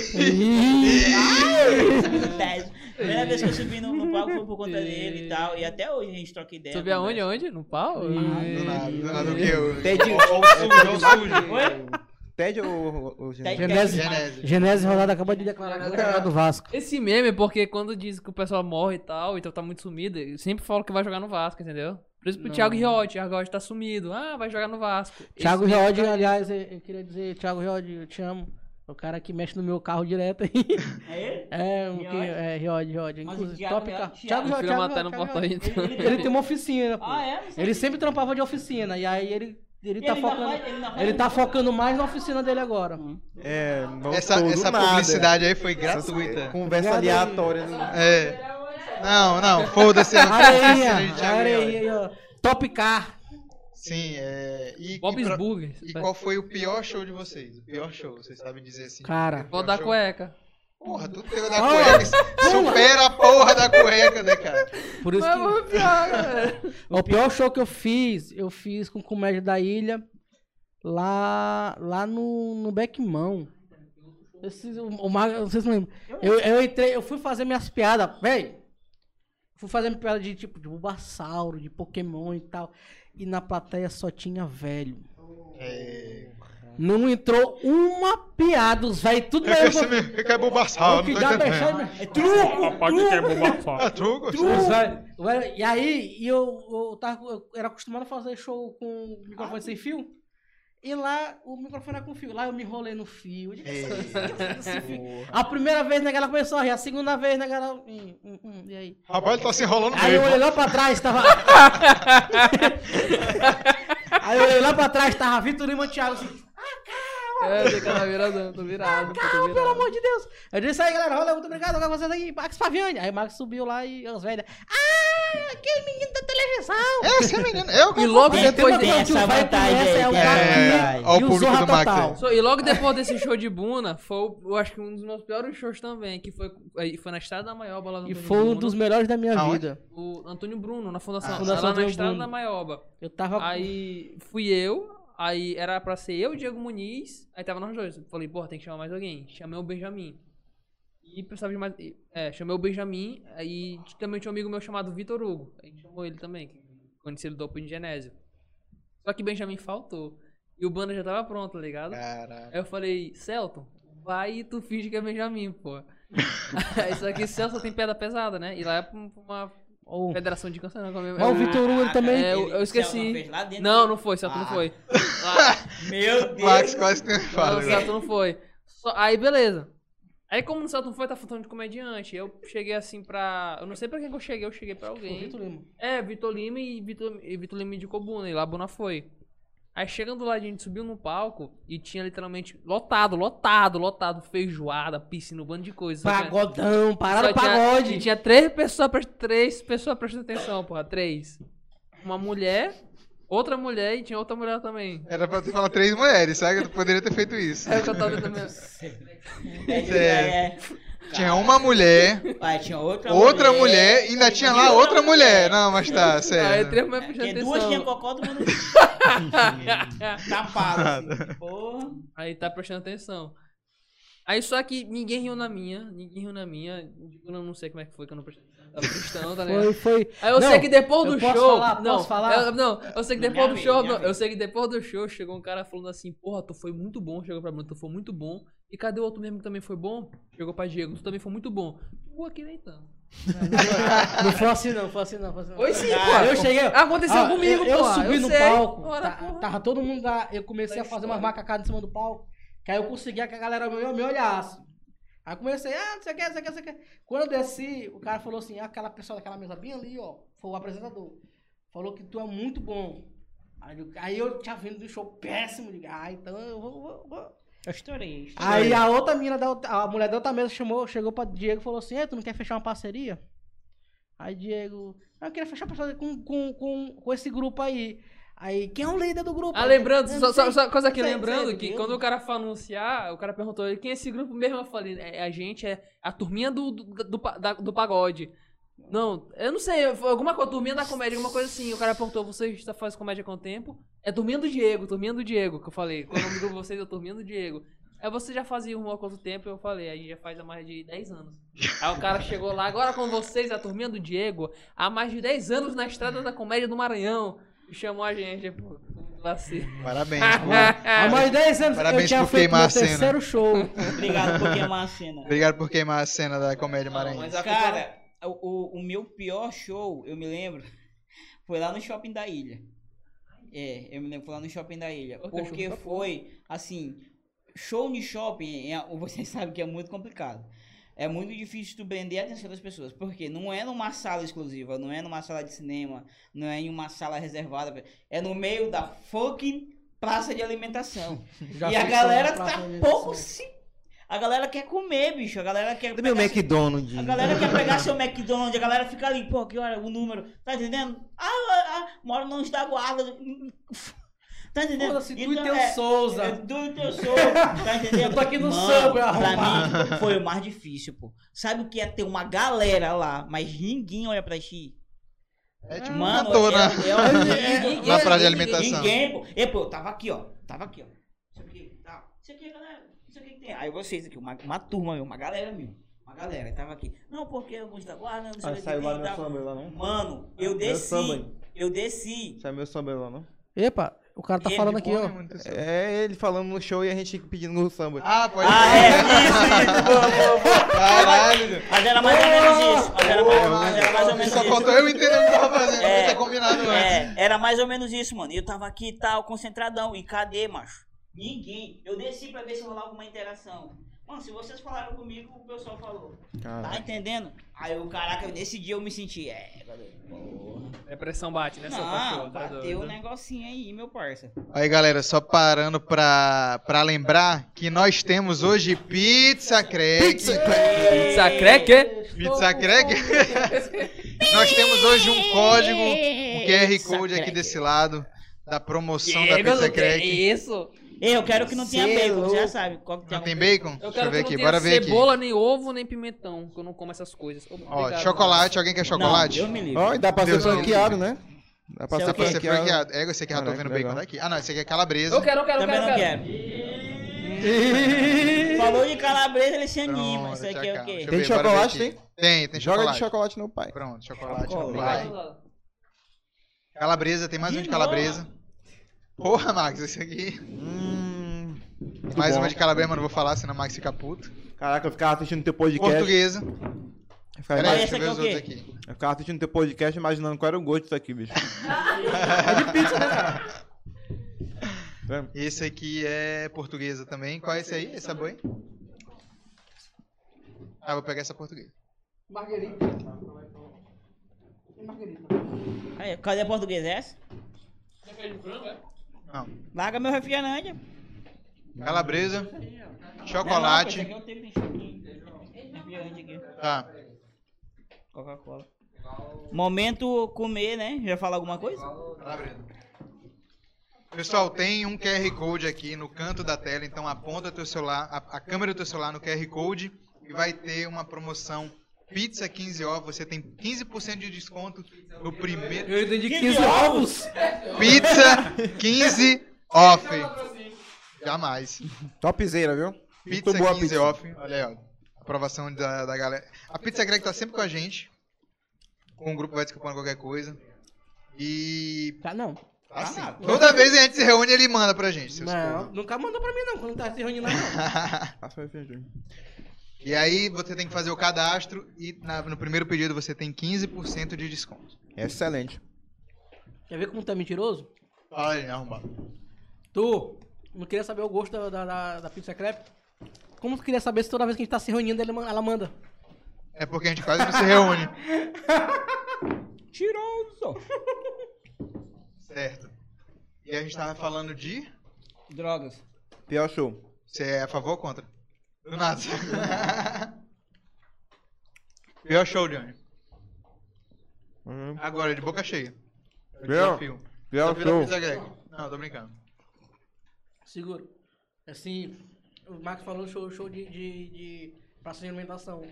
Speaker 4: subi no TED. Primeira vez que eu subi no, no palco foi por conta dele e tal. E até hoje a gente troca ideia. é.
Speaker 5: Subiu aonde?
Speaker 4: conversa.
Speaker 5: Aonde? No pau?
Speaker 1: Do nada, do nada, o que eu...
Speaker 2: Ted-
Speaker 1: Ó, o sujo, ó, o sujo.
Speaker 2: Oi? Ted ou o Genésio?
Speaker 4: Ted- Ted-
Speaker 3: Genésio.
Speaker 1: Genésio.
Speaker 3: Genésio Rodado acabou de declarar que é do Vasco.
Speaker 5: Esse meme, porque quando diz que o pessoal morre e tal, então tá muito sumido, eu sempre falo que vai jogar no Vasco, entendeu? Por isso que o Thiago Riotti, Thiago Riotti tá sumido. Ah, vai jogar no Vasco. Esse
Speaker 3: Thiago é-
Speaker 5: meme
Speaker 3: Reode,
Speaker 5: tá-
Speaker 3: aliás, eu eu queria dizer, Thiago Reode, eu te amo. O cara que mexe no meu carro direto aí.
Speaker 4: É ele?
Speaker 3: É, o que
Speaker 4: Reode?
Speaker 3: é Reode, Reode.
Speaker 4: Mas o
Speaker 3: Inclusive,
Speaker 4: Thiago
Speaker 3: top
Speaker 4: Reode-
Speaker 3: carro.
Speaker 4: Thiago-
Speaker 3: Thiago
Speaker 5: Meu
Speaker 3: Reode,
Speaker 5: filho ia
Speaker 3: Thiago
Speaker 5: matar no
Speaker 3: Reode, Thiago
Speaker 1: é
Speaker 5: portão
Speaker 1: um
Speaker 3: Reode.
Speaker 5: então.
Speaker 4: É
Speaker 3: Ele tem uma oficina, pô.
Speaker 4: Ah, é?
Speaker 3: Ele sempre trampava de oficina, e aí ele, ele,
Speaker 4: Ele
Speaker 3: tá,
Speaker 4: ainda
Speaker 3: focando,
Speaker 4: vai- Uhum. ele ainda vai-
Speaker 3: ele tá focando mais na oficina dele agora.
Speaker 2: É, não
Speaker 1: Essa,
Speaker 2: tô do
Speaker 1: essa
Speaker 2: nada.
Speaker 1: publicidade aí foi gratuita.
Speaker 2: Conversa aleatória. né? do-
Speaker 1: É. Não, não, foda-se. não tem
Speaker 3: Areinha,
Speaker 1: oficina de Thiago
Speaker 3: areinha,
Speaker 1: Leone.
Speaker 3: aí, ó. Top Car.
Speaker 1: é. Sim, é. E, e
Speaker 5: Bob's né?
Speaker 1: pro-
Speaker 5: Burgers.
Speaker 1: e qual foi o pior show de vocês? O pior show, vocês sabem dizer assim.
Speaker 3: Cara.
Speaker 5: Vou dar cueca.
Speaker 1: Porra, tu pegou da
Speaker 3: Ah,
Speaker 1: cueca. Supera a porra da cueca, né, cara?
Speaker 3: Por isso
Speaker 5: Mas
Speaker 3: que...
Speaker 5: foi pior, cara.
Speaker 3: O pior show que eu fiz, eu fiz com Comédia da Ilha, lá, lá no, no Beckmão. Esse- o, o Mar- vocês não lembram. Eu, eu entrei, eu fui fazer minhas piadas, véi. Fui fazer minha piada de tipo de Bulbasauro, de Pokémon e tal. E na plateia só tinha velho.
Speaker 1: É.
Speaker 3: Não entrou uma piada, os velhos, tudo
Speaker 1: Eu quero
Speaker 3: mesmo.
Speaker 1: saber o que é bobaçal, não tô
Speaker 3: que já
Speaker 1: entendendo.
Speaker 3: deixaram. É truco, truco.
Speaker 1: Ah, tu gostou?
Speaker 3: Os velhos- os velhos- E aí, e eu, eu, tava, eu era acostumado a fazer show com microfone sem fio. E lá, o microfone era com fio. Lá eu me enrolei no fio. Eu digo,
Speaker 1: Ei.
Speaker 3: "Esse fio". A primeira vez, né, ela começou a rir. A segunda vez, né, ela... hum, hum, hum, e aí?
Speaker 1: Rapaz, ele tá se enrolando
Speaker 3: Aí eu
Speaker 1: mesmo.
Speaker 3: olhei lá pra trás, tava... aí eu olhei lá pra trás, tava Vitor Lima e Thiago assim...
Speaker 5: É, tem cara virado, tô virado, tô
Speaker 3: Calma, pelo
Speaker 5: virado.
Speaker 3: amor de Deus. Eu disse aí, galera, olha, muito obrigado com vocês aqui, Max Faviani. Aí o Max subiu lá e os velhos... Ah, aquele menino da televisão.
Speaker 1: Esse é menino, eu
Speaker 5: E logo
Speaker 3: Tem
Speaker 5: depois
Speaker 3: uma
Speaker 5: desse.
Speaker 3: coisa que o
Speaker 4: essa
Speaker 3: vai
Speaker 4: vantagem
Speaker 3: conhece,
Speaker 4: aí,
Speaker 3: é o
Speaker 4: tem essa
Speaker 3: cara
Speaker 4: vantagem.
Speaker 3: que-
Speaker 1: Ó, o
Speaker 3: e o
Speaker 1: público
Speaker 3: Zorra
Speaker 1: do Max
Speaker 3: Total.
Speaker 1: aí.
Speaker 5: So, e logo depois desse show de Buna, foi, o- eu acho que um dos meus piores shows também, que foi, aí foi na Estrada da Maioba lá no
Speaker 3: E
Speaker 5: Antônio
Speaker 3: foi um
Speaker 5: Bruno.
Speaker 3: dos melhores da minha
Speaker 1: Aonde?
Speaker 3: vida.
Speaker 5: O Antônio Bruno, na fundação.
Speaker 1: Ah,
Speaker 3: Fundação
Speaker 5: lá na
Speaker 3: Antônio
Speaker 5: Estrada
Speaker 3: Bruno.
Speaker 5: da Maioba.
Speaker 3: Eu tava.
Speaker 5: Aí fui eu, aí era pra ser eu, Diego Muniz, aí tava nós dois. Falei, porra, tem que chamar mais alguém. Chamei o Benjamin. E precisava de mais. e- É, chamei o Benjamin, aí também tinha um amigo meu chamado Vitor Hugo. A gente chamou ele também, que conheci ele do Open Genésio. Só que Benjamin faltou. E o bando já tava pronto, tá ligado?
Speaker 1: Caralho.
Speaker 5: Aí eu falei, Celton, vai e tu finge que é Benjamin, pô. Aí, Só que Celton tem pedra pesada, né? E lá é pra um- pra uma
Speaker 3: Oh.
Speaker 5: federação de câncer. Não, como é-
Speaker 3: Mas o Vitor Hugo ele também.
Speaker 5: é, eu- eu esqueci. não, não foi, Celton não
Speaker 4: Ah.
Speaker 5: foi. Lá,
Speaker 4: Meu
Speaker 1: Max
Speaker 4: Deus.
Speaker 1: quase que me
Speaker 5: não,
Speaker 1: fala. velho.
Speaker 5: Celton não foi. Só- aí beleza. Aí como o Celton não foi, tá faltando de comediante. Eu cheguei assim pra... Eu não sei pra quem que eu cheguei, eu cheguei pra
Speaker 3: Foi o
Speaker 5: alguém.
Speaker 3: Vitor Lima.
Speaker 5: É, Vitor Lima e Vitor, e Vitor Lima de Cobuna, e lá a Buna foi. Aí chegando lá, a gente subiu no palco e tinha literalmente lotado, lotado, lotado, feijoada, piscina, um bando de coisa. sabe?
Speaker 3: Pagodão,
Speaker 5: Só
Speaker 3: parada
Speaker 5: tinha-
Speaker 3: pagode.
Speaker 5: E tinha três pessoas, pre- três pessoas prestando atenção, porra, três. Uma mulher, outra mulher e tinha outra mulher também.
Speaker 1: Era pra tu falar três mulheres, sabe? Tu poderia ter feito isso.
Speaker 5: É o que eu tava também.
Speaker 1: É. Tinha uma mulher,
Speaker 4: Aí é. tinha outra,
Speaker 1: outra mulher, e ainda tinha lá outra mulher. Não, mas
Speaker 7: Ah,
Speaker 1: tá,
Speaker 7: né?
Speaker 5: Aí
Speaker 1: sério.
Speaker 5: é três mulheres
Speaker 4: Porque
Speaker 5: puxando
Speaker 4: É, duas tinha
Speaker 5: atenção.
Speaker 4: cocó, todo mundo tapado. Assim. Porra.
Speaker 5: Aí tá prestando atenção. Aí só que ninguém riu na minha, ninguém riu na minha. Eu não sei como é que foi que eu não prestei. Tava prestando, tá ligado?
Speaker 7: Foi, foi.
Speaker 5: Aí eu
Speaker 7: Não,
Speaker 5: sei que depois do
Speaker 7: eu posso
Speaker 5: show.
Speaker 7: falar,
Speaker 5: não,
Speaker 7: posso falar?
Speaker 5: Eu, não, eu sei que
Speaker 4: Minha
Speaker 5: depois do
Speaker 4: vez,
Speaker 5: show.
Speaker 4: minha
Speaker 5: não, eu
Speaker 4: vez.
Speaker 5: sei que depois do show chegou um cara falando assim, porra, tu foi muito bom, chegou pra mim, tu foi muito bom. E cadê o outro mesmo que também foi bom? Chegou pra Diego, tu também foi muito bom. Pô, aqui nem tanto.
Speaker 7: Não foi assim, não, foi assim, não, foi assim. não.
Speaker 5: Oi sim,
Speaker 7: Ah,
Speaker 5: pô.
Speaker 7: eu cheguei.
Speaker 5: Aconteceu
Speaker 7: Ah,
Speaker 5: comigo,
Speaker 7: eu, eu
Speaker 5: pô.
Speaker 7: subi no
Speaker 5: sei.
Speaker 7: palco.
Speaker 5: Ora,
Speaker 7: tá-
Speaker 5: porra.
Speaker 7: tava todo mundo lá. Eu comecei
Speaker 5: Da
Speaker 7: a fazer umas
Speaker 5: história.
Speaker 7: macacadas em cima do palco. Que aí eu conseguia que a galera me, me olhasse. Aí comecei, ah, não sei o que, não sei o que, não sei o que. Quando eu desci, o cara falou assim: ah, aquela pessoa daquela mesa bem ali, ó, foi o apresentador. Falou que tu é muito bom. Aí eu, aí eu tinha vindo do show péssimo. digo, Ah, então eu vou- vou- vou,
Speaker 4: Eu estourei. estourei.
Speaker 7: Aí a outra mina, da outra- a mulher da outra mesa chamou, chegou pra Diego e falou assim, Ei, tu não quer fechar uma parceria? Aí Diego, "Ah, eu queria fechar uma parceria com, com, com, com esse grupo aí. Aí, quem é o líder do grupo?
Speaker 5: Ah, lembrando,
Speaker 7: Eu
Speaker 5: só,
Speaker 7: não
Speaker 5: só,
Speaker 7: sei.
Speaker 5: só coisa aqui,
Speaker 7: Não sei,
Speaker 5: lembrando
Speaker 7: sei,
Speaker 5: que
Speaker 7: Deus.
Speaker 5: quando o cara foi anunciar, o cara perguntou quem é esse grupo mesmo. Eu falei, é, a gente é a turminha do, do, do, pa- da- do pagode. Não, eu não sei, foi alguma coisa, turminha da comédia, alguma coisa assim. O cara perguntou, vocês só fazem comédia com o tempo? É turminha do Diego, turminha do Diego, que eu falei. Quando eu me grupo vocês, é turminha do Diego. Aí você já fazia uma há quanto tempo? Eu falei, aí já faz há mais de 10 anos. Aí o cara chegou lá, agora com vocês, é a turminha do Diego, há mais de 10 anos na estrada da comédia do Maranhão. E chamou a gente, tipo, pô. Laci.
Speaker 1: Parabéns.
Speaker 7: Há mais de 10 anos
Speaker 1: Parabéns
Speaker 7: eu tinha
Speaker 1: por
Speaker 7: feito
Speaker 1: queimar a
Speaker 7: meu
Speaker 1: cena.
Speaker 7: terceiro show.
Speaker 4: Obrigado por queimar a cena.
Speaker 1: Obrigado por queimar a cena da comédia maranhense.
Speaker 6: Mas a
Speaker 4: Cara, o, o, o meu pior show, eu me lembro, foi lá no shopping da ilha. É, eu me lembro, foi lá no shopping da ilha.
Speaker 5: Ô, cachorro
Speaker 4: Porque
Speaker 5: tá
Speaker 4: foi, assim, show de shopping, é, vocês sabem que é muito complicado. É muito difícil tu prender a atenção das pessoas, porque não é numa sala exclusiva, não é numa sala de cinema, não é em uma sala reservada, pra- é no meio da fucking praça de alimentação.
Speaker 7: Já
Speaker 4: e a
Speaker 7: fiz
Speaker 4: galera
Speaker 7: show na
Speaker 4: tá
Speaker 7: Praça da
Speaker 4: pouco
Speaker 7: Alimentação.
Speaker 4: se... A galera quer comer, bicho, a galera quer...
Speaker 2: Do meu
Speaker 4: pegar-
Speaker 2: McDonald's.
Speaker 4: a galera quer pegar seu McDonald's, a galera fica ali, pô, que hora o número, tá entendendo? Ah, ah, ah moro longe da guarda. Tá entendendo?
Speaker 7: Foda-se, tu e
Speaker 4: Então,
Speaker 7: teu
Speaker 4: é,
Speaker 7: Souza.
Speaker 4: é, Tu e teu sou, tá entendendo?
Speaker 7: Eu tô aqui no
Speaker 4: Mano,
Speaker 7: samba,
Speaker 4: Pra
Speaker 7: arrombado.
Speaker 4: mim foi o mais difícil, pô. Sabe o que é ter uma galera lá, mas ninguém olha pra ti?
Speaker 1: É tipo um
Speaker 4: Mano,
Speaker 1: ator, né?
Speaker 4: é- é- é- é-
Speaker 1: Na
Speaker 4: é-
Speaker 1: praia de
Speaker 4: é-
Speaker 1: alimentação.
Speaker 4: Ninguém, pô. E, pô, eu tava aqui, ó. Tava aqui, ó. Isso aqui, tá. Isso aqui, galera. Isso aqui que tem. Aí vocês aqui, uma, uma turma, meu. Uma galera, meu. Uma galera. Tava aqui. Não, porque eu gosto da guarda, não sei o
Speaker 2: Ah,
Speaker 4: que
Speaker 2: saiu lá
Speaker 4: tem,
Speaker 2: meu
Speaker 4: tá.
Speaker 2: samba lá, não?
Speaker 4: Mano, eu
Speaker 2: Meu
Speaker 4: desci.
Speaker 2: samba.
Speaker 4: Eu desci.
Speaker 2: Saiu meu samba lá, não?
Speaker 7: Epa, o cara tá
Speaker 4: Ele
Speaker 7: falando aqui, ó.
Speaker 2: É ele falando no show e a gente pedindo no samba.
Speaker 1: Ah, pode
Speaker 4: Ah, é.
Speaker 1: ser.
Speaker 4: Isso, isso. Boa, boa, boa.
Speaker 1: Caralho.
Speaker 4: Mas era mais ou menos isso. Mas era mais, mas era mais ou menos
Speaker 1: Só
Speaker 4: isso.
Speaker 1: faltou eu entender o que tava fazendo.
Speaker 4: É.
Speaker 1: Não tinha combinado antes.
Speaker 4: É, era mais ou menos isso, mano. Eu tava aqui e tal, concentradão. E cadê, macho? Ninguém. Eu desci pra ver se rolava alguma interação. Mano, se vocês falaram comigo, o pessoal falou. Tá entendendo? Aí eu, caraca, nesse dia eu me senti. É, valeu.
Speaker 5: Depressão bate, né? seu
Speaker 4: Não,
Speaker 5: cachorro, tá
Speaker 4: bateu
Speaker 5: doido.
Speaker 4: um negocinho aí, meu parça.
Speaker 1: Aí, galera, só parando pra, pra lembrar que nós temos hoje Pizza Crack. Pizza
Speaker 5: Pizza é? crack?
Speaker 1: Pizza Crack? Nós temos hoje um código, um QR Code aqui desse lado, da promoção da Pizza Crack.
Speaker 5: isso?
Speaker 4: Ei, Eu quero que não tenha bacon, você já sabe. Qual que
Speaker 1: é Não
Speaker 4: tem
Speaker 1: tem bacon? Deixa
Speaker 5: Eu quero
Speaker 1: eu ver
Speaker 5: que
Speaker 1: aqui,
Speaker 5: não tenha
Speaker 1: bora ver aqui.
Speaker 5: cebola, nem ovo, nem pimentão, que eu não como essas coisas.
Speaker 1: Ó,
Speaker 5: Obrigado.
Speaker 1: chocolate, alguém quer chocolate?
Speaker 4: Não, Deus me livre.
Speaker 2: Ó, e dá pra ser
Speaker 1: Deus
Speaker 2: franqueado, né? Dá pra
Speaker 4: Isso
Speaker 2: ser
Speaker 4: é o quê?
Speaker 1: Pra ser
Speaker 2: franqueado.
Speaker 1: franqueado. É, esse aqui já tô
Speaker 2: Caraca,
Speaker 1: vendo bacon
Speaker 2: legal.
Speaker 1: daqui. Ah, não, esse aqui é calabresa.
Speaker 5: Eu quero, eu quero, eu
Speaker 4: Também
Speaker 5: quero.
Speaker 4: não
Speaker 5: eu quero.
Speaker 4: quero. Falou de calabresa, ele se anima.
Speaker 1: Pronto,
Speaker 4: Isso aqui é
Speaker 1: tchau,
Speaker 4: o quê?
Speaker 1: deixa eu
Speaker 2: Tem
Speaker 1: ver, bora ver
Speaker 2: chocolate,
Speaker 1: aqui.
Speaker 2: tem?
Speaker 1: Tem, tem
Speaker 2: Joga de
Speaker 1: chocolate.
Speaker 2: chocolate no pai.
Speaker 1: Pronto, chocolate.
Speaker 4: Chocolate.
Speaker 1: vai. Calabresa, tem mais
Speaker 4: De
Speaker 1: um de calabresa. Porra, Max, esse aqui.
Speaker 2: Hum, muito
Speaker 1: Mais
Speaker 2: bom.
Speaker 1: uma de calabresa, mas não vou falar, senão o Max fica puto.
Speaker 2: Caraca, eu ficava assistindo teu podcast.
Speaker 1: Portuguesa.
Speaker 2: Eu ficava,
Speaker 1: Peraí,
Speaker 4: esse
Speaker 1: deixa eu ver os
Speaker 4: aqui é o
Speaker 1: outros
Speaker 4: quê?
Speaker 1: aqui.
Speaker 2: eu ficava assistindo teu podcast imaginando qual era o gosto disso aqui, bicho.
Speaker 1: Esse aqui é portuguesa também. Qual é esse aí? Esse sabor aí? Ah, vou pegar essa portuguesa.
Speaker 7: Marguerita. Marguerita.
Speaker 4: Aí, Cadê português essa?
Speaker 1: Não.
Speaker 4: Larga meu refrigerante.
Speaker 1: Calabresa.
Speaker 4: Não,
Speaker 1: Chocolate.
Speaker 4: não, esse aqui é eu tenho que enxugar. Refrigerante aqui.
Speaker 1: Tá.
Speaker 4: Coca-Cola. Momento comer, né? Já falar alguma coisa?
Speaker 1: Calabresa. Pessoal, tem um QR Code aqui no canto da tela, então aponta teu celular, a, a câmera do teu celular no QR Code e vai ter uma promoção Pizza 15 ovos. Você tem 15% de desconto no primeiro.
Speaker 3: Eu entendi 15
Speaker 4: 15
Speaker 3: ovos.
Speaker 1: Pizza 15 off. Jamais.
Speaker 2: Topzera, viu?
Speaker 1: Pizza
Speaker 2: Muito boa a
Speaker 1: 15
Speaker 4: é
Speaker 2: pizza.
Speaker 1: off. Olha aí, ó. Aprovação da, da galera. A Pizza Greg tá sempre com a gente. Com o grupo vai desculpando qualquer coisa. E.
Speaker 3: Tá, não.
Speaker 1: Assim, toda vez que a gente se reúne, ele manda pra gente. seus
Speaker 3: Não,
Speaker 1: porra.
Speaker 3: nunca mandou pra mim, não, quando tá se reunindo lá. não.
Speaker 2: Passa o feijão.
Speaker 1: E aí você tem que fazer o cadastro e na- no primeiro pedido você tem 15% de desconto.
Speaker 2: Excelente.
Speaker 3: Quer ver como tu é mentiroso?
Speaker 1: Fala aí, arrombado.
Speaker 3: Tu não queria saber o gosto da, da, da- da pizza crepe? Como tu queria saber se toda vez que a gente tá se reunindo, ele man- ela manda?
Speaker 1: É porque a gente quase não se reúne.
Speaker 4: Tiroso.
Speaker 1: Certo. E a gente tava falando de.
Speaker 4: Drogas.
Speaker 2: Pior show.
Speaker 1: Você é a favor ou contra? Do nada. Pior show, Johnny.
Speaker 2: Uhum.
Speaker 1: Agora, de boca cheia. Eu
Speaker 2: Pior-
Speaker 1: desafio.
Speaker 2: Pior
Speaker 1: Desafio da
Speaker 2: show.
Speaker 1: Pizza Greg. Não, tô brincando.
Speaker 3: Seguro. Assim, o Marcos falou show, show de, de, de praça de alimentação.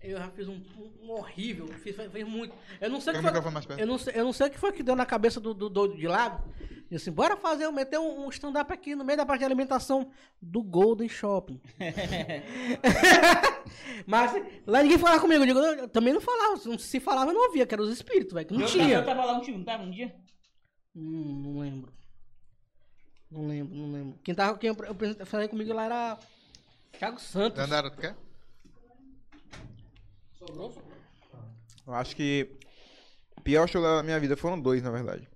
Speaker 3: Eu já fiz um, um horrível, fiz, fiz muito. Eu não sei o
Speaker 1: Pega
Speaker 3: que
Speaker 1: o
Speaker 3: foi.
Speaker 1: microfone mais perto.
Speaker 3: Eu não, sei, eu não sei o que foi que deu na cabeça do do doido de lá. E assim, bora fazer, eu meter um, um stand-up aqui no meio da parte de alimentação do Golden Shopping. Mas lá ninguém falava comigo. Eu, digo, eu também não falava. Se- Se falava, eu não ouvia, que era os espíritos, velho. Que não
Speaker 4: Eu- Eu
Speaker 3: tinha.
Speaker 4: tava lá contigo, não tava um dia?
Speaker 3: Hum, não lembro. Não lembro, não lembro. Quem tava, quem eu, eu falei comigo lá era Thiago Santos.
Speaker 1: Dandara, tu quer?
Speaker 2: Eu acho que pior show da minha vida foram dois, na verdade.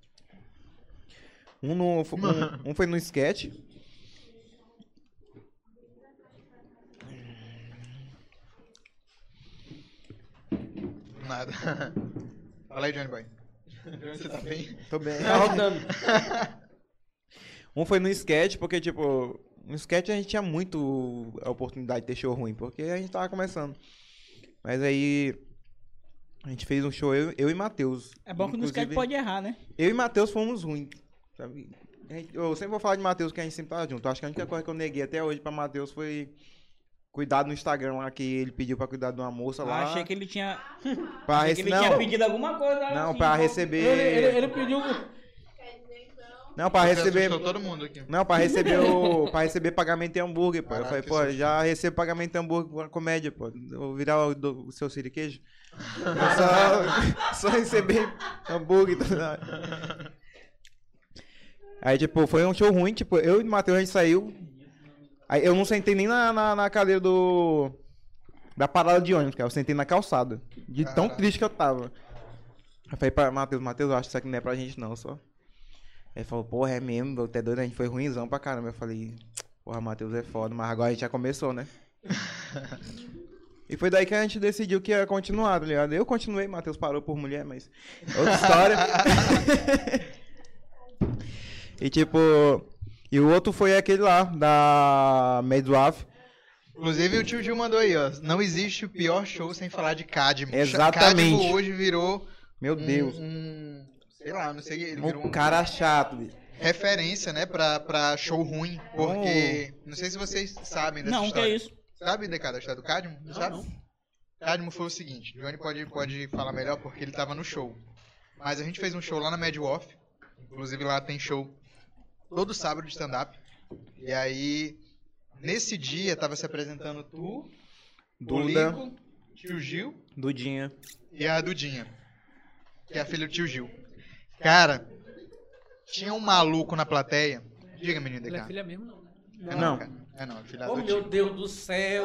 Speaker 2: Um, no, fo- um, um foi no sketch.
Speaker 1: Do Nada. Fala aí, Johnny Boy. Johnny, Você tá bem?
Speaker 2: Tô bem. um foi no sketch, porque, tipo, no sketch a gente tinha muito a oportunidade de ter show ruim, porque a gente tava começando. Mas aí a gente fez um show, eu, eu e Matheus.
Speaker 4: É bom que no
Speaker 2: Inclusive,
Speaker 4: Skype pode errar, né?
Speaker 2: Eu e Matheus fomos ruins. sabe? A gente- Eu sempre vou falar de Matheus, que a gente sempre tá junto. Acho que a única coisa que eu neguei até hoje pra Matheus foi cuidar no Instagram lá, que ele pediu pra cuidar de uma moça tá lá.
Speaker 4: Ah, achei que ele tinha,
Speaker 2: pra
Speaker 4: achei que
Speaker 2: rece-
Speaker 4: ele
Speaker 2: não,
Speaker 4: tinha pedido alguma coisa.
Speaker 2: não,
Speaker 4: assim,
Speaker 2: pra
Speaker 4: então-
Speaker 2: receber.
Speaker 3: pediu.
Speaker 2: Não, pra receber.
Speaker 1: Assustou todo mundo aqui.
Speaker 2: Não, pra receber o. pra receber pagamento em hambúrguer, pô. Eu
Speaker 1: Caraca,
Speaker 2: falei,
Speaker 1: que
Speaker 2: pô,
Speaker 1: susto.
Speaker 2: já recebo pagamento em hambúrguer com a comédia, pô. Eu Vou virar o, do- o seu siriquejo. Eu só, só receber hambúrguer tá toda hora. Aí, tipo, foi um show ruim, tipo, eu e o Matheus a gente saiu. Aí eu não sentei nem na, na, na cadeira do. Da parada de ônibus, cara. Eu sentei na calçada. De tão
Speaker 1: Caraca.
Speaker 2: triste que eu tava. Eu falei pra Matheus, Matheus, eu acho que isso aqui não é pra gente não, só. Ele falou, porra, é mesmo, meu, até doido, a gente foi ruimzão pra caramba. Eu falei, porra, Matheus é foda, mas agora a gente já começou, né? e foi daí que a gente decidiu que ia continuar, tá ligado? Eu continuei, Matheus parou por mulher, mas. Outra história. e tipo. E o outro foi aquele lá, da Medwaf.
Speaker 1: Inclusive o tio Gil mandou aí, ó. Não existe o pior show sem falar de Cadmo.
Speaker 2: Exatamente.
Speaker 1: Cadmo hoje virou
Speaker 2: Meu
Speaker 1: um-
Speaker 2: Deus.
Speaker 1: um- sei lá, não sei, ele virou
Speaker 2: Um
Speaker 1: um
Speaker 2: cara chato, bicho.
Speaker 1: referência, né, pra, pra show ruim, porque não sei se vocês sabem dessa
Speaker 4: Não, que
Speaker 1: história.
Speaker 4: é isso.
Speaker 1: Sabe, Decada, a história do Cadmo? Não, sabe? Cadmo foi o seguinte, Johnny pode, pode falar melhor porque ele tava no show. Mas a gente fez um show lá na Mad Wolf, inclusive lá tem show todo sábado de stand-up. E aí, nesse dia, tava se apresentando tu,
Speaker 2: Duda,
Speaker 1: o Lico, tio Gil
Speaker 2: Dudinha.
Speaker 1: e a Dudinha, que é a filha do tio Gil. Cara, tinha um maluco na plateia. Diga, menino
Speaker 5: Ela é
Speaker 1: DK.
Speaker 5: filha mesmo, não, né?
Speaker 1: É
Speaker 2: Não.
Speaker 1: cara. É não, é filha
Speaker 3: Oh,
Speaker 1: adotiva.
Speaker 3: meu Deus do céu.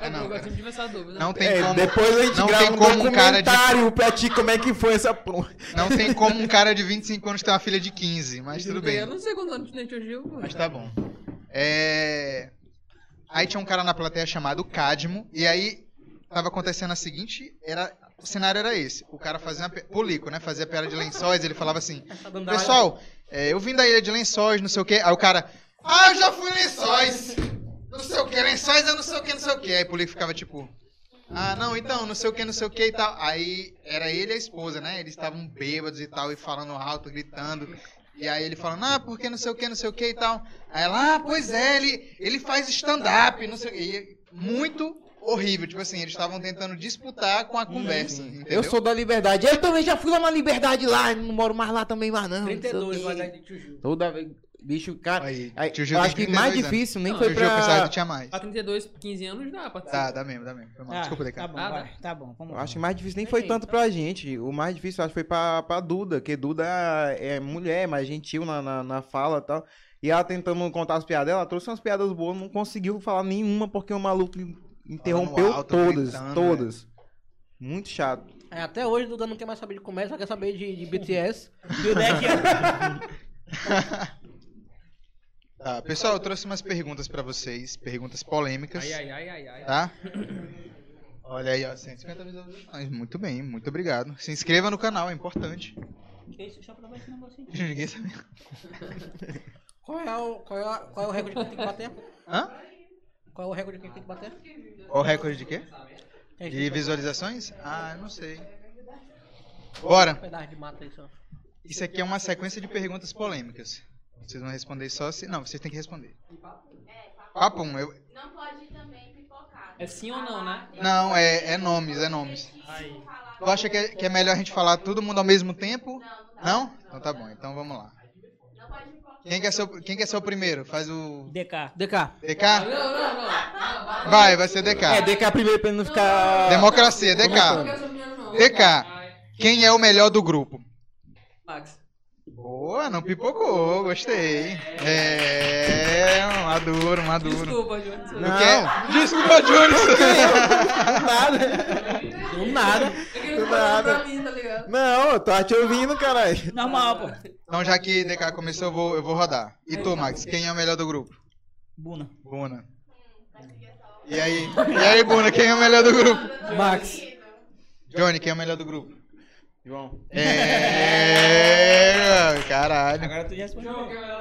Speaker 1: É não, cara.
Speaker 5: eu gosto sempre de pensar dúvida.
Speaker 1: Não tem
Speaker 2: É,
Speaker 1: como,
Speaker 2: depois a gente
Speaker 1: não
Speaker 2: grava
Speaker 1: tem
Speaker 2: um
Speaker 1: como um cara de-
Speaker 2: documentário pra ti como é que foi essa porra.
Speaker 1: não tem como um cara de 25 anos ter uma filha de 15, mas
Speaker 5: Eu
Speaker 1: tudo
Speaker 5: não
Speaker 1: bem.
Speaker 5: Eu não sei quando antes nem tio Gil. pô.
Speaker 1: Mas tá bom. É... Aí tinha um cara na plateia chamado Cadmo, e aí tava acontecendo a seguinte, era... o cenário era esse. O cara fazia uma... pe- Polico, né? Fazia piada de lençóis, ele falava assim,
Speaker 3: Tá dando
Speaker 1: pessoal, é, eu vim da ilha de lençóis, não sei o quê. Aí o cara, ah, eu já fui em lençóis, não sei o quê, lençóis eu não sei o quê, não sei o quê. Aí o Polico ficava tipo... Ah, não, então, não sei o que, não sei o que e tal. Aí era ele e a esposa, né? Eles estavam bêbados e tal, e falando alto, gritando. E aí ele falando, ah, porque não sei o que, não sei o que e tal. Aí ela, ah, pois é, ele, ele faz stand-up, não sei o que. Muito horrível, tipo assim, eles estavam tentando disputar com a conversa. entendeu?
Speaker 9: Eu sou da Liberdade. Eu também já fui lá na Liberdade lá, não moro mais lá também, mais não. não sei o
Speaker 3: 32,
Speaker 9: quê.
Speaker 3: vai dar é de Tiju.
Speaker 9: Toda vez. Bicho, cara.
Speaker 1: Aí,
Speaker 9: aí,
Speaker 1: tio Gil
Speaker 9: eu
Speaker 1: tem
Speaker 9: acho que mais
Speaker 1: 32 anos.
Speaker 9: difícil nem
Speaker 5: Não,
Speaker 9: foi
Speaker 1: Tio Gil, eu pensava que
Speaker 9: pra.
Speaker 1: tinha mais.
Speaker 5: A 32, 15 anos dá pra
Speaker 1: Tá, dá mesmo, dá mesmo. Foi mal.
Speaker 4: Ah,
Speaker 1: Desculpa, DK.
Speaker 4: Tá bom,
Speaker 5: Ah,
Speaker 4: vai. Tá bom, vamos
Speaker 2: Eu
Speaker 4: lá.
Speaker 2: acho que mais difícil nem
Speaker 4: É
Speaker 2: foi
Speaker 4: isso,
Speaker 2: tanto pra gente. O mais difícil, acho que foi pra, pra Duda, que Duda é mulher, mais gentil na, na, na fala e tal. E ela tentando contar as piadas dela, trouxe umas piadas boas, não conseguiu falar nenhuma porque o maluco interrompeu
Speaker 1: alto,
Speaker 2: todas,
Speaker 1: gritando, né?
Speaker 2: todas. Muito chato.
Speaker 3: É, até hoje o Duda não quer mais saber de comédia, só quer saber de, de BTS.
Speaker 4: E o Deck,
Speaker 1: Tá, pessoal, eu trouxe umas perguntas pra vocês, perguntas polêmicas,
Speaker 5: Ai, ai, ai, ai, ai.
Speaker 1: tá? Olha aí, ó, 150 visualizações. Muito bem, muito obrigado. Se inscreva no canal, é importante.
Speaker 4: ó, esse- Deixa eu provar esse negocinho.
Speaker 1: Ninguém sabe.
Speaker 3: Qual é o, qual é o, qual é o recorde que tem que bater?
Speaker 1: Hã?
Speaker 3: Qual é o recorde que tem que bater?
Speaker 1: Qual o recorde de quê?
Speaker 3: Tem
Speaker 1: De visualizações? Ah, eu não sei. Bora.
Speaker 3: um pedaço de mata aí só.
Speaker 1: Isso aqui é uma sequência de perguntas polêmicas. Vocês vão responder só se... Não, vocês têm que responder. Papum, eu...
Speaker 10: Não pode também Ah, pipocar.
Speaker 5: É sim ou não, né?
Speaker 10: um
Speaker 1: Não, é, é nomes, é nomes.
Speaker 5: Aí.
Speaker 1: Tu acha que é, que é melhor a gente falar todo mundo ao mesmo tempo? Não? Então tá bom, então vamos lá. Quem quer ser o, quem quer ser o primeiro? Faz o
Speaker 4: DK.
Speaker 3: DK.
Speaker 5: Não,
Speaker 1: DK?
Speaker 5: não, não.
Speaker 1: Vai, vai ser
Speaker 9: É,
Speaker 1: DK.
Speaker 9: DK primeiro pra ele não ficar.
Speaker 1: Democracia,
Speaker 5: Não
Speaker 1: DK.
Speaker 5: quero essa opinião, não.
Speaker 1: DK. Quem é o melhor do grupo?
Speaker 5: Max.
Speaker 1: Boa, não pipocou, gostei. É, maduro, maduro.
Speaker 5: Desculpa, Júnior. desculpa.
Speaker 1: Tu quer? Desculpa, Júnior.
Speaker 3: Do nada.
Speaker 5: É que ele não falou pra mim, tá ligado?
Speaker 9: Não, eu tava te ouvindo, caralho.
Speaker 4: Normal, pô.
Speaker 1: Então já que DK começou, eu vou, eu vou rodar. E tu, Max, quem é o melhor do grupo?
Speaker 4: Buna.
Speaker 1: Buna. E aí, e aí, Buna, quem é o melhor do grupo?
Speaker 3: Max.
Speaker 1: Johnny, quem é o melhor do grupo?
Speaker 2: João.
Speaker 1: É, mano, caralho.
Speaker 4: Agora tu já respondeu.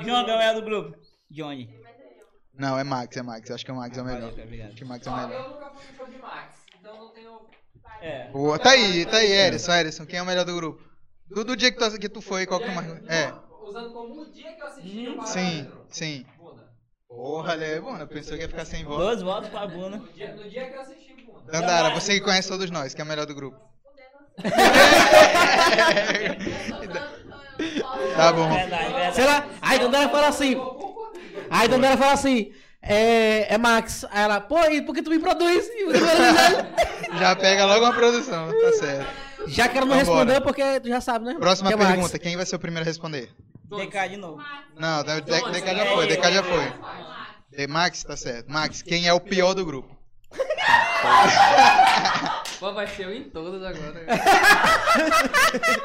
Speaker 4: João Gabriel do grupo. Johnny.
Speaker 1: Não, é Max, é Max. Acho que o Max é o melhor.
Speaker 4: Valeu, obrigado.
Speaker 1: Acho que o Max é o
Speaker 11: Ó,
Speaker 1: melhor.
Speaker 11: eu nunca fui no show de Max, então não tenho.
Speaker 4: É.
Speaker 1: Boa, tá aí, tá aí, Erison, Erison. Quem é o melhor do grupo? Do, do dia que tu, que tu foi, qual que tu mais... É,
Speaker 11: Usando como o dia que eu assisti
Speaker 4: Hum.
Speaker 11: o Pará.
Speaker 1: sim, sim.
Speaker 11: Bunda.
Speaker 1: Porra, né, Buna, pensou que ia ficar sem voz.
Speaker 4: Dois votos pra Buna.
Speaker 5: Tá
Speaker 11: No dia, no dia que eu assisti Bunda.
Speaker 1: Dandara, você que conhece todos nós, quem é o melhor do grupo? Tá bom.
Speaker 4: Verdade, verdade.
Speaker 3: Sei lá. Aí Dandara fala assim. Aí Dandara fala assim. É, é Max. Aí ela, pô, e por que tu me produz? E o Dandara
Speaker 1: Já pega logo uma produção, tá certo.
Speaker 3: já- Já que ela não
Speaker 1: Vambora.
Speaker 3: respondeu, porque tu já sabe, né?
Speaker 1: Próxima
Speaker 3: que é Max.
Speaker 1: pergunta, quem vai ser o primeiro a responder?
Speaker 4: DK de novo.
Speaker 1: Não, tá, da- da- DK já foi, DK já foi. De Max, tá certo. Max, quem é o pior do grupo?
Speaker 5: Pô, vai ser eu em todas agora.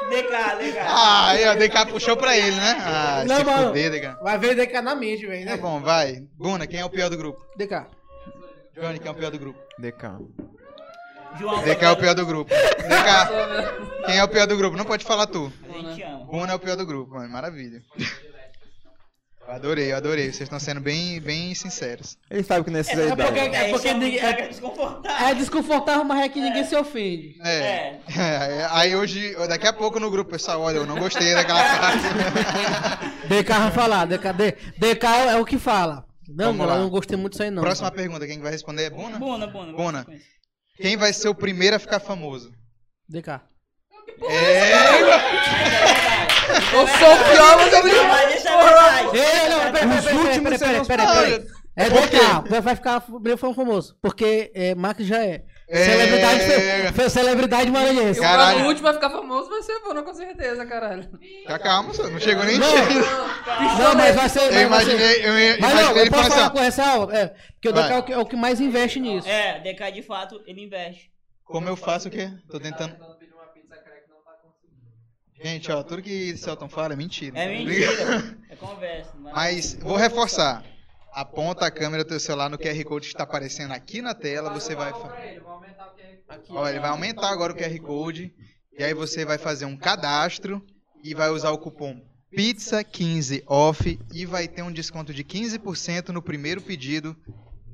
Speaker 4: DK, DK.
Speaker 1: Ah, aí, ó, DK puxou pra ele, né? Ah,
Speaker 3: Não,
Speaker 1: se
Speaker 3: mano.
Speaker 1: fuder, DK.
Speaker 3: Vai ver DK na mente, velho,
Speaker 1: Tá
Speaker 3: né?
Speaker 1: bom, vai. Buna, quem é o pior do grupo?
Speaker 3: DK.
Speaker 1: Johnny, quem é o pior do grupo?
Speaker 2: DK.
Speaker 4: João
Speaker 1: DK é o pior do grupo. DK, quem é o pior do grupo? Não pode falar tu.
Speaker 4: A gente ama.
Speaker 1: Buna é o pior do grupo, mano. Maravilha. Eu adorei, eu adorei. Vocês estão sendo bem, bem sinceros.
Speaker 9: Ele sabe que nessa
Speaker 3: É
Speaker 9: idade.
Speaker 3: porque, é porque ninguém-
Speaker 4: é
Speaker 3: é,
Speaker 4: desconfortável.
Speaker 3: é desconfortável, mas é que ninguém se ofende.
Speaker 1: É. É, Aí hoje, daqui a pouco no grupo, pessoal, olha, eu não gostei daquela frase.
Speaker 3: DK vai falar, DK, D- DK é o que fala. Não,
Speaker 1: Vamos lá.
Speaker 3: eu não gostei muito disso aí, não.
Speaker 1: Próxima pergunta, quem vai responder é Buna?
Speaker 4: Buna, Buna.
Speaker 1: Buna. Quem vai ser o primeiro a ficar famoso?
Speaker 3: DK.
Speaker 5: Eu sou o pior, mas eu não.
Speaker 4: Mas isso é verdade.
Speaker 3: Ei, não, peraí,
Speaker 9: Os
Speaker 3: peraí,
Speaker 9: últimos
Speaker 3: peraí, peraí,
Speaker 9: serão
Speaker 3: peraí, peraí.
Speaker 1: Ah,
Speaker 3: É
Speaker 1: Por quê?
Speaker 3: DK, vai- vai ficar meio fam- famoso. Porque é, Max já é.
Speaker 1: É.
Speaker 3: Celebridade, fe- fe- celebridade maranhense.
Speaker 5: Eu
Speaker 1: Caralho.
Speaker 5: falo, O último a ficar famoso vai ser Bruno, com certeza, caralho.
Speaker 1: Tá calmo, só, não chegou nem
Speaker 3: Não,
Speaker 11: é
Speaker 3: mas vai ser.
Speaker 1: Eu
Speaker 3: vai ser-
Speaker 1: imaginei, eu imaginei
Speaker 3: Mas não,
Speaker 1: ele
Speaker 3: eu posso
Speaker 1: falando
Speaker 3: falar
Speaker 1: assim,
Speaker 3: com essa é, porque o
Speaker 1: Vai.
Speaker 3: DK é o que, é o que mais investe nisso.
Speaker 4: É, DK de fato, ele investe.
Speaker 1: ó, como eu faço o quê? Tô tentando...
Speaker 11: Tentando pedir uma pizza crepe, não tá conseguindo.
Speaker 1: Gente, ó, tudo que Celton fala é mentira.
Speaker 4: É mentira. É conversa. Mas...
Speaker 1: Mas vou reforçar. Aponta a câmera do teu celular no QR Code que está aparecendo aqui na tela, você vai... fa-
Speaker 11: Pra ele, vou aumentar o que é. Aqui.
Speaker 1: Ó, ele vai aumentar agora o QR Code, e aí você vai fazer um cadastro e vai usar o cupom PIZZA15OFF e vai ter um desconto de 15% no primeiro pedido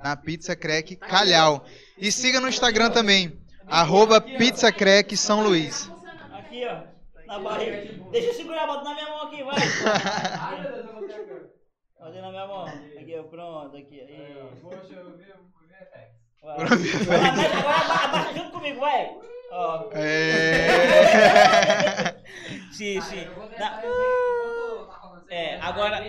Speaker 1: na Pizza Crack Calhau. E siga no Instagram também, arroba Pizza Crack São Luís.
Speaker 4: Aqui, ó. na barriga. Deixa eu segurar, bota na minha mão aqui, vai. Bota na minha mão. Aqui, ó, pronto, aqui. aí. Vai. Agora abaixa- agora aba- abaixa junto comigo, vai. Ó.
Speaker 1: É.
Speaker 4: Sim, sim. Na- É, agora- Tá.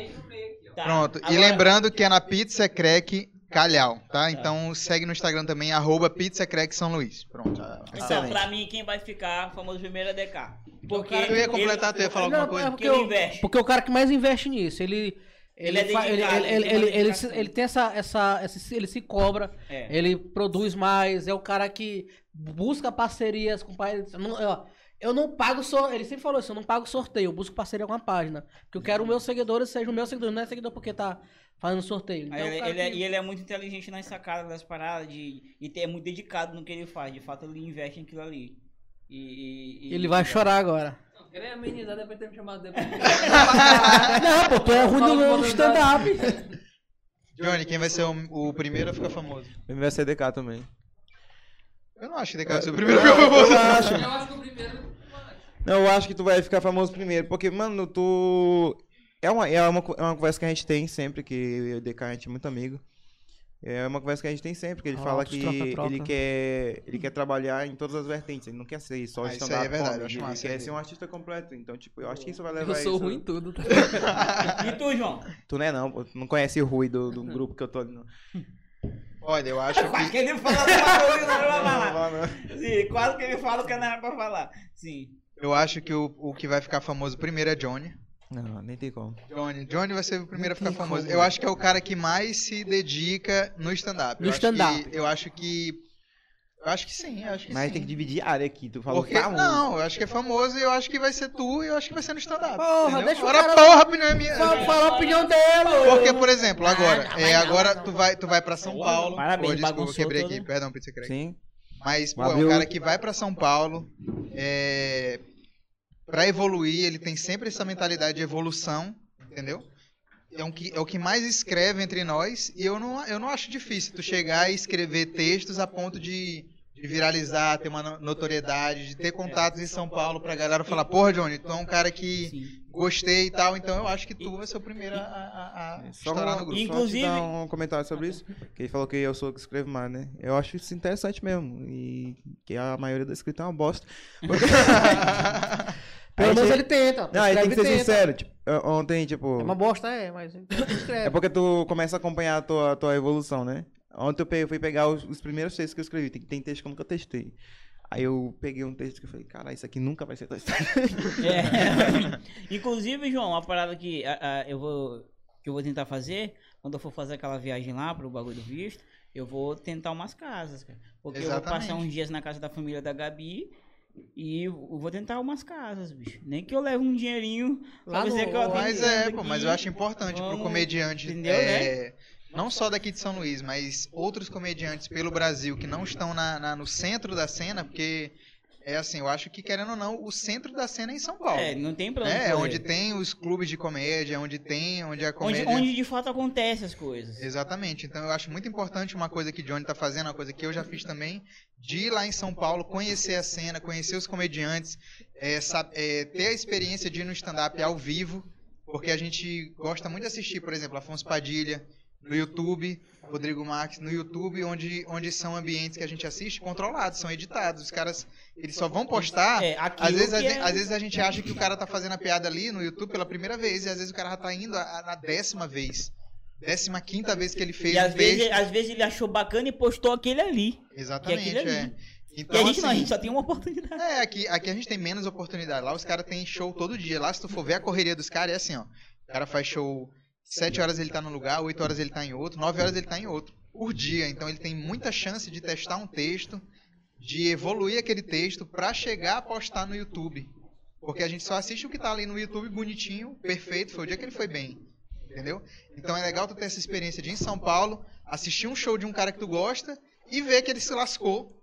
Speaker 1: Pronto. E
Speaker 4: Agora-
Speaker 1: lembrando que é na Pizza Crack Calhau, tá? Então segue no Instagram também, arroba Pizza Crack São Luís. Pronto.
Speaker 4: Então,
Speaker 1: Excelente. Então,
Speaker 4: pra mim, quem vai ficar famoso primeiro é DK. Porque
Speaker 1: Eu ia completar, tu ia falar alguma
Speaker 7: Não, é
Speaker 1: coisa?
Speaker 4: Porque ele investe.
Speaker 7: Porque é o cara que mais investe nisso, ele.
Speaker 4: Ele é
Speaker 7: fa-
Speaker 4: dedicado,
Speaker 7: ele, ele,
Speaker 4: ele tem
Speaker 7: ele,
Speaker 4: uma
Speaker 7: ele se-
Speaker 4: dedicação.
Speaker 7: ele tem essa, essa, esse- Ele se cobra,
Speaker 4: É.
Speaker 7: ele produz mais, é o cara que busca parcerias com países. Não, ó, eu não pago sorteio. Ele sempre falou isso, eu não pago sorteio, eu busco parceria com a página. Porque eu
Speaker 4: Uhum.
Speaker 7: quero os meus seguidores, sejam meus seguidores, não é seguidor porque tá fazendo sorteio. Então,
Speaker 4: Aí
Speaker 7: o
Speaker 4: ele,
Speaker 7: cara
Speaker 4: ele é,
Speaker 7: que-
Speaker 4: e ele é muito inteligente nas sacadas, nas paradas, de, e tem- é muito dedicado no que ele faz. De fato, ele investe naquilo ali. E, e- e-
Speaker 7: ele vai chorar agora.
Speaker 5: Queria amenizar depois de ter me chamado depois.
Speaker 7: não, pô, tu é ruim
Speaker 4: um
Speaker 7: no stand-up.
Speaker 1: Johnny, quem vai ser o, o primeiro a ficar famoso?
Speaker 2: Primeiro vai ser DK também.
Speaker 1: Eu não acho que vai ser o primeiro a ficar famoso.
Speaker 5: Eu acho que o primeiro.
Speaker 2: Não, eu acho que tu vai ficar famoso primeiro, porque, mano, tu. É uma, é, uma, co- é uma conversa que a gente tem sempre, que eu e o DK a gente é muito amigo. É uma conversa que a gente tem sempre, que ele
Speaker 7: Ah,
Speaker 2: fala
Speaker 7: altos
Speaker 2: que
Speaker 7: troca-troca.
Speaker 2: ele quer ele quer trabalhar em todas as vertentes, ele não quer ser só
Speaker 1: Ah, isso aí
Speaker 2: stand-up
Speaker 1: é verdade, eu acho
Speaker 2: comedy, ele
Speaker 1: massa, isso
Speaker 2: quer
Speaker 1: aí.
Speaker 2: ser um artista completo. Então, tipo, eu acho que isso vai levar
Speaker 5: Eu sou
Speaker 2: isso.
Speaker 5: ruim em tudo, tá?
Speaker 4: E tu, João?
Speaker 2: Tu não é não, pô, tu não conhece o Rui do, do grupo que eu tô não.
Speaker 1: Olha, eu acho
Speaker 4: Quase
Speaker 1: que.
Speaker 4: que ele fala do bagulho, não vai
Speaker 2: Não,
Speaker 4: falar.
Speaker 2: não, não.
Speaker 4: Sim, quase que ele fala o que não era pra falar. Sim.
Speaker 1: Eu acho que o, o que vai ficar famoso primeiro é Johnny.
Speaker 2: Não, nem tem como.
Speaker 1: Johnny, Johnny vai ser o primeiro a ficar famoso. Eu acho que é o cara que mais se dedica no stand-up. Eu
Speaker 7: No
Speaker 1: acho que-
Speaker 7: stand-up.
Speaker 1: Eu acho que. Eu acho que sim, eu acho que
Speaker 2: Mas
Speaker 1: sim.
Speaker 2: tem que dividir área aqui, tu falou tá
Speaker 1: Porque,
Speaker 2: famoso.
Speaker 1: não, eu acho que é famoso e eu acho que vai ser tu e eu acho que vai ser no stand-up.
Speaker 7: Porra,
Speaker 1: entendeu?
Speaker 7: deixa o
Speaker 1: Ora,
Speaker 7: cara-
Speaker 1: porra, a opinião é minha.
Speaker 7: Fala, então fala a opinião dela. ô.
Speaker 1: Porque, por exemplo, agora, é, agora tu vai, tu vai pra São Paulo.
Speaker 3: Parabéns,
Speaker 1: Pô, desculpa,
Speaker 3: bagunçou
Speaker 1: quebrei
Speaker 3: todo.
Speaker 1: aqui, perdão, pizza crack.
Speaker 2: Sim.
Speaker 1: Mas, pô, é um
Speaker 2: Valeu.
Speaker 1: cara que vai pra São Paulo, é, pra evoluir, ele tem sempre essa mentalidade de evolução, entendeu? É, um que, é o que mais escreve entre nós e eu não, eu não acho difícil tu chegar e escrever textos a ponto de, de viralizar, ter uma no- notoriedade, de ter contatos em São Paulo pra galera falar, porra, Johnny, tu é um cara que
Speaker 4: Sim.
Speaker 1: gostei e tal, então eu acho que tu vai ser o primeiro a, a, a
Speaker 2: Só,
Speaker 1: estourar no
Speaker 2: um,
Speaker 1: grupo.
Speaker 4: Inclusive-
Speaker 2: Inclusive... só te dar um comentário sobre isso, que ele falou que eu sou o que escrevo mais, né? Eu acho isso interessante mesmo, e que a maioria da escrita é uma bosta. Porque- A
Speaker 7: Pelo
Speaker 2: gente-
Speaker 7: menos ele tenta.
Speaker 2: Não, ele
Speaker 7: escreve
Speaker 2: tem que
Speaker 7: e
Speaker 2: ser
Speaker 7: tenta.
Speaker 2: sincero, tipo, eu- ontem, tipo...
Speaker 7: É uma bosta, é, mas ele escreve.
Speaker 2: É porque tu começa a acompanhar a tua, a tua evolução, né? Ontem eu pe- fui pegar os, os primeiros textos que eu escrevi, tem, tem texto que eu nunca testei. Aí eu peguei um texto que eu falei, cara, isso aqui nunca vai ser testado.
Speaker 4: É. Inclusive, João, uma parada que ah, ah, eu, vou, que eu vou tentar fazer, quando eu for fazer aquela viagem lá pro bagulho do visto, eu vou tentar umas casas, cara. Porque eu vou
Speaker 1: Exatamente.
Speaker 4: passar uns dias na casa da família da Gabi e eu vou tentar umas casas, bicho. Nem que eu leve um dinheirinho
Speaker 7: Lá
Speaker 4: pra
Speaker 7: no-
Speaker 4: dizer que eu tô
Speaker 1: Mas
Speaker 4: entrando
Speaker 1: é,
Speaker 4: aqui.
Speaker 1: pô, mas eu acho importante pro
Speaker 4: Vamos-
Speaker 1: comediante.
Speaker 4: entendeu,
Speaker 1: é, Não só daqui de São Luís, mas outros comediantes pelo Brasil que não estão na, na- no centro da cena, porque é assim, eu acho que querendo ou não, o centro da cena é em São Paulo.
Speaker 4: É, não tem problema.
Speaker 1: né? É onde tem os clubes de comédia, é onde tem, onde a
Speaker 4: onde,
Speaker 1: comédia.
Speaker 4: onde de fato acontecem as coisas.
Speaker 1: Exatamente. Então eu acho muito importante uma coisa que Johnny tá fazendo, uma coisa que eu já fiz também, de ir lá em São Paulo, conhecer a cena, conhecer os comediantes, é, sa- é, ter a experiência de ir no stand-up ao vivo, porque a gente gosta muito de assistir, por exemplo, Afonso Padilha no YouTube, Rodrigo Marques no YouTube, onde, onde são ambientes que a gente assiste controlados, são editados. Os caras, eles só vão postar
Speaker 4: É, aquilo
Speaker 1: às vezes, a
Speaker 4: que
Speaker 1: gen-
Speaker 4: é-
Speaker 1: às vezes a gente acha que o cara tá fazendo a piada ali no YouTube pela primeira vez, e às vezes o cara já tá indo a- a- na décima vez. Décima quinta vez que ele fez
Speaker 4: é E
Speaker 1: um
Speaker 4: às vezes,
Speaker 1: texto.
Speaker 4: às vezes ele achou bacana e postou aquele ali.
Speaker 1: Exatamente,
Speaker 4: que é aquilo
Speaker 1: é.
Speaker 4: ali.
Speaker 1: Então,
Speaker 4: e a gente não, a
Speaker 1: assim,
Speaker 4: gente só tem uma oportunidade.
Speaker 1: é, aqui, aqui a gente tem menos oportunidade. Lá os caras têm show todo dia. Lá, se tu for ver a correria dos caras, é assim, ó. O cara faz show, sete horas ele tá num lugar, oito horas ele tá em outro, nove horas ele tá em outro. Por dia. Então ele tem muita chance de testar um texto, de evoluir aquele texto pra chegar a postar no YouTube. Porque a gente só assiste o que tá ali no YouTube bonitinho, perfeito, foi o dia que ele foi bem. Entendeu? Então é legal tu ter essa experiência de ir em São Paulo, assistir um show de um cara que tu gosta e ver que ele se lascou.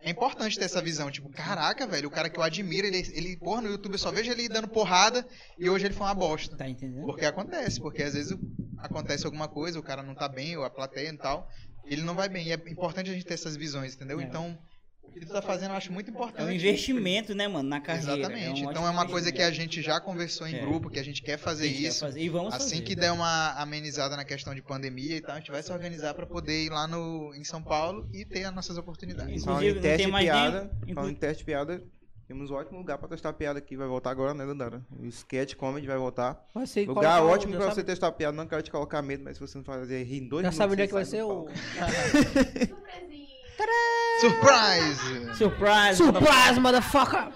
Speaker 1: É importante ter essa visão, tipo, caraca, velho, o cara que eu admiro, ele, ele porra, no YouTube eu só vejo ele dando porrada e hoje ele foi uma bosta.
Speaker 4: Tá entendendo?
Speaker 1: Porque acontece, porque às vezes acontece alguma coisa, o cara não tá bem, ou a plateia e tal, ele não vai bem. E é importante a gente ter essas visões, entendeu?
Speaker 4: É.
Speaker 1: Então, que tu tá fazendo eu acho muito importante.
Speaker 4: É um investimento, né, mano, na carreira.
Speaker 1: Exatamente.
Speaker 4: um
Speaker 1: então é
Speaker 4: ótimo
Speaker 1: uma coisa que a
Speaker 4: investimento.
Speaker 1: gente já conversou em
Speaker 4: É.
Speaker 1: grupo, que a gente quer fazer
Speaker 4: A gente quer
Speaker 1: isso.
Speaker 4: fazer, E vamos
Speaker 1: Assim
Speaker 4: fazer.
Speaker 1: que der uma amenizada na questão de pandemia e tal, a gente vai se organizar para poder ir lá no, em São Paulo e ter as nossas oportunidades.
Speaker 2: Falando
Speaker 4: Inclusive,
Speaker 2: em
Speaker 4: não
Speaker 2: um teste
Speaker 4: tem
Speaker 2: de
Speaker 4: mais nem-
Speaker 2: piada,
Speaker 4: inclu-
Speaker 2: falando em teste de piada, temos um ótimo lugar pra testar piada aqui, vai voltar agora, né, Dandara? O Sketch Comedy vai voltar.
Speaker 7: Vai ser
Speaker 2: Lugar
Speaker 7: colocar é o-
Speaker 2: ótimo
Speaker 7: já
Speaker 2: pra
Speaker 7: sabe-
Speaker 2: você testar piada, não quero te colocar medo, mas se você não fazer rir em dois
Speaker 7: Já
Speaker 2: minutos,
Speaker 7: sabe onde é que
Speaker 2: você
Speaker 7: vai
Speaker 2: sai
Speaker 7: ser o.
Speaker 2: do palco.
Speaker 10: Surpresinha.
Speaker 1: Surprise!
Speaker 4: Surprise!
Speaker 7: Surprise, motherfucker!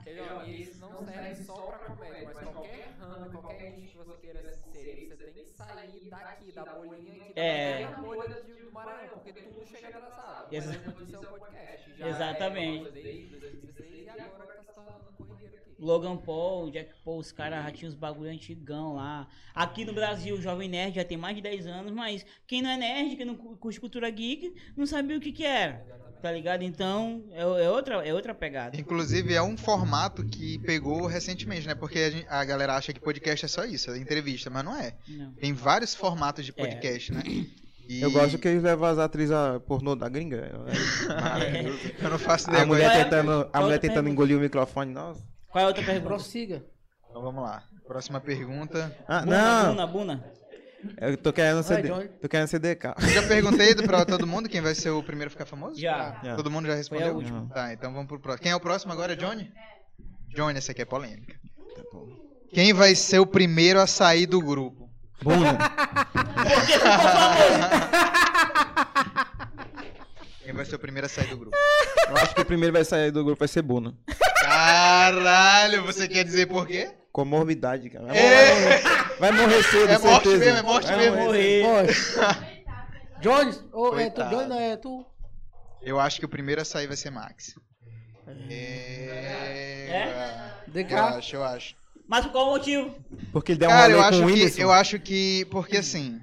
Speaker 6: Entendeu? E eles não servem só pra comédia, mas qualquer ramo, qualquer nicho que você queira se inserir, você tem que sair daqui, da bolinha aqui, da
Speaker 4: É.
Speaker 6: da bolha de- do Maranhão, porque tudo chega atrasado. Por
Speaker 4: Exa-
Speaker 6: exemplo, disso é o podcast. Já
Speaker 4: Exatamente.
Speaker 6: É, desde 2016 e agora tá se tornando corrideiro aqui.
Speaker 4: Logan Paul, Jack Paul, os caras já tinham os bagulho antigão lá. Aqui no Brasil, o Jovem Nerd já tem mais de 10 anos, mas quem não é nerd, quem não cu- curte cultura geek, não sabia o que que era. Tá ligado? Então, é, é outra, é outra pegada.
Speaker 1: Inclusive, é um formato que pegou recentemente, né? Porque a, gente- a galera acha que podcast é só isso, é entrevista, mas não é.
Speaker 4: Não.
Speaker 1: Tem vários formatos de podcast, né? E
Speaker 2: É. Eu gosto que eles levam as atrizes a pornô da gringa.
Speaker 1: Eu não faço ideia.
Speaker 2: A mulher
Speaker 4: Qual é-
Speaker 2: tentando, a
Speaker 4: qual é
Speaker 2: mulher
Speaker 4: a
Speaker 2: tentando
Speaker 4: pergunta?
Speaker 2: engolir o microfone, nossa.
Speaker 4: Qual é a outra pergunta?
Speaker 7: Prossiga.
Speaker 1: Então vamos lá. Próxima pergunta.
Speaker 2: Ah,
Speaker 4: Buna,
Speaker 2: não,
Speaker 4: Buna, Buna.
Speaker 2: eu tô querendo CD,
Speaker 7: Johnny.
Speaker 2: tô querendo CDK.
Speaker 1: Já perguntei pra todo mundo quem vai ser o primeiro a ficar famoso?
Speaker 4: Já.
Speaker 2: Já.
Speaker 1: Todo mundo já respondeu?
Speaker 2: última.
Speaker 1: Tá, então vamos pro próximo. Quem é o próximo agora, Johnny? Johnny, essa aqui é polêmica.
Speaker 2: Tá
Speaker 1: Quem vai ser o primeiro a sair do grupo?
Speaker 2: Buna,
Speaker 1: Quem vai ser o primeiro a sair do grupo?
Speaker 2: eu acho que o primeiro vai sair do grupo vai ser Buna.
Speaker 1: Caralho, você quer dizer por quê?
Speaker 2: Comorbidade, cara. Vai,
Speaker 1: É.
Speaker 2: morrer, vai morrer cedo,
Speaker 1: É morte
Speaker 2: certeza.
Speaker 1: mesmo, é morte
Speaker 2: Vai
Speaker 1: mesmo.
Speaker 2: morrer.
Speaker 7: Ó, Jones, ou é tu,
Speaker 1: Coitado.
Speaker 7: Jones, não, é tu.
Speaker 1: Eu acho que o primeiro a sair vai ser Max. É...
Speaker 7: DK.
Speaker 1: Eu acho, eu acho.
Speaker 4: Mas por qual motivo?
Speaker 2: Porque ele
Speaker 7: É
Speaker 2: der um
Speaker 1: Cara, eu
Speaker 2: rolê com
Speaker 1: acho
Speaker 2: o
Speaker 1: que.
Speaker 2: Whindersson.
Speaker 1: Eu acho que. Porque assim.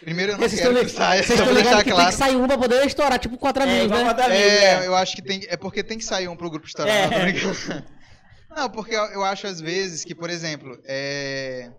Speaker 1: Primeiro eu não
Speaker 7: Vocês
Speaker 1: quero
Speaker 7: estão
Speaker 1: que saia,
Speaker 7: Vocês
Speaker 1: só
Speaker 7: estão
Speaker 1: pra deixar
Speaker 7: ligados que tem que
Speaker 1: claro.
Speaker 7: sair um pra poder estourar, tipo quatro
Speaker 4: É,
Speaker 7: amigos,
Speaker 4: igual
Speaker 7: né?
Speaker 4: a da
Speaker 1: É,
Speaker 4: vida.
Speaker 1: eu acho que tem. É porque tem que sair um pro grupo estourar.
Speaker 4: É.
Speaker 1: Não, tô brincando. Não, porque eu, eu acho às vezes que, por exemplo, é.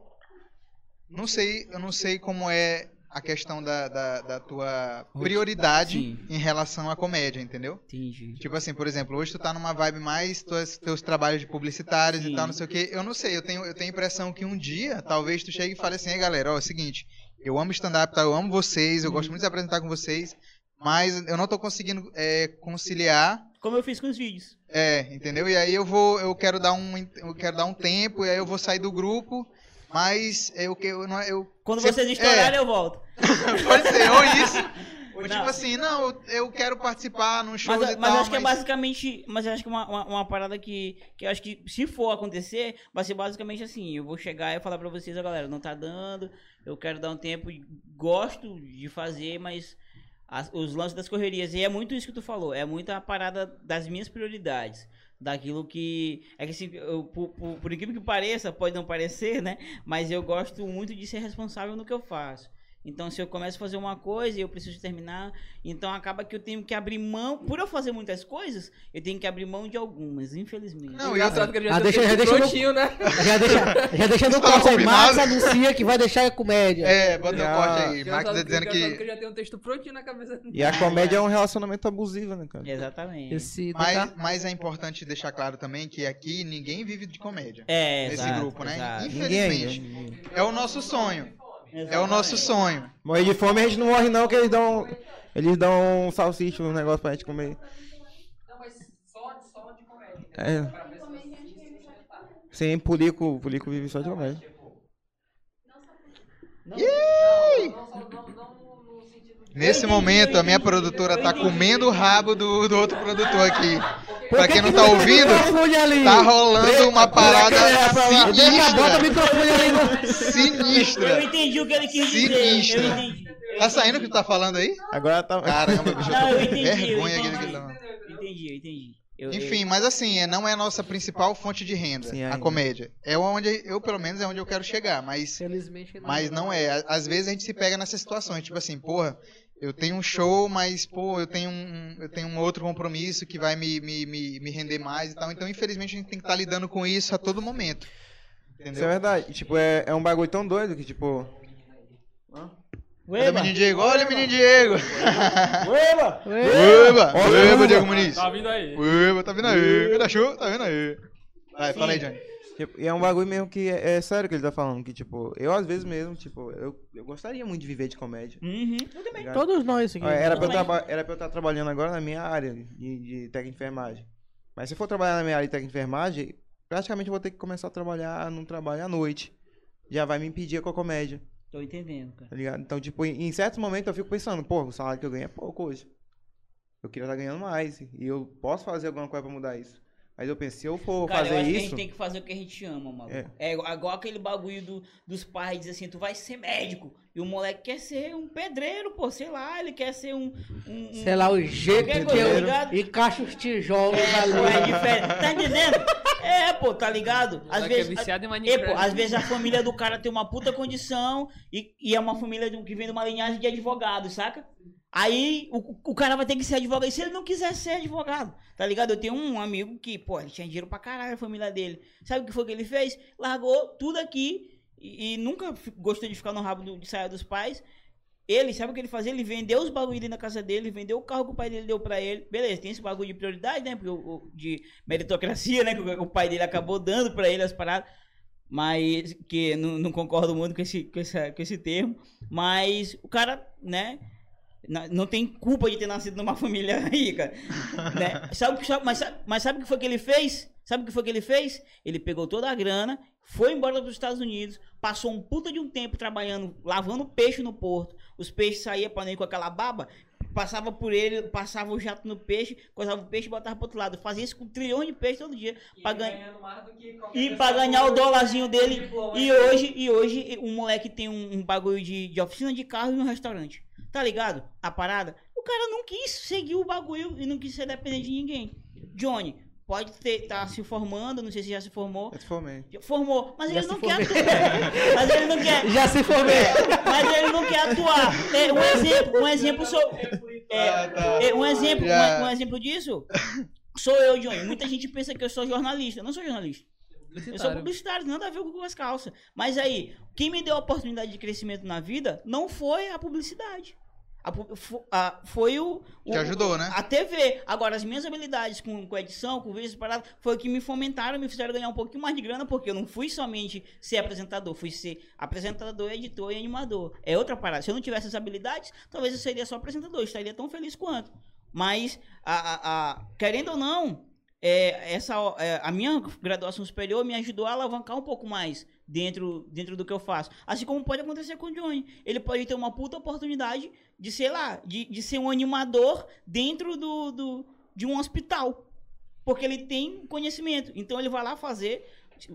Speaker 1: Não sei, eu não sei como é a questão da, da, da tua prioridade
Speaker 4: Sim.
Speaker 1: em relação à comédia, entendeu?
Speaker 4: Entendi.
Speaker 1: Tipo assim, por exemplo, hoje tu tá numa vibe mais tuas, teus trabalhos de publicitários
Speaker 4: Sim.
Speaker 1: e tal, não sei o quê. Eu não sei, eu tenho, eu tenho a impressão que um dia, talvez tu chegue e fale assim, ei galera, ó, é o seguinte, eu amo stand-up, tá? eu amo vocês, eu gosto muito de apresentar com vocês, mas eu não tô conseguindo é, conciliar,
Speaker 4: Como eu fiz com os vídeos.
Speaker 1: é, entendeu? E aí eu vou, eu quero dar um, eu quero dar um tempo, e aí eu vou sair do grupo, mas eu, que- eu, não- é, eu
Speaker 4: Quando
Speaker 1: Cê-
Speaker 4: vocês estourarem, eu volto.
Speaker 1: pode ser, ou isso, ou
Speaker 4: Não.
Speaker 1: tipo assim, não, eu, eu quero participar num um show
Speaker 4: Mas,
Speaker 1: e
Speaker 4: mas
Speaker 1: tal,
Speaker 4: acho que é basicamente. Mas eu acho que é uma, uma, uma parada que, que eu acho que se for acontecer, vai ser basicamente assim. Eu vou chegar e falar pra vocês, ó, galera, não tá dando, eu quero dar um tempo, gosto de fazer, mas as- os lances das correrias. E é muito isso que tu falou, é muito a parada das minhas prioridades. Daquilo que. É que assim, eu, por, por, por incrível que pareça, pode não parecer, né? Mas eu gosto muito de ser responsável no que eu faço. Então, se eu começo a fazer uma coisa e eu preciso terminar, então acaba que eu tenho que abrir mão. Por eu fazer muitas coisas, eu tenho que abrir mão de algumas, infelizmente.
Speaker 1: Não, e outra,
Speaker 5: Engraçado que ele
Speaker 7: Ah,
Speaker 5: já deu
Speaker 7: deixa- já
Speaker 5: aquele
Speaker 7: deixa no-
Speaker 5: trotinho, né?
Speaker 7: Já deixa, já deixa no
Speaker 1: Estava
Speaker 7: corte aí. Max
Speaker 1: Tá combinado.
Speaker 7: anuncia que vai deixar a comédia.
Speaker 1: É, bota um
Speaker 2: Ah,
Speaker 1: corte aí. Max
Speaker 5: Engraçado
Speaker 1: tá dizendo
Speaker 5: engraçado
Speaker 1: que.
Speaker 5: ele já tem um texto prontinho na cabeça dele.
Speaker 2: E a comédia é um relacionamento abusivo, né, cara?
Speaker 4: Exatamente.
Speaker 7: Esse tá?
Speaker 2: tá?
Speaker 1: Mas, mas é importante deixar claro também que aqui ninguém vive de comédia.
Speaker 4: É,
Speaker 1: nesse
Speaker 4: exato,
Speaker 1: grupo, né?
Speaker 4: exato.
Speaker 2: Ninguém.
Speaker 1: Infelizmente.
Speaker 2: né?
Speaker 1: É o nosso sonho. É o
Speaker 4: Exatamente.
Speaker 1: nosso sonho.
Speaker 2: Morrer de fome a gente não morre não, que eles dão. um- Eles dão um salsicha, um negócio pra gente comer.
Speaker 6: Não, mas só, só de comédia. né?
Speaker 2: É.
Speaker 6: Pra ver se você assiste.
Speaker 2: Sim, Pulico, Pulico vive só de
Speaker 6: tipo,
Speaker 2: comédia.
Speaker 6: Não, não, só- não, não no sentido de.
Speaker 1: Nesse momento, a minha produtora tá comendo o rabo do, do outro produtor aqui. Pra quem não tá ouvindo,
Speaker 7: microfone ali?
Speaker 1: tá rolando uma parada
Speaker 7: Deixa, bota o
Speaker 1: sinistra.
Speaker 7: microfone ali. né? no-
Speaker 4: Eu
Speaker 1: Sinistra.
Speaker 4: entendi o que ele quis dizer.
Speaker 1: Sinistro.
Speaker 4: Eu entendi.
Speaker 1: Tá saindo o que tu tá falando aí?
Speaker 2: Agora tá.
Speaker 1: Caramba, bicho, eu
Speaker 4: Não,
Speaker 1: tô
Speaker 4: eu
Speaker 1: com
Speaker 4: entendi. eu
Speaker 1: vergonha aqui
Speaker 4: entendi.
Speaker 1: daquele tamanho.
Speaker 4: entendi, eu entendi. Eu- eu-
Speaker 1: Enfim, mas assim, é, não é a nossa principal fonte de renda,
Speaker 2: Sim,
Speaker 1: a
Speaker 2: ainda.
Speaker 1: comédia. É onde eu, pelo menos, é onde eu quero chegar, mas
Speaker 5: Felizmente não.
Speaker 1: Mas não é. Á- Às vezes a gente se pega nessas situações, tipo assim, porra, eu tenho um show, mas, pô, eu tenho um, eu tenho um outro compromisso que vai me, me, me, me render mais e tal. Então, infelizmente, a gente tem que estar lidando com isso a todo momento.
Speaker 2: Isso é
Speaker 1: Entendeu?
Speaker 2: verdade. E, Tipo, é, é um bagulho tão doido que, tipo.
Speaker 1: Olha o menino Diego, olha o menino Diego.
Speaker 2: Ueba!
Speaker 1: Ueba,
Speaker 2: Olha,
Speaker 1: ueba, Diego Muniz.
Speaker 12: Tá vindo aí.
Speaker 1: Ueba, tá vindo aí. Cadê a chuva? Tá vindo aí. Vai, fala aí, Johnny.
Speaker 2: Tipo, E é um bagulho mesmo que é, é sério que ele tá falando. Que, tipo, eu às vezes mesmo, tipo, eu, eu gostaria muito de viver de comédia.
Speaker 4: Uhum. Eu também.
Speaker 2: ligado?
Speaker 7: é Todos nós aqui.
Speaker 2: Ah, Era pra, eu
Speaker 4: Também.
Speaker 2: traba- era pra eu estar trabalhando agora na minha área de, de técnica de enfermagem. Mas se eu for trabalhar na minha área de técnica de enfermagem, praticamente eu vou ter que começar a trabalhar num trabalho à noite. Já vai me impedir com a comédia,
Speaker 4: Tô entendendo, cara.
Speaker 2: tá ligado? Então, tipo, em, em certos momentos eu fico pensando, pô, o salário que eu ganho é pouco hoje. Eu queria estar ganhando mais. E eu posso fazer alguma coisa pra mudar isso. Mas eu pensei, se eu for
Speaker 4: Cara, eu
Speaker 2: fazer
Speaker 4: acho que a
Speaker 2: isso.
Speaker 4: gente tem que fazer o que a gente ama, maluco.
Speaker 2: É.
Speaker 4: É, igual- igual aquele bagulho do- dos pais diz assim, tu vai ser médico. E o moleque quer ser um pedreiro, pô, sei lá, ele quer ser um. um- um-
Speaker 7: Sei lá, o jeito
Speaker 4: Qualquer
Speaker 7: que
Speaker 4: coisa,
Speaker 7: eu
Speaker 4: ligado?
Speaker 7: encaixo os tijolos
Speaker 4: É, pô,
Speaker 7: ali.
Speaker 4: é diferente. Tá entendendo? É, pô, tá ligado? Às
Speaker 5: Ela que é
Speaker 4: vezes.
Speaker 5: viciada em
Speaker 4: É, pô, às
Speaker 5: Minecraft.
Speaker 4: vezes a família do cara tem uma puta condição e, e é uma família de um- que vem de uma linhagem de advogados, saca? Aí o, o cara vai ter que ser advogado. E se ele não quiser ser advogado, tá ligado? Eu tenho um amigo que, pô, ele tinha dinheiro pra caralho, a família dele. Sabe o que foi que ele fez? Largou tudo aqui e, e nunca fi- gostou de ficar no rabo do- de saia dos pais. Ele, sabe o que ele fazia? Ele vendeu os bagulho dele na casa dele, vendeu o carro que o pai dele deu pra ele. Beleza, tem esse bagulho de prioridade, né? Porque o, o- de meritocracia, né? Que o, o pai dele acabou dando pra ele as paradas. Mas, que não, não concordo muito com esse, com, essa, com esse termo. Mas o cara, né? na- Não tem culpa de ter nascido numa família rica. Né? Sabe, o que- sabe- mas, sabe, mas sabe o que foi que ele fez? Sabe o que foi que ele fez? Ele pegou toda a grana, foi embora para os Estados Unidos, passou um puta de um tempo trabalhando, lavando peixe no porto. Os peixes saíam para ele com aquela baba, passava por ele, passava o jato no peixe, coisava o peixe e botava pro outro lado. Fazia isso com um trilhão de peixe todo dia. pra ganhar- e pra ganhar o dólarzinho dele. E hoje, e hoje um moleque tem um, um bagulho de, de oficina de carro e um restaurante. Tá ligado? A parada. O cara não quis seguir o bagulho e não quis ser dependente de ninguém. Johnny, pode ter, tá se formando, não sei se já se formou.
Speaker 2: Eu te formei.
Speaker 4: Formou, mas
Speaker 7: Já
Speaker 4: ele
Speaker 7: se
Speaker 4: não quer atuar. Mas ele não quer.
Speaker 7: Já se formei.
Speaker 4: É, Mas ele não quer atuar. É, um exemplo, um exemplo sou. é,
Speaker 1: Ah, tá.
Speaker 4: é, um exemplo,
Speaker 1: Já.
Speaker 4: um, um exemplo disso sou eu, Johnny. Muita gente pensa que eu sou jornalista. Eu não sou jornalista. Eu sou publicitário, nada a ver com as calças. Mas aí, quem me deu a oportunidade de crescimento na vida não foi a publicidade. A pu- fo- a- foi o, o-
Speaker 1: Te ajudou, né?
Speaker 4: A TV. Agora, as minhas habilidades com, com edição, com vídeos paradas, foi o que me fomentaram, me fizeram ganhar um pouquinho mais de grana, porque eu não fui somente ser apresentador, fui ser apresentador, editor e animador. É outra parada. Se eu não tivesse essas habilidades, talvez eu seria só apresentador, estaria tão feliz quanto. Mas, a- a- a- querendo ou não, é, essa, é, a minha graduação superior me ajudou a alavancar um pouco mais dentro, dentro do que eu faço. Assim como pode acontecer com o Johnny. Ele pode ter uma puta oportunidade de, sei lá, de, de ser um animador dentro do, do, de um hospital. Porque ele tem conhecimento. Então ele vai lá fazer,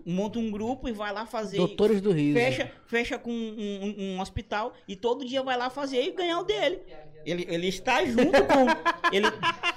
Speaker 4: monta um grupo e vai lá fazer.
Speaker 7: Doutores do Riso.
Speaker 3: né?
Speaker 4: Fecha, fecha com um, um- um hospital e todo dia vai lá fazer e ganhar o dele. Ele, ele está junto com. ele,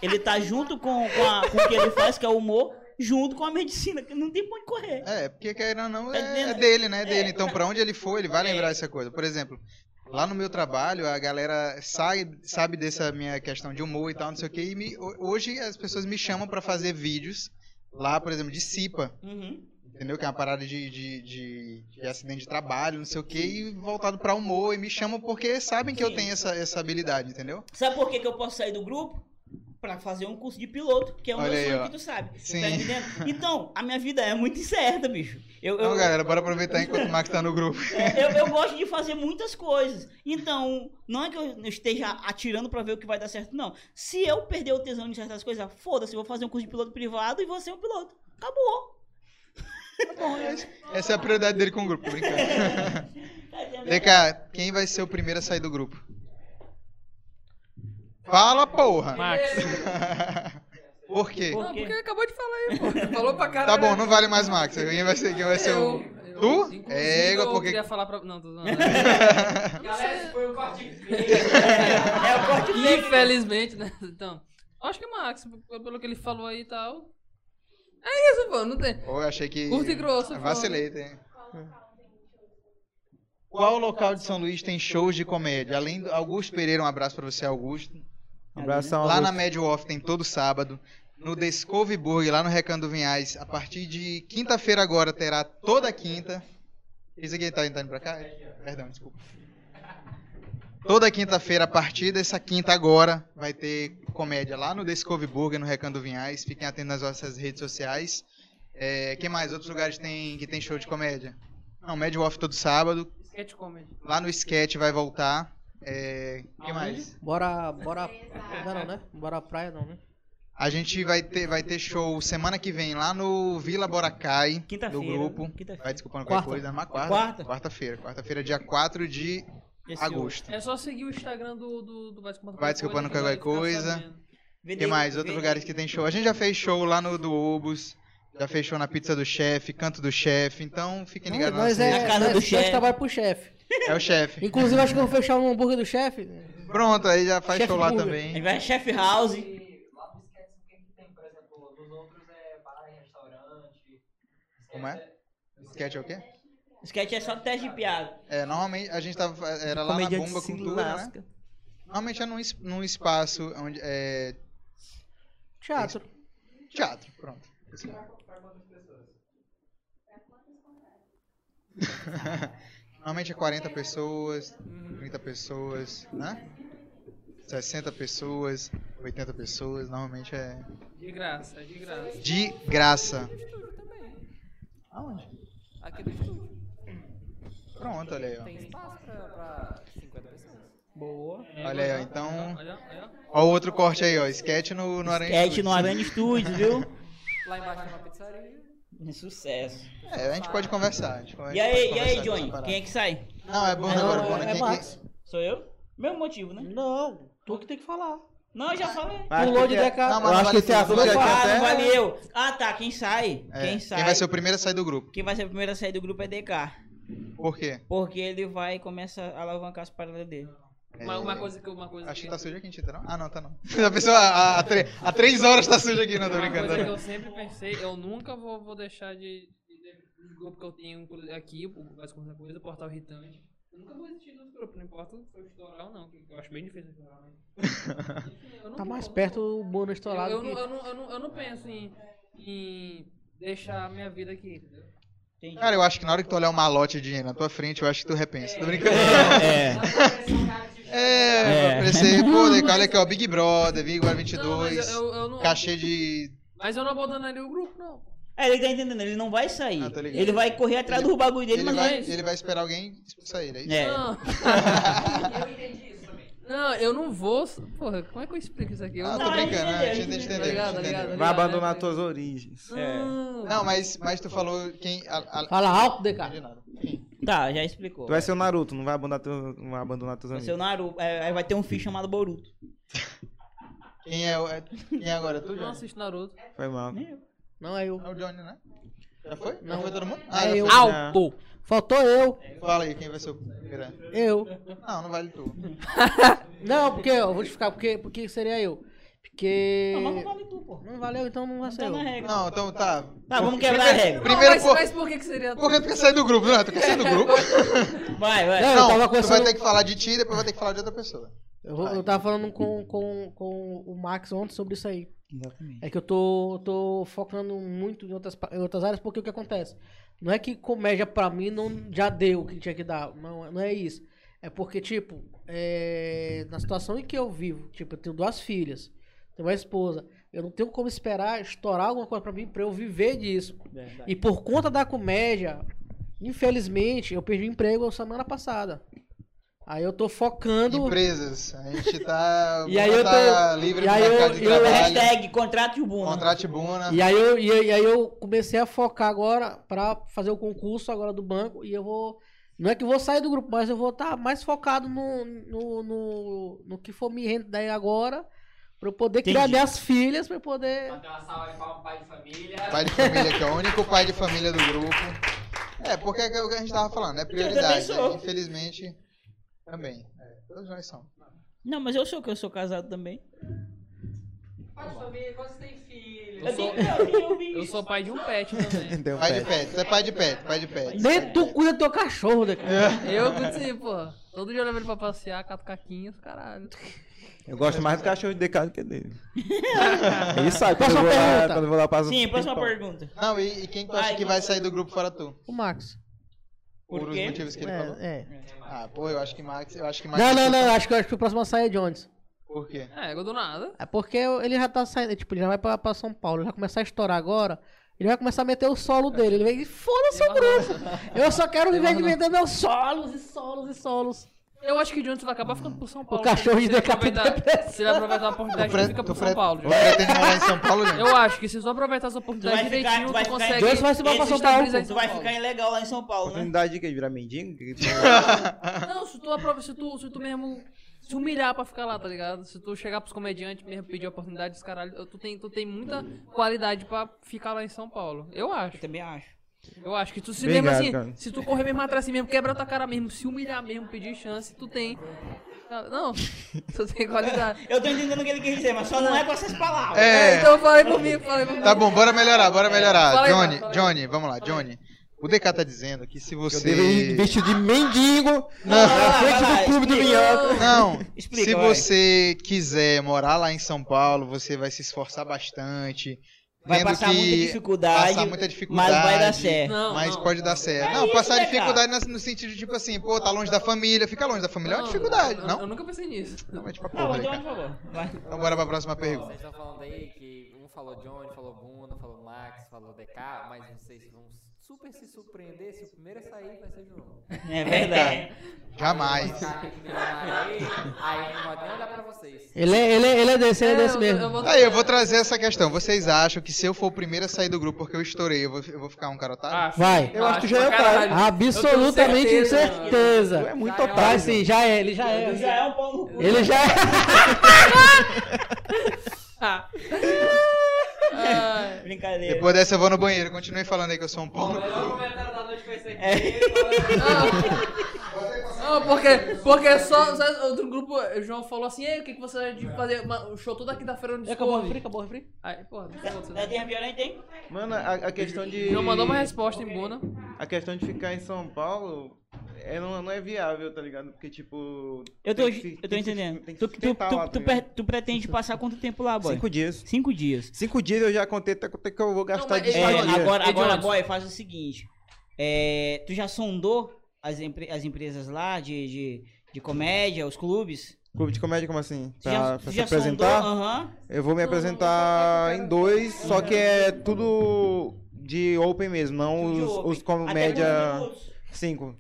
Speaker 4: ele tá junto com, com, a- com o que ele faz, que é o humor, junto com a medicina, que não tem pra onde correr.
Speaker 1: É, porque querendo ou não,
Speaker 4: Tá
Speaker 1: é,
Speaker 4: entendendo?
Speaker 1: é dele, né? É
Speaker 4: É,
Speaker 1: dele. Então,
Speaker 4: tá-
Speaker 1: pra onde ele for, ele vai
Speaker 4: É.
Speaker 1: lembrar dessa coisa. Por exemplo, lá no meu trabalho, a galera sai, sabe dessa minha questão de humor e tal, não sei o quê. E me- ho- hoje as pessoas me chamam pra fazer vídeos lá, por exemplo, de CIPA,
Speaker 4: Uhum.
Speaker 1: entendeu? Que é uma parada de, de, de, de acidente de trabalho, não sei o quê, e voltado pra humor. E me chamam porque sabem que eu
Speaker 4: Sim.
Speaker 1: tenho essa, essa habilidade, entendeu?
Speaker 4: Sabe por que, que eu posso sair do grupo? Pra fazer um curso de piloto, que é o
Speaker 1: Olha
Speaker 4: meu
Speaker 1: aí,
Speaker 4: sonho
Speaker 1: ó.
Speaker 4: que tu sabe.
Speaker 1: Sim.
Speaker 4: Tá entendendo? Então, a minha vida é muito incerta, bicho. Eu, eu,
Speaker 1: Então, galera, bora aproveitar enquanto o Max tá no grupo.
Speaker 4: É, eu, eu gosto de fazer muitas coisas. Então, não é que eu esteja atirando pra ver o que vai dar certo, não. Se eu perder o tesão de certas coisas, foda-se, eu vou fazer um curso de piloto privado e vou ser um piloto. Acabou.
Speaker 1: Essa é a prioridade dele com o grupo, tô brincando.
Speaker 4: Tá entendendo?
Speaker 1: Vem cá, quem vai ser o primeiro a sair do grupo? Fala, porra!
Speaker 12: Max.
Speaker 1: Por quê?
Speaker 5: Não, porque acabou de falar aí, pô. Falou pra caralho.
Speaker 1: Tá bom, não vale mais Max. Quem vai ser, quem vai ser o. Tu?
Speaker 5: Inclusive,
Speaker 1: É, igual
Speaker 5: eu
Speaker 1: porque-
Speaker 5: queria falar pra... Não, tô zoando.
Speaker 12: Galera, esse foi o corte.
Speaker 4: É o corte dele.
Speaker 5: Infelizmente, né? Então, acho que é Max, pelo que ele falou aí e tal. É isso, pô, não tem.
Speaker 1: Ou eu achei que.
Speaker 5: Curto e grosso, pô.
Speaker 1: Vacilei, tem. Qual local de São Luís tem shows de comédia? Além do Augusto Pereira, um abraço pra você, Augusto.
Speaker 2: Um abração.
Speaker 1: Lá na
Speaker 2: Augusto.
Speaker 1: Médio Off tem todo sábado. No Discovery Burger, lá no Recanto do Vinhais, a partir de quinta-feira agora terá toda quinta. Esse aqui tá indo tá indo pra cá? Perdão, desculpa. Toda quinta-feira a partir dessa quinta agora vai ter comédia lá no Discovery Burger, no Recanto Vinhais. Fiquem atentos nas nossas redes sociais. É, quem mais? Outros lugares tem, que tem show de comédia? Não, Mad Wolf todo sábado.
Speaker 5: Sketch comedy.
Speaker 1: Lá no Sketch vai voltar. É, quem mais?
Speaker 3: Bora, bora. Bora, não, né? Bora à praia, não, né?
Speaker 1: A gente vai ter, vai ter show semana que vem lá no Vila Boracai, do
Speaker 4: Quinta-feira,
Speaker 1: grupo.
Speaker 4: quinta-feira.
Speaker 1: Vai desculpando
Speaker 3: Quarta.
Speaker 1: qualquer coisa, mas quarta.
Speaker 4: Quarta.
Speaker 1: Quarta-feira. Quarta-feira, dia 4 de
Speaker 4: Esse
Speaker 1: agosto.
Speaker 5: É só seguir o Instagram do, do, do Vai Desculpando
Speaker 1: Vai Desculpando Qualquer Coisa.
Speaker 4: Vê
Speaker 1: O que
Speaker 4: daí-
Speaker 1: mais?
Speaker 4: vê
Speaker 1: Outros
Speaker 4: daí-
Speaker 1: lugares que tem show. A gente já fez show lá no do Obus, já fez show na Pizza do Chefe, Canto do Chefe, então
Speaker 2: Tá
Speaker 1: fiquem ligados
Speaker 3: Nós
Speaker 1: na nossa
Speaker 3: é.
Speaker 1: rede.
Speaker 4: Na casa
Speaker 3: nós-
Speaker 4: do
Speaker 3: nós
Speaker 4: chefe.
Speaker 3: trabalha pro chefe.
Speaker 1: É o chefe.
Speaker 3: Inclusive, acho que eu vou fechar um hambúrguer do chefe.
Speaker 1: Pronto, aí já faz
Speaker 3: Chefe
Speaker 1: show lá
Speaker 3: Burger.
Speaker 4: A gente
Speaker 1: também.
Speaker 4: vai Chef House.
Speaker 10: Lá no esquece o que que tem, por exemplo, dos outros é bar, restaurante.
Speaker 1: Como é? Sketch é o quê?
Speaker 4: Sketch é só teste de piada.
Speaker 1: É, normalmente a gente tava, era lá na
Speaker 2: Comediante
Speaker 1: Bomba
Speaker 2: se
Speaker 1: Cultura, né?
Speaker 2: lasca.
Speaker 1: Normalmente é num, es- num espaço onde é
Speaker 3: Teatro.
Speaker 1: teatro, pronto. Assim. Normalmente é 40 pessoas, 30 pessoas, né? 60 pessoas, 80 pessoas, normalmente é
Speaker 5: De graça, de graça.
Speaker 1: de graça.
Speaker 13: é Aqui do estúdio.
Speaker 1: Pronto, olha aí,
Speaker 13: Tem
Speaker 1: ó.
Speaker 13: espaço pra, pra 50 pessoas.
Speaker 3: Boa.
Speaker 1: Olha aí, ó, então-
Speaker 5: Olha, olha.
Speaker 1: Ó o outro corte aí, ó. Sketch no, no Aranha.
Speaker 4: Sketch no
Speaker 1: Studios.
Speaker 4: Arana Studios, viu?
Speaker 13: Lá embaixo tem uma pizzaria.
Speaker 4: Sucesso.
Speaker 1: É, a gente pode conversar. a gente pode-
Speaker 4: E aí,
Speaker 1: pode
Speaker 4: e aí,
Speaker 1: conversar dessa
Speaker 4: Johnny?
Speaker 1: parada.
Speaker 4: Quem é que sai?
Speaker 1: Não, é bom
Speaker 3: Não,
Speaker 1: agora, bom.
Speaker 3: é-
Speaker 1: né?
Speaker 3: é
Speaker 1: Quem-
Speaker 3: Max.
Speaker 4: Sou eu? Mesmo motivo, né?
Speaker 3: Não, tu que tem que falar.
Speaker 4: Não, eu já falei.
Speaker 2: Mas
Speaker 3: Pulou
Speaker 2: acho
Speaker 3: de
Speaker 2: que-
Speaker 3: deca-
Speaker 1: Não,
Speaker 2: Eu
Speaker 1: mas
Speaker 2: acho que
Speaker 1: vale
Speaker 2: tem
Speaker 1: tudo.
Speaker 2: assunto que
Speaker 1: Vai
Speaker 2: aqui
Speaker 4: Ah,
Speaker 2: até...
Speaker 4: não valeu. Ah, tá. Quem sai?
Speaker 1: é,
Speaker 4: Quem sai?
Speaker 1: Quem vai ser o primeiro a sair do grupo.
Speaker 4: Quem vai ser o primeiro a sair do grupo é DK.
Speaker 1: Por quê?
Speaker 4: Porque ele vai e começa a alavancar as paradas dele.
Speaker 5: Uma,
Speaker 1: É,
Speaker 5: uma coisa que eu- uma coisa
Speaker 1: Acho que
Speaker 5: que-
Speaker 1: tá suja aqui, Tita, não? Ah, não, tá não. A pessoa há, há tre- há três horas tá suja aqui, não, tô
Speaker 5: Uma
Speaker 1: brincando.
Speaker 5: coisa
Speaker 1: tá
Speaker 5: que
Speaker 1: não.
Speaker 5: eu sempre pensei, eu nunca vou, vou deixar de, de, de- do grupo que eu tenho inclu- aqui, o Mais Conta Coisa, o Portal Irritante. Eu nunca vou existir dos grupos, não importa se eu estourar ou não, que eu acho bem difícil estourar, né? Enfim, eu não
Speaker 3: Tá
Speaker 5: vou-
Speaker 3: mais
Speaker 5: eu não
Speaker 3: perto
Speaker 5: vou.
Speaker 3: o bônus
Speaker 5: Eu,
Speaker 3: estourado.
Speaker 5: eu,
Speaker 3: que-
Speaker 5: não, eu, não, eu, não, eu não penso em, em deixar a minha vida aqui, entendeu?
Speaker 4: Entendi.
Speaker 1: Cara, eu acho que na hora que tu olhar um malote de dinheiro na tua frente, eu acho que tu repensa. Tô brincando.
Speaker 2: É.
Speaker 1: É,
Speaker 2: É.
Speaker 1: eu pensei, pô, Deca, olha aqui, ó, Big Brother, Vigor
Speaker 5: Não, mas
Speaker 1: 22,
Speaker 5: eu, eu, eu não,
Speaker 1: cachê de...
Speaker 5: mas eu não abandonaria o grupo, não.
Speaker 4: É, ele tá entendendo, ele não vai sair.
Speaker 1: Ah, tô ligado.
Speaker 4: ele vai correr atrás do bagulho dele,
Speaker 1: Ele
Speaker 4: mas
Speaker 1: vai,
Speaker 4: vai.
Speaker 1: ele vai esperar alguém sair, é isso?
Speaker 4: É.
Speaker 5: Não.
Speaker 10: Eu entendi isso também.
Speaker 5: Não, eu não vou. Porra, como é que eu explico isso aqui? Eu
Speaker 1: Ah,
Speaker 5: não
Speaker 1: tô
Speaker 4: Não,
Speaker 1: brincando, né? a gente
Speaker 4: entendeu,
Speaker 1: entendeu, a
Speaker 5: é ligado,
Speaker 1: gente
Speaker 5: ligado.
Speaker 1: entendeu.
Speaker 2: Vai abandonar
Speaker 4: né?
Speaker 2: tuas origens.
Speaker 4: é.
Speaker 5: Não.
Speaker 1: Não, mas, mas tu falou quem... a- a-
Speaker 3: Fala alto, DK.
Speaker 4: Tá, já explicou.
Speaker 2: Tu vai ser o Naruto, não vai abandonar, teu, não vai abandonar teus
Speaker 4: Vai ser o
Speaker 2: amigos.
Speaker 4: Naruto. É, aí vai ter um filho chamado Boruto.
Speaker 1: Quem é, o- é- quem é agora? Tu,
Speaker 5: Eu não
Speaker 1: Johnny?
Speaker 5: assisto Naruto.
Speaker 2: Foi mal.
Speaker 3: Não é eu.
Speaker 1: É o Johnny, né? Já foi? Já
Speaker 3: Não.
Speaker 1: foi todo mundo? Ah,
Speaker 2: Ah,
Speaker 1: já
Speaker 3: É eu.
Speaker 1: foi.
Speaker 3: Alto. Faltou eu.
Speaker 1: Fala aí, quem vai ser o primeiro?
Speaker 3: Eu.
Speaker 1: Não, não vale tu.
Speaker 3: Não, porque eu vou te ficar. Porque, porque seria eu. Porque.
Speaker 4: Não, Tá, mas não vale tu, pô.
Speaker 3: Não valeu, então não vai ser
Speaker 4: Tá
Speaker 3: eu.
Speaker 4: na regra.
Speaker 1: Não, então tá.
Speaker 4: Tá, vamos quebrar a regra.
Speaker 1: Primeiro,
Speaker 5: mas,
Speaker 1: por-
Speaker 5: mas por que, que seria.
Speaker 1: Por que tu quer sair do grupo, Renato? Tu quer sair do grupo?
Speaker 4: Vai, vai.
Speaker 3: Não, eu tava
Speaker 1: Não, tu vai
Speaker 3: conversando-
Speaker 1: ter que falar de ti e depois vai ter que falar de outra pessoa.
Speaker 3: Eu, vou- eu tava falando com, com, com o Max ontem sobre isso aí.
Speaker 2: Exatamente.
Speaker 3: É que eu tô, eu tô focando muito em outras, pa- em outras áreas, porque o que acontece? Não é que comédia pra mim não já deu o que tinha que dar. Não, não é isso. É porque, tipo, é, na situação em que eu vivo, tipo, eu tenho duas filhas, tenho uma esposa. Eu não tenho como esperar estourar alguma coisa pra mim pra eu viver disso. E por conta da comédia, infelizmente, eu perdi o emprego semana passada. Aí eu tô focando.
Speaker 1: Empresas, a gente tá.
Speaker 3: E aí eu
Speaker 1: tá livre
Speaker 3: e
Speaker 1: no
Speaker 3: aí eu-
Speaker 1: mercado de
Speaker 3: eu-
Speaker 1: trabalho.
Speaker 4: Hashtag contrate o Buna.
Speaker 1: Contrate Buna.
Speaker 3: E aí, eu, e, aí- e aí eu comecei a focar agora pra fazer o concurso agora do banco e eu vou. Não é que eu vou sair do grupo, mas eu vou estar mais focado no, no, no, no que for me render agora pra eu poder criar
Speaker 4: Entendi.
Speaker 3: minhas filhas, pra eu poder.
Speaker 10: Bater uma salva de palmas, pai de família.
Speaker 1: Pai de família, que é o único pai de família do grupo. É, porque é o que a gente tava falando, é prioridade.
Speaker 4: Eu também sou.
Speaker 1: né? Infelizmente, também. É, todos nós somos.
Speaker 4: Não, mas eu sou que eu sou casado também.
Speaker 10: Pai de família, quando você tem filho.
Speaker 5: Eu sou,
Speaker 4: eu tenho, eu vi.
Speaker 5: eu sou pai de um pet também.
Speaker 2: Deu um
Speaker 1: Pai de
Speaker 2: pé.
Speaker 1: pet, você é pai de pet, pai de pet.
Speaker 3: Nem tu cuida do teu cachorro, né? daqui.
Speaker 1: É.
Speaker 5: Eu curti, pô. Todo dia eu levo ele pra passear, cato caquinhos, caralho.
Speaker 2: Eu gosto mais do cachorro de DK do que dele. Ele sabe, quando eu
Speaker 3: Próxima
Speaker 2: vou lá,
Speaker 3: pergunta.
Speaker 2: quando eu vou lá, eu passo
Speaker 4: Sim, próxima né?
Speaker 2: pimpão.
Speaker 4: pergunta.
Speaker 1: Não, e, e quem tu acha que vai sair do grupo fora tu?
Speaker 3: O Max.
Speaker 1: Por,
Speaker 4: Por
Speaker 1: os
Speaker 4: quê?
Speaker 1: motivos que ele falou?
Speaker 7: É, é.
Speaker 1: Ah, pô, eu acho que Max. Eu acho que Max
Speaker 7: Não, não, não. Acho que, acho que o próximo a sair é Jones.
Speaker 1: Por quê?
Speaker 5: É, igual do nada.
Speaker 7: É porque ele já tá saindo, tipo, ele já vai pra, pra São Paulo, ele vai começar a estourar agora, ele vai começar a meter o solo dele. Ele vai e foda-se o grupo. Eu só quero viver de vender meus solos e solos e solos.
Speaker 5: Eu acho que o Jones vai acabar ficando por São Paulo.
Speaker 7: cachorro
Speaker 5: Se ele
Speaker 7: decapita a
Speaker 5: aproveitar- Se ele aproveitar a oportunidade, ele fica por São Paulo.
Speaker 1: Tu
Speaker 5: Jones.
Speaker 1: pretende morar em São Paulo, né? gente?
Speaker 5: Eu acho que se tu aproveitar essa oportunidade
Speaker 4: Tu vai ficar-
Speaker 5: direitinho,
Speaker 4: tu
Speaker 5: tu,
Speaker 4: vai ficar em-
Speaker 5: consegue.
Speaker 7: Jones vai se mudar pra São Paulo,
Speaker 5: estabilizar em
Speaker 4: Tu
Speaker 5: São
Speaker 4: vai
Speaker 5: Paulo.
Speaker 4: ficar ilegal lá em São Paulo, né?
Speaker 2: Oportunidade de quê? De virar mendigo? Que-
Speaker 5: Não, se tu, aprova- se tu, se tu mesmo se humilhar pra ficar lá, tá ligado? Se tu chegar pros comediantes mesmo pedir oportunidade, os caralho, tu tem, tu tem muita qualidade pra ficar lá em São Paulo. Eu acho.
Speaker 4: Eu também acho.
Speaker 5: Eu acho que tu se
Speaker 2: Obrigado,
Speaker 5: mesmo assim,
Speaker 2: cara.
Speaker 5: se tu correr mesmo atrás assim mesmo, quebrar tua cara mesmo, se humilhar mesmo, pedir chance, tu tem. Ah, Não, tu tem qualidade.
Speaker 4: Eu tô entendendo o que ele quer dizer, mas só não é com essas palavras.
Speaker 1: É.
Speaker 5: então falei comigo, falei comigo.
Speaker 1: Tá bom, bora melhorar, bora melhorar.
Speaker 5: É. Fala aí,
Speaker 1: Johnny,
Speaker 5: Max, fala aí.
Speaker 1: Johnny, vamos lá, Johnny. O DK tá dizendo que se
Speaker 14: Eu deveria ir
Speaker 1: você.
Speaker 14: vestido de mendigo
Speaker 1: Não.
Speaker 14: na
Speaker 4: Vai lá, vai lá,
Speaker 14: frente do clube do
Speaker 4: explica.
Speaker 14: Minhoca.
Speaker 1: Não,
Speaker 4: Explica,
Speaker 1: se
Speaker 4: vai.
Speaker 1: você quiser morar lá em São Paulo, você vai se esforçar bastante.
Speaker 4: Vai
Speaker 1: vendo
Speaker 4: passar
Speaker 1: que
Speaker 4: muita dificuldade,
Speaker 1: passar muita dificuldade,
Speaker 4: mas vai dar certo.
Speaker 5: Não,
Speaker 1: mas
Speaker 5: não,
Speaker 1: pode
Speaker 5: não.
Speaker 1: dar certo.
Speaker 4: É
Speaker 1: não,
Speaker 4: isso,
Speaker 1: passar
Speaker 4: né,
Speaker 1: dificuldade no- no sentido de tipo assim, pô, tá longe da família, fica longe da família, é uma dificuldade,
Speaker 5: eu-
Speaker 1: não?
Speaker 5: Eu nunca pensei nisso.
Speaker 1: Não, mas tipo,
Speaker 4: Não,
Speaker 1: porra,
Speaker 4: mas
Speaker 1: né,
Speaker 4: então, por
Speaker 1: cara?
Speaker 4: favor. Vai.
Speaker 1: Então bora pra próxima pergunta.
Speaker 6: Vocês estão tá falando aí que um falou Johnny, falou Bunda, falou Max, falou DK, mas vocês vão super se surpreender se o primeiro a sair vai ser o João.
Speaker 4: É verdade.
Speaker 1: Jamais.
Speaker 6: Aí, aí não pode nem olhar pra vocês.
Speaker 7: Ele é, ele é, ele é desse, ele é
Speaker 5: É,
Speaker 7: desse
Speaker 5: eu-
Speaker 7: mesmo.
Speaker 5: eu vou-
Speaker 1: Aí, eu vou trazer essa questão. Vocês acham que se eu for o primeiro a sair do grupo porque eu estourei, eu vou, eu vou ficar um cara otário?
Speaker 4: Ah.
Speaker 5: Acho.
Speaker 7: Vai.
Speaker 14: Eu acho que já
Speaker 5: pra
Speaker 14: é otário.
Speaker 5: Ah, caralho. Eu tenho
Speaker 7: Absolutamente certeza.
Speaker 14: Tu é muito
Speaker 6: Vai,
Speaker 14: otário.
Speaker 7: Vai sim, já é, ele já
Speaker 4: Tu
Speaker 7: é.
Speaker 4: já é um pau no cu.
Speaker 7: Ele já é.
Speaker 5: Ah. Ai.
Speaker 4: Brincadeira.
Speaker 1: Depois dessa eu vou no banheiro. Continue falando aí que eu sou um pau. no cu.
Speaker 12: melhor comentário da noite foi esse aqui.
Speaker 4: É.
Speaker 5: Não, Ah. porque, porque só, só outro grupo, o João falou assim, Ei, o que, que você acha de fazer uma- um show toda quinta-feira no
Speaker 7: É, Acabou o refri,
Speaker 5: Discord?
Speaker 7: acabou o refri.
Speaker 5: Aí, porra,
Speaker 4: É terra violenta, hein?
Speaker 2: Mano, a, a questão de.
Speaker 5: João mandou uma resposta em Buna.
Speaker 2: A questão de ficar em São Paulo é, não, não é viável, tá ligado? Porque, tipo.
Speaker 4: Eu tô,
Speaker 2: tem que se-
Speaker 4: eu tô
Speaker 2: tem que se
Speaker 4: entendendo.
Speaker 2: tem que se
Speaker 4: Tu, tu, tu,
Speaker 2: sustentar lá, tá
Speaker 4: tu,
Speaker 2: ligado?
Speaker 4: per- tu pretende passar quanto tempo lá, boy?
Speaker 2: Cinco dias.
Speaker 4: Cinco dias.
Speaker 2: Cinco dias eu já contei até quanto é que eu vou gastar
Speaker 5: mas
Speaker 2: de
Speaker 5: ele-
Speaker 4: É,
Speaker 5: Estadia.
Speaker 2: estadia.
Speaker 4: agora,
Speaker 5: E de
Speaker 4: agora,
Speaker 5: ônibus?
Speaker 4: boy, faz o seguinte. É, tu já sondou as, empre- as empresas lá de, de, de comédia, os clubes?
Speaker 2: Clube de comédia, como assim?
Speaker 4: Tu
Speaker 2: Pra,
Speaker 4: já,
Speaker 2: pra
Speaker 4: tu
Speaker 2: se
Speaker 4: já sondou?
Speaker 2: apresentar?
Speaker 4: Aham.
Speaker 2: Eu vou me apresentar em dois,
Speaker 4: Uhum.
Speaker 2: só que é tudo de open mesmo, não
Speaker 4: Tudo de
Speaker 2: os,
Speaker 4: open.
Speaker 2: os
Speaker 4: Até
Speaker 2: comédia
Speaker 4: quantos minutos?
Speaker 2: cinco.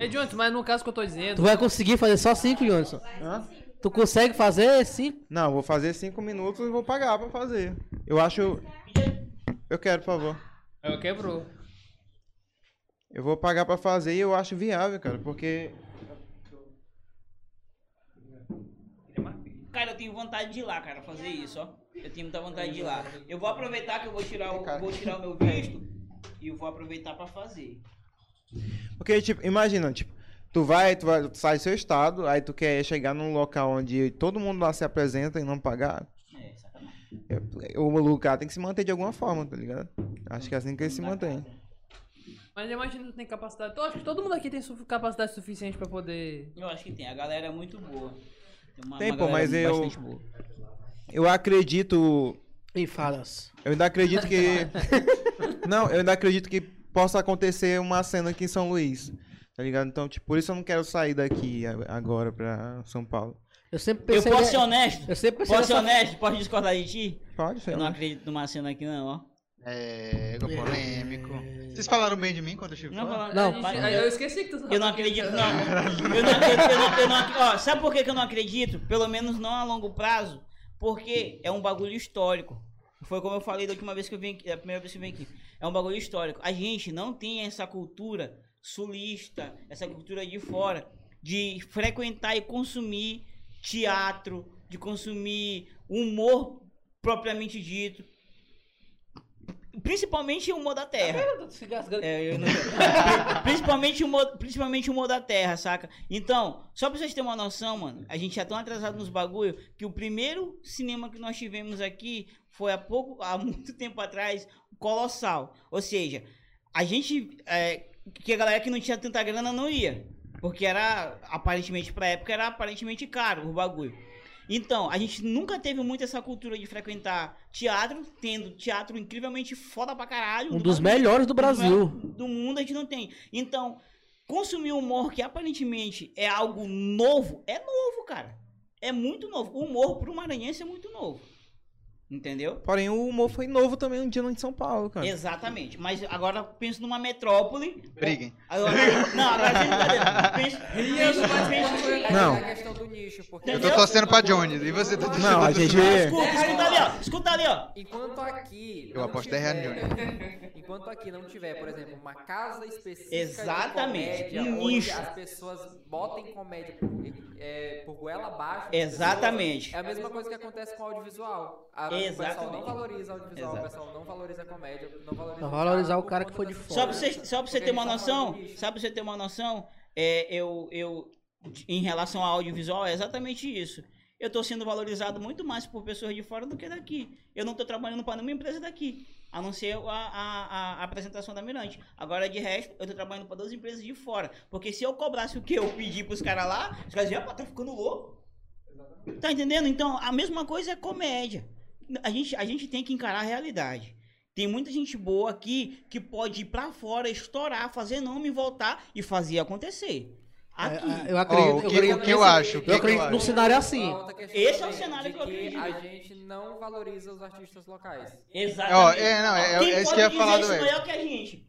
Speaker 5: Ei, Jones, É, mas no caso que eu tô
Speaker 7: Tu
Speaker 5: dizendo,
Speaker 7: vai conseguir fazer só cinco, Johnson.
Speaker 2: Hã?
Speaker 7: Tu consegue fazer cinco?
Speaker 2: Não, eu vou fazer cinco minutos e vou pagar pra fazer. Eu acho. Eu quero, por favor.
Speaker 4: É,
Speaker 5: eu quebrou.
Speaker 2: Eu vou pagar pra fazer e eu acho viável, cara, porque.
Speaker 4: Cara, eu tenho vontade de ir lá, cara, fazer isso, ó. Eu tenho muita vontade de ir lá. Eu vou aproveitar que eu vou tirar o, vou tirar o meu visto e eu vou aproveitar pra fazer.
Speaker 2: Porque, tipo, imagina, tipo, tu vai, tu vai, tu sai do seu estado, aí tu quer chegar num local onde todo mundo lá se apresenta e não pagar.
Speaker 4: É, sacanagem.
Speaker 2: É, O lugar tem que se manter de alguma forma, tá ligado? Acho que é assim que ele se mantém.
Speaker 5: Mas eu imagino que tu tem capacidade. Então, Eu acho que todo mundo aqui tem su- capacidade suficiente pra poder.
Speaker 4: Eu acho que tem. A galera é muito boa. Tem, uma,
Speaker 2: Tem,
Speaker 4: uma
Speaker 2: pô,
Speaker 4: galera
Speaker 2: mas eu-
Speaker 4: bastante boa.
Speaker 2: Eu acredito
Speaker 7: E falas.
Speaker 2: Eu ainda acredito que. não, eu ainda acredito que possa acontecer uma cena aqui em São Luís. Tá ligado? Então, tipo, por isso eu não quero sair daqui a- agora pra São Paulo.
Speaker 7: Eu sempre
Speaker 4: Eu
Speaker 7: pensei.
Speaker 4: posso
Speaker 7: ne-
Speaker 4: ser honesto?
Speaker 7: Eu sempre pensei.
Speaker 4: Posso ser
Speaker 7: nessa-
Speaker 4: honesto? Posso discordar de ti?
Speaker 2: Pode ser.
Speaker 4: Eu não
Speaker 2: né?
Speaker 4: acredito numa cena aqui, não, ó.
Speaker 1: É, ego polêmico. Vocês falaram bem de mim quando eu estive
Speaker 4: Não,
Speaker 1: fora?
Speaker 4: fala-
Speaker 7: Não,
Speaker 4: a gente-
Speaker 5: Mas-
Speaker 4: a-
Speaker 5: Eu esqueci que tu
Speaker 4: Eu não acredito, não. Eu não acredito, eu não, eu não acredito. Ó, sabe por que, que eu não acredito? Pelo menos não a longo prazo. Porque é um bagulho histórico. Foi como eu falei da última vez que eu vim aqui, da primeira vez que eu vim aqui. É um bagulho histórico. A gente não tem essa cultura sulista, essa cultura de fora, de frequentar e consumir teatro, de consumir humor propriamente dito. Principalmente o humor da terra. É, eu não- Pri- principalmente, o humor, principalmente o humor da terra, saca? Então, só pra vocês terem uma noção, mano, a gente já tão atrasado nos bagulho que o primeiro cinema que nós tivemos aqui foi há pouco, há muito tempo atrás, Colossal. Ou seja, a gente. é, que a galera que não tinha tanta grana não ia. Porque era, aparentemente, pra época, era aparentemente caro o bagulho. Então, a gente nunca teve muito essa cultura de frequentar teatro, tendo teatro incrivelmente foda pra caralho.
Speaker 7: Um
Speaker 4: do
Speaker 7: dos
Speaker 4: bagulho
Speaker 7: melhores do Brasil.
Speaker 4: do mundo a gente não tem. Então, consumir humor que aparentemente é algo novo, é novo, cara. É muito novo. O humor pro maranhense é muito novo. Entendeu?
Speaker 2: Porém, o humor foi novo também um dia no de São Paulo, cara.
Speaker 4: Exatamente. Mas agora penso numa metrópole.
Speaker 1: Briguem.
Speaker 4: Agora- não, agora sem brincadeira. Penso, penso, penso,
Speaker 2: Não.
Speaker 6: É a questão do nicho, porque...
Speaker 1: Eu tô torcendo pra Jones. E você tá torcendo
Speaker 2: Não, a
Speaker 1: pra
Speaker 2: gente.
Speaker 4: Escuta, escuta ali, ó. Escuta ali, ó.
Speaker 6: Enquanto aqui.
Speaker 1: Eu
Speaker 6: não
Speaker 1: aposto 10 reais no
Speaker 6: tiver- Enquanto aqui não tiver, por exemplo, uma casa específica.
Speaker 4: Exatamente,
Speaker 6: De comédia,
Speaker 4: um
Speaker 6: onde
Speaker 4: nicho.
Speaker 6: As pessoas botem comédia por, é, por goela abaixo.
Speaker 4: Exatamente.
Speaker 6: É a mesma coisa que acontece com o audiovisual. A- O pessoal não
Speaker 4: Exatamente.
Speaker 6: valoriza o audiovisual,
Speaker 4: Exato.
Speaker 6: o pessoal não valoriza a comédia, não valoriza
Speaker 7: Pra valorizar
Speaker 6: teatro
Speaker 7: o cara
Speaker 6: por
Speaker 7: que foi
Speaker 6: conta
Speaker 7: de
Speaker 6: dessa-
Speaker 4: Só pra você, só pra você
Speaker 6: Porque
Speaker 4: ter
Speaker 6: a gente
Speaker 4: uma
Speaker 6: tá falando
Speaker 4: noção,
Speaker 6: do nicho.
Speaker 4: só pra você ter uma noção, é, eu, eu, em relação ao audiovisual, é exatamente isso. Eu tô sendo valorizado muito mais por pessoas de fora do que daqui. Eu não tô trabalhando para nenhuma empresa daqui, a não ser a, a- a apresentação da Mirante. Agora, de resto, eu tô trabalhando para duas empresas de fora. Porque se eu cobrasse o que eu pedi pros caras lá, os caras diziam, "Ah, tá ficando louco. Tá entendendo? Então, a mesma coisa é comédia. A gente, a gente tem que encarar a realidade. Tem muita gente boa aqui que pode ir pra fora, estourar, fazer nome, voltar e fazer acontecer. Aqui.
Speaker 3: É,
Speaker 7: É, Eu
Speaker 1: Ó,
Speaker 7: acredito,
Speaker 1: o
Speaker 7: eu
Speaker 1: que,
Speaker 7: acredito-
Speaker 1: o que eu acho? O que
Speaker 7: eu
Speaker 1: que eu
Speaker 7: acredito
Speaker 1: acho?
Speaker 7: num cenário assim.
Speaker 6: Outra questão
Speaker 4: Esse é o
Speaker 6: também,
Speaker 4: cenário
Speaker 6: de
Speaker 4: que eu acredito.
Speaker 6: A gente não valoriza os artistas locais.
Speaker 4: Exatamente.
Speaker 1: Ó, é, não, é-
Speaker 4: Quem
Speaker 1: é isso
Speaker 4: pode
Speaker 1: que eu ia
Speaker 4: dizer
Speaker 1: falar do
Speaker 4: isso
Speaker 1: Ed.
Speaker 4: maior que a gente.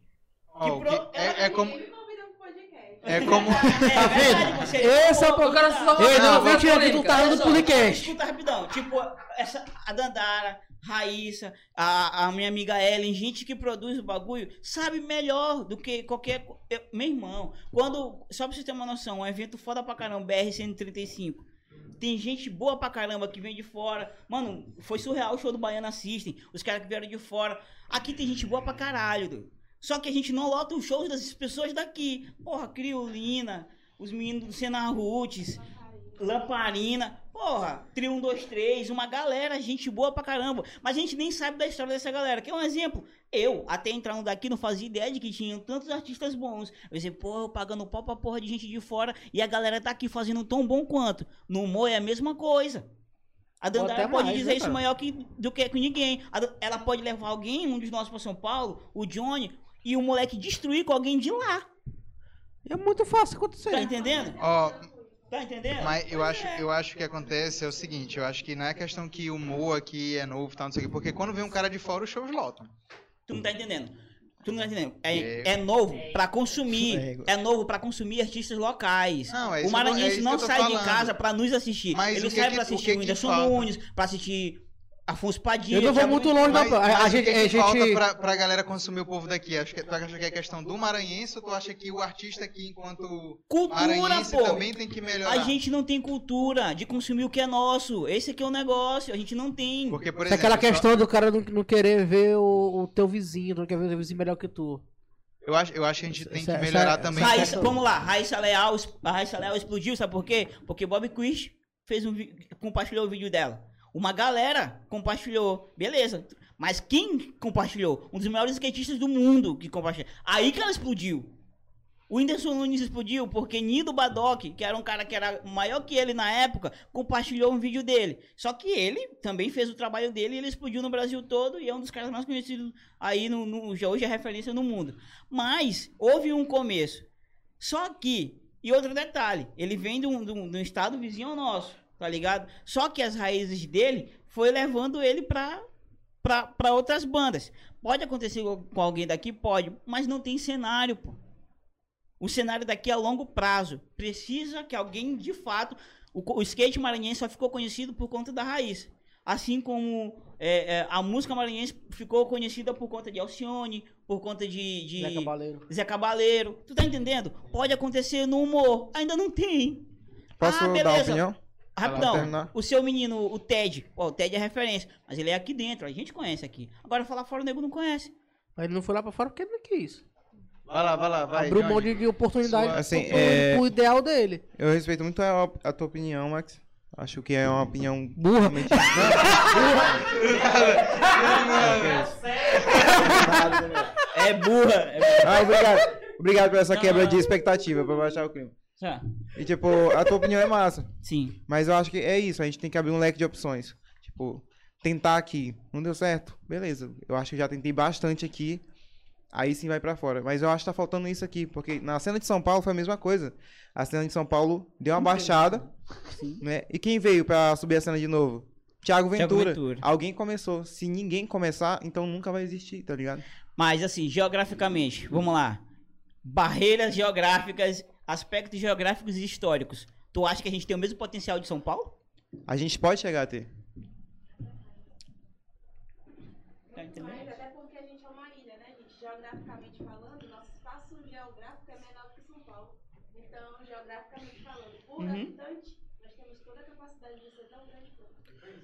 Speaker 1: Ó, o
Speaker 4: pro-
Speaker 1: que- é- é como.
Speaker 10: Ele convida pro podcast.
Speaker 1: É como.
Speaker 4: É verdade, você.
Speaker 7: Esse é o
Speaker 4: Pô,
Speaker 7: problema.
Speaker 4: tá.
Speaker 7: Ei, não,
Speaker 5: Não,
Speaker 7: vem tirar aqui, tu
Speaker 5: polêmica.
Speaker 7: tá
Speaker 4: Olha
Speaker 7: no
Speaker 4: só,
Speaker 7: podcast.
Speaker 4: Escuta rapidão. Tipo, essa, a Dandara, Raíssa, a, a minha amiga Ellen, gente que produz o bagulho, sabe melhor do que qualquer. co- Eu- meu irmão, quando. Só pra vocês terem uma noção, um evento foda pra caramba, BR-135. Tem gente boa pra caramba que vem de fora. Mano, foi surreal o show do Baiano assistem. Os caras que vieram de fora. Aqui tem gente boa pra caralho, doido. Só que a gente não lota os shows das pessoas daqui. Porra, Criolina, os meninos do Senna Roots, Lamparina, porra, Trio 1, 2, 3, uma galera, gente boa pra caramba. Mas a gente nem sabe da história dessa galera. Quer um exemplo? Eu, até entrar no daqui, não fazia ideia de que tinham tantos artistas bons. Eu dizia, porra, eu pagando pau pra porra de gente de fora e a galera tá aqui fazendo tão bom quanto. No humor é a mesma coisa. A
Speaker 7: Ou
Speaker 4: Dandara
Speaker 7: até
Speaker 4: pode
Speaker 7: mais,
Speaker 4: dizer
Speaker 7: né,
Speaker 4: isso
Speaker 7: cara?
Speaker 4: maior que, do que com ninguém. A Dan- ela pode levar alguém, um dos nossos pra São Paulo, o Johnny, e o moleque destruir com alguém de lá.
Speaker 7: É muito fácil acontecer.
Speaker 4: Tá entendendo?
Speaker 1: Ó,
Speaker 4: Tá entendendo?
Speaker 1: Mas eu acho, eu acho que acontece é o seguinte, eu acho que não é questão que o humor aqui é novo, tal, não sei o quê, porque quando vem um cara de fora, os shows lotam.
Speaker 4: Tu
Speaker 1: Hum.
Speaker 4: não tá entendendo. Tu não tá entendendo. É,
Speaker 1: Nego.
Speaker 4: é novo pra consumir.
Speaker 7: Nego.
Speaker 4: É novo pra consumir artistas locais.
Speaker 1: Não, é
Speaker 4: o
Speaker 1: isso que eu tô- é
Speaker 4: Maranhense
Speaker 1: isso que
Speaker 4: não
Speaker 1: eu tô
Speaker 4: sai de
Speaker 1: falando.
Speaker 4: casa pra nos assistir.
Speaker 1: Mas
Speaker 4: Ele
Speaker 1: o que
Speaker 4: sai
Speaker 1: que-
Speaker 4: pra
Speaker 1: o que
Speaker 4: assistir
Speaker 1: que
Speaker 4: o Whindersson
Speaker 1: falta?
Speaker 4: Nunes, pra assistir Afonso Padilha. é um
Speaker 7: Eu não vou
Speaker 4: Thiago
Speaker 7: muito
Speaker 4: Mendes.
Speaker 7: longe, não.
Speaker 1: Mas,
Speaker 7: pô. A, a
Speaker 1: mas
Speaker 7: gente.
Speaker 1: o que, é
Speaker 7: A
Speaker 1: que falta
Speaker 7: gente
Speaker 1: pra, pra galera consumir o povo daqui? Acho que, tu acha que é questão do maranhense ou tu acha que o artista aqui, enquanto
Speaker 4: Cultura,
Speaker 1: maranhense,
Speaker 4: pô.
Speaker 1: também tem que melhorar?
Speaker 4: A gente não tem cultura de consumir o que é nosso. Esse aqui é o negócio. A gente não tem.
Speaker 1: Porque, por
Speaker 7: Tem
Speaker 1: exemplo,
Speaker 7: é aquela
Speaker 1: só-
Speaker 7: questão do cara não, não querer ver o, o teu vizinho, não quer ver o teu vizinho melhor que tu.
Speaker 1: eu, acho, eu acho que a gente tem
Speaker 7: Essa-
Speaker 1: que
Speaker 7: essa-
Speaker 1: melhorar
Speaker 7: essa-
Speaker 1: também.
Speaker 4: Raíssa, vamos lá, Raíssa Leal, es- a Raíssa Leal explodiu, sabe por quê? Porque Bob Quiz fez um vi- compartilhou o vídeo dela. Uma galera compartilhou, beleza. Mas quem compartilhou? Um dos maiores skatistas do mundo que compartilhou. Aí que ela explodiu. O Whindersson Nunes explodiu porque Nido Badoc, que era um cara que era maior que ele na época, compartilhou um vídeo dele. Só que ele também fez o trabalho dele e ele explodiu no Brasil todo e é um dos caras mais conhecidos aí, no, no- já hoje é referência no mundo. Mas houve um começo. Só que, e outro detalhe, ele vem de um, de um- de um estado vizinho ao nosso, tá ligado? Só que as raízes dele foi levando ele pra, pra, pra outras bandas. Pode acontecer com com alguém daqui? Pode, mas não tem cenário, pô. O cenário daqui é a longo prazo. Precisa que alguém, de fato. O, co- o skate maranhense só ficou conhecido por conta da raiz. Assim como é, é, a música maranhense ficou conhecida por conta de Alcione, por conta de. de-
Speaker 7: Zé Cabaleiro.
Speaker 4: Zé Cabaleiro. Tu tá entendendo? Pode acontecer no humor. Ainda não tem.
Speaker 2: Posso
Speaker 4: Ah,
Speaker 2: dar
Speaker 4: beleza.
Speaker 2: opinião?
Speaker 4: Rapidão,
Speaker 2: Vai terminar.
Speaker 4: o seu menino, o Ted, ó, o Ted é referência, mas ele é aqui dentro, a gente conhece aqui. Agora falar fora o nego não conhece.
Speaker 7: Mas ele não foi lá pra fora porque ele não quis.
Speaker 1: Vai lá, vai lá, vai.
Speaker 7: Abriu
Speaker 1: Johnny.
Speaker 7: mão de, de oportunidade
Speaker 1: Sua-
Speaker 2: Assim,
Speaker 7: pro,
Speaker 2: é,
Speaker 7: pro ideal dele.
Speaker 2: eu respeito muito a, op- a tua opinião, Max. Acho que é uma opinião
Speaker 7: Burra.
Speaker 2: realmente. Burra!
Speaker 4: É burra. É burra.
Speaker 2: ah, obrigado. Obrigado por essa
Speaker 4: Não,
Speaker 2: quebra
Speaker 4: não.
Speaker 2: de expectativa, pra baixar o clima.
Speaker 4: Tá,
Speaker 2: E, tipo, a tua opinião é massa.
Speaker 4: Sim.
Speaker 2: Mas eu acho que é isso, a gente tem que abrir um leque de opções. Tipo, tentar aqui, não deu certo, beleza. Eu acho que já tentei bastante aqui. Aí sim vai pra fora. Mas eu acho que tá faltando isso aqui, porque na cena de São Paulo foi a mesma coisa. A cena de São Paulo deu uma baixada, né? E quem veio pra subir a cena de novo? Thiago Ventura.
Speaker 4: Thiago Ventura.
Speaker 2: Alguém começou. Se ninguém começar, então nunca vai existir, tá ligado?
Speaker 4: Mas assim, geograficamente, vamos lá. Barreiras geográficas, aspectos geográficos e históricos. Tu acha que a gente tem o mesmo potencial de São Paulo?
Speaker 2: A gente pode chegar a ter.
Speaker 4: Tá entendendo?
Speaker 10: Mas até porque a gente é uma ilha, né, gente? Geograficamente falando, nosso espaço geográfico é menor que São Paulo. Então, geograficamente falando, por
Speaker 4: Uhum.
Speaker 10: habitante, nós temos toda a capacidade de ser tão grande quanto.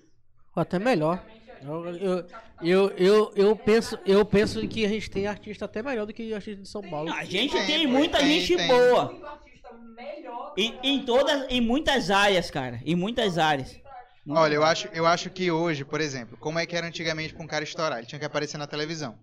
Speaker 3: Ou até melhor. Eu, eu, eu, eu, eu penso, eu penso que a gente tem artista até melhor do que artista de São Paulo.
Speaker 4: Não, a gente
Speaker 1: Tem,
Speaker 4: tem,
Speaker 1: pô,
Speaker 4: muita
Speaker 1: tem,
Speaker 4: gente
Speaker 1: tem.
Speaker 4: boa.
Speaker 15: Muito artista melhor.
Speaker 4: Em, em todas, em muitas áreas, cara. Em muitas áreas.
Speaker 1: Olha, eu acho, eu acho que hoje, por exemplo, como é que era antigamente pra um cara estourar? Ele tinha que aparecer na televisão.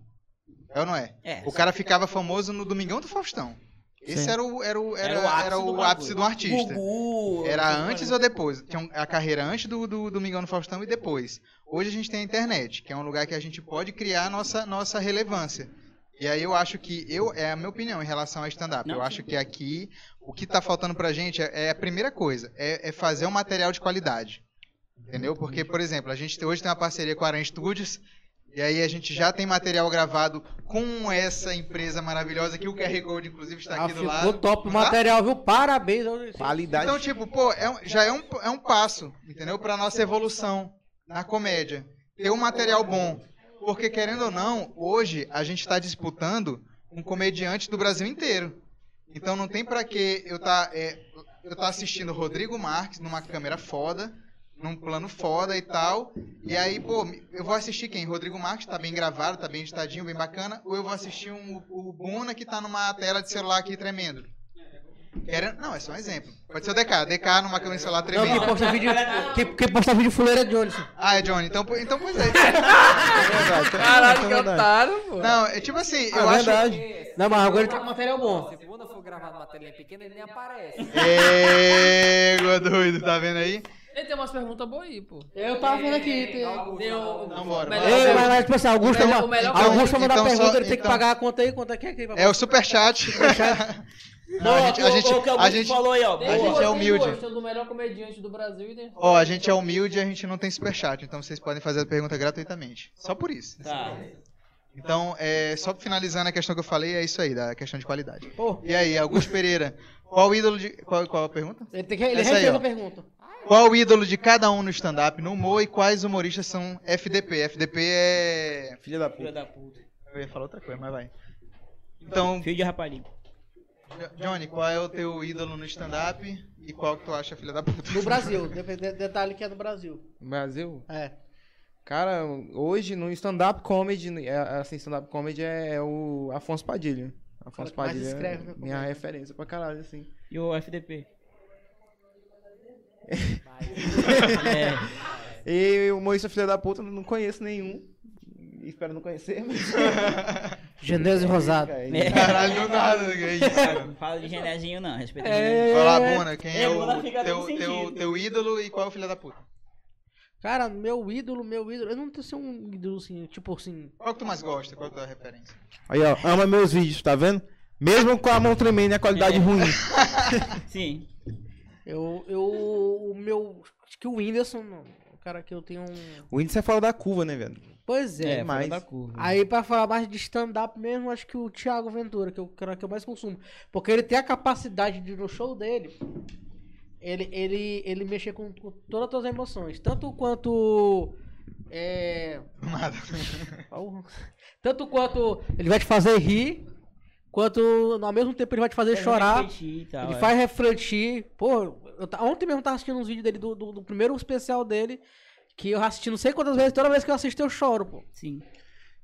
Speaker 1: É ou não é?
Speaker 4: É.
Speaker 1: O cara ficava famoso no Domingão do Faustão. Esse era o, era o, era, era o
Speaker 4: bagulho.
Speaker 1: ápice do artista.
Speaker 4: Gugu,
Speaker 1: Era
Speaker 4: essas
Speaker 1: antes
Speaker 4: coisas.
Speaker 1: ou depois? Tinha um- a carreira antes do, do Domingão no Faustão e depois. Hoje a gente tem a internet, que é um lugar que a gente pode criar nossa, nossa relevância. E aí eu acho que, eu é a minha opinião em relação ao stand-up.
Speaker 4: Não,
Speaker 1: Eu
Speaker 4: sim.
Speaker 1: acho que aqui, o que tá faltando pra gente é, é a primeira coisa, é, é fazer um material de qualidade. Entendeu? Porque, por exemplo, a gente hoje tem uma parceria com a Aran Studios, e aí a gente já tem material gravado com essa empresa maravilhosa, que o QR Code, inclusive, está
Speaker 3: Ah,
Speaker 1: aqui do
Speaker 3: ficou
Speaker 1: lado.
Speaker 3: top o
Speaker 1: Não tá?
Speaker 3: material, viu? Parabéns.
Speaker 2: Qualidade.
Speaker 1: Então, tipo, pô, é um- já é um, é um passo, entendeu? Pra nossa evolução na comédia. Ter um material bom. Porque, querendo ou não, hoje a gente tá disputando um comediante do Brasil inteiro. Então não tem pra que eu tá, é, eu tá assistindo Rodrigo Marques numa câmera foda, num plano foda e tal. E aí, pô, eu vou assistir quem? Rodrigo Marques, tá bem gravado, tá bem editadinho, bem bacana. Ou eu vou assistir um, o Bona que tá numa tela de celular aqui tremendo. Era- Não, é só um exemplo. Pode ser o DK. DK numa câmera de celular
Speaker 3: Não, quem
Speaker 1: tremendo.
Speaker 3: posta vídeo, quem, quem posta vídeo fuleira é Jones.
Speaker 1: Ah, é Johnny. Então, po- então pois é.
Speaker 5: Caralho, que
Speaker 2: É verdade.
Speaker 5: otário, pô.
Speaker 1: Não, é tipo assim,
Speaker 3: Ah,
Speaker 7: Ah,
Speaker 1: eu
Speaker 2: É
Speaker 1: acho.
Speaker 2: verdade.
Speaker 3: Não, mas agora ele tá com material bom.
Speaker 6: Se segunda for gravar uma telinha pequena, ele nem aparece.
Speaker 1: Ego doido, tá vendo aí?
Speaker 5: Ele tem umas perguntas boas aí, pô.
Speaker 3: Eu tava vendo aqui. Tem...
Speaker 5: Deu-
Speaker 1: Então bora.
Speaker 5: um Melhor-
Speaker 1: bora.
Speaker 3: Ei, mas, mas, tipo assim, Augusto,
Speaker 5: O melhor-
Speaker 3: ma-
Speaker 5: o melhor-
Speaker 3: Augusto vai mandar
Speaker 1: Então,
Speaker 3: pergunta,
Speaker 1: só-
Speaker 3: ele tem que
Speaker 1: então-
Speaker 3: pagar a conta aí, quanto é que é que ele vai
Speaker 1: É o superchat. Não, a gente, a gente,
Speaker 4: Ô, ô, que
Speaker 1: a
Speaker 4: Augusto
Speaker 1: gente,
Speaker 4: falou aí, ó.
Speaker 1: a gente é humilde.
Speaker 5: Tem um gosto do melhor comediante do Brasil e tem...
Speaker 1: ó, a gente é humilde e a gente não tem superchat, então vocês podem fazer a pergunta gratuitamente. Só por isso.
Speaker 4: Tá.
Speaker 1: Então, é, só finalizando a questão que eu falei, é isso aí, da questão de qualidade.
Speaker 3: Pô.
Speaker 1: E aí, Augusto Pereira, qual ídolo de. Qual, qual a pergunta?
Speaker 3: Ele, tem que, ele
Speaker 1: Essa aí,
Speaker 3: refez
Speaker 1: ó.
Speaker 3: a pergunta.
Speaker 1: Qual o ídolo de cada um no stand-up, no humor e quais humoristas são FDP? FDP é.
Speaker 2: Filha da
Speaker 4: Filha
Speaker 2: puta.
Speaker 4: da puta.
Speaker 1: Eu ia falar outra coisa, mas vai. Então,
Speaker 4: Filho de rapariga.
Speaker 1: Jo- Johnny, qual é o teu ídolo no stand-up e qual que tu acha filha da puta?
Speaker 3: No Brasil, depe- de- detalhe que é no Brasil.
Speaker 2: Brasil.
Speaker 3: É.
Speaker 2: Cara, hoje no stand-up comedy, é, assim, stand-up comedy é, é o Afonso Padilha. Afonso
Speaker 3: que mais
Speaker 2: Padilha
Speaker 3: escreve na
Speaker 2: é minha
Speaker 3: comédia.
Speaker 2: referência pra caralho, assim.
Speaker 4: E o FDP. É.
Speaker 2: E o Moísta Filha da Puta, não conheço nenhum. Espero não conhecer, mas...
Speaker 3: Genésio Rosado.
Speaker 4: É.
Speaker 1: Caralho, do nada, que é isso? cara?
Speaker 4: Não fala de genezinho, não. Respeita
Speaker 3: É.
Speaker 1: Vai lá, Bona, quem é
Speaker 4: É,
Speaker 1: o
Speaker 4: Bona fica
Speaker 1: teu,
Speaker 4: sem
Speaker 1: teu,
Speaker 4: sentido.
Speaker 1: teu ídolo e qual é o filho da puta?
Speaker 3: Cara, meu ídolo, meu ídolo. Eu não tenho assim, um ídolo assim, tipo assim.
Speaker 1: Qual que tu mais gosta? Qual que é a tua referência?
Speaker 2: Aí, ó, ama meus vídeos, tá vendo? Mesmo com a mão tremendo e a
Speaker 3: É.
Speaker 2: qualidade ruim.
Speaker 4: Sim.
Speaker 3: Eu. eu o meu. Acho que o Whindersson, mano, o cara que eu tenho um.
Speaker 2: O índice é fora da curva, né, velho?
Speaker 3: Pois é.
Speaker 4: É,
Speaker 2: mas-
Speaker 4: fora da curva.
Speaker 3: Aí, pra falar mais de stand-up mesmo, acho que o Thiago Ventura, que é o cara que eu mais consumo. Porque ele tem a capacidade de, no show dele, ele, ele, ele mexer com, com todas as tuas emoções. Tanto quanto. É.
Speaker 1: Do Nada.
Speaker 3: Porra. Tanto quanto ele vai te fazer rir, quanto ao mesmo tempo ele vai te fazer
Speaker 4: Ele
Speaker 3: chorar.
Speaker 4: refletir um e tal,
Speaker 3: ele
Speaker 4: é.
Speaker 3: faz refletir. Pô, eu ta- ontem mesmo eu tava assistindo uns vídeos dele do, do- do primeiro especial dele. Que eu assisti não sei quantas vezes, toda vez que eu assisto eu choro, pô.
Speaker 4: Sim.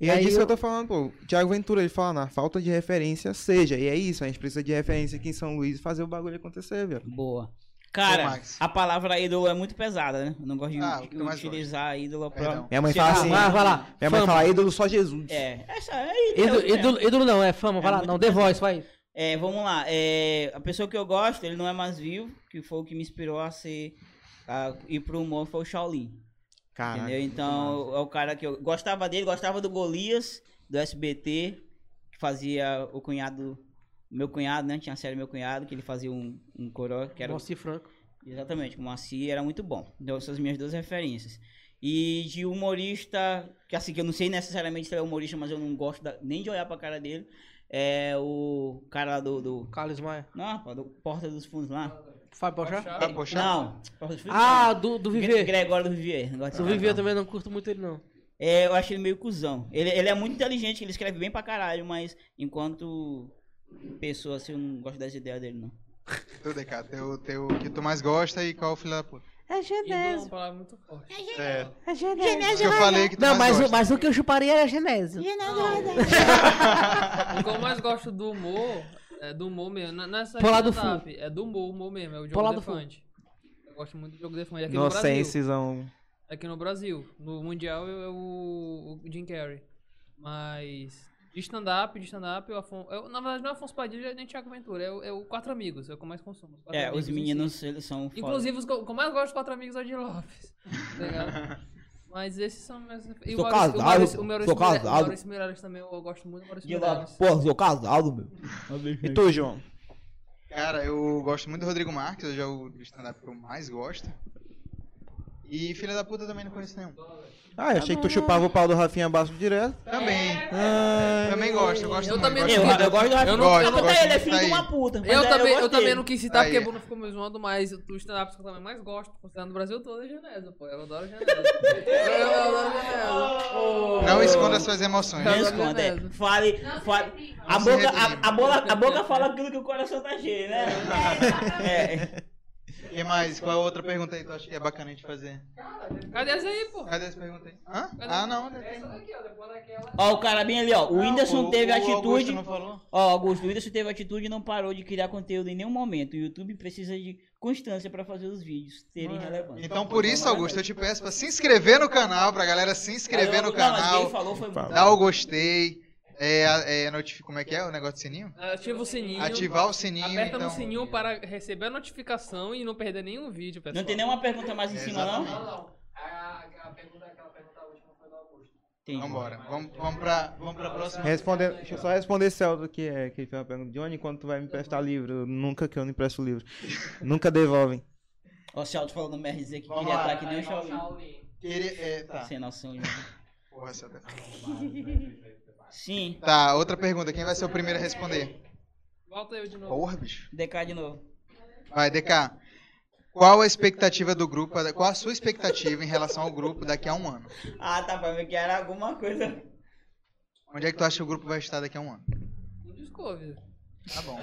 Speaker 2: E é
Speaker 3: Aí
Speaker 2: disso
Speaker 3: eu-
Speaker 2: que eu tô falando, pô. Tiago Ventura, ele fala, na falta de referência, seja. E é isso, a gente precisa de referência aqui em São Luís e fazer o bagulho acontecer, velho.
Speaker 4: Boa.
Speaker 1: Ô,
Speaker 4: Cara,
Speaker 1: Max.
Speaker 4: a palavra ídolo é muito pesada, né? Eu não gosto de
Speaker 1: Ah, o que
Speaker 4: de
Speaker 1: tu mais
Speaker 4: utilizar ídolo pra.
Speaker 1: Perdão.
Speaker 2: Minha mãe
Speaker 4: Sim,
Speaker 2: fala
Speaker 4: ah,
Speaker 2: assim...
Speaker 3: vai, vai lá.
Speaker 2: Minha mãe
Speaker 3: Fama.
Speaker 2: fala, ídolo só Jesus.
Speaker 4: É, essa aí.
Speaker 3: Ídolo,
Speaker 4: Deus, né?
Speaker 3: ídolo- ídolo não, é fama, vai
Speaker 4: É
Speaker 3: lá.
Speaker 4: muito
Speaker 3: Não, The Voice, vai.
Speaker 4: É, vamos lá. É, a pessoa que eu gosto, ele não é mais vivo, que foi o que me inspirou a ser. A ir pro humor foi o Shaolin.
Speaker 2: Caraca,
Speaker 4: entendeu?
Speaker 2: muito
Speaker 4: Então, é o cara que eu gostava dele, gostava do Golias, do SBT. que fazia o cunhado. Meu cunhado, né? Tinha a série Meu Cunhado, que ele fazia um, um coroa, que era.
Speaker 7: Moacir Franco.
Speaker 4: Exatamente, como assim era muito bom. Então essas minhas duas referências. E de humorista, que assim, que eu não sei necessariamente se ele é humorista, mas eu não gosto da- nem de olhar pra cara dele. É o cara lá do. do
Speaker 7: Carlos Maia.
Speaker 4: não, rapaz, do Porta dos Fundos lá.
Speaker 7: Fábio Pochá?
Speaker 5: Pochá.
Speaker 1: Vai puxar?
Speaker 4: Não, Porta dos Fundos.
Speaker 7: Ah,
Speaker 4: não.
Speaker 7: do, do
Speaker 4: Gre-
Speaker 7: Viver.
Speaker 4: Gregório do Vivier. negócio
Speaker 7: Do
Speaker 3: Ah, tá.
Speaker 4: de-
Speaker 7: Viver eu também não curto muito ele, não.
Speaker 4: É, eu acho ele meio cuzão. Ele, ele é muito inteligente, ele escreve bem pra caralho, mas enquanto pessoa, assim, eu não gosto das ideias dele, não.
Speaker 1: Tu, DK, teu, teu que tu mais gosta e qual o filho da puta?
Speaker 5: Igor é uma palavra muito forte.
Speaker 1: É.
Speaker 10: É
Speaker 1: o que eu falei É que tu
Speaker 7: Não,
Speaker 1: mais
Speaker 7: mas, o-
Speaker 1: gosta.
Speaker 7: mas o que eu chuparia era a Genésio.
Speaker 5: O que eu mais gosto do humor é do humor mesmo. Não não é só
Speaker 7: Polar do
Speaker 5: stand-up, É do humor, humor mesmo. É o Diogo
Speaker 7: Polar do
Speaker 5: Defante. Eu gosto muito do Diogo Defante. Aqui no Brasil.
Speaker 2: Inocênciazão.
Speaker 5: Aqui no Brasil. No Mundial eu- é o, o Jim Carrey. Mas. De stand-up, de stand-up, eu Afon... eu, na verdade não é Afonso Padilha nem Thiago Ventura, é o, é o Quatro Amigos, é o que eu mais consumo. Quatro
Speaker 4: É,
Speaker 5: Amigos
Speaker 4: os
Speaker 5: em si.
Speaker 4: meninos, eles são foda.
Speaker 5: Inclusive, os que eu que eu mais gosto de Quatro Amigos é o de Lopes. Tá ligado? Mas esses são meus. E
Speaker 14: Sou
Speaker 5: o
Speaker 14: casado,
Speaker 5: o Maurício, o Maurício
Speaker 14: sou
Speaker 5: Meirelles-
Speaker 14: casado.
Speaker 5: O Maurício Meirelles também, eu gosto muito do Maurício
Speaker 4: De
Speaker 5: Meirelles.
Speaker 14: Porra, sou casado, meu.
Speaker 2: E tu, João?
Speaker 1: Cara, eu gosto muito do Rodrigo Marques, hoje é o stand-up que eu mais gosto. E filha da puta eu também não conheço nenhum.
Speaker 2: Ah, eu achei que tu chupava o pau do Rafinha Basso direto.
Speaker 1: Também.
Speaker 2: Ah,
Speaker 1: Também gosto, eu gosto
Speaker 5: Eu
Speaker 1: muito.
Speaker 5: também
Speaker 1: gosto
Speaker 4: Eu,
Speaker 1: muito.
Speaker 4: eu gosto do Rafinha.
Speaker 5: Eu não- eu
Speaker 4: Ah,
Speaker 5: não
Speaker 4: mas
Speaker 1: gosto
Speaker 4: ele é
Speaker 1: muito
Speaker 4: filho de
Speaker 1: daí.
Speaker 4: uma puta. mas
Speaker 5: Eu
Speaker 4: é,
Speaker 5: também, eu
Speaker 4: gosto
Speaker 5: também
Speaker 4: dele.
Speaker 5: não quis citar
Speaker 1: Aí,
Speaker 5: porque
Speaker 1: é.
Speaker 5: a Bruno ficou me zoando, mas o stand-up que eu também mais gosto, considerando o Brasil todo, é Genésio, pô. Eu adoro Genésio. eu, eu adoro Genésio.
Speaker 1: Não esconda suas emoções.
Speaker 4: Não
Speaker 5: Tá
Speaker 4: esconda, é.
Speaker 5: beleza.
Speaker 4: Fale, fale. A
Speaker 1: Não se
Speaker 4: boca, a,
Speaker 1: reprima.
Speaker 4: a, bola, a boca fala aquilo que o coração tá cheio, né? É.
Speaker 1: E mais, qual é a outra pergunta aí que tu acha que é bacana a gente fazer?
Speaker 5: Cadê essa aí, pô?
Speaker 1: Cadê essa pergunta aí? Hã? Ah, não. né?
Speaker 4: Ó, o cara bem ali, ó. O Whindersson
Speaker 1: o-
Speaker 4: teve
Speaker 1: o Augusto
Speaker 4: atitude.
Speaker 1: não falou?
Speaker 4: Ó, Augusto, o Whindersson teve atitude e não parou de criar conteúdo em nenhum momento. O YouTube precisa de constância pra fazer os vídeos terem relevância.
Speaker 1: Então por isso, Augusto, eu te peço pra se inscrever no canal, pra galera se inscrever
Speaker 4: Aí,
Speaker 1: no
Speaker 4: Augusto, não, mas o que
Speaker 1: canal,
Speaker 4: ele falou foi
Speaker 2: Fala.
Speaker 1: dar o gostei, é, a- é, notifi- como é que é o negócio do sininho?
Speaker 5: Ativa o sininho.
Speaker 1: Ativar o sininho,
Speaker 5: Aperta
Speaker 1: então.
Speaker 5: no sininho para receber a notificação e não perder nenhum vídeo, pessoal.
Speaker 4: Não tem nenhuma pergunta mais em cima, não?
Speaker 12: Não, não. A, a pergunta, aquela pergunta última foi do Augusto.
Speaker 4: Entendi.
Speaker 1: Vambora, vamos, vamos, pra, vamos pra próxima.
Speaker 2: Respondendo, deixa eu só responder esse áudio que é que ele fez uma pergunta. Johnny, quando tu vai me emprestar livro? Eu nunca que eu não empresto livro. nunca devolvem.
Speaker 4: Ó, O Celso falando merda dizer que
Speaker 1: Vamos
Speaker 4: queria
Speaker 1: lá.
Speaker 4: estar que nem o Shaolin.
Speaker 12: Shaolin.
Speaker 1: Queria- é, tá.
Speaker 4: Sem noção de.
Speaker 1: Porra, seu Deus.
Speaker 4: Sim,
Speaker 1: Tá, outra pergunta. Quem vai ser o primeiro a responder?
Speaker 5: Volta eu de novo.
Speaker 1: Porra, bicho.
Speaker 4: DK de novo.
Speaker 1: Vai, DK. Qual a expectativa do grupo? Qual a sua expectativa em relação ao grupo daqui a um ano?
Speaker 4: Ah, tá, pra ver que era alguma coisa.
Speaker 1: Onde é que tu acha que o grupo vai estar daqui a um ano?
Speaker 5: Não descobre.
Speaker 1: Tá bom.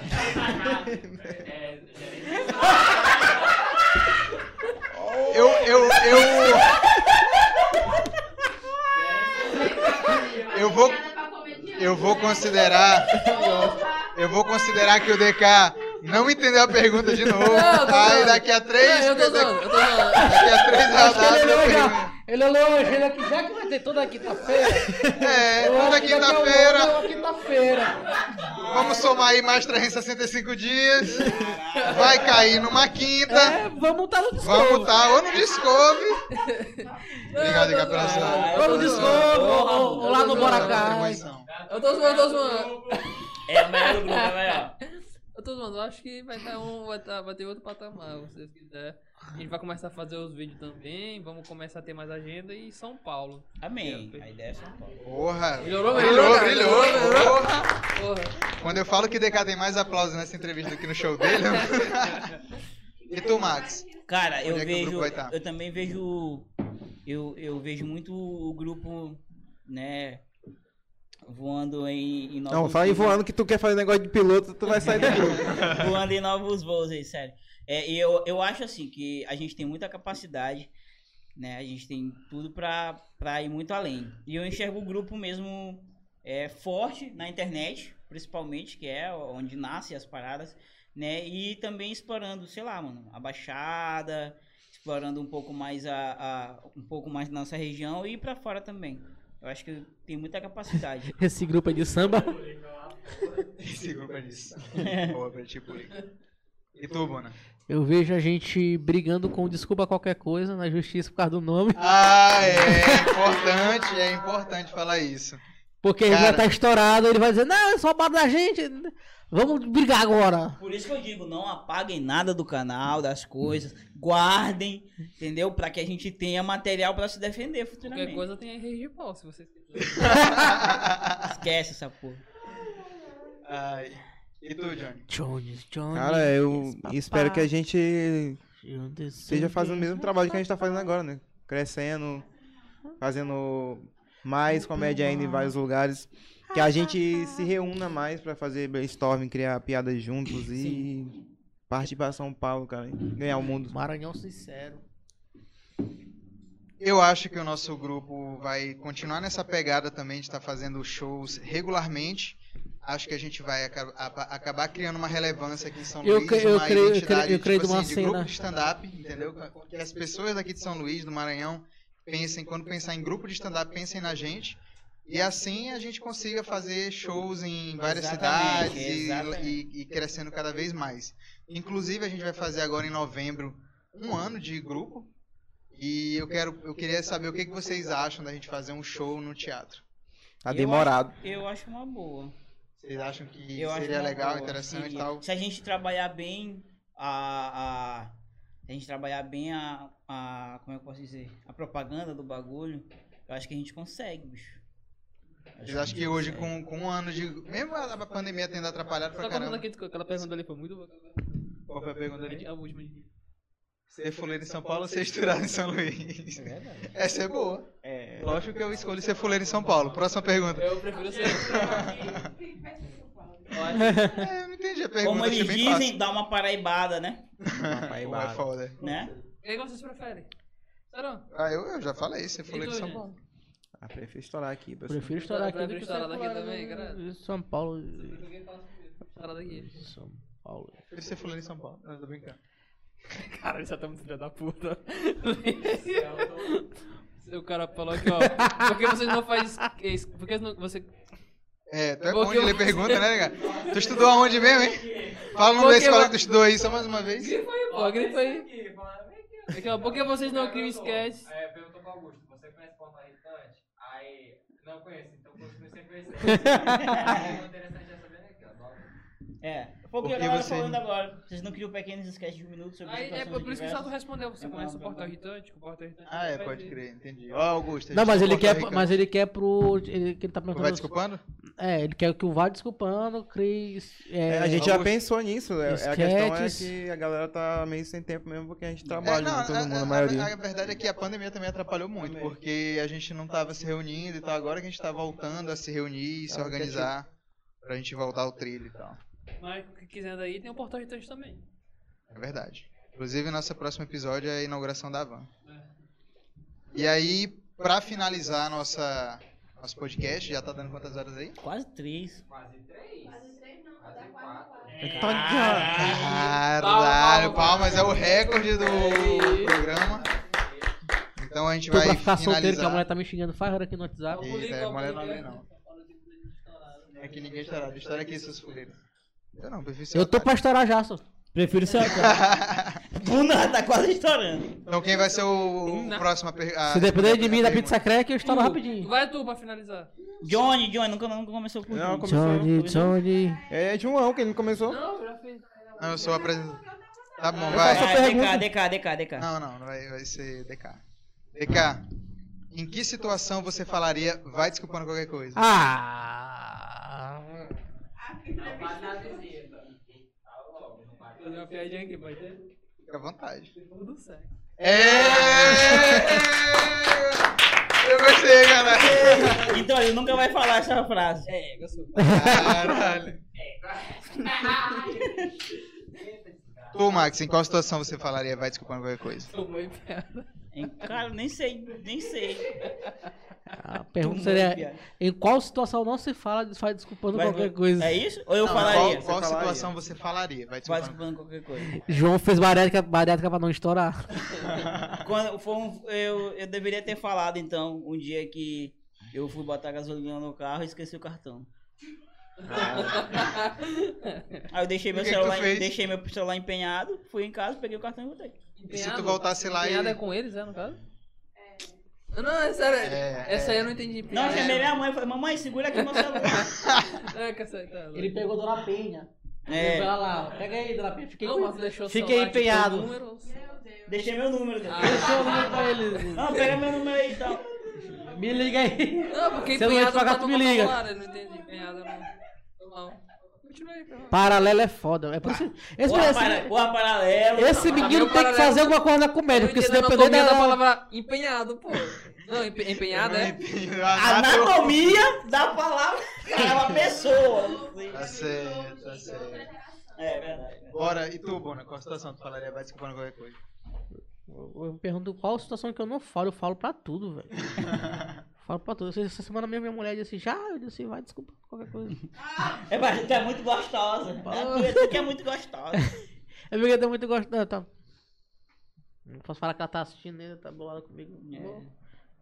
Speaker 1: Eu, eu, eu. Eu vou, eu vou considerar. Eu vou considerar que o DK não entendeu a pergunta de novo.
Speaker 5: Não, tô
Speaker 1: Aí
Speaker 5: zoando.
Speaker 1: daqui a três.
Speaker 5: eu tô zoando, eu tô zoando.
Speaker 1: Daqui a três rodadas
Speaker 7: ele
Speaker 1: eu
Speaker 7: olhou
Speaker 1: pergunto.
Speaker 7: já. Ele olhou hoje, ele aqui, já que vai ter toda quinta-feira.
Speaker 1: É,
Speaker 7: eu
Speaker 1: toda
Speaker 7: acho que daqui a um ano é
Speaker 1: quinta-feira.
Speaker 7: uma Quinta-feira.
Speaker 1: Vamos somar aí mais 365 dias. Vai cair numa quinta.
Speaker 7: É, vamos estar no
Speaker 1: Vamos
Speaker 7: desconto.
Speaker 1: tá ou no Discovery. Obrigado, DK, pela
Speaker 4: Ah,
Speaker 1: sua.
Speaker 4: eu
Speaker 7: Vamos no
Speaker 4: tô zoando. Ô,
Speaker 7: Discovery,
Speaker 4: Raul,
Speaker 7: ou- ou lá no
Speaker 5: Eu tô
Speaker 1: pela
Speaker 5: zoando.
Speaker 7: Boracai.
Speaker 1: contribuição.
Speaker 5: Eu tô zoando, eu tô zoando.
Speaker 4: É o melhor do grupo, é o melhor.
Speaker 5: Eu tô zoando, eu acho que vai ter, um, vai tá- vai ter outro patamar, se vocês quiserem. A gente vai começar a fazer os vídeos também, vamos começar a ter mais agenda e São Paulo.
Speaker 4: Amém. A ideia é São Paulo.
Speaker 1: Porra.
Speaker 5: Melhorou,
Speaker 1: Brilhou,
Speaker 5: melhorou,
Speaker 1: brilhou. Porra.
Speaker 5: Porra.
Speaker 1: Quando eu falo que o DK tem mais aplausos nessa entrevista do que no show dele. eu- e tu, Max?
Speaker 4: Cara, eu
Speaker 1: Onde é que o
Speaker 4: vejo.
Speaker 1: grupo vai tá?
Speaker 4: Eu também vejo. Eu, eu vejo muito o grupo, né? Voando em, em novos
Speaker 2: Não, fala aí voando que tu quer fazer negócio de piloto, tu vai sair do grupo.
Speaker 4: voando em novos voos aí, sério. É, e eu, eu acho assim que a gente tem muita capacidade, né? A gente tem tudo pra, pra ir muito além. E eu enxergo o grupo mesmo é, forte na internet, principalmente, que é onde nascem as paradas, né? E também explorando, sei lá, mano, a Baixada, explorando um pouco mais a, a- um pouco mais nossa região e pra fora também. Eu acho que tem muita capacidade.
Speaker 7: Esse grupo é de samba.
Speaker 1: Esse grupo é disso. Boa pra ti, Purica. E tu, Bona?
Speaker 7: Eu vejo a gente brigando com desculpa qualquer coisa na justiça por causa do nome.
Speaker 1: Ah, é importante, é importante falar isso.
Speaker 7: Porque ele vai
Speaker 1: Cara.
Speaker 7: estar estourado, ele vai dizer, não, só bota da gente. Vamos brigar agora.
Speaker 4: Por isso que eu digo, não apaguem nada do canal, das coisas, guardem, entendeu? Pra que a gente tenha material pra se defender
Speaker 5: Qualquer
Speaker 4: futuramente.
Speaker 5: coisa tem a rede de pau, se vocês quiserem.
Speaker 4: Esquece essa porra.
Speaker 1: Ai. E tu, Johnny?
Speaker 7: Jones, Jones.
Speaker 2: Cara, eu espero que a gente
Speaker 7: gente
Speaker 2: esteja fazendo o mesmo trabalho que a gente tá fazendo agora, né? Crescendo, fazendo mais comédia ainda em vários lugares. Que a gente se reúna mais pra fazer brainstorming, criar piadas juntos e partir pra São Paulo, cara. e Ganhar o mundo.
Speaker 7: Maranhão sincero.
Speaker 1: Eu acho que o nosso grupo vai continuar nessa pegada também de estar fazendo shows regularmente. Acho que a gente vai aca- a- acabar criando uma relevância aqui em São
Speaker 7: Eu
Speaker 1: Luís,
Speaker 7: cre- eu
Speaker 1: uma
Speaker 7: creio- eu
Speaker 1: identidade
Speaker 7: creio- eu creio de
Speaker 1: tipo
Speaker 7: uma
Speaker 1: assim, de
Speaker 7: cena.
Speaker 1: grupo de stand-up, entendeu? Que as pessoas daqui de São Luís, do Maranhão, pensem, quando pensar em grupo de stand-up, pensem na gente. E assim a gente consiga fazer shows em várias
Speaker 4: Exatamente,
Speaker 1: cidades e-
Speaker 4: exatamente.
Speaker 1: e- e crescendo cada vez mais. Inclusive, a gente vai fazer agora em novembro um ano de grupo. E eu quero, eu queria saber o que, que vocês acham da gente fazer um show no teatro.
Speaker 2: Tá demorado.
Speaker 4: Eu acho uma boa.
Speaker 1: Vocês acham que
Speaker 4: Eu acho
Speaker 1: seria
Speaker 4: uma
Speaker 1: legal,
Speaker 4: boa.
Speaker 1: interessante
Speaker 4: Sim.
Speaker 1: e tal?
Speaker 4: Se a gente trabalhar bem a. a se a gente trabalhar bem a, a. Como é que eu posso dizer? A propaganda do bagulho, eu acho que a gente consegue, bicho.
Speaker 1: Vocês acham que hoje, com, com um ano de. Mesmo a a pandemia tendo atrapalhado
Speaker 5: Só
Speaker 1: pra
Speaker 5: contando
Speaker 1: caramba.
Speaker 5: aqui, aquela pergunta ali foi muito boa.
Speaker 1: Qual foi a pergunta ali?
Speaker 5: A última.
Speaker 1: Ser fuleiro em São Paulo ou ser estourado em São Luís?
Speaker 4: verdade.
Speaker 1: Essa é boa.
Speaker 2: É.
Speaker 1: Lógico que eu escolho ser fuleiro em São Paulo. Próxima pergunta.
Speaker 5: Eu prefiro ser.
Speaker 1: É, eu não entendi a pergunta.
Speaker 4: Como
Speaker 1: achei
Speaker 4: eles
Speaker 1: bem
Speaker 4: dizem, dá uma paraibada, né?
Speaker 1: fácil. Pô, é foda.
Speaker 4: né?
Speaker 5: O que vocês preferem? Serão?
Speaker 1: Ah, eu, eu já falei, ser fuleiro em São Paulo.
Speaker 2: Ah, prefiro estourar aqui. pra-
Speaker 7: Prefiro estourar aqui do que
Speaker 5: Prefiro estourar
Speaker 7: ser
Speaker 5: daqui
Speaker 7: colado
Speaker 5: também, cara.
Speaker 7: em São Paulo.
Speaker 5: daqui.
Speaker 7: São Paulo.
Speaker 1: Prefiro ser fuleiro em São Paulo. Não, tô brincando.
Speaker 5: Cara, isso é tão filha da puta. o cara falou aqui, ó. Por que vocês não fazem. es- es- Por que não, você.
Speaker 1: É, tu é
Speaker 5: Porque
Speaker 1: bom de
Speaker 5: eu-
Speaker 1: ler pergunta, né, cara? Tu estudou aonde mesmo, hein? Fala o nome da
Speaker 5: Porque eu-
Speaker 1: escola que tu estudou aí, só mais uma vez.
Speaker 5: Grifa aí, pô, grifa aí. Aqui, ó, por que vocês não criam sketch?
Speaker 12: É, perguntou pro Augusto, você conhece Porta Irritante? Aí, não conheço, então continue sem conhecer. o interessante é saber, né, que eu adoro.
Speaker 4: É. Foi o que
Speaker 1: Porque
Speaker 4: a galera
Speaker 1: você-
Speaker 4: falando agora. Vocês não criam pequenos sketches de um minuto sobre
Speaker 5: Aí, é
Speaker 4: situações
Speaker 5: por isso que o Sato
Speaker 4: diversas?
Speaker 5: respondeu. Você
Speaker 4: É
Speaker 5: conhece o
Speaker 4: bom, é bom.
Speaker 5: portal irritante? O portal irritante.
Speaker 1: Ah, é,
Speaker 5: vai
Speaker 1: pode
Speaker 5: ver.
Speaker 1: crer, entendi. Ó, Augusto. a
Speaker 7: Não,
Speaker 1: gente
Speaker 7: mas
Speaker 1: tá
Speaker 7: ele
Speaker 1: em Porto
Speaker 7: quer,
Speaker 1: Rico.
Speaker 7: mas ele quer pro. Ele, que ele tá perguntando.
Speaker 1: Vai desculpando?
Speaker 7: É, ele quer que o Vá desculpando, Cris.
Speaker 2: É,
Speaker 7: É,
Speaker 2: a gente já pensou nisso. é- é A questão é
Speaker 7: Esquetes.
Speaker 2: que a galera tá meio sem tempo mesmo porque a gente
Speaker 1: É,
Speaker 2: trabalha,
Speaker 1: não,
Speaker 2: né,
Speaker 1: a,
Speaker 2: todo mundo,
Speaker 1: a-
Speaker 2: a maioria.
Speaker 1: a verdade é que a pandemia também atrapalhou muito, porque a gente não tava se reunindo e tal. Agora que a gente tá voltando a se reunir e se
Speaker 7: É,
Speaker 2: Ah,
Speaker 1: organizar pra gente voltar ao trilho e tal.
Speaker 5: Mas o que quiser daí, tem o portal irritante também.
Speaker 1: É verdade. Inclusive, nosso próximo episódio é a inauguração da van. E aí, pra finalizar nossa, nosso podcast, já tá dando quantas horas aí?
Speaker 4: Quase três.
Speaker 10: Quase três não, vai dar quatro quatro.
Speaker 1: Caralho, palmas é o recorde do programa. Então a gente
Speaker 7: tô
Speaker 1: vai
Speaker 7: pra ficar
Speaker 1: finalizar.
Speaker 7: solteiro, que a mulher tá me xingando faz hora aqui no WhatsApp.
Speaker 1: Eita, a mulher não lê, não. É que ninguém está de história aqui, seus fuleiros. Eu não, prefiro ser
Speaker 7: Eu tô
Speaker 1: otário.
Speaker 7: pra estourar já, só.
Speaker 3: Prefiro ser
Speaker 4: Do nada, tá quase estourando.
Speaker 1: Então quem vai ser o, o próximo... a per- a-
Speaker 7: Se depender de mim, da
Speaker 1: a
Speaker 7: pizza crack, eu estouro
Speaker 5: Tu,
Speaker 7: rapidinho.
Speaker 5: Vai tu pra finalizar.
Speaker 4: Johnny, Johnny, nunca, nunca começou com
Speaker 2: Não,
Speaker 4: Johnny.
Speaker 7: Johnny,
Speaker 2: come-
Speaker 7: Johnny.
Speaker 2: É João, que ele começou.
Speaker 5: Não, já fiz.
Speaker 1: pergunta. Não, eu sou o apresentador. Tá bom,
Speaker 4: Vai,
Speaker 1: vai.
Speaker 4: vai, DK, DK, DK, DK.
Speaker 1: Não, não, vai, vai ser DK. DK, em que situação você falaria vai desculpando qualquer coisa?
Speaker 7: Ah!
Speaker 5: Fazer uma piadinha aqui, pode ter?
Speaker 1: Fica à vontade.
Speaker 5: Tudo certo.
Speaker 1: É! Eu gostei, galera.
Speaker 4: Então, ele nunca vai falar essa frase.
Speaker 5: É, eu sou.
Speaker 1: Caralho. Tu, Max, em qual situação você falaria vai desculpando qualquer coisa?
Speaker 5: Sou muito piada.
Speaker 4: Hein, Cara, nem sei, nem sei.
Speaker 7: A pergunta
Speaker 4: Tomou
Speaker 7: seria:
Speaker 4: piada.
Speaker 7: em qual situação não se fala de faz desculpando
Speaker 4: Vai-
Speaker 7: qualquer coisa?
Speaker 4: É isso? Ou eu
Speaker 1: Não,
Speaker 4: falaria?
Speaker 1: Qual, qual
Speaker 2: Você falaria.
Speaker 1: situação você falaria? Vai
Speaker 4: Quase
Speaker 1: desculpando.
Speaker 4: falando qualquer coisa.
Speaker 7: João fez bariátrica, bariátrica pra não estourar.
Speaker 4: Quando foi um- eu, eu deveria ter falado, então, um dia que eu fui botar gasolina no carro e esqueci o cartão. Aí eu deixei meu,
Speaker 1: O que que tu
Speaker 4: celular,
Speaker 1: fez?
Speaker 4: deixei meu celular empenhado, fui em casa, peguei o cartão e voltei.
Speaker 1: E se tu voltasse lá e.
Speaker 5: Piada é com eles, é, no caso? Não, não, é sério.
Speaker 1: É,
Speaker 5: Essa aí eu não entendi.
Speaker 4: Não, é eu chamei minha mãe. Falei, mamãe, segura aqui meu celular.
Speaker 5: É, que essa aí tá.
Speaker 7: Ele pegou Dona Penha.
Speaker 4: É.
Speaker 7: Levou ela lá, ó. Pega aí, Dona Penha. Fiquei
Speaker 5: Não,
Speaker 7: com
Speaker 5: mas deixou tipo,
Speaker 7: Fiquei empenhado.
Speaker 5: um
Speaker 10: Meu Deus.
Speaker 4: Deixei meu número. dele.
Speaker 5: Ah.
Speaker 7: Deixa eu ligar pra ele.
Speaker 4: Não, pega meu número aí então.
Speaker 7: Me liga aí.
Speaker 5: Não, porque
Speaker 7: Se eu não ia
Speaker 5: empenhado
Speaker 7: te pagar,
Speaker 5: tá
Speaker 7: tu
Speaker 5: no
Speaker 7: me liga.
Speaker 5: vocabulário, eu não entendi. Empenhado não. Foi mal. Continua aí, foi mal.
Speaker 7: Paralelo é foda. É por isso. Esse,
Speaker 4: Porra,
Speaker 7: esse-
Speaker 4: para- porra, paralelo.
Speaker 7: esse menino tem que
Speaker 5: paralelo-
Speaker 7: fazer alguma coisa na comédia,
Speaker 5: Eu
Speaker 7: porque se
Speaker 5: entendo a
Speaker 7: depender
Speaker 5: anatomia
Speaker 7: da.
Speaker 5: da palavra empenhado, pô. Não, empe- empenhado é.
Speaker 4: Ah, Anatomia da palavra. Cara, é uma pessoa.
Speaker 1: Tá certo, tá certo.
Speaker 4: É verdade.
Speaker 1: Bora, e tu, Bona, qual situação tu falaria vai desculpando qualquer coisa?
Speaker 7: Eu eu pergunto qual situação que eu não falo, eu falo pra tudo, velho. falo pra tudo. Essa essa semana mesmo minha mulher disse, assim, já, eu disse, vai, desculpa qualquer coisa.
Speaker 4: É, mas tu é muito gostosa. É, tu, tu que é muito gostosa.
Speaker 7: É Eu fiquei até muito gostando. Tá. Não posso falar que ela tá assistindo ainda, tá bolada comigo. Não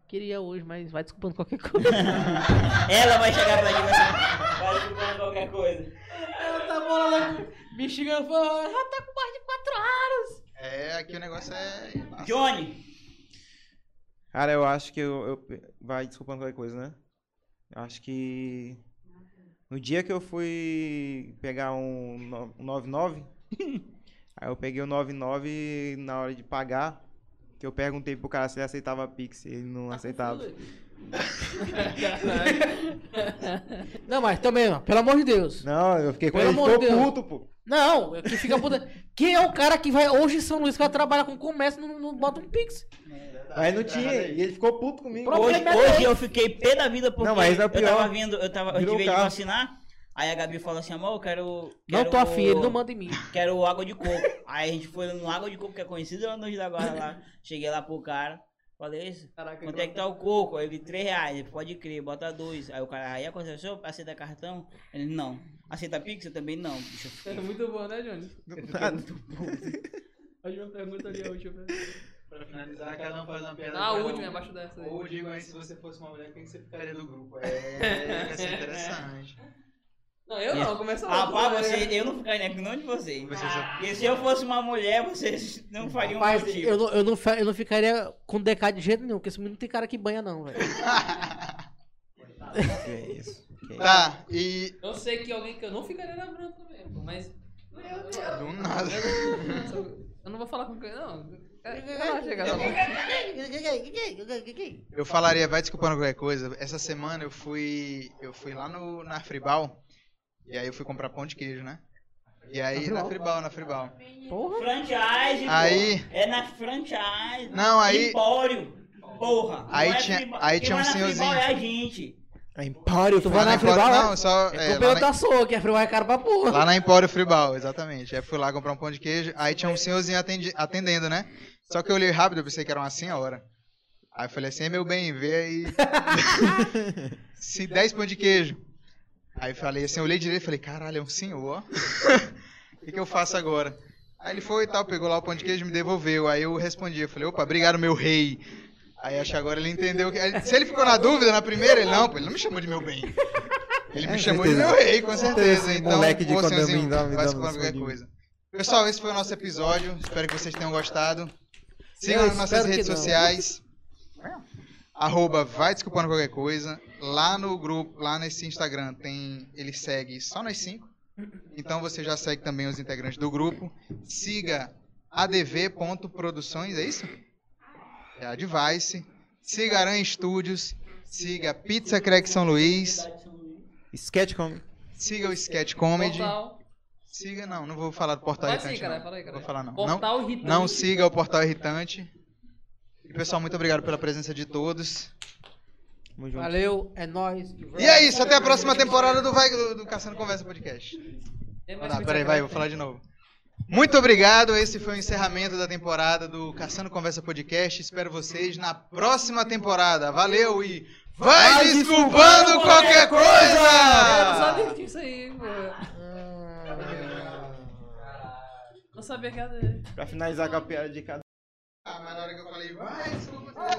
Speaker 7: Queria hoje, mas vai desculpando qualquer coisa.
Speaker 4: Ela vai chegar pra ti e vai falar, vai desculpando qualquer coisa.
Speaker 7: ela tá bolada comigo. Me xingando, falando, ela tá com mais de 4 anos.
Speaker 1: É, aqui o negócio é.
Speaker 4: Johnny,
Speaker 2: Cara, eu acho que eu, eu- Vai, desculpando qualquer coisa, né? Eu acho que. No dia que eu fui pegar um, no- um 99, aí eu peguei o 99 na hora de pagar, que eu perguntei pro cara se ele aceitava Pix, e ele não
Speaker 7: Ah,
Speaker 2: aceitava.
Speaker 7: Não, mas também, ó, pelo amor de Deus.
Speaker 2: Não, eu fiquei com
Speaker 7: Pelo
Speaker 2: ele,
Speaker 7: amor
Speaker 2: ficou
Speaker 7: de Deus.
Speaker 2: puto, pô.
Speaker 7: Não, é que fica puta. Quem é o cara que vai hoje em São Luís, que vai trabalhar com comércio, não, não bota um pix?
Speaker 2: Aí não tinha, e ele ficou puto comigo.
Speaker 7: Pro-
Speaker 4: hoje,
Speaker 7: Problema é
Speaker 4: hoje eu fiquei pé da vida porque
Speaker 2: Não, mas é
Speaker 4: eu
Speaker 2: pior.
Speaker 4: tava vindo, eu tava, eu
Speaker 2: Virou
Speaker 4: tive de
Speaker 2: carro.
Speaker 4: vacinar. Aí a Gabi falou assim, amor, eu quero.
Speaker 7: Não
Speaker 4: quero-
Speaker 7: tô afim, ele não manda em mim.
Speaker 4: Quero água de coco. Aí a gente foi no Água de Coco, que é conhecido lá no Rio da Guarda lá. Cheguei lá pro cara, falei isso.
Speaker 5: Caraca,
Speaker 4: Quanto é que tá o coco? Aí ele, 3 reais. Ele, pode crer, bota dois. Aí o cara, aí a concessão, aceita cartão? Ele, não. Aceita Pix? Eu também não. Bicho, eu
Speaker 5: É
Speaker 4: fiquei-
Speaker 5: muito bom, né, Johnny? A última pergunta ali, a última.
Speaker 1: Pra finalizar, cada um faz uma piada.
Speaker 5: Ah, a última, abaixo dessa aí.
Speaker 1: Ou digo aí, se você fosse uma mulher, quem que você ficaria do grupo? É, isso é interessante.
Speaker 5: Não, eu não, começa lá.
Speaker 4: Rapaz, Ah, você, eu não ficaria né, com nenhum de vocês.
Speaker 1: Você só-
Speaker 4: Porque se eu fosse uma mulher, vocês não fariam tipo.
Speaker 7: Rapaz,
Speaker 4: motivo.
Speaker 7: eu não, eu, não, fa- eu não ficaria com DK de jeito nenhum, porque esse menino não tem cara que banha, não, velho.
Speaker 2: Que é isso. que é isso.
Speaker 1: Tá, e.
Speaker 5: Eu sei que alguém que eu não ficaria na branca também, pô, mas.
Speaker 1: Do nada.
Speaker 5: Eu não vou falar com quem, não. É, Vai lá, chega
Speaker 7: tá
Speaker 5: lá.
Speaker 1: Eu falaria, vai desculpando qualquer coisa. Essa semana eu fui. Eu fui lá no, na Fribal. E aí eu fui comprar pão de queijo, né? E aí, na Fribal, na Fribal.
Speaker 7: Porra.
Speaker 4: Franchise,
Speaker 1: Aí-
Speaker 4: pô. É na franchise.
Speaker 1: Não, aí-
Speaker 4: Empório. Porra.
Speaker 1: Aí
Speaker 4: Não é
Speaker 1: tinha-
Speaker 4: Fribal.
Speaker 1: aí
Speaker 4: Quem
Speaker 1: tinha um
Speaker 4: vai na Fribal
Speaker 1: senhorzinho.
Speaker 4: É a gente.
Speaker 2: É empório,
Speaker 7: Tu
Speaker 2: tu
Speaker 7: vai
Speaker 1: Lá
Speaker 7: na
Speaker 1: na Empório-
Speaker 7: Fribal,
Speaker 1: não,
Speaker 7: né?
Speaker 1: só-
Speaker 7: É
Speaker 1: é, lá
Speaker 7: culpa
Speaker 1: na-
Speaker 7: da sua, que a Fribal é cara pra porra.
Speaker 1: Lá na Empório Fribal, exatamente. Aí fui lá comprar um pão de queijo, aí tinha um senhorzinho atendi- atendendo, né? Só que eu olhei rápido, eu pensei que era uma senhora. Aí eu falei assim, meu bem, vê aí. Se 10 pão de queijo. Aí eu falei assim, eu olhei direito e falei, caralho, é um senhor. ó. O que, que eu faço agora? Aí ele foi e tal, pegou lá o pão de queijo e me devolveu. Aí eu respondi, eu falei, opa, obrigado, meu rei. Aí acho que agora ele entendeu que. aí, Se ele ficou na dúvida na primeira, ele não, pô, ele não me chamou de meu bem. Ele me
Speaker 2: É,
Speaker 1: chamou de
Speaker 2: certeza.
Speaker 1: meu rei, com certeza.
Speaker 2: Esse
Speaker 1: Então,
Speaker 2: moleque de
Speaker 1: ô, senhorzinho,
Speaker 2: condomínio dá- me
Speaker 1: vai
Speaker 2: dá
Speaker 1: escutar
Speaker 2: um
Speaker 1: qualquer
Speaker 2: solinho.
Speaker 1: coisa. Pessoal, esse foi o nosso episódio. Espero que vocês tenham gostado. Sigam
Speaker 7: Eu
Speaker 1: nas nossas
Speaker 7: espero que
Speaker 1: redes
Speaker 7: não.
Speaker 1: sociais. Arroba vai desculpando qualquer coisa. Lá no grupo, lá nesse Instagram, tem ele segue só nós cinco. Então você já segue também os integrantes do grupo. Siga adv.produções, é isso? É a Device. Siga Aranha Studios. Siga Pizza Crack São Luís.
Speaker 2: Sketch Comedy.
Speaker 1: Siga o Sketch Comedy.
Speaker 5: Portal.
Speaker 1: Siga, não, não vou falar do Portal
Speaker 5: Vai
Speaker 1: Irritante.
Speaker 5: sim, cara,
Speaker 1: não.
Speaker 5: fala aí, cara.
Speaker 1: Vou falar, não. não.
Speaker 5: Portal irritante.
Speaker 1: Não siga o Portal Irritante. E, pessoal, muito obrigado pela presença de todos.
Speaker 2: Tamo junto.
Speaker 7: Valeu, é nóis.
Speaker 1: E é isso, até a próxima temporada do, vai, do, do Caçando Conversa Podcast.
Speaker 5: Tem
Speaker 1: Não,
Speaker 5: mais
Speaker 1: não,
Speaker 5: pizza
Speaker 1: peraí, vai, vou
Speaker 5: crack?
Speaker 1: falar de novo. Muito obrigado, esse foi o encerramento da temporada do Caçando Conversa Podcast. Espero vocês na próxima temporada. Valeu e vai, desculpando qualquer
Speaker 5: Eu não
Speaker 1: coisa!
Speaker 5: sabia que tinha isso aí, Hum. pô. Não sabia que era.
Speaker 2: Pra finalizar com a piada de cada.
Speaker 1: Ah, mas na hora que eu falei, vai, desculpa.